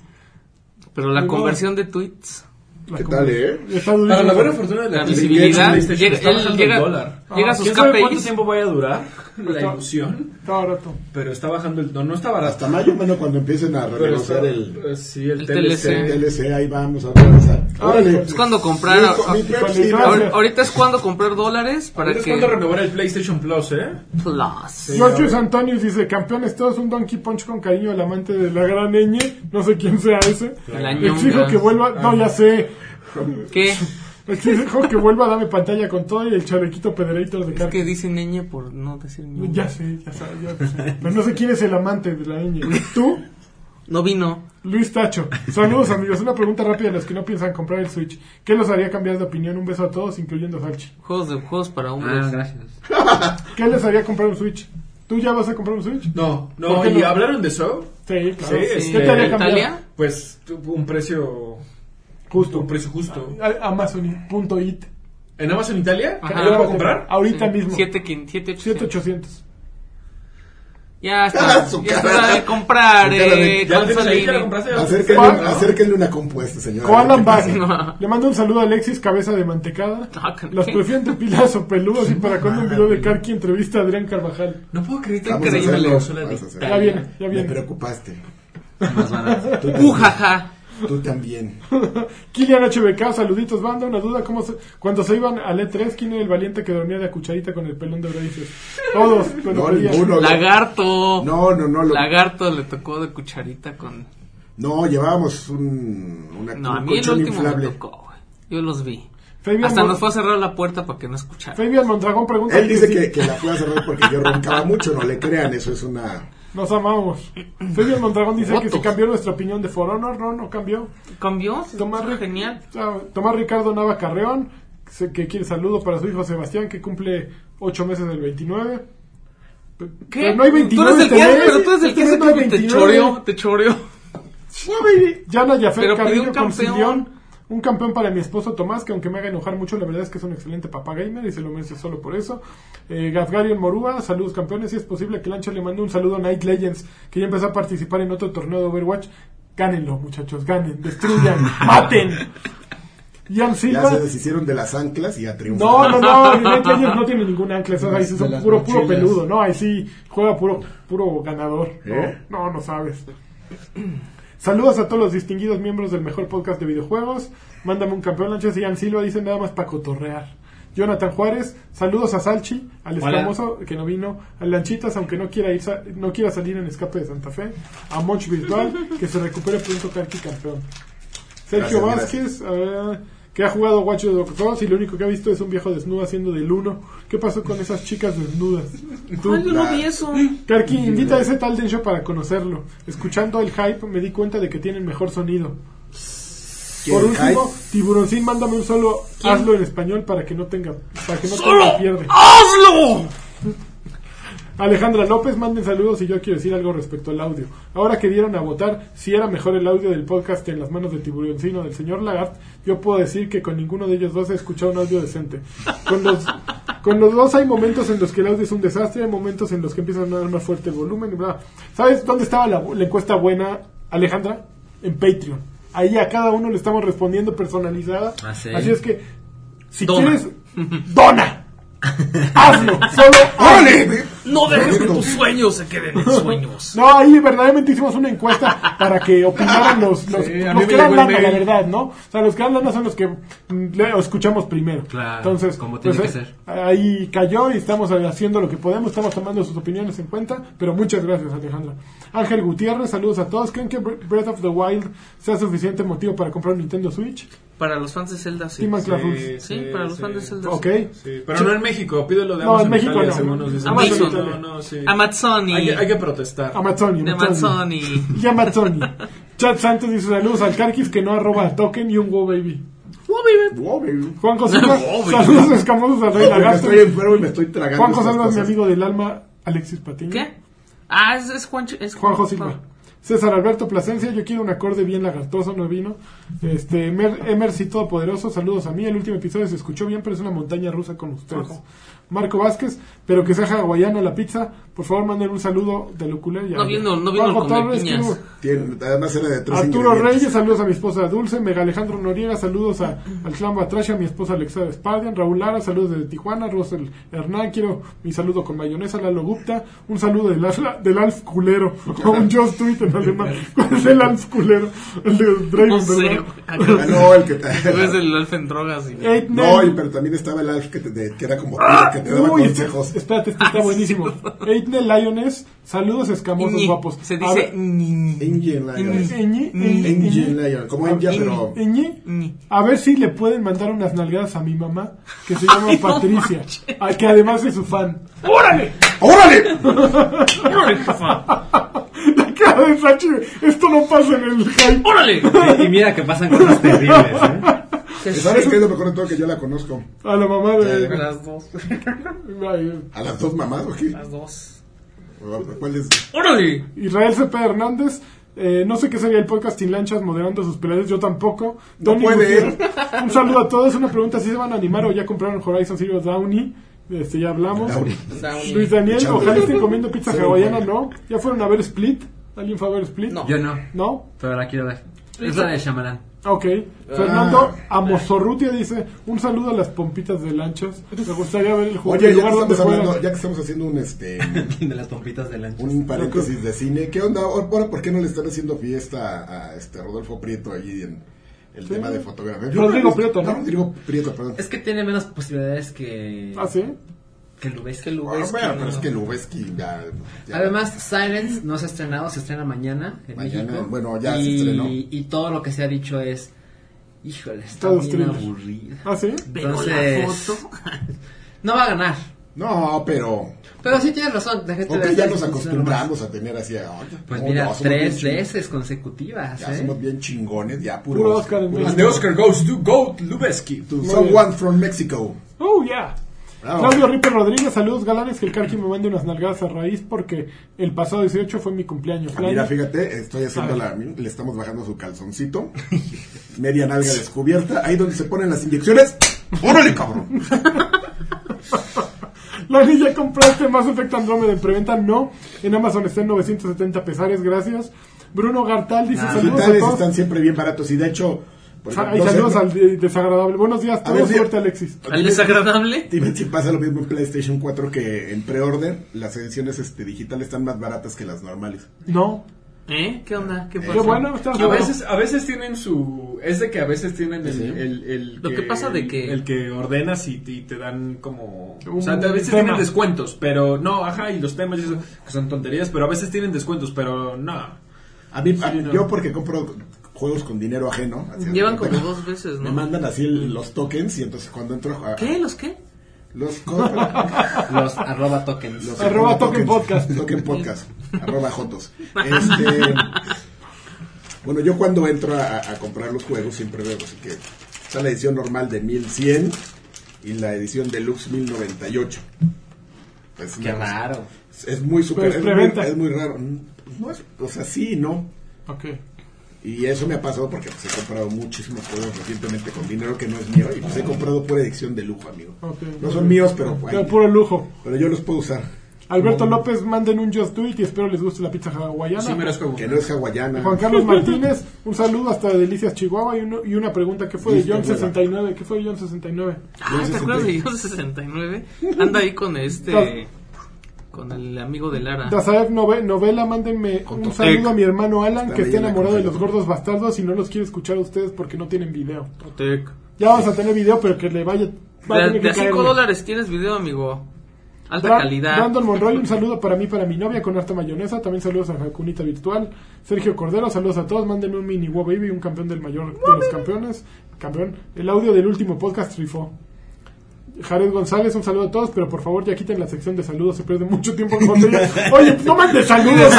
[SPEAKER 4] Pero la conversión de tweets,
[SPEAKER 1] La
[SPEAKER 2] ¿Qué
[SPEAKER 1] com-
[SPEAKER 2] tal, eh?
[SPEAKER 1] Está
[SPEAKER 7] Para la
[SPEAKER 1] durísimo.
[SPEAKER 7] buena fortuna de la,
[SPEAKER 4] la
[SPEAKER 7] gente que
[SPEAKER 4] visibilidad,
[SPEAKER 7] en PlayStation
[SPEAKER 4] llega,
[SPEAKER 7] está
[SPEAKER 4] él
[SPEAKER 7] bajando el
[SPEAKER 4] llega,
[SPEAKER 7] dólar.
[SPEAKER 4] llega a sus
[SPEAKER 6] Ah, ¿Quién sabe cuánto
[SPEAKER 4] KPIs.
[SPEAKER 6] tiempo vaya a durar?
[SPEAKER 7] La ilusión,
[SPEAKER 1] Está barato.
[SPEAKER 7] pero está bajando el... No, no está barato.
[SPEAKER 2] Hasta mayo, bueno, cuando empiecen a
[SPEAKER 7] Pero
[SPEAKER 2] renegociar
[SPEAKER 7] está-
[SPEAKER 2] el
[SPEAKER 7] eh, Sí, el,
[SPEAKER 4] El
[SPEAKER 7] TLC.
[SPEAKER 4] TLC.
[SPEAKER 2] DLC, ahí vamos a ver. esa-
[SPEAKER 1] Ah,
[SPEAKER 2] Órale.
[SPEAKER 4] Es cuando comprar.
[SPEAKER 2] Sí, con
[SPEAKER 4] a-
[SPEAKER 2] mi
[SPEAKER 4] a-
[SPEAKER 2] Pepsi,
[SPEAKER 1] mi
[SPEAKER 2] ¿no?
[SPEAKER 1] Pepsi.
[SPEAKER 4] ahor- ahorita es ah, cuando comprar dólares para
[SPEAKER 7] Ahorita es
[SPEAKER 4] que.
[SPEAKER 7] cuando renovar el PlayStation Plus, ¿eh?
[SPEAKER 4] Plus.
[SPEAKER 1] George Antonius dice, campeones todos un Donkey Punch con cariño al amante de la gran ñ, no sé quién sea ese.
[SPEAKER 4] La
[SPEAKER 1] Exijo
[SPEAKER 4] ñonga.
[SPEAKER 1] que vuelva, no
[SPEAKER 4] Ah.
[SPEAKER 1] ya sé,
[SPEAKER 4] ¿Qué?
[SPEAKER 1] exijo que vuelva a darme pantalla con todo y el chalequito Pederator de
[SPEAKER 4] Es
[SPEAKER 1] carne.
[SPEAKER 4] que dice ñeñe por no decir ñoña.
[SPEAKER 1] Ya sé, ya sé, ya sé. Pero no sé quién es el amante de la ñ. Tú,
[SPEAKER 4] No vino.
[SPEAKER 1] Luis Tacho. Saludos amigos, una pregunta rápida a los que no piensan comprar el Switch. ¿Qué los haría cambiar de opinión? Un beso a todos, incluyendo Salchi.
[SPEAKER 4] Juegos de juegos para hombres.
[SPEAKER 5] Ah, gracias.
[SPEAKER 1] ¿Qué les haría comprar un Switch? ¿Tú ya vas a comprar un Switch?
[SPEAKER 7] No,
[SPEAKER 1] ¿Por
[SPEAKER 7] no,
[SPEAKER 1] qué
[SPEAKER 7] y
[SPEAKER 1] no?
[SPEAKER 7] hablaron de eso,
[SPEAKER 1] Sí, claro.
[SPEAKER 7] Sí,
[SPEAKER 1] ¿Qué
[SPEAKER 7] este,
[SPEAKER 1] te haría cambiar?
[SPEAKER 4] Italia.
[SPEAKER 7] pues tuvo un precio...
[SPEAKER 1] Justo.
[SPEAKER 7] Un precio justo.
[SPEAKER 1] A- Amazon.it.
[SPEAKER 7] ¿En Amazon Italia?
[SPEAKER 4] Ajá. Ah,
[SPEAKER 7] ¿Lo puedo comprar?
[SPEAKER 1] Ahorita
[SPEAKER 4] Eh,
[SPEAKER 1] mismo.
[SPEAKER 4] 7800.
[SPEAKER 1] 7800.
[SPEAKER 4] Ya está.
[SPEAKER 2] Su
[SPEAKER 4] ya
[SPEAKER 2] cara.
[SPEAKER 4] está de comprar,
[SPEAKER 2] Su cara de-
[SPEAKER 4] eh.
[SPEAKER 7] ¿Ya lo tienes ahí? ¿Ya
[SPEAKER 4] consolini.
[SPEAKER 7] lo compraste?
[SPEAKER 2] Acérquenle,
[SPEAKER 1] ¿Cuál?
[SPEAKER 2] acérquenle una compuesta, señora.
[SPEAKER 1] Koalan
[SPEAKER 2] ¿Qué
[SPEAKER 1] Bag.
[SPEAKER 2] pasa?
[SPEAKER 4] No.
[SPEAKER 1] Le mando un saludo a Alexis, cabeza de mantecada.
[SPEAKER 4] Ah, caray.
[SPEAKER 1] Los prefiero entre pilas o peludos. Y para cuando un video de Karki entrevista a Adrián Carvajal.
[SPEAKER 7] No puedo creer que
[SPEAKER 2] Vamos a
[SPEAKER 7] increíble
[SPEAKER 2] hacerlo,
[SPEAKER 7] la consola de
[SPEAKER 2] vamos a hacerlo.
[SPEAKER 1] Ya
[SPEAKER 7] Italia.
[SPEAKER 1] viene, ya
[SPEAKER 2] Me
[SPEAKER 1] viene.
[SPEAKER 2] preocupaste.
[SPEAKER 5] Más barato.
[SPEAKER 2] Tú,
[SPEAKER 4] Uh, Ujaja.
[SPEAKER 2] tú también.
[SPEAKER 1] Kilian HBK, saluditos, banda. Una duda: ¿cómo se- cuando se iban al E3, ¿quién era el valiente que dormía de a cucharita con el pelón de braces? Todos. pero
[SPEAKER 2] No,
[SPEAKER 1] pedían.
[SPEAKER 2] ninguno.
[SPEAKER 4] Lagarto.
[SPEAKER 2] No, no, no. lo-
[SPEAKER 4] Lagarto le tocó de cucharita con.
[SPEAKER 2] No, llevábamos un, una,
[SPEAKER 4] No, a
[SPEAKER 2] un
[SPEAKER 4] mí el
[SPEAKER 2] colchón
[SPEAKER 4] último
[SPEAKER 2] inflable.
[SPEAKER 4] me tocó, güey. Yo los vi.
[SPEAKER 1] Fabian
[SPEAKER 4] Hasta
[SPEAKER 1] Mon-
[SPEAKER 4] nos fue a cerrar la puerta para que no escucharan.
[SPEAKER 1] Fabian Mondragón pregunta:
[SPEAKER 2] Él dice
[SPEAKER 1] sí,
[SPEAKER 2] que, que la fue a cerrar porque yo roncaba mucho, no le crean, eso es una...
[SPEAKER 1] Nos amamos. Fabian Mondragón dice que si
[SPEAKER 4] Votos.
[SPEAKER 1] cambió nuestra opinión de For Honor. No, no cambió.
[SPEAKER 4] ¿Cambió?
[SPEAKER 1] Tomás Ri-
[SPEAKER 4] Genial.
[SPEAKER 1] Ah, Tomás Ricardo Nava Carreón, que se- que quiere saludo para su hijo Sebastián, que cumple 8 meses del 29. Pe-
[SPEAKER 4] ¿Qué?
[SPEAKER 1] Pero no hay 29.
[SPEAKER 4] Tú
[SPEAKER 1] este
[SPEAKER 4] eres el que,
[SPEAKER 1] mes.
[SPEAKER 4] pero tú eres el
[SPEAKER 1] Este
[SPEAKER 4] que
[SPEAKER 1] mes
[SPEAKER 4] hace
[SPEAKER 1] no hay
[SPEAKER 4] que te
[SPEAKER 1] 29.
[SPEAKER 4] choreó, te choreó.
[SPEAKER 1] Sí, güey. Yana Yafet
[SPEAKER 4] Pero pidió
[SPEAKER 1] Carrillo
[SPEAKER 4] un campeón.
[SPEAKER 1] Concilión. Un campeón para mi esposo Tomás, que aunque me haga enojar mucho, la verdad es que es un excelente papá gamer y se lo merece solo por eso. Eh, Gazgarion Morúa, saludos campeones. Si es posible que Lancha le mande un saludo a Night Legends, que ya empezó a participar en otro torneo de Overwatch. Gánenlo, muchachos, ganen, destruyan, maten. Ian
[SPEAKER 2] Ya
[SPEAKER 1] Silva.
[SPEAKER 2] se deshicieron de las anclas y a triunfar.
[SPEAKER 1] No, no, no, Night Legends no tiene ningún ancla, eso ahí sí
[SPEAKER 7] de
[SPEAKER 1] son
[SPEAKER 7] las
[SPEAKER 1] puro, puro
[SPEAKER 7] mochilas.
[SPEAKER 1] peludo, ¿no? Ahí sí juega puro, puro ganador. ¿no?
[SPEAKER 2] ¿Eh?
[SPEAKER 1] No, no, sabes. Saludos a todos los distinguidos miembros del mejor podcast de videojuegos. Mándame un campeón, Lanchas y Ian Silva, dicen nada más para cotorrear. Jonathan Juárez, saludos a Salchi, al escamoso que no vino, a Lanchitas, aunque no quiera ir, sa- no quiera salir en escape de Santa Fe, a Moch Virtual, que se recupere pronto Karki campeón. Sergio
[SPEAKER 2] Gracias,
[SPEAKER 1] Vázquez, eh, que ha jugado Watch Dogs 2 y lo único que ha visto es un viejo desnudo haciendo del uno. ¿Qué pasó con esas chicas desnudas? Tú,
[SPEAKER 4] Ay, yo no vi eso.
[SPEAKER 1] Karki, invita a ese tal Densho para conocerlo. Escuchando el hype me di cuenta de que tienen mejor sonido. Por
[SPEAKER 2] ¿Quién?
[SPEAKER 1] último,
[SPEAKER 2] Ay,
[SPEAKER 1] Tiburoncín, mándame un solo hazlo en español para que no tenga, para que no tenga pierde.
[SPEAKER 4] ¡Hazlo!
[SPEAKER 1] Alejandra López, manden saludos y yo quiero decir algo respecto al audio. Ahora que dieron a votar si era mejor el audio del podcast que en las manos de Tiburioncino del señor Lagart, yo puedo decir que con ninguno de ellos dos he escuchado un audio decente. Con los, con los dos hay momentos en los que el audio es un desastre, hay momentos en los que empiezan a dar más fuerte el volumen y bla. ¿Sabes dónde estaba la, la encuesta buena, Alejandra? En Patreon. Ahí a cada uno le estamos respondiendo personalizada.
[SPEAKER 5] Ah, sí.
[SPEAKER 1] Así es que, si
[SPEAKER 4] Dona.
[SPEAKER 1] quieres, dona. Hazlo, solo hazlo.
[SPEAKER 4] No dejes que tus sueños se queden en sueños.
[SPEAKER 1] No, ahí verdaderamente hicimos una encuesta para que opinaran los, los,
[SPEAKER 7] Sí,
[SPEAKER 1] los
[SPEAKER 7] a mí me
[SPEAKER 1] que
[SPEAKER 7] llegó
[SPEAKER 1] dan
[SPEAKER 7] el
[SPEAKER 1] lana, la
[SPEAKER 7] mail.
[SPEAKER 1] verdad, ¿no? O sea, los que dan lana son los que mm, le- escuchamos primero.
[SPEAKER 5] Claro,
[SPEAKER 1] Entonces,
[SPEAKER 5] como tiene
[SPEAKER 1] pues,
[SPEAKER 5] que
[SPEAKER 1] eh,
[SPEAKER 5] ser.
[SPEAKER 1] Ahí cayó y estamos haciendo lo que podemos, estamos tomando sus opiniones en cuenta, pero muchas gracias, Alejandra. Ángel Gutiérrez, saludos a todos. ¿Creen que Bre- Breath of the Wild sea suficiente motivo para comprar un Nintendo Switch?
[SPEAKER 4] Para los fans de Zelda, sí.
[SPEAKER 1] Sí, más claro.
[SPEAKER 4] Sí, para los fans de Zelda.
[SPEAKER 1] Ok.
[SPEAKER 7] Sí, pero no en México, pídelo de
[SPEAKER 1] No,
[SPEAKER 7] Amazon
[SPEAKER 1] en México
[SPEAKER 7] Italia,
[SPEAKER 1] no.
[SPEAKER 7] según nos dicen.
[SPEAKER 4] Amazon.
[SPEAKER 7] No, no, sí.
[SPEAKER 4] Amazzoni.
[SPEAKER 7] Hay, que- hay que protestar.
[SPEAKER 1] Amazoni.
[SPEAKER 4] De Amazzoni.
[SPEAKER 1] Yamazzoni. Chad Santos dice saludos al Carquis que no arroba token y un wow baby.
[SPEAKER 4] Bobby.
[SPEAKER 2] Wow, baby.
[SPEAKER 1] Juan José, saludos escamosos al Rey
[SPEAKER 2] Porque
[SPEAKER 1] Lagarto.
[SPEAKER 2] estoy enfermo y me estoy tragando.
[SPEAKER 1] Juan
[SPEAKER 2] estas
[SPEAKER 1] José Alba, mi
[SPEAKER 2] cosas.
[SPEAKER 1] amigo del alma, Alexis Patiño.
[SPEAKER 4] ¿Qué? Ah, es, es Juancho. Es
[SPEAKER 1] Juanjo Silva. César Alberto Plasencia, yo quiero un acorde bien lagartoso, no vino. Este, Mer, Emercy Todopoderoso, saludos a mí. El último episodio se escuchó bien, pero es una montaña rusa con ustedes. Marco Vázquez, pero que sea hawaiano la pizza. Por favor, manden un saludo del ukulele.
[SPEAKER 4] No vino- no vino el
[SPEAKER 1] Juanjo
[SPEAKER 4] come
[SPEAKER 1] Torres,
[SPEAKER 4] piñas.
[SPEAKER 1] quiero-
[SPEAKER 2] Tiene- además era de tres
[SPEAKER 1] Arturo
[SPEAKER 2] ingredientes.
[SPEAKER 1] Reyes, saludos a mi esposa Dulce, Mega Alejandro Noriega, saludos a, al clan Batrash, a mi esposa Alexa de Spardian, Raúl Lara, saludos desde Tijuana, Rosel Hernán, quiero mi saludo con mayonesa, Lalo Gupta, un saludo del, Alf- del Alf culero, o un Just Tweet en alemán, ¿cuál es el Alf culero? El de Draven,
[SPEAKER 4] No sé,
[SPEAKER 1] ¿verdad?
[SPEAKER 2] Ah, no, el que
[SPEAKER 4] Tú eres el alfa en drogas. y-
[SPEAKER 1] Eight
[SPEAKER 2] No,
[SPEAKER 1] Nel-
[SPEAKER 2] y- pero también estaba el Alf que, te- te- que era como tío, que te daba
[SPEAKER 1] Ah, Uy,
[SPEAKER 2] consejos.
[SPEAKER 1] este- espérate, este está buenísimo. Eitnel Lioness, saludos escamosos
[SPEAKER 4] Ñi.
[SPEAKER 1] guapos.
[SPEAKER 4] Se
[SPEAKER 1] A
[SPEAKER 4] dice
[SPEAKER 1] ver,
[SPEAKER 4] ñi.
[SPEAKER 2] Engine Lion.
[SPEAKER 1] Ñi, Ñi,
[SPEAKER 2] Engine
[SPEAKER 1] Ñi.
[SPEAKER 2] Lion. Como Enya, pero.
[SPEAKER 1] Ñi.
[SPEAKER 4] Ñi.
[SPEAKER 1] A ver si le pueden mandar unas nalgadas a mi mamá, que se llama
[SPEAKER 4] Ay, no
[SPEAKER 1] Patricia,
[SPEAKER 4] manches.
[SPEAKER 1] a que además es su fan.
[SPEAKER 4] ¡Órale!
[SPEAKER 2] ¡Órale!
[SPEAKER 1] La cara de Sachi, esto no pasa en el hype.
[SPEAKER 4] ¡Órale!
[SPEAKER 5] Y, y mira que pasan cosas terribles, ¿eh?
[SPEAKER 2] ¿Sabes qué es lo mejor de todo? Que yo la conozco.
[SPEAKER 1] A la mamá de...
[SPEAKER 4] Las dos.
[SPEAKER 1] Ay,
[SPEAKER 2] ¿A las dos mamás o qué?
[SPEAKER 4] Las dos.
[SPEAKER 2] ¿Cuál es?
[SPEAKER 4] ¡Órale!
[SPEAKER 1] Israel Cepeda Hernández. eh, no sé qué sería el podcast sin lanchas moderando sus peleas, yo tampoco. Tony
[SPEAKER 2] puede.
[SPEAKER 1] Gutiérrez, Un saludo a todos. Una pregunta: ¿si se van a animar o ya compraron Horizon Zero Downey? Este, ya hablamos.
[SPEAKER 2] Lauri.
[SPEAKER 1] Luis Daniel,
[SPEAKER 2] Chao.
[SPEAKER 1] ojalá estén comiendo pizza
[SPEAKER 2] Sí,
[SPEAKER 1] hawaiana,
[SPEAKER 2] güey.
[SPEAKER 1] ¿no? ¿Ya fueron a ver Split? ¿Alguien fue a ver Split?
[SPEAKER 4] No.
[SPEAKER 5] Yo no,
[SPEAKER 1] ¿No?
[SPEAKER 5] pero la quiero ver. Es la de Shyamalan.
[SPEAKER 1] Ok.
[SPEAKER 2] Ah.
[SPEAKER 1] Fernando Amozorrutia dice, un saludo a las pompitas de lanchas. Me gustaría ver el juego.
[SPEAKER 2] Oye,
[SPEAKER 1] el
[SPEAKER 2] ya
[SPEAKER 1] lugar
[SPEAKER 2] que,
[SPEAKER 1] donde
[SPEAKER 2] estamos hablando,
[SPEAKER 1] juegan.
[SPEAKER 2] ya que estamos haciendo un este
[SPEAKER 5] De las pompitas de lancha.
[SPEAKER 2] un paréntesis de cine, ¿qué onda? Ahora, ¿por qué no le están haciendo fiesta a, a, este Rodolfo Prieto ahí en el tema de fotografía? Yo
[SPEAKER 1] Rodrigo
[SPEAKER 2] no-
[SPEAKER 1] Prieto, ¿no?
[SPEAKER 2] Rodrigo Prieto, perdón.
[SPEAKER 5] Es que tiene menos posibilidades que.
[SPEAKER 1] ¿Ah, sí?
[SPEAKER 5] Que Lubezki.
[SPEAKER 4] Que
[SPEAKER 2] Ah,
[SPEAKER 4] lugar es
[SPEAKER 2] bueno,
[SPEAKER 4] que
[SPEAKER 2] pero
[SPEAKER 4] no.
[SPEAKER 2] es que Lubeski ya, ya-
[SPEAKER 5] Además, Silence no se ha estrenado, se estrena mañana en
[SPEAKER 2] Mañana,
[SPEAKER 5] México.
[SPEAKER 2] bueno, ya se
[SPEAKER 5] y,
[SPEAKER 2] estrenó.
[SPEAKER 5] Y todo lo que se ha dicho es, híjole, está
[SPEAKER 1] Todos
[SPEAKER 5] bien
[SPEAKER 1] thrillers.
[SPEAKER 5] aburrida.
[SPEAKER 1] ¿Ah, sí?
[SPEAKER 4] Pero la
[SPEAKER 5] Entonces-
[SPEAKER 4] foto.
[SPEAKER 5] No va a ganar.
[SPEAKER 2] No, pero
[SPEAKER 5] Pero sí tienes razón, la gente
[SPEAKER 2] ok,
[SPEAKER 5] de-
[SPEAKER 2] ya nos acostumbramos a tener así ah,
[SPEAKER 5] Pues
[SPEAKER 2] no,
[SPEAKER 5] mira,
[SPEAKER 2] no, somos
[SPEAKER 5] tres
[SPEAKER 2] bien ching-
[SPEAKER 5] veces consecutivas,
[SPEAKER 2] Ya
[SPEAKER 5] ¿eh?
[SPEAKER 2] somos bien chingones, ya puro,
[SPEAKER 1] Puro Oscar en
[SPEAKER 2] puro-
[SPEAKER 1] México.
[SPEAKER 7] And the Oscar goes to Goat Lubeski.
[SPEAKER 2] To
[SPEAKER 1] Muy
[SPEAKER 2] someone from Mexico.
[SPEAKER 1] Oh, yeah.
[SPEAKER 2] Bravo.
[SPEAKER 1] Claudio Ripe Rodríguez, saludos galanes, que el Carqui me mande unas nalgadas a raíz porque el pasado 18 fue mi cumpleaños.
[SPEAKER 2] Ah, Mira,
[SPEAKER 1] Claudio,
[SPEAKER 2] fíjate, estoy haciendo la. Le estamos bajando su calzoncito. media nalga descubierta. Ahí donde se ponen las inyecciones. ¡Órale, cabrón!
[SPEAKER 1] Lani, ¿ya compraste Mass Effect Andromeda en preventa? No, en Amazon está en 970 pesares, gracias. Bruno Gartal dice
[SPEAKER 2] Los
[SPEAKER 1] saludos a
[SPEAKER 2] frutales
[SPEAKER 1] todos.
[SPEAKER 2] Ah, están siempre bien baratos. Y de hecho. por
[SPEAKER 1] Sa- y
[SPEAKER 2] ejemplo,
[SPEAKER 1] saludos
[SPEAKER 2] no sé,
[SPEAKER 1] al de- desagradable. Buenos días,
[SPEAKER 2] ver,
[SPEAKER 1] todo
[SPEAKER 2] sí.
[SPEAKER 1] suerte, Alexis.
[SPEAKER 4] ¿Al desagradable?
[SPEAKER 2] Dime si pasa lo mismo en PlayStation 4 que en pre-order. Las ediciones este, digitales están más baratas que las normales.
[SPEAKER 1] No.
[SPEAKER 4] ¿Eh? ¿Qué onda? ¿Qué pasa?
[SPEAKER 1] Qué bueno, está
[SPEAKER 7] A
[SPEAKER 1] bueno.
[SPEAKER 7] veces, a veces tienen su... Es de que a veces tienen el... el- el
[SPEAKER 4] Lo que pasa de que-
[SPEAKER 7] El que ordenas y, y te dan como...
[SPEAKER 1] Un
[SPEAKER 7] o sea, a veces
[SPEAKER 1] tema.
[SPEAKER 7] tienen descuentos, pero... No, ajá, y los temas y eso, que son tonterías, pero a veces tienen descuentos, pero no.
[SPEAKER 2] A mí, a-
[SPEAKER 7] Sí, no.
[SPEAKER 2] Ah, yo porque compro juegos con dinero ajeno. así,
[SPEAKER 4] Llevan
[SPEAKER 2] me-
[SPEAKER 4] como dos veces,
[SPEAKER 2] Me
[SPEAKER 4] ¿no?
[SPEAKER 2] mandan así el- los tokens y entonces cuando entro a,
[SPEAKER 4] ¿Qué? ¿Los qué?
[SPEAKER 2] los compro.
[SPEAKER 5] Los arroba tokens.
[SPEAKER 2] Los
[SPEAKER 1] Arroba Token
[SPEAKER 2] tokens.
[SPEAKER 1] Podcast.
[SPEAKER 2] Token Podcast. arroba Jotos. Este, bueno, yo cuando entro a, a comprar los juegos siempre veo así que está la edición normal de 1100 y la edición deluxe 1098. Pues,
[SPEAKER 5] Qué
[SPEAKER 2] no,
[SPEAKER 5] raro.
[SPEAKER 2] Es, es muy super.
[SPEAKER 1] Pero es
[SPEAKER 2] Es, muy,
[SPEAKER 1] preventa.
[SPEAKER 2] es muy raro. Mm, pues, No es, o sea, sí, y ¿no?
[SPEAKER 1] Ok.
[SPEAKER 2] Y eso me ha pasado porque pues, he comprado muchísimos juegos recientemente con dinero que no es mío y pues he comprado pura edición de lujo, amigo.
[SPEAKER 1] Ok.
[SPEAKER 2] No son míos, pero, pues,
[SPEAKER 1] De puro lujo.
[SPEAKER 2] pero yo los puedo usar.
[SPEAKER 1] Alberto López, manden un Just Do It y espero les guste la pizza hawaiana.
[SPEAKER 7] Sí me las como.
[SPEAKER 2] Que no es hawaiana.
[SPEAKER 1] Juan Carlos Martínez, un saludo hasta Delicias Chihuahua y, uno- y una pregunta, ¿qué fue de John 69? ¿Qué fue de John 69?
[SPEAKER 4] Ah, ¿te acuerdas de John 69? Anda ahí con este... Con el amigo de Lara.
[SPEAKER 1] Dazaev Nove- Novela, mándenme un saludo a mi hermano Alan
[SPEAKER 2] Está
[SPEAKER 1] que está
[SPEAKER 2] leyendo
[SPEAKER 1] enamorado
[SPEAKER 2] con
[SPEAKER 1] de los
[SPEAKER 2] Facebook.
[SPEAKER 1] gordos bastardos y no los quiere escuchar a ustedes porque no tienen video. Ya vamos a tener video, pero que le vaya... va a
[SPEAKER 4] De,
[SPEAKER 1] tener que
[SPEAKER 4] de a 5
[SPEAKER 1] caerle.
[SPEAKER 4] dólares tienes video, amigo. Alta
[SPEAKER 1] Bra-
[SPEAKER 4] calidad.
[SPEAKER 1] Brandon Monroy, un saludo para mí, para mi novia con harta mayonesa. También saludos a Jacunita Virtual. Sergio Cordero, saludos a todos. Mándenme un mini Wow Baby, un campeón del mayor de los campeones. Campeón. El audio del último podcast rifó. Jared González, un saludo a todos, pero por favor ya quiten la sección de saludos, se pierde mucho tiempo con ella. Oye, no mandes saludos.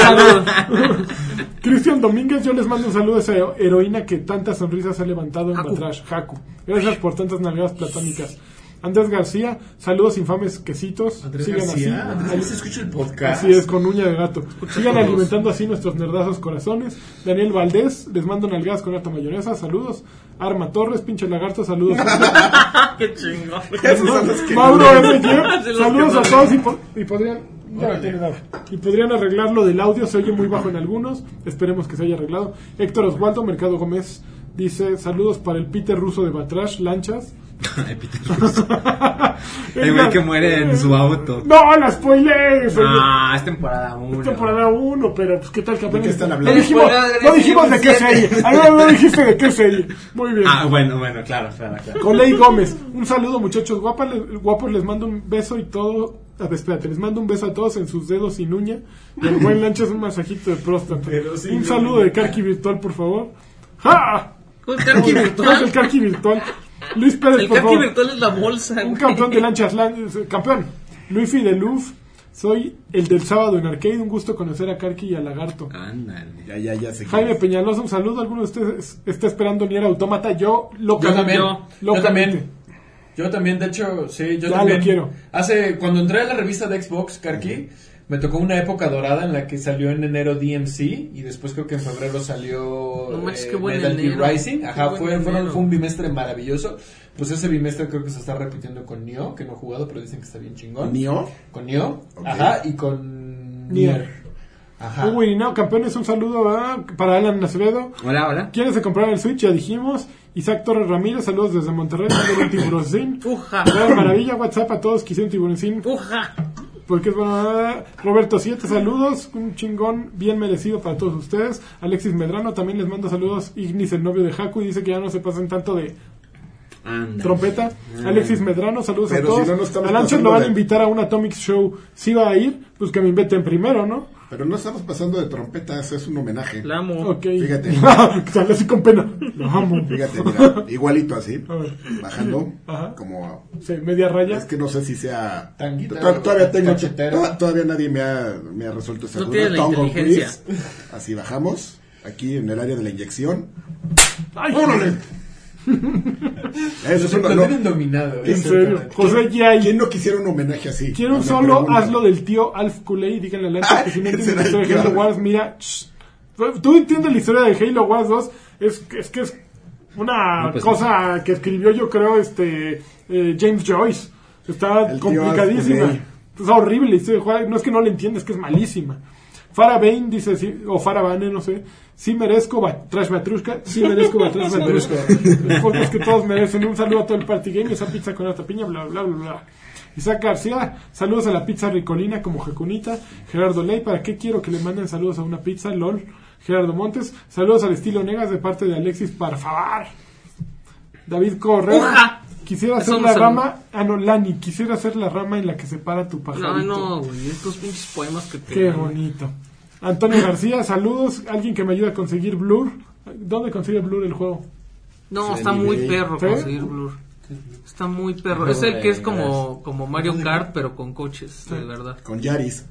[SPEAKER 1] Cristian Domínguez, yo les mando un saludo a esa heroína que tantas sonrisas ha levantado en
[SPEAKER 4] Haku.
[SPEAKER 1] Batrash. Haku. Gracias por tantas nalgadas platónicas. Andrés García, saludos infames quesitos. Sigan así.
[SPEAKER 7] Andrés, escucha el podcast.
[SPEAKER 1] Así es, con uña de gato. Sigan alimentando así nuestros nerdazos corazones. Daniel Valdés, les mando nalgadas con harta mayonesa, saludos. Arma Torres, pinche lagarto, saludos.
[SPEAKER 4] Qué chingón.
[SPEAKER 2] Esos son los que
[SPEAKER 1] Mauro
[SPEAKER 2] no-
[SPEAKER 1] M. Guión,
[SPEAKER 4] De los
[SPEAKER 1] saludos
[SPEAKER 4] que
[SPEAKER 1] a
[SPEAKER 4] no
[SPEAKER 1] todos y, po- y podrían... ya, tiene nada. Y podrían arreglar lo del audio, se oye muy bajo en algunos, esperemos que se haya arreglado. Héctor Oswaldo, Mercado Gómez, dice saludos para el Peter ruso de Batrash, lanchas.
[SPEAKER 5] El güey que muere en su auto.
[SPEAKER 1] No, la spoilers.
[SPEAKER 5] Ah, es temporada 1.
[SPEAKER 1] temporada 1, pero pues, ¿qué tal que apenas-
[SPEAKER 2] qué están hablando?
[SPEAKER 1] No dijimos, no dijimos de qué serie. Ah, no, no dijiste de qué serie. Muy bien.
[SPEAKER 5] Ah, bueno, bueno, claro, claro, claro.
[SPEAKER 1] Coley Gómez, un saludo muchachos guapas, les- guapos, les mando un beso y todo. A ver, espérate, les mando un beso a todos en sus dedos y uña. Y el buen lancha es un masajito de próstata.
[SPEAKER 7] sin
[SPEAKER 1] un saludo de Carqui Virtual, por favor. ¡Ja!
[SPEAKER 4] Un carqui
[SPEAKER 1] Es el
[SPEAKER 4] virtual.
[SPEAKER 1] Carqui Virtual. Luis Pérez,
[SPEAKER 4] El
[SPEAKER 1] por
[SPEAKER 4] carqui
[SPEAKER 1] favor.
[SPEAKER 4] virtual es la bolsa.
[SPEAKER 1] Un
[SPEAKER 4] güey.
[SPEAKER 1] campeón de lanchas, lan- eh, campeón. Luis Fideluf, soy el del sábado en Arcade. Un gusto conocer a Carqui y a Lagarto.
[SPEAKER 4] Ah,
[SPEAKER 5] Ándale.
[SPEAKER 2] Ya, ya, ya. seguimos.
[SPEAKER 1] Jaime Peñalosa, un saludo. ¿Alguno de ustedes está esperando Nier Automata? Yo lo
[SPEAKER 7] Yo también. Yo también. Yo también, de hecho, sí, yo
[SPEAKER 1] Ya lo
[SPEAKER 7] también.
[SPEAKER 1] quiero.
[SPEAKER 7] Hace, cuando entré a la revista de Xbox, Karki, me tocó una época dorada en la que salió en enero DMC y después creo que en febrero salió
[SPEAKER 4] No manches,
[SPEAKER 7] eh,
[SPEAKER 4] qué buen
[SPEAKER 7] Metal
[SPEAKER 4] enero.
[SPEAKER 7] Gear Rising.
[SPEAKER 4] Qué
[SPEAKER 7] Ajá,
[SPEAKER 4] buen
[SPEAKER 7] fue, fueron-
[SPEAKER 4] enero.
[SPEAKER 7] fue un bimestre maravilloso. Pues ese bimestre creo que se está repitiendo con Nioh, que no he jugado, pero dicen que está bien chingón.
[SPEAKER 2] ¿Nio?
[SPEAKER 7] Con Nioh,
[SPEAKER 2] Ok.
[SPEAKER 7] ajá, y con
[SPEAKER 1] Nier.
[SPEAKER 7] Ajá.
[SPEAKER 6] Ah.
[SPEAKER 1] Hugo Irineo, campeones, un saludo ah, para Alan Acevedo.
[SPEAKER 5] Hola, hola.
[SPEAKER 1] ¿Quiénes se compraron el Switch? Ya dijimos. Isaac Torres Ramírez, saludos desde Monterrey. Saludos un tiburoncín.
[SPEAKER 4] Uja.
[SPEAKER 1] Gran maravilla, WhatsApp a todos que hicieron tiburoncín.
[SPEAKER 4] Uja.
[SPEAKER 1] Porque es bueno. ah, Roberto Siete, saludos. Un chingón bien merecido para todos ustedes. Alexis Medrano también les manda saludos. Ignis, el novio de Haku, y dice que ya no se pasen tanto de
[SPEAKER 5] Ándale.
[SPEAKER 1] trompeta. Alexis Medrano, saludos
[SPEAKER 2] Pero
[SPEAKER 1] a todos.
[SPEAKER 2] si no, no estamos
[SPEAKER 1] a Lanchas
[SPEAKER 2] pasando
[SPEAKER 1] lo van a
[SPEAKER 2] de-
[SPEAKER 1] invitar a un Atomic Show. Si va a ir, pues que me inviten primero, ¿no?
[SPEAKER 2] Pero no estamos pasando de trompetas, es un homenaje.
[SPEAKER 4] La amo.
[SPEAKER 1] Ok. Ah,
[SPEAKER 2] Fíjate.
[SPEAKER 1] Sale así con pena. Lo amo.
[SPEAKER 2] Fíjate, mira, igualito así,
[SPEAKER 1] A ver.
[SPEAKER 2] bajando,
[SPEAKER 1] Ajá.
[SPEAKER 2] como...
[SPEAKER 1] Sí, media raya.
[SPEAKER 2] Es que no sé si sea...
[SPEAKER 7] Tanguita,
[SPEAKER 2] to- todavía tengo...
[SPEAKER 7] cachetero.
[SPEAKER 2] to- Todavía nadie me ha, me ha resuelto esa
[SPEAKER 4] No
[SPEAKER 2] duda.
[SPEAKER 4] tiene la
[SPEAKER 2] Tongo,
[SPEAKER 4] inteligencia.
[SPEAKER 2] please. Así bajamos, aquí en el área de la inyección.
[SPEAKER 1] ¡Ay,
[SPEAKER 2] Eso es
[SPEAKER 7] Lo
[SPEAKER 2] un... no,
[SPEAKER 7] tienen dominado.
[SPEAKER 1] En serio.
[SPEAKER 7] exactamente.
[SPEAKER 1] José Yay.
[SPEAKER 2] ¿Quién no quisiera un homenaje así?
[SPEAKER 1] Quiero un
[SPEAKER 2] No me
[SPEAKER 1] solo
[SPEAKER 2] pregunto.
[SPEAKER 1] hazlo del tío Alf Cooley. Díganle a Lancha que si no
[SPEAKER 2] ese
[SPEAKER 1] entienden la
[SPEAKER 2] era
[SPEAKER 1] historia
[SPEAKER 2] el
[SPEAKER 1] de
[SPEAKER 2] que
[SPEAKER 1] Halo
[SPEAKER 2] iba a
[SPEAKER 1] Wars, mira. shh. Tú entiendes la historia de Halo Wars 2. Es, que- es que es una
[SPEAKER 5] pues,
[SPEAKER 1] cosa que escribió, yo creo, este eh, James Joyce. Está
[SPEAKER 2] El tío Alf
[SPEAKER 1] complicadísima.
[SPEAKER 2] Cooley.
[SPEAKER 1] Es horrible la historia de Juárez. No es que no la entiendes, es que es malísima. Farabane dice, sí, o Farabane, no sé. Sí merezco bat- Trash Batrushka. Sí merezco bat- Trash Batrushka. Cosas que todos merecen. Un saludo a todo el Party Game. Esa pizza con harta piña, bla, bla, bla, bla. Isaac García, saludos a la pizza ricolina como jacunita. Gerardo Ley, ¿para qué quiero que le manden saludos a una pizza? LOL. Gerardo Montes, saludos al estilo Negas de parte de Alexis, por favor. David Correa.
[SPEAKER 4] Uja.
[SPEAKER 1] Quisiera
[SPEAKER 4] Eso
[SPEAKER 1] ser
[SPEAKER 4] no
[SPEAKER 1] la
[SPEAKER 4] se-
[SPEAKER 1] rama, ah no, Lani, quisiera ser la rama en la que se para tu pajarito.
[SPEAKER 4] No, Ah, no, güey. Estos pinches poemas que te.
[SPEAKER 1] Qué bonito. Antonio García, saludos. Alguien que me ayude a conseguir Blur. ¿Dónde consigue Blur el juego?
[SPEAKER 4] No, está muy perro
[SPEAKER 1] ¿Sí?
[SPEAKER 4] conseguir Blur. Está muy perro. Es el que es como, como Mario Kart, pero con coches, de verdad.
[SPEAKER 2] Con Yaris.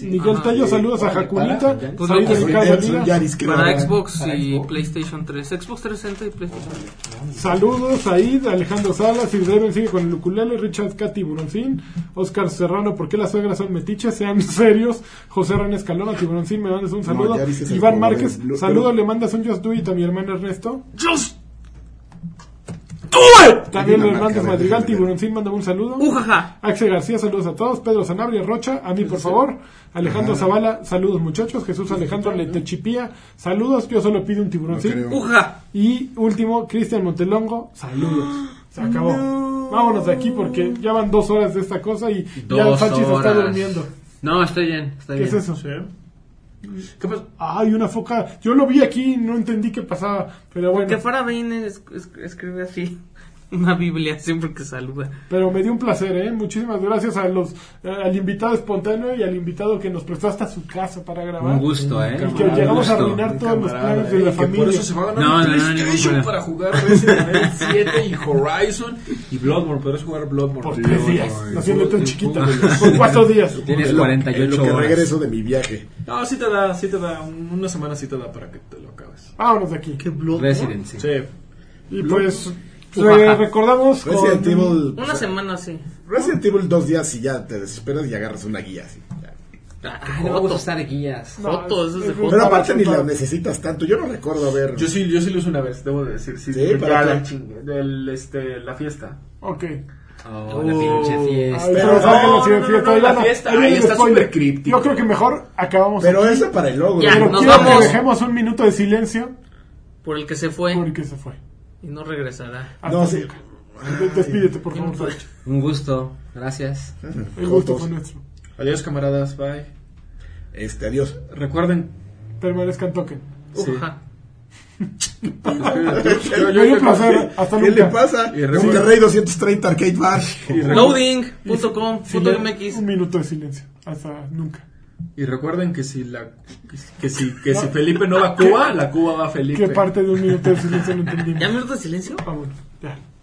[SPEAKER 1] Miguel
[SPEAKER 4] Ah,
[SPEAKER 1] Tello,
[SPEAKER 2] sí.
[SPEAKER 1] saludos a
[SPEAKER 7] Órale,
[SPEAKER 1] Jacunita.
[SPEAKER 7] para,
[SPEAKER 1] Saludos
[SPEAKER 4] pues, no,
[SPEAKER 1] de
[SPEAKER 4] pues,
[SPEAKER 1] Ricardo
[SPEAKER 2] Son
[SPEAKER 1] Díaz.
[SPEAKER 2] Yaris, que
[SPEAKER 4] Para
[SPEAKER 2] no-
[SPEAKER 4] Xbox
[SPEAKER 7] para
[SPEAKER 4] y
[SPEAKER 7] Xbox.
[SPEAKER 4] PlayStation 3. Xbox 360 y PlayStation 3.
[SPEAKER 1] Saludos a Id, Alejandro Salas, y Draven sigue con el ukulele, Richard Cati Buroncín, Oscar Serrano, ¿por qué las suegras son metiches? Sean serios, José Ren Escalona, Tiburoncín, me mandas un saludo.
[SPEAKER 2] ya dices el
[SPEAKER 1] Iván
[SPEAKER 2] juego de
[SPEAKER 1] Márquez,
[SPEAKER 2] Blur,
[SPEAKER 1] saludos,
[SPEAKER 2] pero-
[SPEAKER 1] le mandas un Just Do It a mi hermano Ernesto.
[SPEAKER 4] ¡Just!
[SPEAKER 1] También
[SPEAKER 2] Hay una
[SPEAKER 1] Hernández
[SPEAKER 2] marca,
[SPEAKER 1] Madrigal,
[SPEAKER 2] déjame ver.
[SPEAKER 1] Tiburoncín, mándame un saludo.
[SPEAKER 4] Uh, ¡Ujaja!
[SPEAKER 1] Axel García, saludos a todos. Pedro Sanabria, Rocha, a mí por favor. Alejandro Zavala, saludos muchachos. Jesús Alejandro Letechipía, saludos. Yo solo pido un tiburoncín.
[SPEAKER 2] creo.
[SPEAKER 4] ¡Uja!
[SPEAKER 1] Y último, Cristian Montelongo, saludos. Se acabó. Vámonos de aquí porque ya van dos horas de esta cosa y ya el
[SPEAKER 5] Dos
[SPEAKER 1] Sánchez está
[SPEAKER 5] horas.
[SPEAKER 1] durmiendo.
[SPEAKER 5] No, estoy bien, estoy
[SPEAKER 1] ¿Qué
[SPEAKER 5] bien.
[SPEAKER 1] es eso? ¿Qué pasó? Ay, una foca. Yo lo vi aquí y no entendí qué pasaba. Pero bueno.
[SPEAKER 4] Que Farabane es- es- escribe así. Una Biblia siempre que saluda.
[SPEAKER 1] Pero me dio un placer, ¿eh? Muchísimas gracias a los, eh, al invitado espontáneo y al invitado que nos prestó hasta su casa para grabar.
[SPEAKER 5] Un gusto, ¿eh?
[SPEAKER 1] Y que
[SPEAKER 5] Un
[SPEAKER 1] llegamos a
[SPEAKER 5] gusto.
[SPEAKER 1] arruinar todos los
[SPEAKER 6] camarada,
[SPEAKER 1] planes de
[SPEAKER 6] eh,
[SPEAKER 1] la
[SPEAKER 6] que por
[SPEAKER 1] familia.
[SPEAKER 6] eso se va a ganar
[SPEAKER 5] No,
[SPEAKER 6] un
[SPEAKER 5] no, no, ningún
[SPEAKER 6] PlayStation
[SPEAKER 5] problema.
[SPEAKER 6] para jugar Resident Evil 7 y Horizon y Bloodborne. Podrás jugar Bloodborne.
[SPEAKER 1] Por
[SPEAKER 6] Bloodborne.
[SPEAKER 1] tres días.
[SPEAKER 6] Ay,
[SPEAKER 1] No siendo tan
[SPEAKER 6] Bloodborne.
[SPEAKER 1] chiquita. Por cuatro días.
[SPEAKER 5] Tienes
[SPEAKER 2] En lo- en
[SPEAKER 5] 48
[SPEAKER 2] lo que
[SPEAKER 5] horas.
[SPEAKER 2] regreso de mi viaje.
[SPEAKER 6] No, sí te da, sí te da. un- Una semana sí te da para que te lo acabes.
[SPEAKER 1] Vámonos de aquí.
[SPEAKER 5] Resident, sí.
[SPEAKER 6] Sí.
[SPEAKER 1] Y pues, le recordamos con...
[SPEAKER 2] Resident Evil.
[SPEAKER 4] Una semana así.
[SPEAKER 2] Resident Evil dos días y ya te desesperas y agarras una guía así. ya.
[SPEAKER 5] Ay, no me gusta usar guías.
[SPEAKER 1] No,
[SPEAKER 4] Fotos, eso es de
[SPEAKER 1] es-
[SPEAKER 4] fotos.
[SPEAKER 2] Pero aparte ni la necesitas tanto. Yo no recuerdo haber.
[SPEAKER 6] Yo sí, yo sí lo uso una vez, debo de decir. Sí,
[SPEAKER 2] Sí, para
[SPEAKER 6] la,
[SPEAKER 2] qué.
[SPEAKER 6] chinga- del, este, la fiesta.
[SPEAKER 1] Ok.
[SPEAKER 5] Oh, la pinche
[SPEAKER 1] Ahí
[SPEAKER 5] fiesta.
[SPEAKER 1] se
[SPEAKER 2] Pero
[SPEAKER 1] nos
[SPEAKER 2] no,
[SPEAKER 1] hagan los
[SPEAKER 6] no,
[SPEAKER 1] siguientes.
[SPEAKER 6] no, no,
[SPEAKER 1] Ahí
[SPEAKER 6] la
[SPEAKER 1] van a-
[SPEAKER 6] fiesta,
[SPEAKER 1] ahí viene
[SPEAKER 6] ahí
[SPEAKER 1] el
[SPEAKER 6] está
[SPEAKER 1] spoiler.
[SPEAKER 6] súper críptico.
[SPEAKER 1] Yo creo que mejor acabamos
[SPEAKER 2] Pero
[SPEAKER 1] aquí.
[SPEAKER 2] esa para el logro.
[SPEAKER 4] Ya,
[SPEAKER 1] Pero
[SPEAKER 4] nos
[SPEAKER 1] quiero
[SPEAKER 4] vamos.
[SPEAKER 1] que dejemos un minuto de silencio
[SPEAKER 4] Por el que se fue
[SPEAKER 1] porque se fue.
[SPEAKER 4] y no regresará.
[SPEAKER 1] Hasta
[SPEAKER 2] No, sí.
[SPEAKER 1] nunca. De- Despídete, por favor. Sacho.
[SPEAKER 5] Un gusto. Gracias.
[SPEAKER 1] El gusto fue nuestro.
[SPEAKER 6] Adiós, camaradas. Bye.
[SPEAKER 2] Este, adiós.
[SPEAKER 6] Recuerden.
[SPEAKER 1] Permanezcan token.
[SPEAKER 6] Sí.
[SPEAKER 4] Uja.
[SPEAKER 1] Me dio un placer. Hasta
[SPEAKER 2] ¿Qué le
[SPEAKER 1] nunca.
[SPEAKER 2] pasa?
[SPEAKER 6] Y recuerda-
[SPEAKER 2] Monterrey 230 Arcade Bar.
[SPEAKER 1] Sí, ya,
[SPEAKER 4] Loading.com.mx.
[SPEAKER 1] Un minuto de silencio. Hasta nunca.
[SPEAKER 6] Y recuerden que si la que si, que si Felipe no va a Cuba, la Cuba va a Felipe.
[SPEAKER 1] ¿Qué parte de un minuto de silencio no
[SPEAKER 4] ¿Ya
[SPEAKER 1] entendimos?
[SPEAKER 4] minuto de silencio?
[SPEAKER 1] Vámonos. Ya.